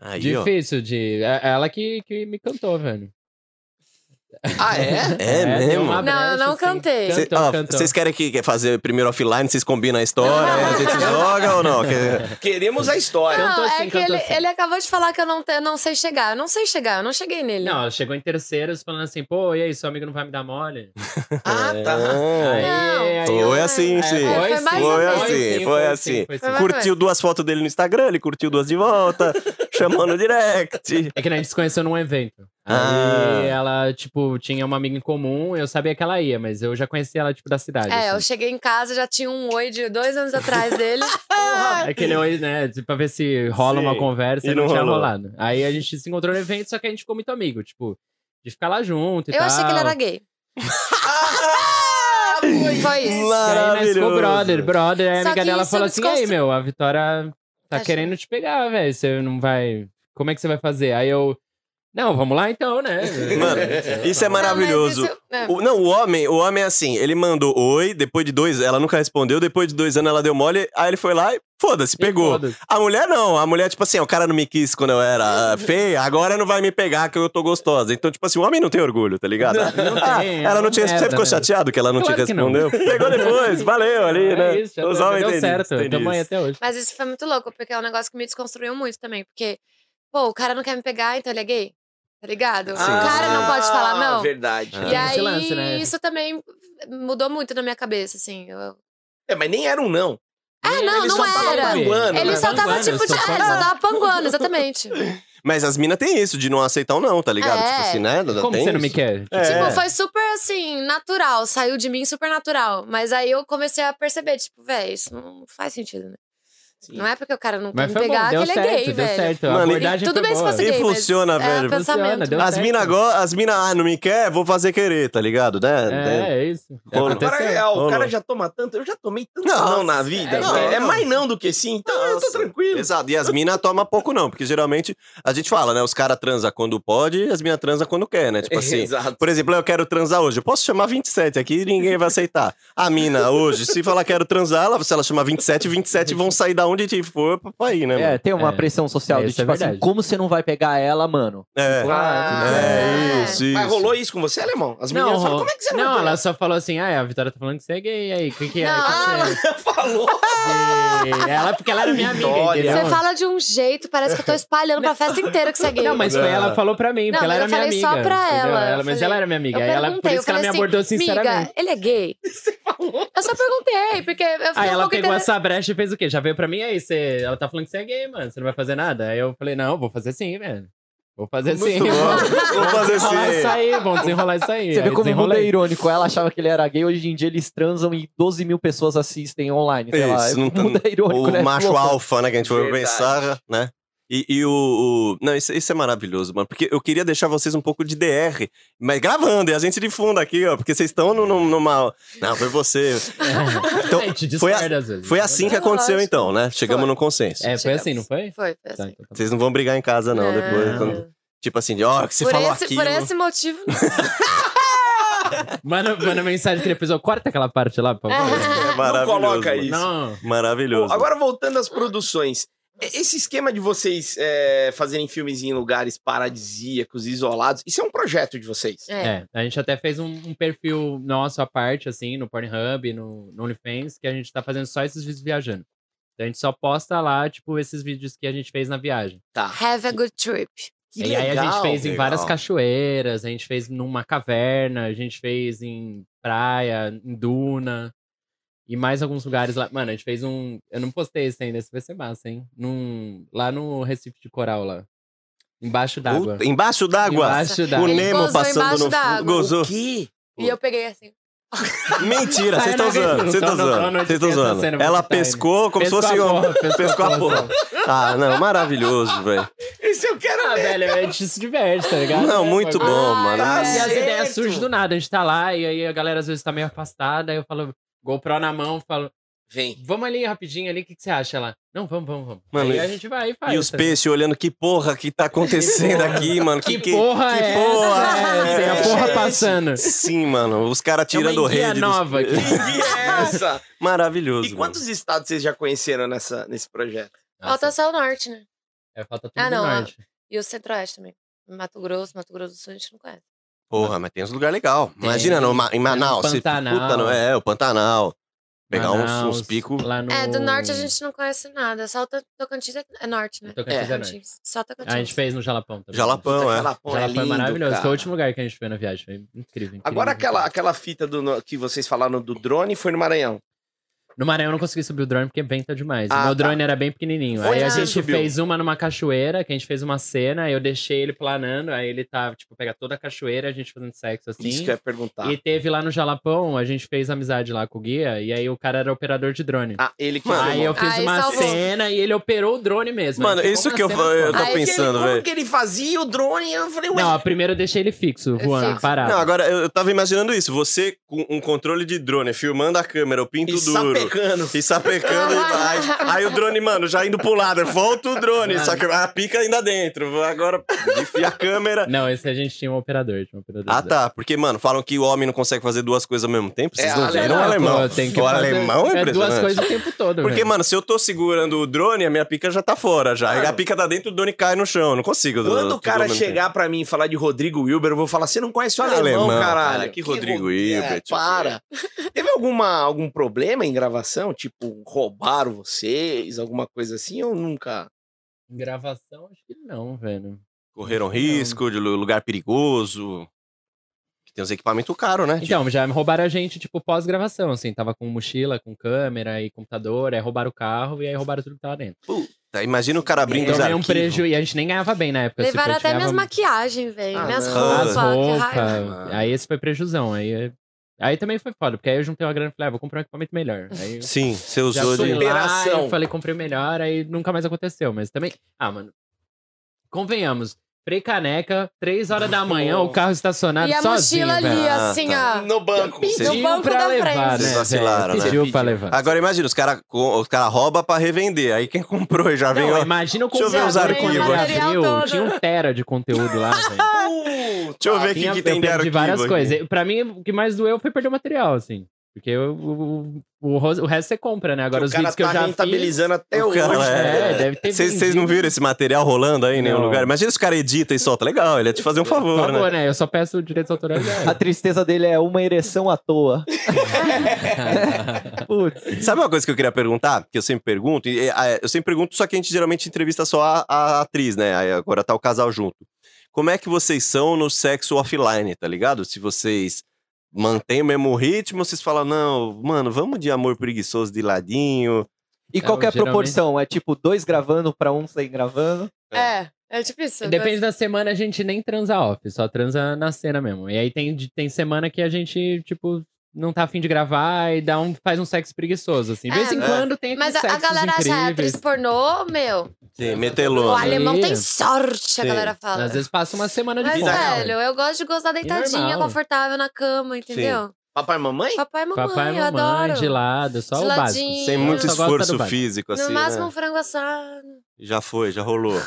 Speaker 2: Aí, ó.
Speaker 5: Difícil de. é- Ela que, que me cantou, velho.
Speaker 1: Ah, é?
Speaker 2: É,
Speaker 5: deu
Speaker 2: mesmo?
Speaker 5: uma
Speaker 4: Não, eu
Speaker 5: brecha,
Speaker 4: não
Speaker 5: assim.
Speaker 4: cantei.
Speaker 5: Cantou,
Speaker 2: Cê- ó,
Speaker 5: cantou.
Speaker 2: Vocês querem que quer fazer primeiro offline, vocês combinam a história, aí a gente joga ou não? Que-
Speaker 1: Queremos a história.
Speaker 5: Cantou
Speaker 4: Não, é
Speaker 5: sim,
Speaker 4: que
Speaker 5: cantou
Speaker 4: ele,
Speaker 5: sim.
Speaker 4: ele acabou de falar que eu não, te- eu não sei chegar. Eu não sei chegar, eu não cheguei nele.
Speaker 5: Não, ela chegou em terceiros falando assim, pô, e aí, seu amigo não vai me dar mole?
Speaker 1: Ah, tá.
Speaker 5: Aí,
Speaker 2: Ah,
Speaker 5: aí, eu-
Speaker 2: Foi assim,
Speaker 5: é,
Speaker 2: sim.
Speaker 4: foi
Speaker 5: sim,
Speaker 4: mais ou
Speaker 5: foi
Speaker 4: menos.
Speaker 5: assim, foi assim. foi
Speaker 4: Foi
Speaker 5: assim.
Speaker 4: mais-
Speaker 2: Curtiu duas fotos dele no Instagram, ele curtiu duas de volta, chamou no direct.
Speaker 5: É que a gente se conheceu num evento.
Speaker 2: Ah.
Speaker 5: Aí ela, tipo, tinha uma amiga em comum, eu sabia que ela ia, mas eu já conhecia ela, tipo, da cidade.
Speaker 4: É, eu
Speaker 5: assim.
Speaker 4: cheguei em casa, já tinha um oi de dois anos atrás dele.
Speaker 5: Aquele oi, né? Tipo, pra ver se rola
Speaker 2: Sim.
Speaker 5: uma conversa e
Speaker 2: E
Speaker 5: não,
Speaker 2: não
Speaker 5: tinha
Speaker 2: rolou.
Speaker 5: rolado. Aí a gente se encontrou no evento, só que a gente ficou muito amigo, tipo, de ficar lá junto e
Speaker 4: Eu
Speaker 5: tal.
Speaker 4: achei que ele era gay.
Speaker 1: Ah, foi.
Speaker 4: Foi isso.
Speaker 5: E aí nós ficou brother, brother. Aí a
Speaker 4: Só
Speaker 5: amiga
Speaker 4: que
Speaker 5: dela
Speaker 4: isso
Speaker 5: falou
Speaker 4: eu
Speaker 5: assim:
Speaker 4: desconstru-
Speaker 5: aí, meu, a Vitória tá
Speaker 4: Tá
Speaker 5: querendo te pegar, velho. Você não vai. Como é que você vai fazer? Aí eu. Não, vamos lá então, né?
Speaker 2: Mano, isso é maravilhoso.
Speaker 4: Não, mas isso- é.
Speaker 2: O- não, o homem, o homem é assim, ele mandou oi, depois de dois, ela nunca respondeu, depois de dois anos ela deu mole, aí ele foi lá e foda-se, pegou.
Speaker 5: Tipo, Foda-se.
Speaker 2: A mulher não, a mulher, tipo assim, ó, o cara não me quis quando eu era ah,
Speaker 4: Uhum.
Speaker 2: feia, agora não vai me pegar que eu tô gostosa. Então, tipo assim, o homem não tem orgulho, tá ligado?
Speaker 5: não
Speaker 2: Ah,
Speaker 5: tem, é
Speaker 2: ela
Speaker 5: uma
Speaker 2: não te respondeu,
Speaker 5: merda,
Speaker 2: você ficou
Speaker 5: né?
Speaker 2: chateado que ela não
Speaker 5: Claro
Speaker 2: te
Speaker 5: que não.
Speaker 2: respondeu? Pegou depois, valeu ali,
Speaker 5: É
Speaker 2: né?
Speaker 5: isso, já
Speaker 2: Os
Speaker 5: deu- já
Speaker 2: homens
Speaker 5: deu
Speaker 2: têm
Speaker 5: certo.
Speaker 2: disso, têm
Speaker 5: Tamo aí
Speaker 2: disso.
Speaker 5: até hoje.
Speaker 4: Mas isso foi muito louco, porque é um negócio que me desconstruiu muito também. Porque, pô, o cara não quer me pegar, então ele é gay. Tá ligado?
Speaker 1: Ah,
Speaker 4: o cara não pode falar não.
Speaker 1: Verdade.
Speaker 2: Ah.
Speaker 4: E
Speaker 5: Tem esse
Speaker 4: aí,
Speaker 5: lance, né?
Speaker 4: isso também mudou muito na minha cabeça, assim. Eu-
Speaker 1: É, mas nem era um não.
Speaker 5: É,
Speaker 4: Ah, não,
Speaker 1: Ele
Speaker 4: não
Speaker 1: só tava
Speaker 4: era.
Speaker 1: panguando,
Speaker 4: Ele
Speaker 1: né?
Speaker 4: só tava tipo de. É, ele só tava panguando, exatamente.
Speaker 2: Mas as minas têm isso, de não aceitar ou não, tá ligado?
Speaker 4: É.
Speaker 2: Tipo assim, né?
Speaker 5: Como
Speaker 2: Tem
Speaker 5: você não me
Speaker 2: isso.
Speaker 5: quer?
Speaker 2: É.
Speaker 4: Tipo, foi super assim, natural. Saiu de mim super natural. Mas aí eu comecei a perceber, tipo, véi, isso não faz sentido, né?
Speaker 1: Sim.
Speaker 4: Não é porque o cara não quer
Speaker 5: Mas
Speaker 4: me
Speaker 5: foi
Speaker 4: pegar
Speaker 5: bom,
Speaker 4: que
Speaker 5: deu
Speaker 4: ele é
Speaker 5: certo,
Speaker 4: gay,
Speaker 5: deu
Speaker 4: velho.
Speaker 5: certo. A
Speaker 2: Mano, e-
Speaker 5: abordagem
Speaker 4: Tudo
Speaker 5: foi
Speaker 4: bem se
Speaker 5: boa.
Speaker 4: fosse
Speaker 2: E
Speaker 4: gay, mas
Speaker 2: funciona,
Speaker 4: é
Speaker 2: velho.
Speaker 4: pensamento.
Speaker 5: Funciona, deu
Speaker 2: As
Speaker 5: certo.
Speaker 2: mina, go- as mina, ah, não me quer, vou fazer querer, tá ligado, né?
Speaker 5: É, é isso.
Speaker 2: Rolou.
Speaker 1: Agora, é, o
Speaker 2: Rolou.
Speaker 1: cara já toma tanto. Eu já tomei tanto
Speaker 2: Nossa,
Speaker 1: não na vida.
Speaker 2: é,
Speaker 1: velho.
Speaker 2: não.
Speaker 1: é mais não do que sim. Então eu tô
Speaker 2: Nossa.
Speaker 1: tranquilo.
Speaker 2: Exato, e as mina toma pouco não, porque geralmente a gente fala, né, os caras transam quando pode e as mina transam quando quer, né? Tipo assim,
Speaker 1: Exato.
Speaker 2: por exemplo, eu quero transar hoje, eu posso chamar 27 aqui e ninguém vai aceitar. A mina hoje, se falar quero transar, ela, se ela chamar 27, 27 vão sair da onde te for pra ir, né?
Speaker 3: É,
Speaker 2: mano?
Speaker 3: tem uma
Speaker 5: É.
Speaker 3: pressão social
Speaker 5: É,
Speaker 3: de
Speaker 5: isso é
Speaker 3: tipo assim,
Speaker 5: verdade.
Speaker 3: como você não vai pegar ela, mano?
Speaker 2: É,
Speaker 1: Ah,
Speaker 2: é,
Speaker 4: é.
Speaker 2: isso, isso.
Speaker 1: Mas rolou isso com você, alemão? As meninas
Speaker 5: Não,
Speaker 1: falam, como é que você não,
Speaker 5: não
Speaker 1: vai
Speaker 5: ela só falou assim: ah, a Vitória tá falando que você é gay, e aí, o que, que é?
Speaker 4: Não, ah,
Speaker 5: O que que é?
Speaker 1: pegar?" Falou.
Speaker 5: E Ela, porque ela era minha amiga,
Speaker 1: Vitória.
Speaker 5: entendeu?
Speaker 4: Você fala de um jeito, parece que eu tô espalhando pra festa inteira que você é gay.
Speaker 5: Não, mas foi
Speaker 2: Não.
Speaker 5: ela falou pra mim,
Speaker 4: Não,
Speaker 5: porque ela
Speaker 4: mas
Speaker 5: era
Speaker 4: eu
Speaker 5: minha
Speaker 4: falei só
Speaker 5: amiga.
Speaker 4: pra
Speaker 5: entendeu?
Speaker 4: ela, eu
Speaker 5: mas
Speaker 4: falei-
Speaker 5: ela era minha
Speaker 4: eu
Speaker 5: amiga. Aí ela, por
Speaker 4: perguntei, eu
Speaker 5: isso que ela
Speaker 4: falei
Speaker 5: me
Speaker 4: assim,
Speaker 5: abordou
Speaker 4: miga,
Speaker 5: sinceramente.
Speaker 4: ele é gay? Eu só perguntei, porque eu fiquei
Speaker 5: Aí
Speaker 4: um
Speaker 5: Ah, ela
Speaker 4: pouco
Speaker 5: pegou
Speaker 4: inter-
Speaker 5: essa brecha e fez o quê? Já veio pra mim, aí você... Ela tá falando que você é gay, mano. Você não vai fazer nada? Aí eu falei, não, vou fazer sim, velho. Vou fazer sim.
Speaker 2: Muito bom, vou fazer
Speaker 5: Vamos desenrolar
Speaker 2: assim.
Speaker 5: isso aí, vamos desenrolar isso aí.
Speaker 3: Você
Speaker 5: Aí
Speaker 3: vê como o mundo é
Speaker 5: desenrolei.
Speaker 3: irônico. Ela achava que ele era gay, hoje em dia eles transam e 12 mil pessoas assistem online. Sei lá.
Speaker 2: Isso, não
Speaker 3: o
Speaker 2: tá-
Speaker 3: mundo é irônico,
Speaker 2: o
Speaker 3: né?
Speaker 2: macho
Speaker 3: Louco.
Speaker 2: alfa, né? Que a gente foi
Speaker 1: Verdade.
Speaker 2: pensar, né? E, e o, o- Não, isso, isso é maravilhoso, mano. Porque eu queria deixar vocês um pouco de DR, mas gravando, e a gente de fundo aqui, ó. Porque vocês estão no- no- numa. Não, foi você. Então,
Speaker 5: É, a gente
Speaker 2: foi a-
Speaker 5: discorda às vezes.
Speaker 2: Foi assim que aconteceu,
Speaker 4: Lógico.
Speaker 2: então, né? Chegamos
Speaker 4: Foi.
Speaker 2: no consenso.
Speaker 5: É, foi
Speaker 4: Chegamos.
Speaker 5: assim, não foi?
Speaker 4: Foi, foi
Speaker 5: Tá,
Speaker 4: assim.
Speaker 5: então tá bom.
Speaker 2: Vocês não vão brigar em casa, não, depois.
Speaker 4: Não.
Speaker 2: quando- Tipo assim, de, ó, que você
Speaker 4: por,
Speaker 2: falou
Speaker 4: esse,
Speaker 2: aqui.
Speaker 4: por esse motivo,
Speaker 5: tá. Manda, manda mensagem que depois eu corta aquela parte lá, por favor.
Speaker 2: É
Speaker 1: Não
Speaker 2: maravilhoso.
Speaker 1: coloca
Speaker 2: mano.
Speaker 1: isso.
Speaker 5: Não.
Speaker 2: Maravilhoso.
Speaker 1: Bom, agora voltando às produções. E- Esse esquema de vocês é, fazerem filmes em lugares paradisíacos, isolados, isso é um projeto de vocês.
Speaker 4: é.
Speaker 5: É, a gente até fez um, um perfil nosso à parte, assim, no Pornhub, no, no OnlyFans, que a gente tá fazendo só esses vídeos viajando. Então a gente só posta lá, tipo, esses vídeos que a gente fez na viagem.
Speaker 1: Tá.
Speaker 4: have a good trip.
Speaker 1: Que
Speaker 5: e aí a gente
Speaker 1: legal.
Speaker 5: fez em
Speaker 2: legal.
Speaker 5: várias cachoeiras, a gente fez numa caverna, a gente fez em praia, em duna. E mais alguns lugares lá. Mano, a gente fez um. Eu não postei esse ainda, esse vai ser massa, hein? Num, lá no Recife de Coral, lá. Embaixo d'água.
Speaker 2: Puta, Embaixo d'água.
Speaker 5: Embaixo
Speaker 2: O
Speaker 1: é
Speaker 5: d'água.
Speaker 4: Ele
Speaker 2: Nemo
Speaker 4: gozou
Speaker 2: passando
Speaker 4: embaixo
Speaker 2: no fundo.
Speaker 4: d'água.
Speaker 2: Gozou.
Speaker 1: O quê?
Speaker 4: E eu peguei assim.
Speaker 2: Mentira, vocês estão
Speaker 5: Saiu na
Speaker 2: zoando.
Speaker 5: revista.
Speaker 2: Vocês estão
Speaker 5: Não, não,
Speaker 2: zoando.
Speaker 5: não,
Speaker 2: Vocês estão
Speaker 5: essa
Speaker 2: zoando.
Speaker 5: cena é muito
Speaker 2: Ela
Speaker 5: detalhe.
Speaker 2: pescou como
Speaker 5: Pescou
Speaker 2: se fosse
Speaker 5: a
Speaker 2: um.
Speaker 5: porra, pescou
Speaker 2: Pescou a
Speaker 5: a
Speaker 2: porra.
Speaker 5: porra.
Speaker 2: Ah, não, maravilhoso, velho.
Speaker 1: Esse eu quero
Speaker 5: Ah,
Speaker 1: ver.
Speaker 5: velho, a gente se diverte, tá ligado?
Speaker 2: Não, muito
Speaker 5: Bagulho.
Speaker 2: bom,
Speaker 4: Ah,
Speaker 2: mano.
Speaker 1: tá
Speaker 5: E as
Speaker 1: certo.
Speaker 5: ideias surgem do nada, a gente tá lá e aí a galera às vezes tá meio afastada, aí eu falo, GoPro na mão, falo,
Speaker 1: Vem.
Speaker 5: vamos ali rapidinho ali, o que, que você acha lá? Não, vamos, vamos, vamos.
Speaker 2: Mano,
Speaker 5: aí a
Speaker 2: e-
Speaker 5: gente vai e faz.
Speaker 2: E os
Speaker 5: tá
Speaker 2: peixes olhando que porra que tá acontecendo aqui, mano.
Speaker 5: Que, porra
Speaker 2: que
Speaker 5: é
Speaker 2: porra
Speaker 5: essa?
Speaker 2: é
Speaker 5: Tem a
Speaker 2: essa?
Speaker 5: porra
Speaker 1: É
Speaker 5: passando.
Speaker 2: Sim, mano. Os caras
Speaker 5: É uma
Speaker 2: tirando o
Speaker 5: enguia
Speaker 2: rede. dos-
Speaker 5: nova aqui.
Speaker 1: E
Speaker 2: é
Speaker 1: essa?
Speaker 2: Maravilhoso.
Speaker 1: E quantos estados vocês já conheceram nessa, nesse projeto?
Speaker 5: Ah,
Speaker 4: Falta só o norte, né?
Speaker 5: É, falta tudo
Speaker 4: Ah,
Speaker 5: do
Speaker 4: não,
Speaker 5: norte.
Speaker 4: E o centro-oeste também. Mato Grosso, Mato Grosso do Sul, a gente não conhece.
Speaker 2: mano. Porra, mas tem uns lugares legais. Imagina no, Ma- em Manaus.
Speaker 5: Tem
Speaker 2: se-
Speaker 5: um Pantanal.
Speaker 2: puta, não- é, o Pantanal. Pegar um uns- uns,
Speaker 5: Manaus,
Speaker 2: picos.
Speaker 5: Lá no...
Speaker 4: É, do norte a gente não conhece nada. Só o To- Tocantins é, é norte, né?
Speaker 5: Tocantins
Speaker 1: é
Speaker 5: norte.
Speaker 4: Só Tocantins.
Speaker 5: A gente fez no Jalapão também.
Speaker 2: Jalapão, é.
Speaker 1: Jalapão
Speaker 5: Jalapão é,
Speaker 1: lindo,
Speaker 5: maravilhoso. Foi
Speaker 1: cara.
Speaker 5: o último lugar que a gente foi na viagem. Foi incrível. incrível,
Speaker 1: Agora aquela,
Speaker 5: incrível.
Speaker 1: aquela fita do, no- que vocês falaram do drone foi no Maranhão.
Speaker 5: No Maranhão eu não consegui subir o drone porque venta demais.
Speaker 1: Ah,
Speaker 5: o meu
Speaker 1: tá.
Speaker 5: drone era bem pequenininho.
Speaker 1: Onde
Speaker 5: aí a
Speaker 1: você
Speaker 5: gente
Speaker 1: subiu?
Speaker 5: fez uma numa cachoeira, que a gente fez uma cena, aí eu deixei ele planando, aí ele tá, tipo, pega toda a cachoeira, a gente fazendo sexo assim.
Speaker 2: é
Speaker 1: Isso que eu ia perguntar.
Speaker 5: E teve lá no Jalapão, a gente fez amizade lá com o guia, e aí o cara era operador de drone.
Speaker 1: Ah, ele que
Speaker 2: Mano,
Speaker 5: aí eu fiz
Speaker 4: Aí
Speaker 5: uma
Speaker 4: salvou.
Speaker 5: cena e ele operou o drone mesmo.
Speaker 2: Mano,
Speaker 5: Ele
Speaker 2: isso
Speaker 5: ficou
Speaker 2: que eu,
Speaker 5: com a
Speaker 2: fa-
Speaker 5: cena
Speaker 2: eu tô
Speaker 5: toda.
Speaker 1: Aí que ele-
Speaker 2: pensando, velho.
Speaker 1: Como que ele fazia o drone? Eu falei, ué,
Speaker 5: Não, a primeira eu deixei ele fixo,
Speaker 4: É
Speaker 5: Juan,
Speaker 4: fixo.
Speaker 5: parado.
Speaker 2: Não, agora eu eu tava imaginando isso. Você com um controle de drone, filmando a câmera, o pinto
Speaker 1: e
Speaker 2: duro.
Speaker 1: sapecando.
Speaker 2: E sapecando. e vai. aí o drone, mano, já indo pro lado. Volta o drone.
Speaker 5: Mano.
Speaker 2: Só que a pica ainda dentro. Agora enfia a câmera.
Speaker 5: Não, esse a gente tinha um operador. Tinha um operador
Speaker 2: Ah, tá. Porque, mano, falam que o homem não consegue fazer duas coisas ao mesmo tempo. Vocês
Speaker 1: É,
Speaker 2: não
Speaker 1: alemão,
Speaker 2: viram o alemão?
Speaker 5: Tem que
Speaker 2: o
Speaker 5: fazer-
Speaker 2: alemão é impressionante.
Speaker 5: duas coisas o tempo todo.
Speaker 2: Porque,
Speaker 5: velho.
Speaker 2: mano, se eu tô segurando o drone, a minha pica já tá fora já. E
Speaker 1: Claro.
Speaker 2: a pica tá dentro, o drone cai no chão. Eu não consigo.
Speaker 1: Quando o cara
Speaker 2: tudo ao mesmo
Speaker 1: chegar pra mim e falar de Rodrigo Wilber, eu vou falar, você não conhece o
Speaker 2: Alemão,
Speaker 1: alemão, caralho.
Speaker 2: cara, que Rodrigo
Speaker 1: Rod-
Speaker 2: Wilber,
Speaker 1: É,
Speaker 2: tipo-
Speaker 1: para. Teve alguma, algum problema em gravação? Tipo, roubaram vocês, alguma coisa assim? Ou nunca?
Speaker 5: Gravação, acho que não, velho.
Speaker 2: tempo. Correram risco de lu- lugar perigoso. Que tem uns equipamentos caros, né?
Speaker 5: Então, já roubaram a gente, tipo, pós-gravação, assim. Tava com mochila, com câmera e computador, aí roubaram o carro e aí roubaram tudo que tava dentro.
Speaker 2: Puta, Tá, imagina o cara
Speaker 5: E
Speaker 2: abrindo
Speaker 5: eu
Speaker 2: os
Speaker 5: ganhei um
Speaker 2: arquivos.
Speaker 5: prejuízo, e a gente nem ganhava bem na época.
Speaker 4: Levaram
Speaker 5: tipo,
Speaker 4: até
Speaker 5: a gente
Speaker 4: minhas
Speaker 5: ganhava
Speaker 4: maquiagens, velho.
Speaker 1: Ah,
Speaker 4: minhas
Speaker 1: não.
Speaker 4: roupas.
Speaker 5: as
Speaker 4: que raiva.
Speaker 5: roupas. Aí esse foi prejuzão, aí... é- Aí também foi foda, porque aí eu juntei uma grana e falei, ah, vou comprar um equipamento melhor. Aí eu-
Speaker 2: Sim, você
Speaker 5: Já
Speaker 2: usou
Speaker 5: fui
Speaker 2: de...
Speaker 1: super-
Speaker 5: lá,
Speaker 1: Liberação.
Speaker 5: eu falei, comprei melhor, aí nunca mais aconteceu. Mas também. Ah, mano. Convenhamos. Frei caneca, três horas da manhã, o carro estacionado
Speaker 4: E a
Speaker 5: sozinho.
Speaker 4: mochila ali,
Speaker 5: velho.
Speaker 2: Ah,
Speaker 4: assim,
Speaker 2: tá.
Speaker 4: ó.
Speaker 1: No banco.
Speaker 2: Vocês-
Speaker 5: Pediu
Speaker 4: no banco
Speaker 5: pra
Speaker 4: da
Speaker 5: levar,
Speaker 4: frente.
Speaker 5: né?
Speaker 2: Vocês
Speaker 5: velho?
Speaker 2: vacilaram, né?
Speaker 5: Pediu pra
Speaker 1: Pediu.
Speaker 5: levar.
Speaker 2: Agora imagina, os caras os cara roubam pra revender. Aí quem comprou e já vem...
Speaker 5: Não,
Speaker 2: ó,
Speaker 5: imagina o
Speaker 2: Deixa eu ver os
Speaker 5: computador
Speaker 2: arquivos
Speaker 5: quando
Speaker 4: aqui.
Speaker 5: abriu,
Speaker 4: Material todo.
Speaker 5: Tinha um tera de conteúdo lá, velho.
Speaker 2: Deixa eu ver o que,
Speaker 5: Tinha-
Speaker 2: que
Speaker 5: Eu
Speaker 2: tem de
Speaker 5: perdi
Speaker 2: arquivo
Speaker 5: várias
Speaker 2: aqui.
Speaker 5: coisas. Pra mim, o que mais doeu foi perder o material, assim. Porque o, o, o, o resto você compra, né? Agora
Speaker 1: o
Speaker 5: os
Speaker 1: cara
Speaker 5: vídeos que eu
Speaker 1: tá
Speaker 5: já fiz...
Speaker 1: rentabilizando até
Speaker 2: O
Speaker 1: hoje. né?
Speaker 2: cara
Speaker 5: É,
Speaker 2: É.
Speaker 5: deve ter
Speaker 2: Vocês vocês não
Speaker 5: vendido
Speaker 2: viram esse material rolando aí em nenhum
Speaker 5: Não.
Speaker 2: lugar? Imagina se o cara edita e solta. Legal, ele ia te fazer um favor,
Speaker 5: Por
Speaker 2: né?
Speaker 5: favor, né? Eu só peço direitos autorais. né?
Speaker 3: A tristeza dele é uma ereção à toa. Putz.
Speaker 2: Sabe uma coisa que eu queria perguntar? Que eu sempre pergunto. e, é, Eu sempre pergunto, só que a gente geralmente entrevista só a, a atriz, né? Aí agora tá o casal junto. Como é que vocês são no sexo offline, tá ligado? Se vocês mantêm o mesmo ritmo, vocês falam, não, mano, vamos de amor preguiçoso de ladinho.
Speaker 3: E qual que é a
Speaker 5: geralmente-
Speaker 3: proporção? É tipo dois gravando pra um sem gravando?
Speaker 4: É, é difícil.
Speaker 5: Depende da semana, a gente nem transa off, só transa na cena mesmo. E aí tem, de- tem semana que a gente, tipo, não tá afim de gravar e dá um, faz um sexo preguiçoso, assim. De vez
Speaker 4: É.
Speaker 5: em quando tem aqueles
Speaker 4: Mas a, a
Speaker 5: sexos
Speaker 4: galera acha atriz
Speaker 5: incríveis.
Speaker 4: pornô, meu.
Speaker 2: Sim,
Speaker 4: O
Speaker 2: metelona.
Speaker 5: Olha,
Speaker 4: alemão
Speaker 5: Aí.
Speaker 4: tem sorte, a
Speaker 2: Sim.
Speaker 4: galera fala.
Speaker 5: Às vezes passa uma semana de
Speaker 4: Mas, é,
Speaker 5: folga.
Speaker 4: velho, eu gosto de gozar deitadinha,
Speaker 5: normal.
Speaker 4: confortável na cama, entendeu?
Speaker 1: Papai e mamãe?
Speaker 4: Papai e mamãe,
Speaker 5: Papai,
Speaker 4: eu
Speaker 5: mamãe,
Speaker 4: adoro.
Speaker 5: de lado, só
Speaker 4: De
Speaker 5: o
Speaker 4: ladinho.
Speaker 5: básico.
Speaker 2: Sem muito
Speaker 5: Eu só gosto
Speaker 2: esforço
Speaker 5: do baile.
Speaker 2: físico,
Speaker 4: no
Speaker 2: assim.
Speaker 4: máximo
Speaker 2: né?
Speaker 4: um frango assado.
Speaker 2: Já foi, já rolou.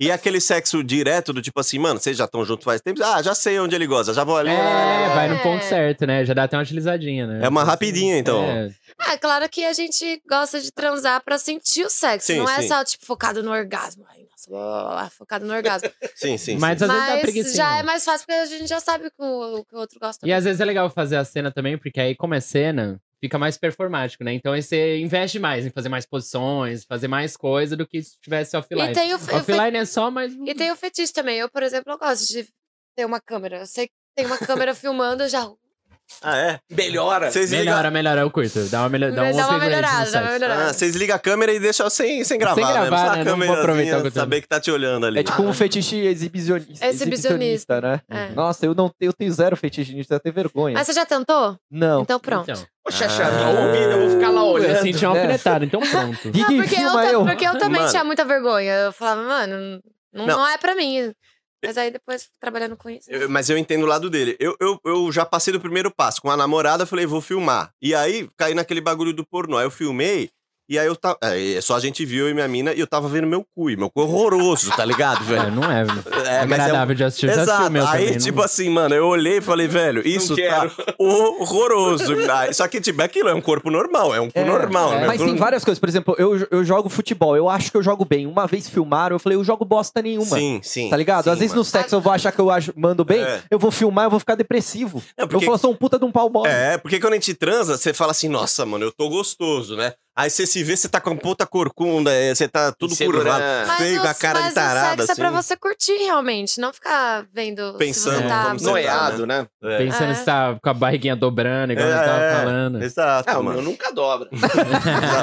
Speaker 2: E aquele sexo direto do tipo assim, mano, vocês já estão juntos faz tempo? Ah, já sei onde ele gosta, já vou ali.
Speaker 5: É, vai no ponto
Speaker 4: É.
Speaker 5: certo, né? Já dá até uma deslizadinha, né?
Speaker 2: É uma rapidinha, então.
Speaker 5: É.
Speaker 4: Ah, claro que a gente gosta de transar pra sentir o sexo.
Speaker 2: Sim,
Speaker 4: não é
Speaker 2: sim.
Speaker 4: só, tipo, focado no orgasmo. Ai, nossa, blá, blá, blá, blá, focado no orgasmo.
Speaker 2: Sim, sim.
Speaker 5: Mas
Speaker 2: sim.
Speaker 5: às vezes dá
Speaker 4: Mas
Speaker 5: preguiçinha.
Speaker 4: já é mais fácil, porque a gente já sabe que o, o que o outro gosta.
Speaker 5: E às vezes é legal fazer a cena também, porque aí, como é cena, fica mais performático, né? Então aí você investe mais em fazer mais posições, fazer mais coisa do que se tivesse offline.
Speaker 4: e tem o, fe- o fe-
Speaker 5: Offline é só mais. um-
Speaker 4: e tem o fetiche também. Eu, por exemplo, eu gosto de ter uma câmera. Eu sei que tem uma câmera filmando, eu já
Speaker 2: Ah, é?
Speaker 1: Melhora.
Speaker 2: Vocês ligam,
Speaker 5: Melhora, melhora, eu curto. Dá uma, melho... dá um
Speaker 4: dá uma
Speaker 5: upgrade no
Speaker 4: melhorada, dá
Speaker 5: site.
Speaker 4: uma
Speaker 2: ah,
Speaker 4: melhorada.
Speaker 2: vocês ligam a câmera e deixam sem, sem gravar, né?
Speaker 5: gravar,
Speaker 2: Só a
Speaker 5: né? Não vou
Speaker 2: câmerazinha,
Speaker 5: aproveitar o que eu tô-
Speaker 2: Saber que tá te olhando ali.
Speaker 3: É tipo um fetiche exibicionista,
Speaker 4: Exibicionista.
Speaker 3: exibicionista né?
Speaker 4: É.
Speaker 3: Nossa, eu não eu tenho zero fetiche nisso, eu tenho vergonha.
Speaker 4: Ah, você já tentou?
Speaker 3: Não.
Speaker 4: Então pronto.
Speaker 5: Então,
Speaker 1: Poxa, chato,
Speaker 2: Ah.
Speaker 1: eu vou ouvir, eu vou ficar
Speaker 2: Assim,
Speaker 1: lá
Speaker 5: eu
Speaker 1: olhando.
Speaker 2: tipo,
Speaker 5: senti uma
Speaker 3: É.
Speaker 5: alfinetada, então pronto.
Speaker 3: Gui,
Speaker 4: Ah,
Speaker 3: Gui,
Speaker 4: porque, eu,
Speaker 3: filma
Speaker 4: ta-
Speaker 3: eu.
Speaker 4: porque eu também
Speaker 2: Mano.
Speaker 4: tinha muita vergonha. Eu falava, mano, não,
Speaker 2: Não.
Speaker 4: não é pra mim. Mas aí depois, trabalhando com isso.
Speaker 2: Eu- Mas eu entendo o lado dele. Eu, eu, eu já passei do primeiro passo. Com a namorada, eu falei, vou filmar. E aí, caí naquele bagulho do pornô. Aí eu filmei, e aí eu tava... É, só a gente viu, eu e minha mina, e eu tava vendo meu cu. E meu cu é horroroso, tá ligado,
Speaker 5: É,
Speaker 2: velho?
Speaker 5: não é,
Speaker 2: É,
Speaker 5: é
Speaker 2: mas é um-
Speaker 5: agradável de assistir. Eu já assisti o
Speaker 2: Exato.
Speaker 5: meu
Speaker 2: Aí,
Speaker 5: também, não-
Speaker 2: tipo assim, mano, eu olhei e falei, velho, isso tá horroroso. Aí, Só que, tipo, é aquilo, é um corpo normal, é um cu
Speaker 3: É,
Speaker 2: normal.
Speaker 5: é.
Speaker 2: né?
Speaker 3: Mas
Speaker 2: Eu tô-
Speaker 3: tem várias coisas. Por exemplo, eu, eu jogo futebol. Eu acho que eu jogo bem. Uma vez filmaram, eu falei, eu jogo bosta nenhuma.
Speaker 2: Sim, sim.
Speaker 3: Tá ligado?
Speaker 2: sim,
Speaker 3: Às vezes no sexo eu vou achar que eu acho- mando bem,
Speaker 2: É.
Speaker 3: eu vou filmar, eu vou ficar depressivo.
Speaker 2: É, porque-
Speaker 3: Eu falo, sou um puta de um pau mole.
Speaker 2: É, porque quando a gente transa, você fala assim, nossa, mano, eu tô gostoso, né? Aí você se vê, você tá com a puta corcunda, é, você tá tudo
Speaker 1: Insegurança.
Speaker 2: curvado,
Speaker 4: Mas
Speaker 2: feio,
Speaker 4: o-
Speaker 2: com a cara
Speaker 4: mas
Speaker 2: de tarada,
Speaker 4: o sexo
Speaker 2: assim.
Speaker 4: é pra você curtir realmente, não ficar vendo se
Speaker 2: Pensando
Speaker 4: você tá...
Speaker 2: como você
Speaker 1: Noiado, né?
Speaker 2: É.
Speaker 5: Pensando
Speaker 4: É.
Speaker 5: se tá com a barriguinha dobrando, igual
Speaker 2: É,
Speaker 5: eu tava
Speaker 2: é.
Speaker 5: falando.
Speaker 2: Exato,
Speaker 1: Ah, o meu
Speaker 2: mano.
Speaker 1: nunca dobra.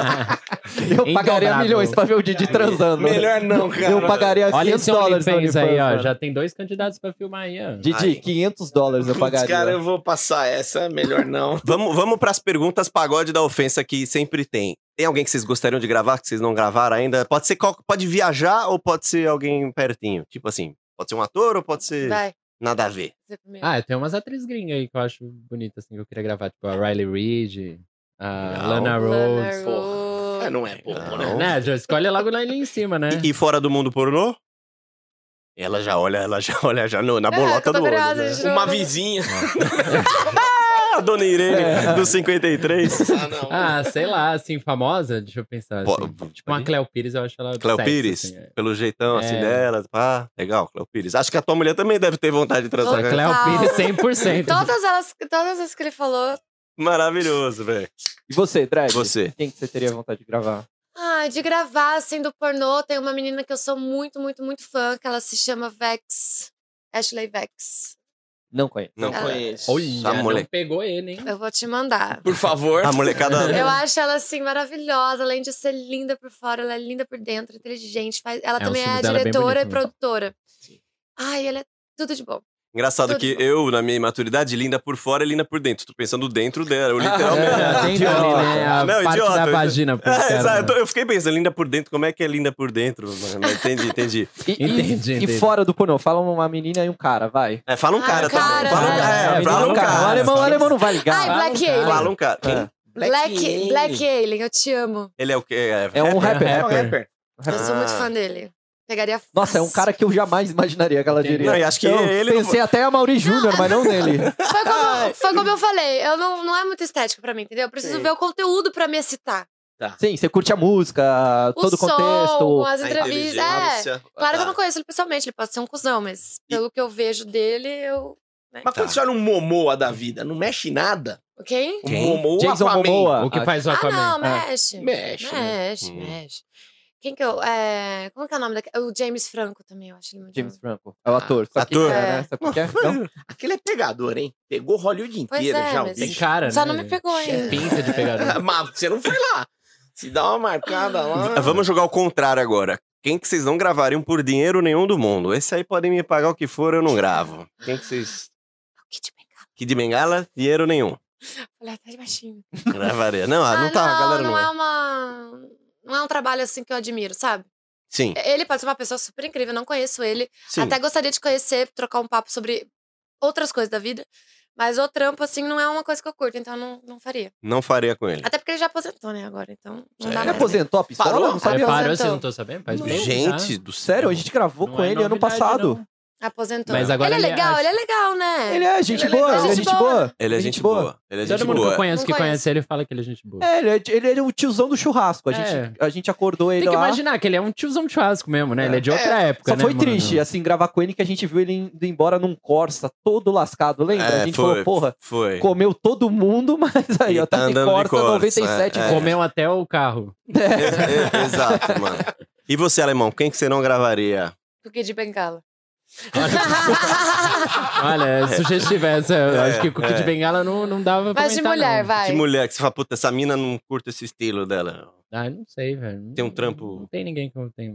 Speaker 3: Eu pagaria
Speaker 5: Indomável.
Speaker 3: milhões pra ver o Didi transando.
Speaker 1: Melhor não, cara.
Speaker 2: né?
Speaker 3: Eu pagaria 500
Speaker 5: Olha esse
Speaker 3: dólares no
Speaker 2: tá
Speaker 5: OnlyFans aí, ó.
Speaker 3: OnlyFans,
Speaker 5: Já tem dois candidatos pra filmar aí, ó.
Speaker 3: Didi,
Speaker 2: Ai.
Speaker 3: 500 dólares eu
Speaker 1: Putz,
Speaker 3: pagaria.
Speaker 1: cara, eu vou passar essa, melhor não.
Speaker 2: Vamos, vamos pras perguntas pagode da ofensa que sempre tem. Tem alguém que vocês gostariam de gravar, que vocês não gravaram ainda? Pode ser qual, pode viajar ou pode ser alguém pertinho? Tipo assim, pode ser um ator ou pode ser
Speaker 4: Vai,
Speaker 2: nada a ver?
Speaker 4: você primeiro.
Speaker 5: Ah, tem umas atrizes gringas aí que eu acho bonita, assim, que eu queria gravar. Tipo, a Riley Reid, a
Speaker 2: É. Legal.
Speaker 5: Lana Rhodes.
Speaker 1: Ah, não é pouco,
Speaker 2: Não.
Speaker 1: né?
Speaker 5: Né, já escolhe logo lá ali em cima, né?
Speaker 2: E, e fora do mundo pornô? Ela já olha, ela já olha já no- na
Speaker 4: É,
Speaker 2: bolota
Speaker 4: eu tô
Speaker 2: do olho.
Speaker 4: curiosa,
Speaker 2: né?
Speaker 4: gente.
Speaker 1: Uma vizinha.
Speaker 2: A dona Irene do 53.
Speaker 1: Ah, não.
Speaker 5: Ah, sei lá, assim, famosa, deixa eu pensar.
Speaker 2: Pô,
Speaker 5: assim. Tipo, uma Cleo Pires, eu acho ela.
Speaker 2: Cléo
Speaker 5: sexy,
Speaker 2: Pires,
Speaker 5: assim, é.
Speaker 2: pelo jeitão assim
Speaker 5: É.
Speaker 2: dela, pá, legal, Cléo Pires. Acho que a tua mulher também deve ter vontade de transar
Speaker 5: A
Speaker 2: com
Speaker 4: Cléo-
Speaker 2: ela.
Speaker 5: Cleo Pires 100%.
Speaker 4: Todas elas, todas as que ele falou.
Speaker 2: Maravilhoso, velho.
Speaker 3: E você, Dredd?
Speaker 2: Você.
Speaker 3: Quem que você teria vontade de gravar?
Speaker 4: Ah, de gravar, assim, do pornô, tem uma menina que eu sou muito, muito, muito fã, que ela se chama Vex. Ashley Vex.
Speaker 3: Não conheço.
Speaker 2: Não,
Speaker 1: Não conheço. Tá
Speaker 5: Olha,
Speaker 2: A
Speaker 5: não
Speaker 2: moleque.
Speaker 5: pegou ele, hein?
Speaker 4: Eu vou te mandar.
Speaker 1: Por favor.
Speaker 2: a molecada.
Speaker 4: Eu acho ela, assim, maravilhosa. Além de ser linda por fora, ela é linda por dentro, inteligente. faz- Ela
Speaker 5: É,
Speaker 4: também
Speaker 5: os filmes
Speaker 4: é
Speaker 5: dela é bem
Speaker 4: diretora e
Speaker 5: bonito mesmo.
Speaker 4: produtora. Ai, ela é tudo de bom.
Speaker 2: Engraçado
Speaker 4: Tudo
Speaker 2: que
Speaker 4: bom.
Speaker 2: eu, na minha imaturidade, linda por fora e linda por dentro. Tô pensando dentro dela, eu
Speaker 5: É,
Speaker 2: literalmente.
Speaker 5: tem ali, né? A
Speaker 2: Não,
Speaker 5: parte
Speaker 2: idiota.
Speaker 5: da vagina. pros
Speaker 2: É,
Speaker 5: caras,
Speaker 2: exato.
Speaker 5: né?
Speaker 2: Eu fiquei pensando, linda por dentro, como é que é linda por dentro? mano? Entendi, entendi.
Speaker 3: E, e-
Speaker 5: Entendi,
Speaker 3: e
Speaker 5: entendi.
Speaker 3: fora do pornô, fala uma menina e um cara, vai.
Speaker 2: É, fala um
Speaker 4: Ah,
Speaker 2: cara,
Speaker 4: cara,
Speaker 2: também. Fala um
Speaker 4: cara.
Speaker 2: cara. É,
Speaker 5: Menino
Speaker 2: fala um cara.
Speaker 3: O alemão, o alemão não vai ligar.
Speaker 4: Ai, Black
Speaker 5: cara.
Speaker 4: Alien.
Speaker 2: Fala um cara. Quem?
Speaker 3: É.
Speaker 4: Black, Black Alien, eu te amo.
Speaker 2: Ele é o quê?
Speaker 3: É um rapper.
Speaker 1: É um rapper.
Speaker 4: Eu sou muito
Speaker 2: Ah.
Speaker 4: fã dele. Pegaria
Speaker 3: Nossa, é um
Speaker 4: fácil.
Speaker 3: cara que eu jamais imaginaria que ela
Speaker 5: Entendi.
Speaker 3: diria.
Speaker 2: Não, e acho que
Speaker 3: eu
Speaker 2: ele não
Speaker 3: pensei até a Mauri Júnior, mas não nele.
Speaker 4: Foi como, foi como eu falei, eu não, não é muito estético pra mim, entendeu? Eu preciso
Speaker 1: Sim.
Speaker 4: ver o conteúdo pra me excitar.
Speaker 3: Sim, você curte a música,
Speaker 4: O
Speaker 3: todo o
Speaker 4: som,
Speaker 3: contexto.
Speaker 4: as
Speaker 2: A
Speaker 1: Tá
Speaker 4: entrevistas. É,
Speaker 2: inteligência.
Speaker 4: claro que eu
Speaker 2: Ah.
Speaker 4: não conheço ele pessoalmente, ele pode ser um cuzão, mas
Speaker 2: E-
Speaker 4: pelo que eu vejo dele, eu.
Speaker 1: Mas quando
Speaker 2: Tá.
Speaker 1: você olha um Momoa da vida, não mexe em nada.
Speaker 4: Ok?
Speaker 1: O
Speaker 2: Quem?
Speaker 1: Momoa,
Speaker 3: Jason
Speaker 1: Aquaman.
Speaker 3: Momoa.
Speaker 5: né? O que faz o
Speaker 4: Ah,
Speaker 5: Aquaman?
Speaker 4: não,
Speaker 3: Ah.
Speaker 4: mexe.
Speaker 1: Mexe, né?
Speaker 4: Mexe,
Speaker 2: Hum.
Speaker 4: mexe. Quem que eu. É, como que é o nome daquele? O James Franco também, eu acho ele muito
Speaker 3: James
Speaker 4: bom.
Speaker 3: Franco. É o ator. Sabe quem
Speaker 2: Ator.
Speaker 3: é, né? Sabe quem é? Não?
Speaker 1: Aquele é pegador, hein? Pegou Hollywood
Speaker 4: Pois
Speaker 1: inteira
Speaker 4: é,
Speaker 1: já. o
Speaker 4: mas-
Speaker 5: Tem
Speaker 1: bicho. É
Speaker 5: cara,
Speaker 4: Só
Speaker 5: né?
Speaker 4: não me pegou
Speaker 5: Tem
Speaker 4: ainda.
Speaker 5: Pinta de pegador.
Speaker 1: Mas você não foi lá. Se dá uma marcada lá.
Speaker 2: V- Ah, Vamos jogar o contrário agora. Quem que vocês não gravariam por dinheiro nenhum do mundo? Esse aí podem me pagar o que for, eu não gravo. Quem que vocês.
Speaker 4: Kid Bengala.
Speaker 2: Que de bengala, dinheiro nenhum.
Speaker 4: Olha, tá de baixinho.
Speaker 2: Gravaria. Não, ah, não, tá,
Speaker 4: não,
Speaker 2: galera. Não,
Speaker 4: não é
Speaker 2: é.
Speaker 4: uma. Não é um trabalho assim que eu admiro, sabe?
Speaker 2: Sim.
Speaker 4: Ele pode ser uma pessoa super incrível, eu não conheço ele.
Speaker 2: Sim.
Speaker 4: Até gostaria de conhecer, trocar um papo sobre outras coisas da vida. Mas o trampo, assim, não é uma coisa que eu curto, então eu não, não faria.
Speaker 2: Não faria com ele.
Speaker 4: Até porque ele já aposentou, né, agora. Então, não
Speaker 2: É.
Speaker 4: dá
Speaker 3: Ele
Speaker 4: mais.
Speaker 3: aposentou a pistola?
Speaker 1: Parou?
Speaker 3: Não
Speaker 5: Você
Speaker 3: sabia.
Speaker 5: parou, você
Speaker 4: Então.
Speaker 5: não tô sabendo? Faz bem,
Speaker 2: Gente do céu.
Speaker 3: Sério, a gente gravou
Speaker 5: Não
Speaker 3: com
Speaker 5: é
Speaker 3: ele ano
Speaker 5: novidade,
Speaker 3: passado.
Speaker 5: não.
Speaker 4: né? Aposentou.
Speaker 5: Mas agora
Speaker 4: ele é
Speaker 5: ele
Speaker 4: legal,
Speaker 5: acha-
Speaker 4: ele é legal, né?
Speaker 3: Ele é gente
Speaker 1: Ele é
Speaker 3: boa,
Speaker 1: legal.
Speaker 3: ele é gente boa.
Speaker 2: Ele é gente boa. Ele é gente
Speaker 5: Todo mundo que eu
Speaker 2: boa.
Speaker 5: conheço,
Speaker 4: Não
Speaker 5: que
Speaker 4: conheço.
Speaker 5: conhece ele, fala que ele é gente boa.
Speaker 3: É, ele é, de- ele é o tiozão do churrasco. A
Speaker 5: É.
Speaker 3: gente, a gente acordou ele
Speaker 5: Tem que
Speaker 3: lá.
Speaker 5: imaginar que ele é um tiozão de churrasco mesmo, né? Ele é de outra época,
Speaker 3: Só
Speaker 5: né,
Speaker 3: foi
Speaker 5: mano?
Speaker 3: triste, assim, gravar com ele que a gente viu ele indo embora num Corsa, todo lascado, lembra?
Speaker 2: É,
Speaker 3: a gente
Speaker 2: foi,
Speaker 3: falou, porra,
Speaker 2: Foi.
Speaker 3: comeu todo mundo, mas aí,
Speaker 2: E
Speaker 3: ó,
Speaker 2: tá
Speaker 3: tá de
Speaker 2: andando de
Speaker 3: Corsa,
Speaker 2: Corsa,
Speaker 3: 97.
Speaker 2: é.
Speaker 5: Comeu até o carro.
Speaker 2: É, é, Exato, mano. E você, alemão, quem que você não gravaria?
Speaker 4: Do que de bengala.
Speaker 5: Olha, é sugestiva essa. Eu
Speaker 2: É,
Speaker 5: acho que com o Kid
Speaker 2: é.
Speaker 5: Bengala não, não dava pra
Speaker 4: Mas de
Speaker 5: comentar,
Speaker 4: mulher,
Speaker 5: não.
Speaker 4: vai.
Speaker 2: Que mulher que você fala, puta, essa mina não curta esse estilo dela.
Speaker 5: Ah, eu não sei, velho.
Speaker 2: Tem um trampo-
Speaker 5: Não tem ninguém que eu tenho...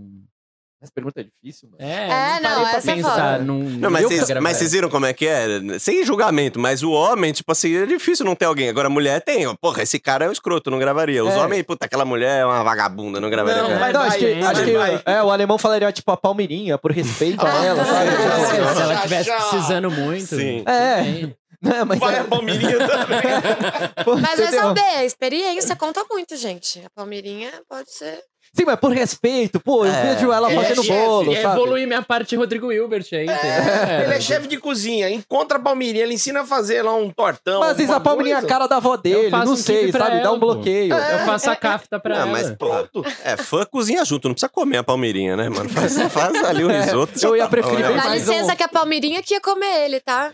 Speaker 3: Essa pergunta é difícil, mano.
Speaker 5: É,
Speaker 4: É,
Speaker 5: não,
Speaker 4: não,
Speaker 5: parei pra
Speaker 4: essa é
Speaker 5: pensar
Speaker 4: foda.
Speaker 5: num...
Speaker 2: Não, mas
Speaker 5: Eu
Speaker 2: vocês, mas
Speaker 5: pra gravar.
Speaker 2: vocês viram como é que é? Sem julgamento, mas o homem, tipo assim, é difícil não ter alguém. Agora, mulher tem. ó, Porra, esse cara é um escroto, não gravaria. Os
Speaker 3: É.
Speaker 2: homens, puta, aquela mulher é uma vagabunda, não gravaria.
Speaker 1: Não,
Speaker 2: cara.
Speaker 1: vai,
Speaker 3: não, acho que,
Speaker 5: vai,
Speaker 3: acho que
Speaker 1: vai.
Speaker 3: é, o alemão falaria, tipo, a Palmeirinha, por respeito a ela, sabe?
Speaker 5: Se
Speaker 1: Nossa,
Speaker 5: ela
Speaker 1: já,
Speaker 5: estivesse
Speaker 1: já.
Speaker 5: precisando muito...
Speaker 2: Sim.
Speaker 5: tudo
Speaker 3: É.
Speaker 5: bem.
Speaker 3: Não, mas
Speaker 1: Vai a palmeirinha também.
Speaker 3: pô,
Speaker 4: Mas é vai
Speaker 3: entendeu?
Speaker 4: saber, a experiência conta muito, gente. A Palmeirinha pode ser.
Speaker 3: Sim, mas por respeito, pô, eu
Speaker 2: É.
Speaker 3: vejo ela
Speaker 1: Ele é
Speaker 3: fazendo
Speaker 1: chefe,
Speaker 3: bolo,
Speaker 5: É
Speaker 3: sabe?
Speaker 5: evoluir minha parte Rodrigo Hilbert aí. entendeu?
Speaker 1: Ele é chefe de cozinha, encontra a palmeirinha, ele ensina a fazer lá um tortão.
Speaker 3: Mas às vezes a
Speaker 1: alguma
Speaker 3: Palmeirinha é a
Speaker 1: coisa.
Speaker 3: cara da avó dele,
Speaker 5: faço
Speaker 3: não
Speaker 5: um
Speaker 3: sei,
Speaker 5: kibe pra
Speaker 3: sabe? Dá
Speaker 5: ela,
Speaker 3: um
Speaker 5: pô.
Speaker 3: bloqueio.
Speaker 5: Eu faço a cafta pra
Speaker 1: Ah,
Speaker 2: Não,
Speaker 5: ela.
Speaker 2: mas pronto. É, fã cozinha junto, não precisa comer a palmeirinha, né, mano? Faz, faz ali o
Speaker 3: É,
Speaker 2: risoto. já
Speaker 3: eu ia
Speaker 2: tá bom,
Speaker 3: preferir
Speaker 2: né?
Speaker 3: bem
Speaker 4: Dá
Speaker 3: mais
Speaker 4: licença
Speaker 3: um.
Speaker 4: que a Palmeirinha que ia comer ele, tá?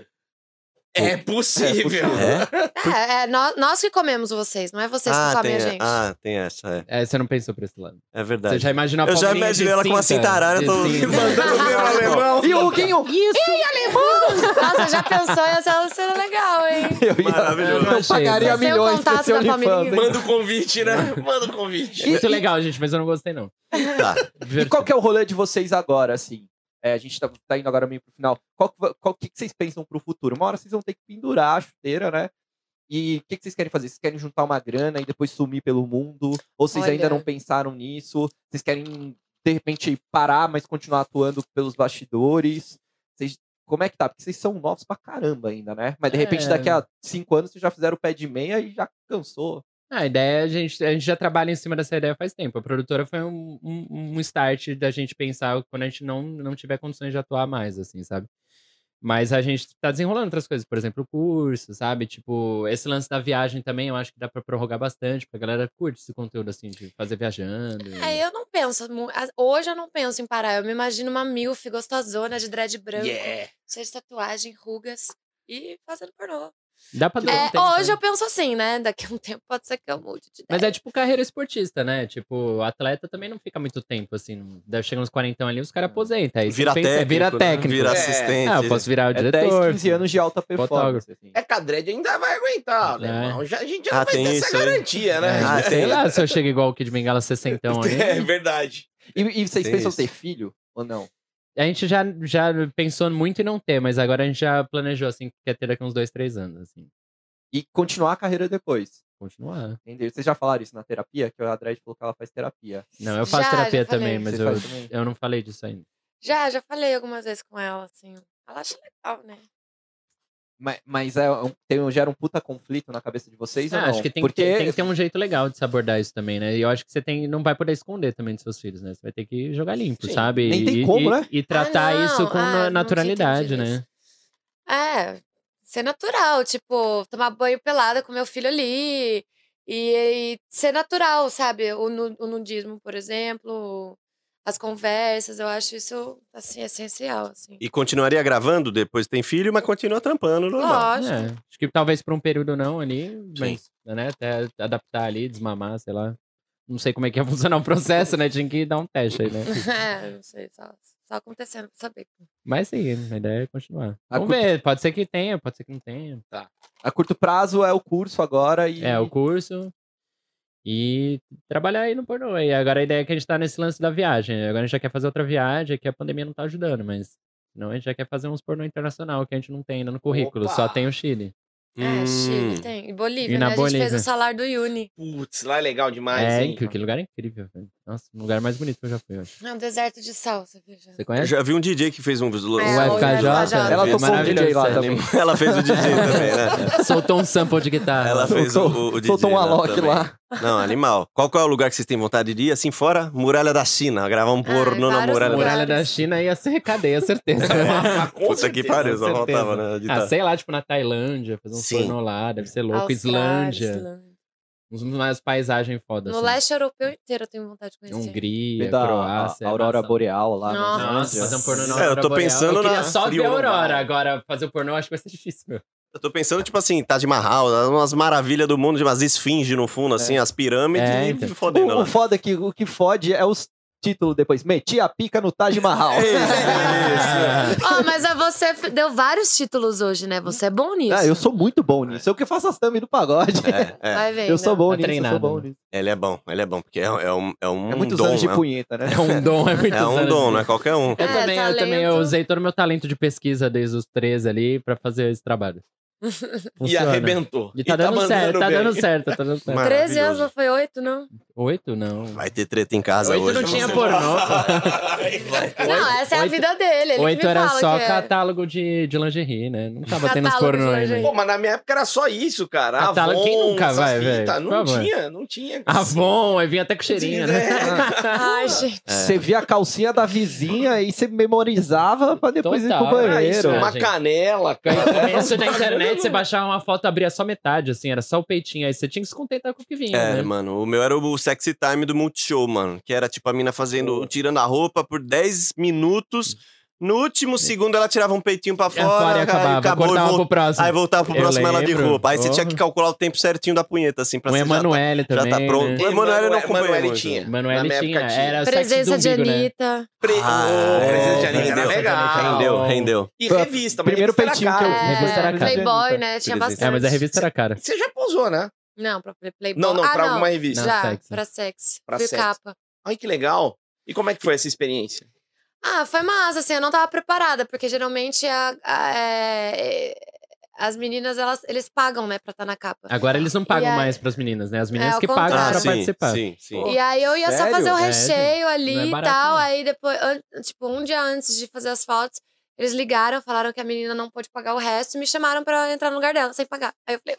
Speaker 1: É possível.
Speaker 2: É?
Speaker 4: É, é nó- nós que comemos vocês, não é vocês que
Speaker 2: Ah, tem,
Speaker 4: comem a gente.
Speaker 2: ah, tem essa, é,
Speaker 5: É, você não pensou pra esse lado.
Speaker 2: é
Speaker 5: Você
Speaker 2: verdade.
Speaker 5: já imaginou a
Speaker 2: Eu já
Speaker 5: palmeirinha É,
Speaker 2: imaginei
Speaker 5: de
Speaker 2: ela com uma
Speaker 5: cinta,
Speaker 2: cintarara
Speaker 5: de
Speaker 2: todo-
Speaker 5: cinta.
Speaker 1: Mandando ver o alemão.
Speaker 3: E o Huguinho, isso!
Speaker 4: Nossa, já pensou? Ia ser ser legal, hein?
Speaker 3: Eu, ia,
Speaker 2: Maravilhoso.
Speaker 3: eu pagaria
Speaker 4: Você tem o
Speaker 3: milhões pra
Speaker 4: contato
Speaker 3: ser
Speaker 4: da
Speaker 3: OnlyFans.
Speaker 4: Palmeirinha?
Speaker 3: hein?
Speaker 1: Manda o convite, né? Manda o convite.
Speaker 5: É muito legal, gente, mas eu não gostei, não.
Speaker 2: Tá.
Speaker 5: Divertido.
Speaker 3: E qual que é o rolê de vocês agora, assim? É, a gente tá, tá indo agora meio pro final. Qual, que va- qual que, que vocês pensam pro futuro? Uma hora vocês vão ter que pendurar a chuteira, né? E o que, que vocês querem fazer? Vocês querem juntar uma grana e depois sumir pelo mundo? Ou vocês
Speaker 4: Olha.
Speaker 3: ainda não pensaram nisso? Vocês querem, de repente, parar, mas continuar atuando pelos bastidores? Vocês, como é que tá? Porque vocês são novos pra caramba ainda, né? Mas de repente,
Speaker 5: É.
Speaker 3: daqui a cinco anos, vocês já fizeram o pé de meia e já cansou.
Speaker 5: Ah, A ideia, a gente, a gente já trabalha em cima dessa ideia faz tempo. A produtora foi um, um, um start da gente pensar quando a gente não, não tiver condições de atuar mais, assim, sabe? Mas a gente tá desenrolando outras coisas, por exemplo, o curso, sabe? Tipo, esse lance da viagem também, eu acho que dá pra prorrogar bastante, porque a galera curte esse conteúdo, assim, de fazer viajando.
Speaker 4: Aí É, eu não penso. mu- a- Hoje eu não penso em parar. Eu me imagino uma milf gostosona de dread branco,
Speaker 1: Yeah.
Speaker 4: cheia de tatuagem, rugas e fazendo pornô.
Speaker 5: Dá pra dar um
Speaker 4: É,
Speaker 5: tempo,
Speaker 4: hoje
Speaker 5: né?
Speaker 4: eu penso assim, né? Daqui a um tempo pode ser que eu mude de
Speaker 5: Mas
Speaker 4: ideia.
Speaker 5: é tipo carreira esportista, né? Tipo, atleta também não fica muito tempo, assim. Não... Deve chegar uns 40 ali, os caras
Speaker 4: Uhum.
Speaker 5: aposentam. Aí você
Speaker 2: Vira
Speaker 5: pensa,
Speaker 2: técnico.
Speaker 5: Vira
Speaker 2: né?
Speaker 5: técnico.
Speaker 2: Vira
Speaker 1: É.
Speaker 2: assistente.
Speaker 5: Ah, eu posso virar o
Speaker 3: É
Speaker 5: diretor. assim.
Speaker 3: 10, 15 anos de alta performance.
Speaker 5: Fotógrafo.
Speaker 3: assim.
Speaker 1: É que a dread ainda vai aguentar, alemão. Já, a gente já
Speaker 2: Ah,
Speaker 1: não vai
Speaker 2: tem
Speaker 1: ter
Speaker 2: isso
Speaker 1: essa
Speaker 2: aí.
Speaker 1: garantia, né?
Speaker 2: Ah,
Speaker 5: É, Sei
Speaker 2: tem.
Speaker 5: lá se eu chego igual o Kid Bengala 60
Speaker 1: É
Speaker 5: aí.
Speaker 1: verdade.
Speaker 3: E, e vocês
Speaker 2: Tem
Speaker 3: pensam
Speaker 2: isso.
Speaker 3: ter filho ou não?
Speaker 5: A gente já, já pensou muito em não ter, mas agora a gente já planejou, assim, que quer ter daqui uns dois, três anos, assim.
Speaker 3: E continuar a carreira depois.
Speaker 5: Continuar.
Speaker 3: Entendeu? Vocês já falaram isso na terapia? Que a Dredd falou que ela faz terapia.
Speaker 5: Não, eu faço
Speaker 4: Já,
Speaker 5: terapia
Speaker 4: já falei.
Speaker 5: também, mas
Speaker 3: Você
Speaker 5: eu,
Speaker 3: faz também?
Speaker 5: eu não falei disso ainda.
Speaker 4: Já, já falei algumas vezes com ela, assim. Ela acha legal, né?
Speaker 3: Ma- Mas, é um- tem, gera um puta conflito na cabeça de vocês ou
Speaker 5: Ah,
Speaker 3: não?
Speaker 5: acho que tem,
Speaker 3: Porque
Speaker 5: que tem que ter um jeito legal de se abordar isso também, né? E eu acho que você tem, não vai poder esconder também dos seus filhos, né? Você vai ter que jogar limpo,
Speaker 1: Sim.
Speaker 5: sabe?
Speaker 3: Nem tem
Speaker 5: E-
Speaker 3: como,
Speaker 5: e-
Speaker 3: né?
Speaker 5: E tratar
Speaker 4: não.
Speaker 5: isso com
Speaker 4: Ah,
Speaker 5: na-
Speaker 4: não tinha
Speaker 5: naturalidade,
Speaker 4: entendido
Speaker 5: né?
Speaker 4: isso. É, ser natural, tipo, tomar banho pelada com meu filho ali. E, e ser natural, sabe? O, nu- o nudismo, por exemplo, as conversas, eu acho isso, assim, essencial, assim.
Speaker 2: E continuaria gravando depois tem filho, mas continua trampando normal.
Speaker 4: Lógico.
Speaker 5: É, acho que talvez por um período não ali, mas, né? Até adaptar ali, desmamar, sei lá. Não sei como é que ia funcionar o processo, né? Tinha que dar um teste aí, né?
Speaker 4: É, não sei, só, só acontecendo pra saber.
Speaker 5: Mas sim, a ideia é continuar.
Speaker 3: A
Speaker 5: Vamos
Speaker 3: cultu-
Speaker 5: ver, pode ser que tenha, pode ser que não tenha.
Speaker 3: A curto prazo é o curso agora e.
Speaker 5: É, o curso. E trabalhar aí no pornô. E agora a ideia é que a gente tá nesse lance da viagem. Agora a gente já quer fazer outra viagem, que a pandemia não tá ajudando, mas. Não, a gente já quer fazer uns pornô internacional que a gente não tem ainda no currículo,
Speaker 1: Opa!
Speaker 5: só tem o Chile.
Speaker 4: É, Chile
Speaker 2: Hum.
Speaker 4: tem. E Bolívia,
Speaker 5: E
Speaker 4: né?
Speaker 5: na
Speaker 4: A gente
Speaker 5: Bolívia.
Speaker 4: fez o salário do Uni.
Speaker 1: Putz, lá é legal demais,
Speaker 5: é,
Speaker 1: hein?
Speaker 5: incrível, que lugar incrível, velho. Nossa, um lugar mais bonito que eu já fui, eu acho.
Speaker 4: É um deserto de sal, você veja.
Speaker 5: Você
Speaker 2: Eu
Speaker 5: conhece?
Speaker 2: já vi um DJ que fez um
Speaker 4: É,
Speaker 5: O
Speaker 4: o
Speaker 5: FKJ,
Speaker 4: FKJ.
Speaker 3: Ela tocou um DJ lá
Speaker 5: maravilhoso,
Speaker 3: também.
Speaker 2: Ela fez o DJ também, né?
Speaker 5: Soltou um sample de guitarra.
Speaker 2: Ela fez o, o, o DJ.
Speaker 3: Soltou um
Speaker 2: lá
Speaker 3: Alok
Speaker 2: também.
Speaker 3: lá.
Speaker 2: Não, animal. Qual, qual é o lugar que vocês têm vontade de ir? Assim fora? Muralha da China. Gravar
Speaker 3: Ah,
Speaker 2: um pornô na Muralha
Speaker 4: vários
Speaker 2: da
Speaker 4: lugares.
Speaker 5: Muralha da China ia ser cadeia, certeza.
Speaker 1: Ah, com
Speaker 2: Puta que
Speaker 1: certeza.
Speaker 2: pariu, só
Speaker 5: com certeza.
Speaker 2: voltava, né? de
Speaker 5: ah,
Speaker 2: tá.
Speaker 5: sei lá, tipo na Tailândia, fazer um
Speaker 2: Sim.
Speaker 5: pornô lá, deve ser é louco.
Speaker 4: Austrália,
Speaker 5: Islândia,
Speaker 4: Islândia.
Speaker 5: uns umas paisagens fodas.
Speaker 4: No
Speaker 5: assim.
Speaker 4: leste europeu inteiro eu tenho vontade de
Speaker 5: um
Speaker 4: conhecer.
Speaker 5: Hungria,
Speaker 3: Da
Speaker 5: Croácia. é
Speaker 3: a Aurora
Speaker 5: nossa.
Speaker 3: Boreal lá. né? na
Speaker 4: Nossa,
Speaker 5: Nossa,
Speaker 3: Islândia.
Speaker 5: fazer um pornô na
Speaker 2: É,
Speaker 5: Aurora
Speaker 2: eu tô
Speaker 5: Boreal.
Speaker 2: pensando
Speaker 5: eu queria
Speaker 2: na
Speaker 5: só
Speaker 2: frio
Speaker 5: ver a
Speaker 2: normal.
Speaker 5: Aurora agora. Fazer o pornô acho que vai ser difícil, meu.
Speaker 2: Eu tô pensando, tipo assim, Taj Mahal, umas maravilhas do tipo,
Speaker 3: É.
Speaker 2: mundo, umas esfinges no fundo, assim, as pirâmides
Speaker 5: É,
Speaker 2: e
Speaker 5: então.
Speaker 2: fodendo
Speaker 3: O, o
Speaker 2: lá.
Speaker 3: foda é que o que fode é os título depois, meti a pica no Taj Mahal.
Speaker 5: É
Speaker 4: Ó, mas a você f- deu vários títulos hoje, né? Você é bom nisso.
Speaker 3: Ah, eu sou muito bom nisso. Eu que faço as thumb do pagode.
Speaker 2: É, é.
Speaker 4: Vai vendo.
Speaker 3: Eu sou bom
Speaker 5: Tá
Speaker 3: nisso, eu sou
Speaker 5: treinado,
Speaker 3: bom
Speaker 5: né?
Speaker 3: nisso.
Speaker 2: Ele é bom, ele é bom, porque é, é um, é um
Speaker 3: É muitos
Speaker 2: dom.
Speaker 3: anos de
Speaker 2: né?
Speaker 3: punheta, né?
Speaker 5: É um dom, é muito
Speaker 2: É um
Speaker 5: usado.
Speaker 2: dom, não é qualquer um.
Speaker 5: Eu,
Speaker 4: É,
Speaker 5: também, eu também eu
Speaker 4: talento.
Speaker 5: usei todo o meu talento de pesquisa desde os 13 ali pra fazer esse trabalho.
Speaker 1: E
Speaker 5: Funciona.
Speaker 1: arrebentou.
Speaker 5: E tá dando
Speaker 1: mandando
Speaker 5: certo, tá
Speaker 1: bem.
Speaker 5: dando certo, tá dando certo.
Speaker 2: Mas-
Speaker 4: 13 anos,
Speaker 2: Maravilhoso.
Speaker 4: não foi 8, não?
Speaker 5: Oito? Não.
Speaker 2: Vai ter treta em casa
Speaker 5: Oito
Speaker 2: hoje.
Speaker 5: não tinha
Speaker 2: você-
Speaker 5: pornô.
Speaker 4: não, essa é a
Speaker 5: oito-
Speaker 4: vida dele. Ele
Speaker 5: Oito
Speaker 4: que me
Speaker 5: era
Speaker 4: fala
Speaker 5: só
Speaker 4: que é.
Speaker 5: catálogo de, de lingerie, né? Não tava tendo os
Speaker 4: Catálogo de
Speaker 5: pornô ainda.
Speaker 4: lingerie.
Speaker 1: Pô, mas na minha época era só isso, cara.
Speaker 5: Catálogo,
Speaker 1: Avon,
Speaker 5: quem nunca
Speaker 1: essas
Speaker 5: vai,
Speaker 1: fitas.
Speaker 5: velho?
Speaker 1: Não
Speaker 5: Por favor.
Speaker 1: tinha, não tinha.
Speaker 5: Avon, Ah, aí vinha até com cheirinho, né?
Speaker 4: Ai, gente.
Speaker 3: Você via a calcinha da vizinha e você memorizava pra depois ir
Speaker 5: Total.
Speaker 3: pro
Speaker 5: Era
Speaker 1: Era
Speaker 3: banheiro.
Speaker 1: isso, é.
Speaker 5: Ah,
Speaker 1: uma
Speaker 5: gente.
Speaker 1: canela,
Speaker 5: Aí,
Speaker 1: cara.
Speaker 5: No começo da internet, você baixava uma foto, abria só metade, assim, era só o peitinho. Aí você tinha que se contentar com o que vinha,
Speaker 2: É,
Speaker 5: né?
Speaker 2: mano, o meu era o sexy time do Multishow, mano. Que era tipo a mina fazendo, tirando a roupa por 10 minutos. No último segundo ela tirava um peitinho pra
Speaker 5: Hum. E Agora
Speaker 2: fora,
Speaker 5: ia
Speaker 2: aí
Speaker 5: acabava,
Speaker 2: acabou, e
Speaker 5: cortava
Speaker 2: voltava.
Speaker 5: pro próximo.
Speaker 2: Aí voltava pro
Speaker 5: Eu
Speaker 2: próximo ela de
Speaker 5: lembro.
Speaker 2: roupa. Aí você
Speaker 5: Porra.
Speaker 2: tinha que calcular o tempo certinho da punheta, assim, pra
Speaker 5: o
Speaker 2: você já tá-
Speaker 5: Um Emanuele
Speaker 2: já tá
Speaker 5: também.
Speaker 2: pronto.
Speaker 5: Né?
Speaker 2: Emanuele eu não acompanho
Speaker 1: Emanuele
Speaker 2: muito.
Speaker 1: tinha. Na
Speaker 5: Emanuele
Speaker 1: minha
Speaker 5: tinha,
Speaker 1: época tinha.
Speaker 5: era o sexo do
Speaker 4: Presença de
Speaker 5: umbigo, né?
Speaker 4: Anitta.
Speaker 1: Pre...
Speaker 2: Ah,
Speaker 1: Ô, presença de
Speaker 2: é,
Speaker 1: anime era
Speaker 2: rendeu,
Speaker 1: legal.
Speaker 2: Rendeu, rendeu.
Speaker 1: E
Speaker 3: Foi a
Speaker 1: revista, mas
Speaker 3: primeiro
Speaker 1: revista era
Speaker 3: peitinho que eu
Speaker 1: cara.
Speaker 3: vi. Revista
Speaker 4: É,
Speaker 3: era cara.
Speaker 4: Playboy, né? Tinha bastante.
Speaker 2: Presença.
Speaker 5: É, mas a revista era cara.
Speaker 1: Você já posou, né?
Speaker 4: Não, pra Playboy.
Speaker 1: Não, não,
Speaker 4: ah,
Speaker 1: pra
Speaker 4: não.
Speaker 1: alguma revista.
Speaker 5: Não.
Speaker 4: Já,
Speaker 5: sexy.
Speaker 4: pra sexy.
Speaker 1: Pra
Speaker 4: Fui
Speaker 1: sexy.
Speaker 4: capa.
Speaker 1: Ai, que legal. E como é que foi essa experiência?
Speaker 4: Ah, foi massa, assim, eu não tava preparada, porque geralmente a- a- é- as meninas, elas, eles pagam, né, pra estar na capa.
Speaker 5: Agora eles não
Speaker 4: E
Speaker 5: pagam
Speaker 4: aí-
Speaker 5: mais pras meninas, né? As
Speaker 4: É,
Speaker 5: meninas
Speaker 4: ao
Speaker 5: que pagam
Speaker 4: contrário.
Speaker 5: pra
Speaker 4: Ah,
Speaker 2: sim,
Speaker 5: participar.
Speaker 2: sim, sim.
Speaker 4: E aí eu ia só
Speaker 3: sério?
Speaker 4: fazer o
Speaker 5: É,
Speaker 4: recheio
Speaker 5: não é
Speaker 4: ali e
Speaker 5: barato,
Speaker 4: tal.
Speaker 5: não.
Speaker 4: Aí depois, an- tipo, um dia antes de fazer as fotos, eles ligaram, falaram que a menina não pôde pagar o resto e me chamaram pra entrar no lugar dela sem pagar. Aí eu falei,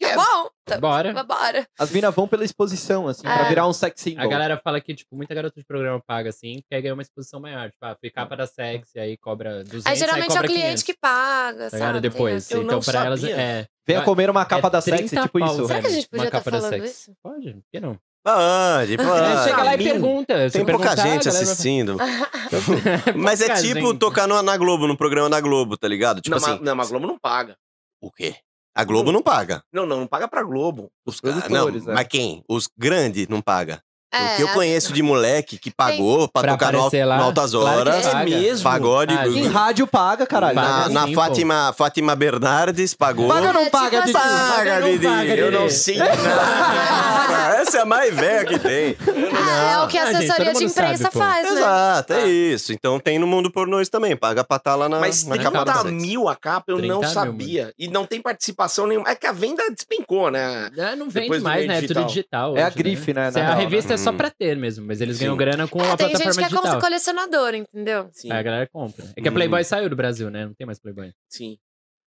Speaker 4: tá bom, tá,
Speaker 5: É, Bora.
Speaker 4: bora.
Speaker 3: As minas vão pela exposição, assim, pra
Speaker 4: É.
Speaker 3: virar um sex
Speaker 5: A
Speaker 3: symbol.
Speaker 5: galera fala que, tipo, muita garota de programa paga, assim, quer ganhar uma exposição maior. Tipo, ah, ficar para sexy, aí cobra 200,
Speaker 4: Aí
Speaker 5: aí
Speaker 4: geralmente é o
Speaker 5: cobra
Speaker 4: cliente
Speaker 5: 500,
Speaker 4: que paga,
Speaker 5: tá
Speaker 4: sabe?
Speaker 5: ligado?
Speaker 4: Tem
Speaker 5: Depois.
Speaker 4: essa.
Speaker 1: Eu
Speaker 5: então,
Speaker 1: não
Speaker 5: pra elas,
Speaker 1: sabia.
Speaker 5: é...
Speaker 3: Venha comer uma capa
Speaker 5: é
Speaker 3: da sexy,
Speaker 5: 30
Speaker 3: tipo
Speaker 5: pau,
Speaker 3: isso.
Speaker 4: Será que a gente
Speaker 5: Uma
Speaker 4: podia estar
Speaker 5: capa da
Speaker 4: falando
Speaker 5: sexy.
Speaker 4: isso?
Speaker 5: Pode, por que não?
Speaker 2: Pode,
Speaker 5: Aí
Speaker 2: pode.
Speaker 5: chega lá e
Speaker 1: mim,
Speaker 5: pergunta. se
Speaker 2: Ah, Tem pouca
Speaker 5: perguntar, a
Speaker 2: gente
Speaker 5: galera vai-
Speaker 2: assistindo. Mas é
Speaker 5: Pouca
Speaker 2: tipo
Speaker 5: gente.
Speaker 2: tocar no, na Globo, no programa da Globo, tá ligado? Tipo
Speaker 1: não, mas-
Speaker 2: assim,
Speaker 1: não, mas a Globo não paga.
Speaker 2: o quê? A
Speaker 5: Hum.
Speaker 2: Globo não paga.
Speaker 1: Não, não, não paga pra Globo.
Speaker 2: Os
Speaker 3: produtores,
Speaker 2: Ah, não,
Speaker 3: é.
Speaker 2: Mas quem? Os grandes não paga. o que eu
Speaker 4: as-
Speaker 2: conheço de moleque que pagou pra,
Speaker 5: Pra
Speaker 2: tocar no, al-
Speaker 5: aparecer lá,
Speaker 2: no Altas
Speaker 5: claro que
Speaker 2: Horas,
Speaker 5: paga.
Speaker 2: é mesmo? pagode,
Speaker 5: Ah,
Speaker 3: Em
Speaker 5: gente.
Speaker 3: rádio paga, caralho.
Speaker 2: na,
Speaker 5: Paga
Speaker 2: na
Speaker 5: sim, pô.
Speaker 2: Fátima, Fátima Bernardes pagou.
Speaker 3: Paga ou não
Speaker 4: É,
Speaker 3: paga, Didi?
Speaker 4: tipo assim,
Speaker 2: Paga,
Speaker 5: não
Speaker 2: Didi.
Speaker 5: paga,
Speaker 1: Eu não
Speaker 5: Didi.
Speaker 1: sei nada.
Speaker 2: Essa é a mais velha que tem.
Speaker 4: Ah, é o que a
Speaker 5: Ah, gente,
Speaker 4: assessoria
Speaker 5: todo
Speaker 4: de
Speaker 5: mundo sabe,
Speaker 4: imprensa
Speaker 5: pô.
Speaker 4: faz, né?
Speaker 2: Exato, é
Speaker 1: Ah.
Speaker 2: isso. Então tem no mundo pornô isso também. Paga pra estar lá na,
Speaker 1: Mas
Speaker 2: na capa da
Speaker 1: 30
Speaker 2: sexy.
Speaker 1: mil a capa eu
Speaker 5: 30
Speaker 1: não
Speaker 5: mil,
Speaker 1: sabia. E não tem participação nenhuma. É que a venda despencou, né?
Speaker 5: Ah, não vende
Speaker 1: Depois do
Speaker 5: mais,
Speaker 1: meio
Speaker 5: né? É
Speaker 1: digital.
Speaker 5: tudo digital.
Speaker 3: É a
Speaker 5: hoje,
Speaker 3: grife, né, na
Speaker 5: Se a
Speaker 3: real, né?
Speaker 5: revista é só
Speaker 2: Hum.
Speaker 5: pra ter mesmo, mas eles
Speaker 2: Sim.
Speaker 5: ganham grana com
Speaker 4: Ah,
Speaker 5: a
Speaker 4: tem
Speaker 5: plataforma
Speaker 4: gente que é como
Speaker 5: digital.
Speaker 4: se colecionador, entendeu?
Speaker 1: Sim,
Speaker 5: Aí a galera compra. É que a
Speaker 2: Hum.
Speaker 5: Playboy saiu do Brasil, né? Não tem mais Playboy.
Speaker 1: sim.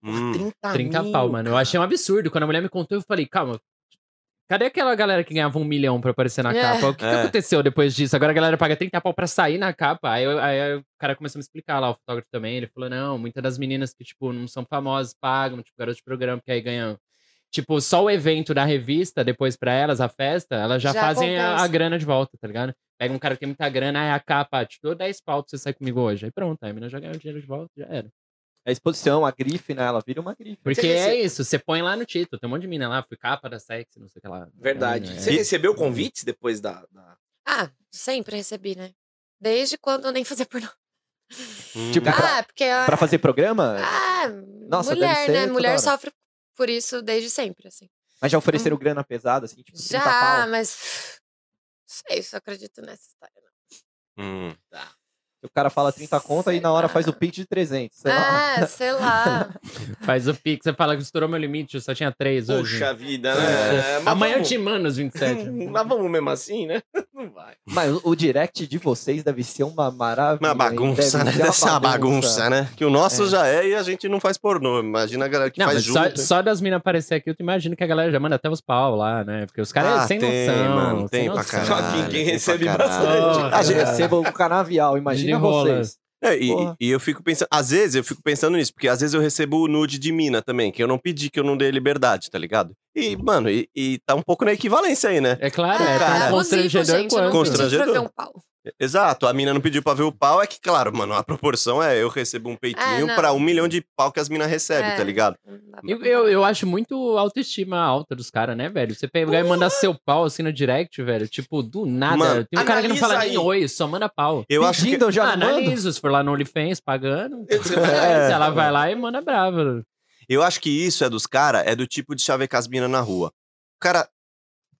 Speaker 2: Hum.
Speaker 1: 30,
Speaker 5: 30
Speaker 1: mil,
Speaker 5: pau, mano.
Speaker 1: Tá
Speaker 5: Eu
Speaker 1: cara.
Speaker 5: achei um absurdo. Quando a mulher me contou, eu falei, calma. Cadê aquela galera que ganhava um milhão pra aparecer na
Speaker 4: É.
Speaker 5: capa? O que, que
Speaker 2: É.
Speaker 5: aconteceu depois disso? Agora a galera paga 30 pau pra sair na capa. Aí, eu- aí o cara começou a me explicar lá, o fotógrafo também. Ele falou: não, muitas das meninas que, tipo, não são famosas pagam, tipo, garoto de programa, que aí ganham. Tipo, só o evento da revista, depois pra elas, a festa, elas já,
Speaker 4: Já
Speaker 5: fazem a,
Speaker 4: compensa.
Speaker 5: a grana de volta, tá ligado? Pega um cara que tem muita grana, aí a capa, tipo, dou 10 pau pra você sair comigo hoje. Aí pronto, aí a menina já ganhou dinheiro de volta, já era.
Speaker 3: A É exposição, a grife, né? Ela vira uma grife.
Speaker 5: Porque
Speaker 1: Você
Speaker 5: é
Speaker 1: rece-
Speaker 5: isso, você põe lá no título, tem um monte de mina lá, fui capa da sexy, não sei o que lá.
Speaker 1: Verdade.
Speaker 5: É,
Speaker 1: Você recebeu convites depois da. da-
Speaker 4: Ah, sempre recebi, né? Desde quando eu nem fazia pornô.
Speaker 2: Hum.
Speaker 3: Tipo,
Speaker 4: Ah, porque... eu-
Speaker 3: Pra fazer programa?
Speaker 4: Ah,
Speaker 3: É. Nossa, deve
Speaker 4: mulher,
Speaker 3: ser
Speaker 4: né?
Speaker 3: toda
Speaker 4: Mulher
Speaker 3: hora.
Speaker 4: sofre por isso desde sempre, assim.
Speaker 3: Mas já ofereceram grana pesada, assim, tipo, 30
Speaker 4: Já,
Speaker 3: pau.
Speaker 4: mas. Não sei se eu acredito nessa história. não.
Speaker 2: Hum.
Speaker 3: O cara fala 30 conta e na hora faz o pitch de 300. sei lá.
Speaker 4: É, sei lá.
Speaker 5: Faz o pix, você fala que estourou meu limite, eu só tinha três hoje.
Speaker 1: Puxa vida, né? Mas
Speaker 5: Amanhã eu
Speaker 1: vamos- hum,
Speaker 5: te mando os 27.
Speaker 1: Mas vamos mesmo assim, né? Não vai.
Speaker 3: Mas o- o direct de vocês deve ser uma maravilha.
Speaker 2: Uma
Speaker 3: hein?
Speaker 2: bagunça, né?
Speaker 3: ser
Speaker 2: Deve ser uma bagunça, né? Que o nosso já é e a gente não faz pornô. Imagina a galera que
Speaker 5: Não,
Speaker 2: faz
Speaker 5: mas só,
Speaker 2: junto.
Speaker 5: só das minas aparecer aqui, eu te imagino que a galera já manda até os pau lá, né? Porque os caras
Speaker 2: Ah,
Speaker 5: sem
Speaker 2: tem,
Speaker 5: noção.
Speaker 2: mano,
Speaker 5: sem
Speaker 2: tem pra
Speaker 5: noção.
Speaker 2: caralho.
Speaker 1: Só que quem
Speaker 2: tem pra
Speaker 1: recebe
Speaker 2: caralho.
Speaker 1: bastante.
Speaker 5: Ah,
Speaker 3: A gente
Speaker 5: É.
Speaker 3: receba o canavial, imagina
Speaker 5: Desenrola.
Speaker 3: vocês.
Speaker 2: É, e,
Speaker 3: Porra.
Speaker 2: e eu fico pensando, às vezes eu fico pensando nisso, porque às vezes eu recebo o nude de mina também, que eu não pedi, que eu não dei liberdade, tá ligado? E, mano, e, e tá um pouco na equivalência aí, né?
Speaker 5: É claro,
Speaker 4: Ah,
Speaker 5: é,
Speaker 2: cara.
Speaker 5: tão
Speaker 4: abusivo,
Speaker 5: constrangedor
Speaker 4: gente. Eu não
Speaker 5: quanto.
Speaker 4: pedi pra
Speaker 2: Constrangedor?
Speaker 4: ver um pau.
Speaker 2: Exato, a mina não pediu pra ver o pau, é que, claro, mano, a proporção é eu recebo um peitinho
Speaker 4: não.
Speaker 2: pra um milhão de pau que as minas recebem,
Speaker 4: É.
Speaker 2: tá ligado?
Speaker 5: Eu, eu, eu acho muito autoestima alta dos caras, né, velho? Você pegar e mandar seu pau assim no direct, velho. Tipo, do nada.
Speaker 2: Mano,
Speaker 5: tem um cara que não
Speaker 1: analisa
Speaker 5: fala
Speaker 1: aí.
Speaker 5: nem oi, só manda pau.
Speaker 2: Eu acho que.
Speaker 3: Pedindo, eu já
Speaker 5: ah,
Speaker 3: não mando.
Speaker 5: analiso, se for lá no OnlyFans pagando.
Speaker 1: É.
Speaker 5: Se ela vai lá e manda brava.
Speaker 2: Eu acho que isso é dos caras, é do tipo de chavecar as minas na rua. O cara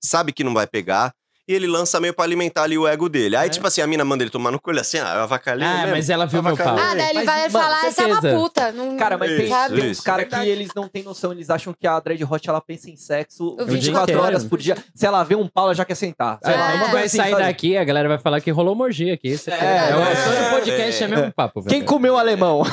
Speaker 2: sabe que não vai pegar e ele lança meio pra alimentar ali o ego dele. Aí,
Speaker 5: É.
Speaker 2: tipo assim, a mina manda ele tomar no cu, ele assim, ah, eu avacalhei.
Speaker 5: Ah,
Speaker 2: mesmo. É
Speaker 5: mas ela viu
Speaker 2: Tava
Speaker 5: meu pau.
Speaker 2: calado.
Speaker 4: Ah, daí ele
Speaker 3: Mas,
Speaker 4: vai
Speaker 5: mano,
Speaker 4: falar, essa é uma
Speaker 5: certeza.
Speaker 4: puta. Não...
Speaker 3: Cara, mas tem,
Speaker 2: Isso,
Speaker 3: tem uns
Speaker 2: isso.
Speaker 3: caras que
Speaker 1: Verdade.
Speaker 3: eles não têm noção, eles acham que a dread hot ela pensa em sexo
Speaker 4: dia
Speaker 3: 24
Speaker 5: inteiro.
Speaker 3: horas por dia. Se ela vê um pau, ela já quer sentar. Sei
Speaker 5: É,
Speaker 3: lá,
Speaker 5: a
Speaker 3: uma
Speaker 4: é.
Speaker 5: gente
Speaker 3: coisa
Speaker 5: vai
Speaker 3: assim,
Speaker 5: sair
Speaker 3: sabe?
Speaker 5: daqui, a galera vai falar que rolou morgia aqui. Isso aqui é,
Speaker 3: É,
Speaker 5: o
Speaker 3: é,
Speaker 5: assunto do podcast, é,
Speaker 2: é.
Speaker 5: mesmo papo, velho.
Speaker 3: Quem comeu alemão?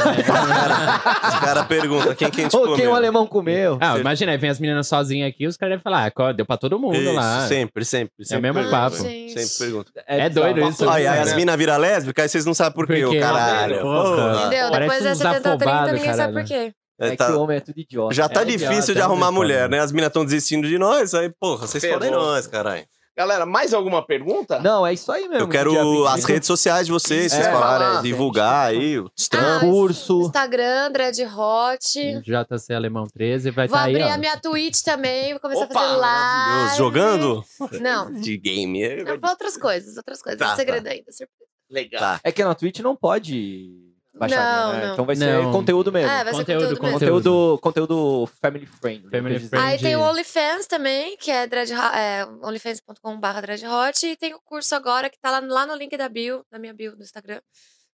Speaker 2: Os caras perguntam quem quem te
Speaker 3: Ou quem
Speaker 2: comeu.
Speaker 3: o alemão comeu?
Speaker 5: Ah, imagina, aí vem as meninas sozinhas aqui, os caras devem falar, ah, co- deu pra todo mundo
Speaker 2: Isso,
Speaker 5: lá. É
Speaker 2: sempre, sempre. sempre
Speaker 5: mesmo
Speaker 2: pergunta.
Speaker 5: papo.
Speaker 2: Sempre pergunta.
Speaker 5: É doido
Speaker 3: bizarro.
Speaker 5: isso.
Speaker 2: Aí, aí
Speaker 5: né?
Speaker 2: as minas viram lésbica, aí vocês não sabem por quê,
Speaker 5: Por quê?
Speaker 2: ô caralho.
Speaker 5: Porra.
Speaker 2: Porra.
Speaker 4: Entendeu?
Speaker 5: Parece
Speaker 4: Depois é
Speaker 5: uns
Speaker 4: 70, 30,
Speaker 5: afobado,
Speaker 4: ninguém sabe por
Speaker 5: caralho.
Speaker 4: quê.
Speaker 3: É
Speaker 2: É, tá-
Speaker 3: que o homem é tudo idiota.
Speaker 2: já tá
Speaker 5: É,
Speaker 2: difícil
Speaker 5: idiota,
Speaker 2: de
Speaker 5: é
Speaker 2: arrumar
Speaker 5: muito
Speaker 2: mulher,
Speaker 5: foda.
Speaker 2: né? As minas estão desistindo de nós, aí, porra, vocês
Speaker 1: Ferrou.
Speaker 2: podem nós, caralho.
Speaker 1: Galera, mais alguma pergunta?
Speaker 3: Não, é isso aí mesmo.
Speaker 2: Eu quero
Speaker 3: Dia
Speaker 2: as
Speaker 3: 25,
Speaker 2: redes sociais de vocês, vocês
Speaker 1: É,
Speaker 2: falarem,
Speaker 1: falar.
Speaker 2: divulgar aí, os
Speaker 4: Ah,
Speaker 2: trampos.
Speaker 3: Curso.
Speaker 4: Instagram, Dread Hot.
Speaker 5: JC Alemão 13 Hum, vai
Speaker 4: Vou
Speaker 5: estar aí,
Speaker 4: abrir a
Speaker 5: ó.
Speaker 4: minha Twitch também, vou começar
Speaker 1: Opa,
Speaker 4: a fazer live.
Speaker 2: Maravilhoso. Jogando?
Speaker 4: Não,
Speaker 2: De game. é-
Speaker 4: não, pra outras coisas, outras coisas.
Speaker 2: Tá,
Speaker 4: é segredo ainda, surpresa.
Speaker 1: Legal.
Speaker 2: Tá.
Speaker 3: É que na Twitch não pode baixar,
Speaker 4: Não,
Speaker 3: né?
Speaker 4: não.
Speaker 3: Então vai ser
Speaker 5: Não.
Speaker 3: conteúdo mesmo.
Speaker 4: É, vai ser conteúdo, mesmo.
Speaker 3: Conteúdo, conteúdo family friendly.
Speaker 5: Family
Speaker 3: eu quis dizer.
Speaker 5: friendly.
Speaker 4: Aí tem o
Speaker 5: Entendi.
Speaker 4: OnlyFans também, que é, dread- é onlyfans.com.br dreadhot. E tem o curso agora que tá lá, lá no link da bio, na minha bio do Instagram.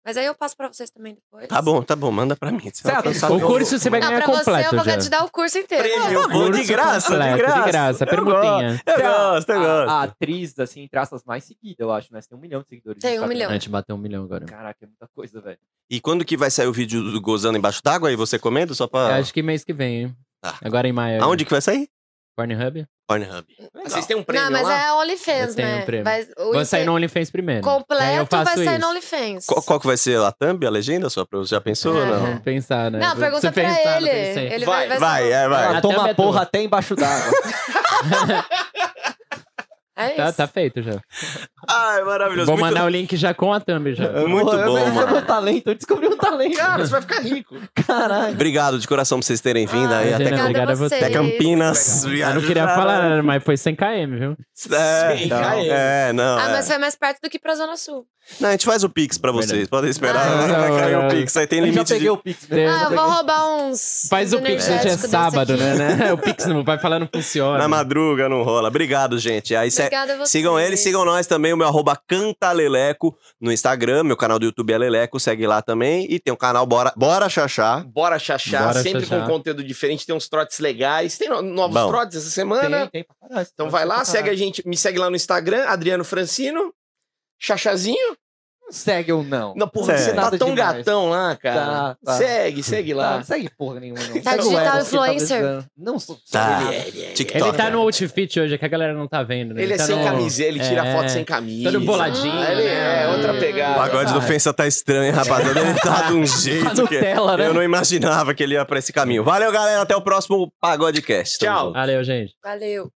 Speaker 4: Mas aí eu passo pra vocês também depois.
Speaker 2: Tá bom, tá bom, manda pra mim.
Speaker 3: Certo.
Speaker 5: O curso você vai
Speaker 4: Não,
Speaker 5: ganhar
Speaker 4: pra
Speaker 5: completo
Speaker 4: você eu vou
Speaker 5: já.
Speaker 4: te dar o curso inteiro.
Speaker 2: Prêmio. Tá bom, de
Speaker 5: Curso
Speaker 2: graça, de
Speaker 5: completo,
Speaker 2: graça.
Speaker 5: De graça, Então,
Speaker 2: Eu
Speaker 5: permutinha.
Speaker 2: Eu
Speaker 3: Tem a-
Speaker 2: gosto, eu
Speaker 3: Então, a,
Speaker 2: gosto.
Speaker 3: a atriz, assim, entre aspas, mais seguida, eu acho, né? Você tem um milhão de seguidores. no
Speaker 4: Tem um
Speaker 3: Instagram.
Speaker 5: A
Speaker 4: milhão.
Speaker 5: gente bateu um milhão agora.
Speaker 3: Caraca, é muita coisa, velho.
Speaker 2: E quando que vai sair o vídeo do Gozando Embaixo d'Água aí? Você comenta só
Speaker 5: Eu
Speaker 2: pra...
Speaker 5: Acho que mês que vem, hein?
Speaker 2: Tá.
Speaker 5: Agora em maio.
Speaker 2: Ah. Aonde que vai sair?
Speaker 5: Pornhub?
Speaker 2: Pornhub.
Speaker 1: Vocês têm um prêmio
Speaker 4: não, mas
Speaker 1: lá?
Speaker 4: é OnlyFans,
Speaker 5: Eu tenho
Speaker 4: né?
Speaker 5: um prêmio.
Speaker 4: Vai, o
Speaker 5: Vai sair
Speaker 4: inte-
Speaker 5: no OnlyFans primeiro. Aí eu
Speaker 4: completo,
Speaker 5: faço
Speaker 4: vai sair
Speaker 5: isso.
Speaker 4: no OnlyFans.
Speaker 2: Qual, qual que vai ser? A thumb, a legenda só? pra- Já pensou ou
Speaker 4: Aham.
Speaker 2: não?
Speaker 5: Vamos pensar, né?
Speaker 4: Não,
Speaker 5: Se
Speaker 4: pergunta pra
Speaker 5: pensar,
Speaker 4: ele.
Speaker 5: não pensei.
Speaker 4: Ele
Speaker 1: Vai,
Speaker 4: vai,
Speaker 2: Vai, é, vai.
Speaker 3: Ela
Speaker 5: Até
Speaker 3: toma
Speaker 5: meteu.
Speaker 3: porra até embaixo d'água.
Speaker 4: É isso.
Speaker 5: Tá, tá feito já.
Speaker 2: Ai, maravilhoso.
Speaker 5: Vou
Speaker 2: Muito-
Speaker 5: mandar um- o link já com a thumb já.
Speaker 1: É
Speaker 2: Muito
Speaker 3: Porra, eu
Speaker 2: bom,
Speaker 3: conheci
Speaker 2: mano.
Speaker 3: meu talento, eu descobri um talento.
Speaker 1: Cara, você vai ficar rico.
Speaker 5: um-
Speaker 3: Caralho.
Speaker 2: Obrigado de coração por vocês terem vindo aí
Speaker 5: Ah,
Speaker 2: até,
Speaker 5: Regina,
Speaker 2: Cam-
Speaker 5: obrigado a você.
Speaker 2: até Campinas.
Speaker 5: Eu não queria
Speaker 2: viajar.
Speaker 5: falar nada, mas foi 100 km, viu?
Speaker 2: É,
Speaker 1: Sim,
Speaker 2: não,
Speaker 1: já
Speaker 2: é, não.
Speaker 4: Ah,
Speaker 2: é.
Speaker 4: mas foi mais perto do que pra Zona Sul.
Speaker 2: Não, a gente faz o Pix pra vocês.
Speaker 5: Verdade.
Speaker 2: Podem esperar.
Speaker 5: Ah,
Speaker 2: vai
Speaker 5: não,
Speaker 2: cair
Speaker 5: não.
Speaker 2: o Pix. Aí tem
Speaker 3: Eu já
Speaker 2: limite
Speaker 3: peguei
Speaker 2: de...
Speaker 3: o Pix.
Speaker 5: É,
Speaker 3: né?
Speaker 4: Ah,
Speaker 3: Já
Speaker 4: eu vou roubar uns.
Speaker 5: Faz o
Speaker 4: uns
Speaker 5: Pix hoje é
Speaker 4: energéticos desse
Speaker 5: sábado,
Speaker 4: aqui.
Speaker 5: né? O Pix não vai falar, não funciona.
Speaker 2: Na madruga não rola. Obrigado, gente. Aí cê-
Speaker 4: Obrigada a vocês.
Speaker 2: é Sigam ele, sigam nós também, o meu arroba Cantaleleco no Instagram, meu canal do YouTube é Leleco, segue lá também. E tem o canal Bora, Bora Xaxá.
Speaker 1: Bora chachar,
Speaker 5: Bora
Speaker 1: sempre
Speaker 5: chachar.
Speaker 1: com conteúdo diferente, tem uns trotes legais. Tem no- novos
Speaker 2: Bom.
Speaker 1: trotes essa semana.
Speaker 3: Tem, Tá tem pra caralho.
Speaker 1: Então vai lá, segue a gente, me segue lá no Instagram, Adriano Francino. Chachazinho?
Speaker 3: Não segue ou não?
Speaker 1: Não, porra,
Speaker 2: É.
Speaker 1: você tá
Speaker 3: Nada
Speaker 1: tão
Speaker 3: demais.
Speaker 1: gatão lá, cara.
Speaker 3: Tá, tá.
Speaker 1: Segue, segue
Speaker 3: Tá,
Speaker 1: lá.
Speaker 3: não segue porra nenhuma, não.
Speaker 4: Tá
Speaker 3: Segue o
Speaker 4: digital
Speaker 3: Eros, que tá
Speaker 4: influencer?
Speaker 3: precisando. não sou.
Speaker 2: Tá.
Speaker 1: é,
Speaker 3: sou ele. é.
Speaker 2: TikTok.
Speaker 5: Ele tá no outfit hoje, é que a galera não tá vendo, né?
Speaker 1: Ele é
Speaker 5: tá
Speaker 1: sem
Speaker 5: no-
Speaker 1: camisa, ele tira
Speaker 5: É.
Speaker 1: foto sem camisa.
Speaker 5: Todo boladinho,
Speaker 1: Ah, Ele
Speaker 5: né?
Speaker 1: é outra
Speaker 2: O
Speaker 1: pegada.
Speaker 2: pagode do Fensa tá estranho, hein, rapaziada? Ele tá de um
Speaker 3: Tá
Speaker 2: jeito que
Speaker 3: Nutella, né?
Speaker 2: eu não imaginava que ele ia pra esse caminho. Valeu, galera. Até o próximo Pagodecast. Tamo
Speaker 1: Tchau.
Speaker 2: junto.
Speaker 5: Valeu, gente.
Speaker 4: Valeu.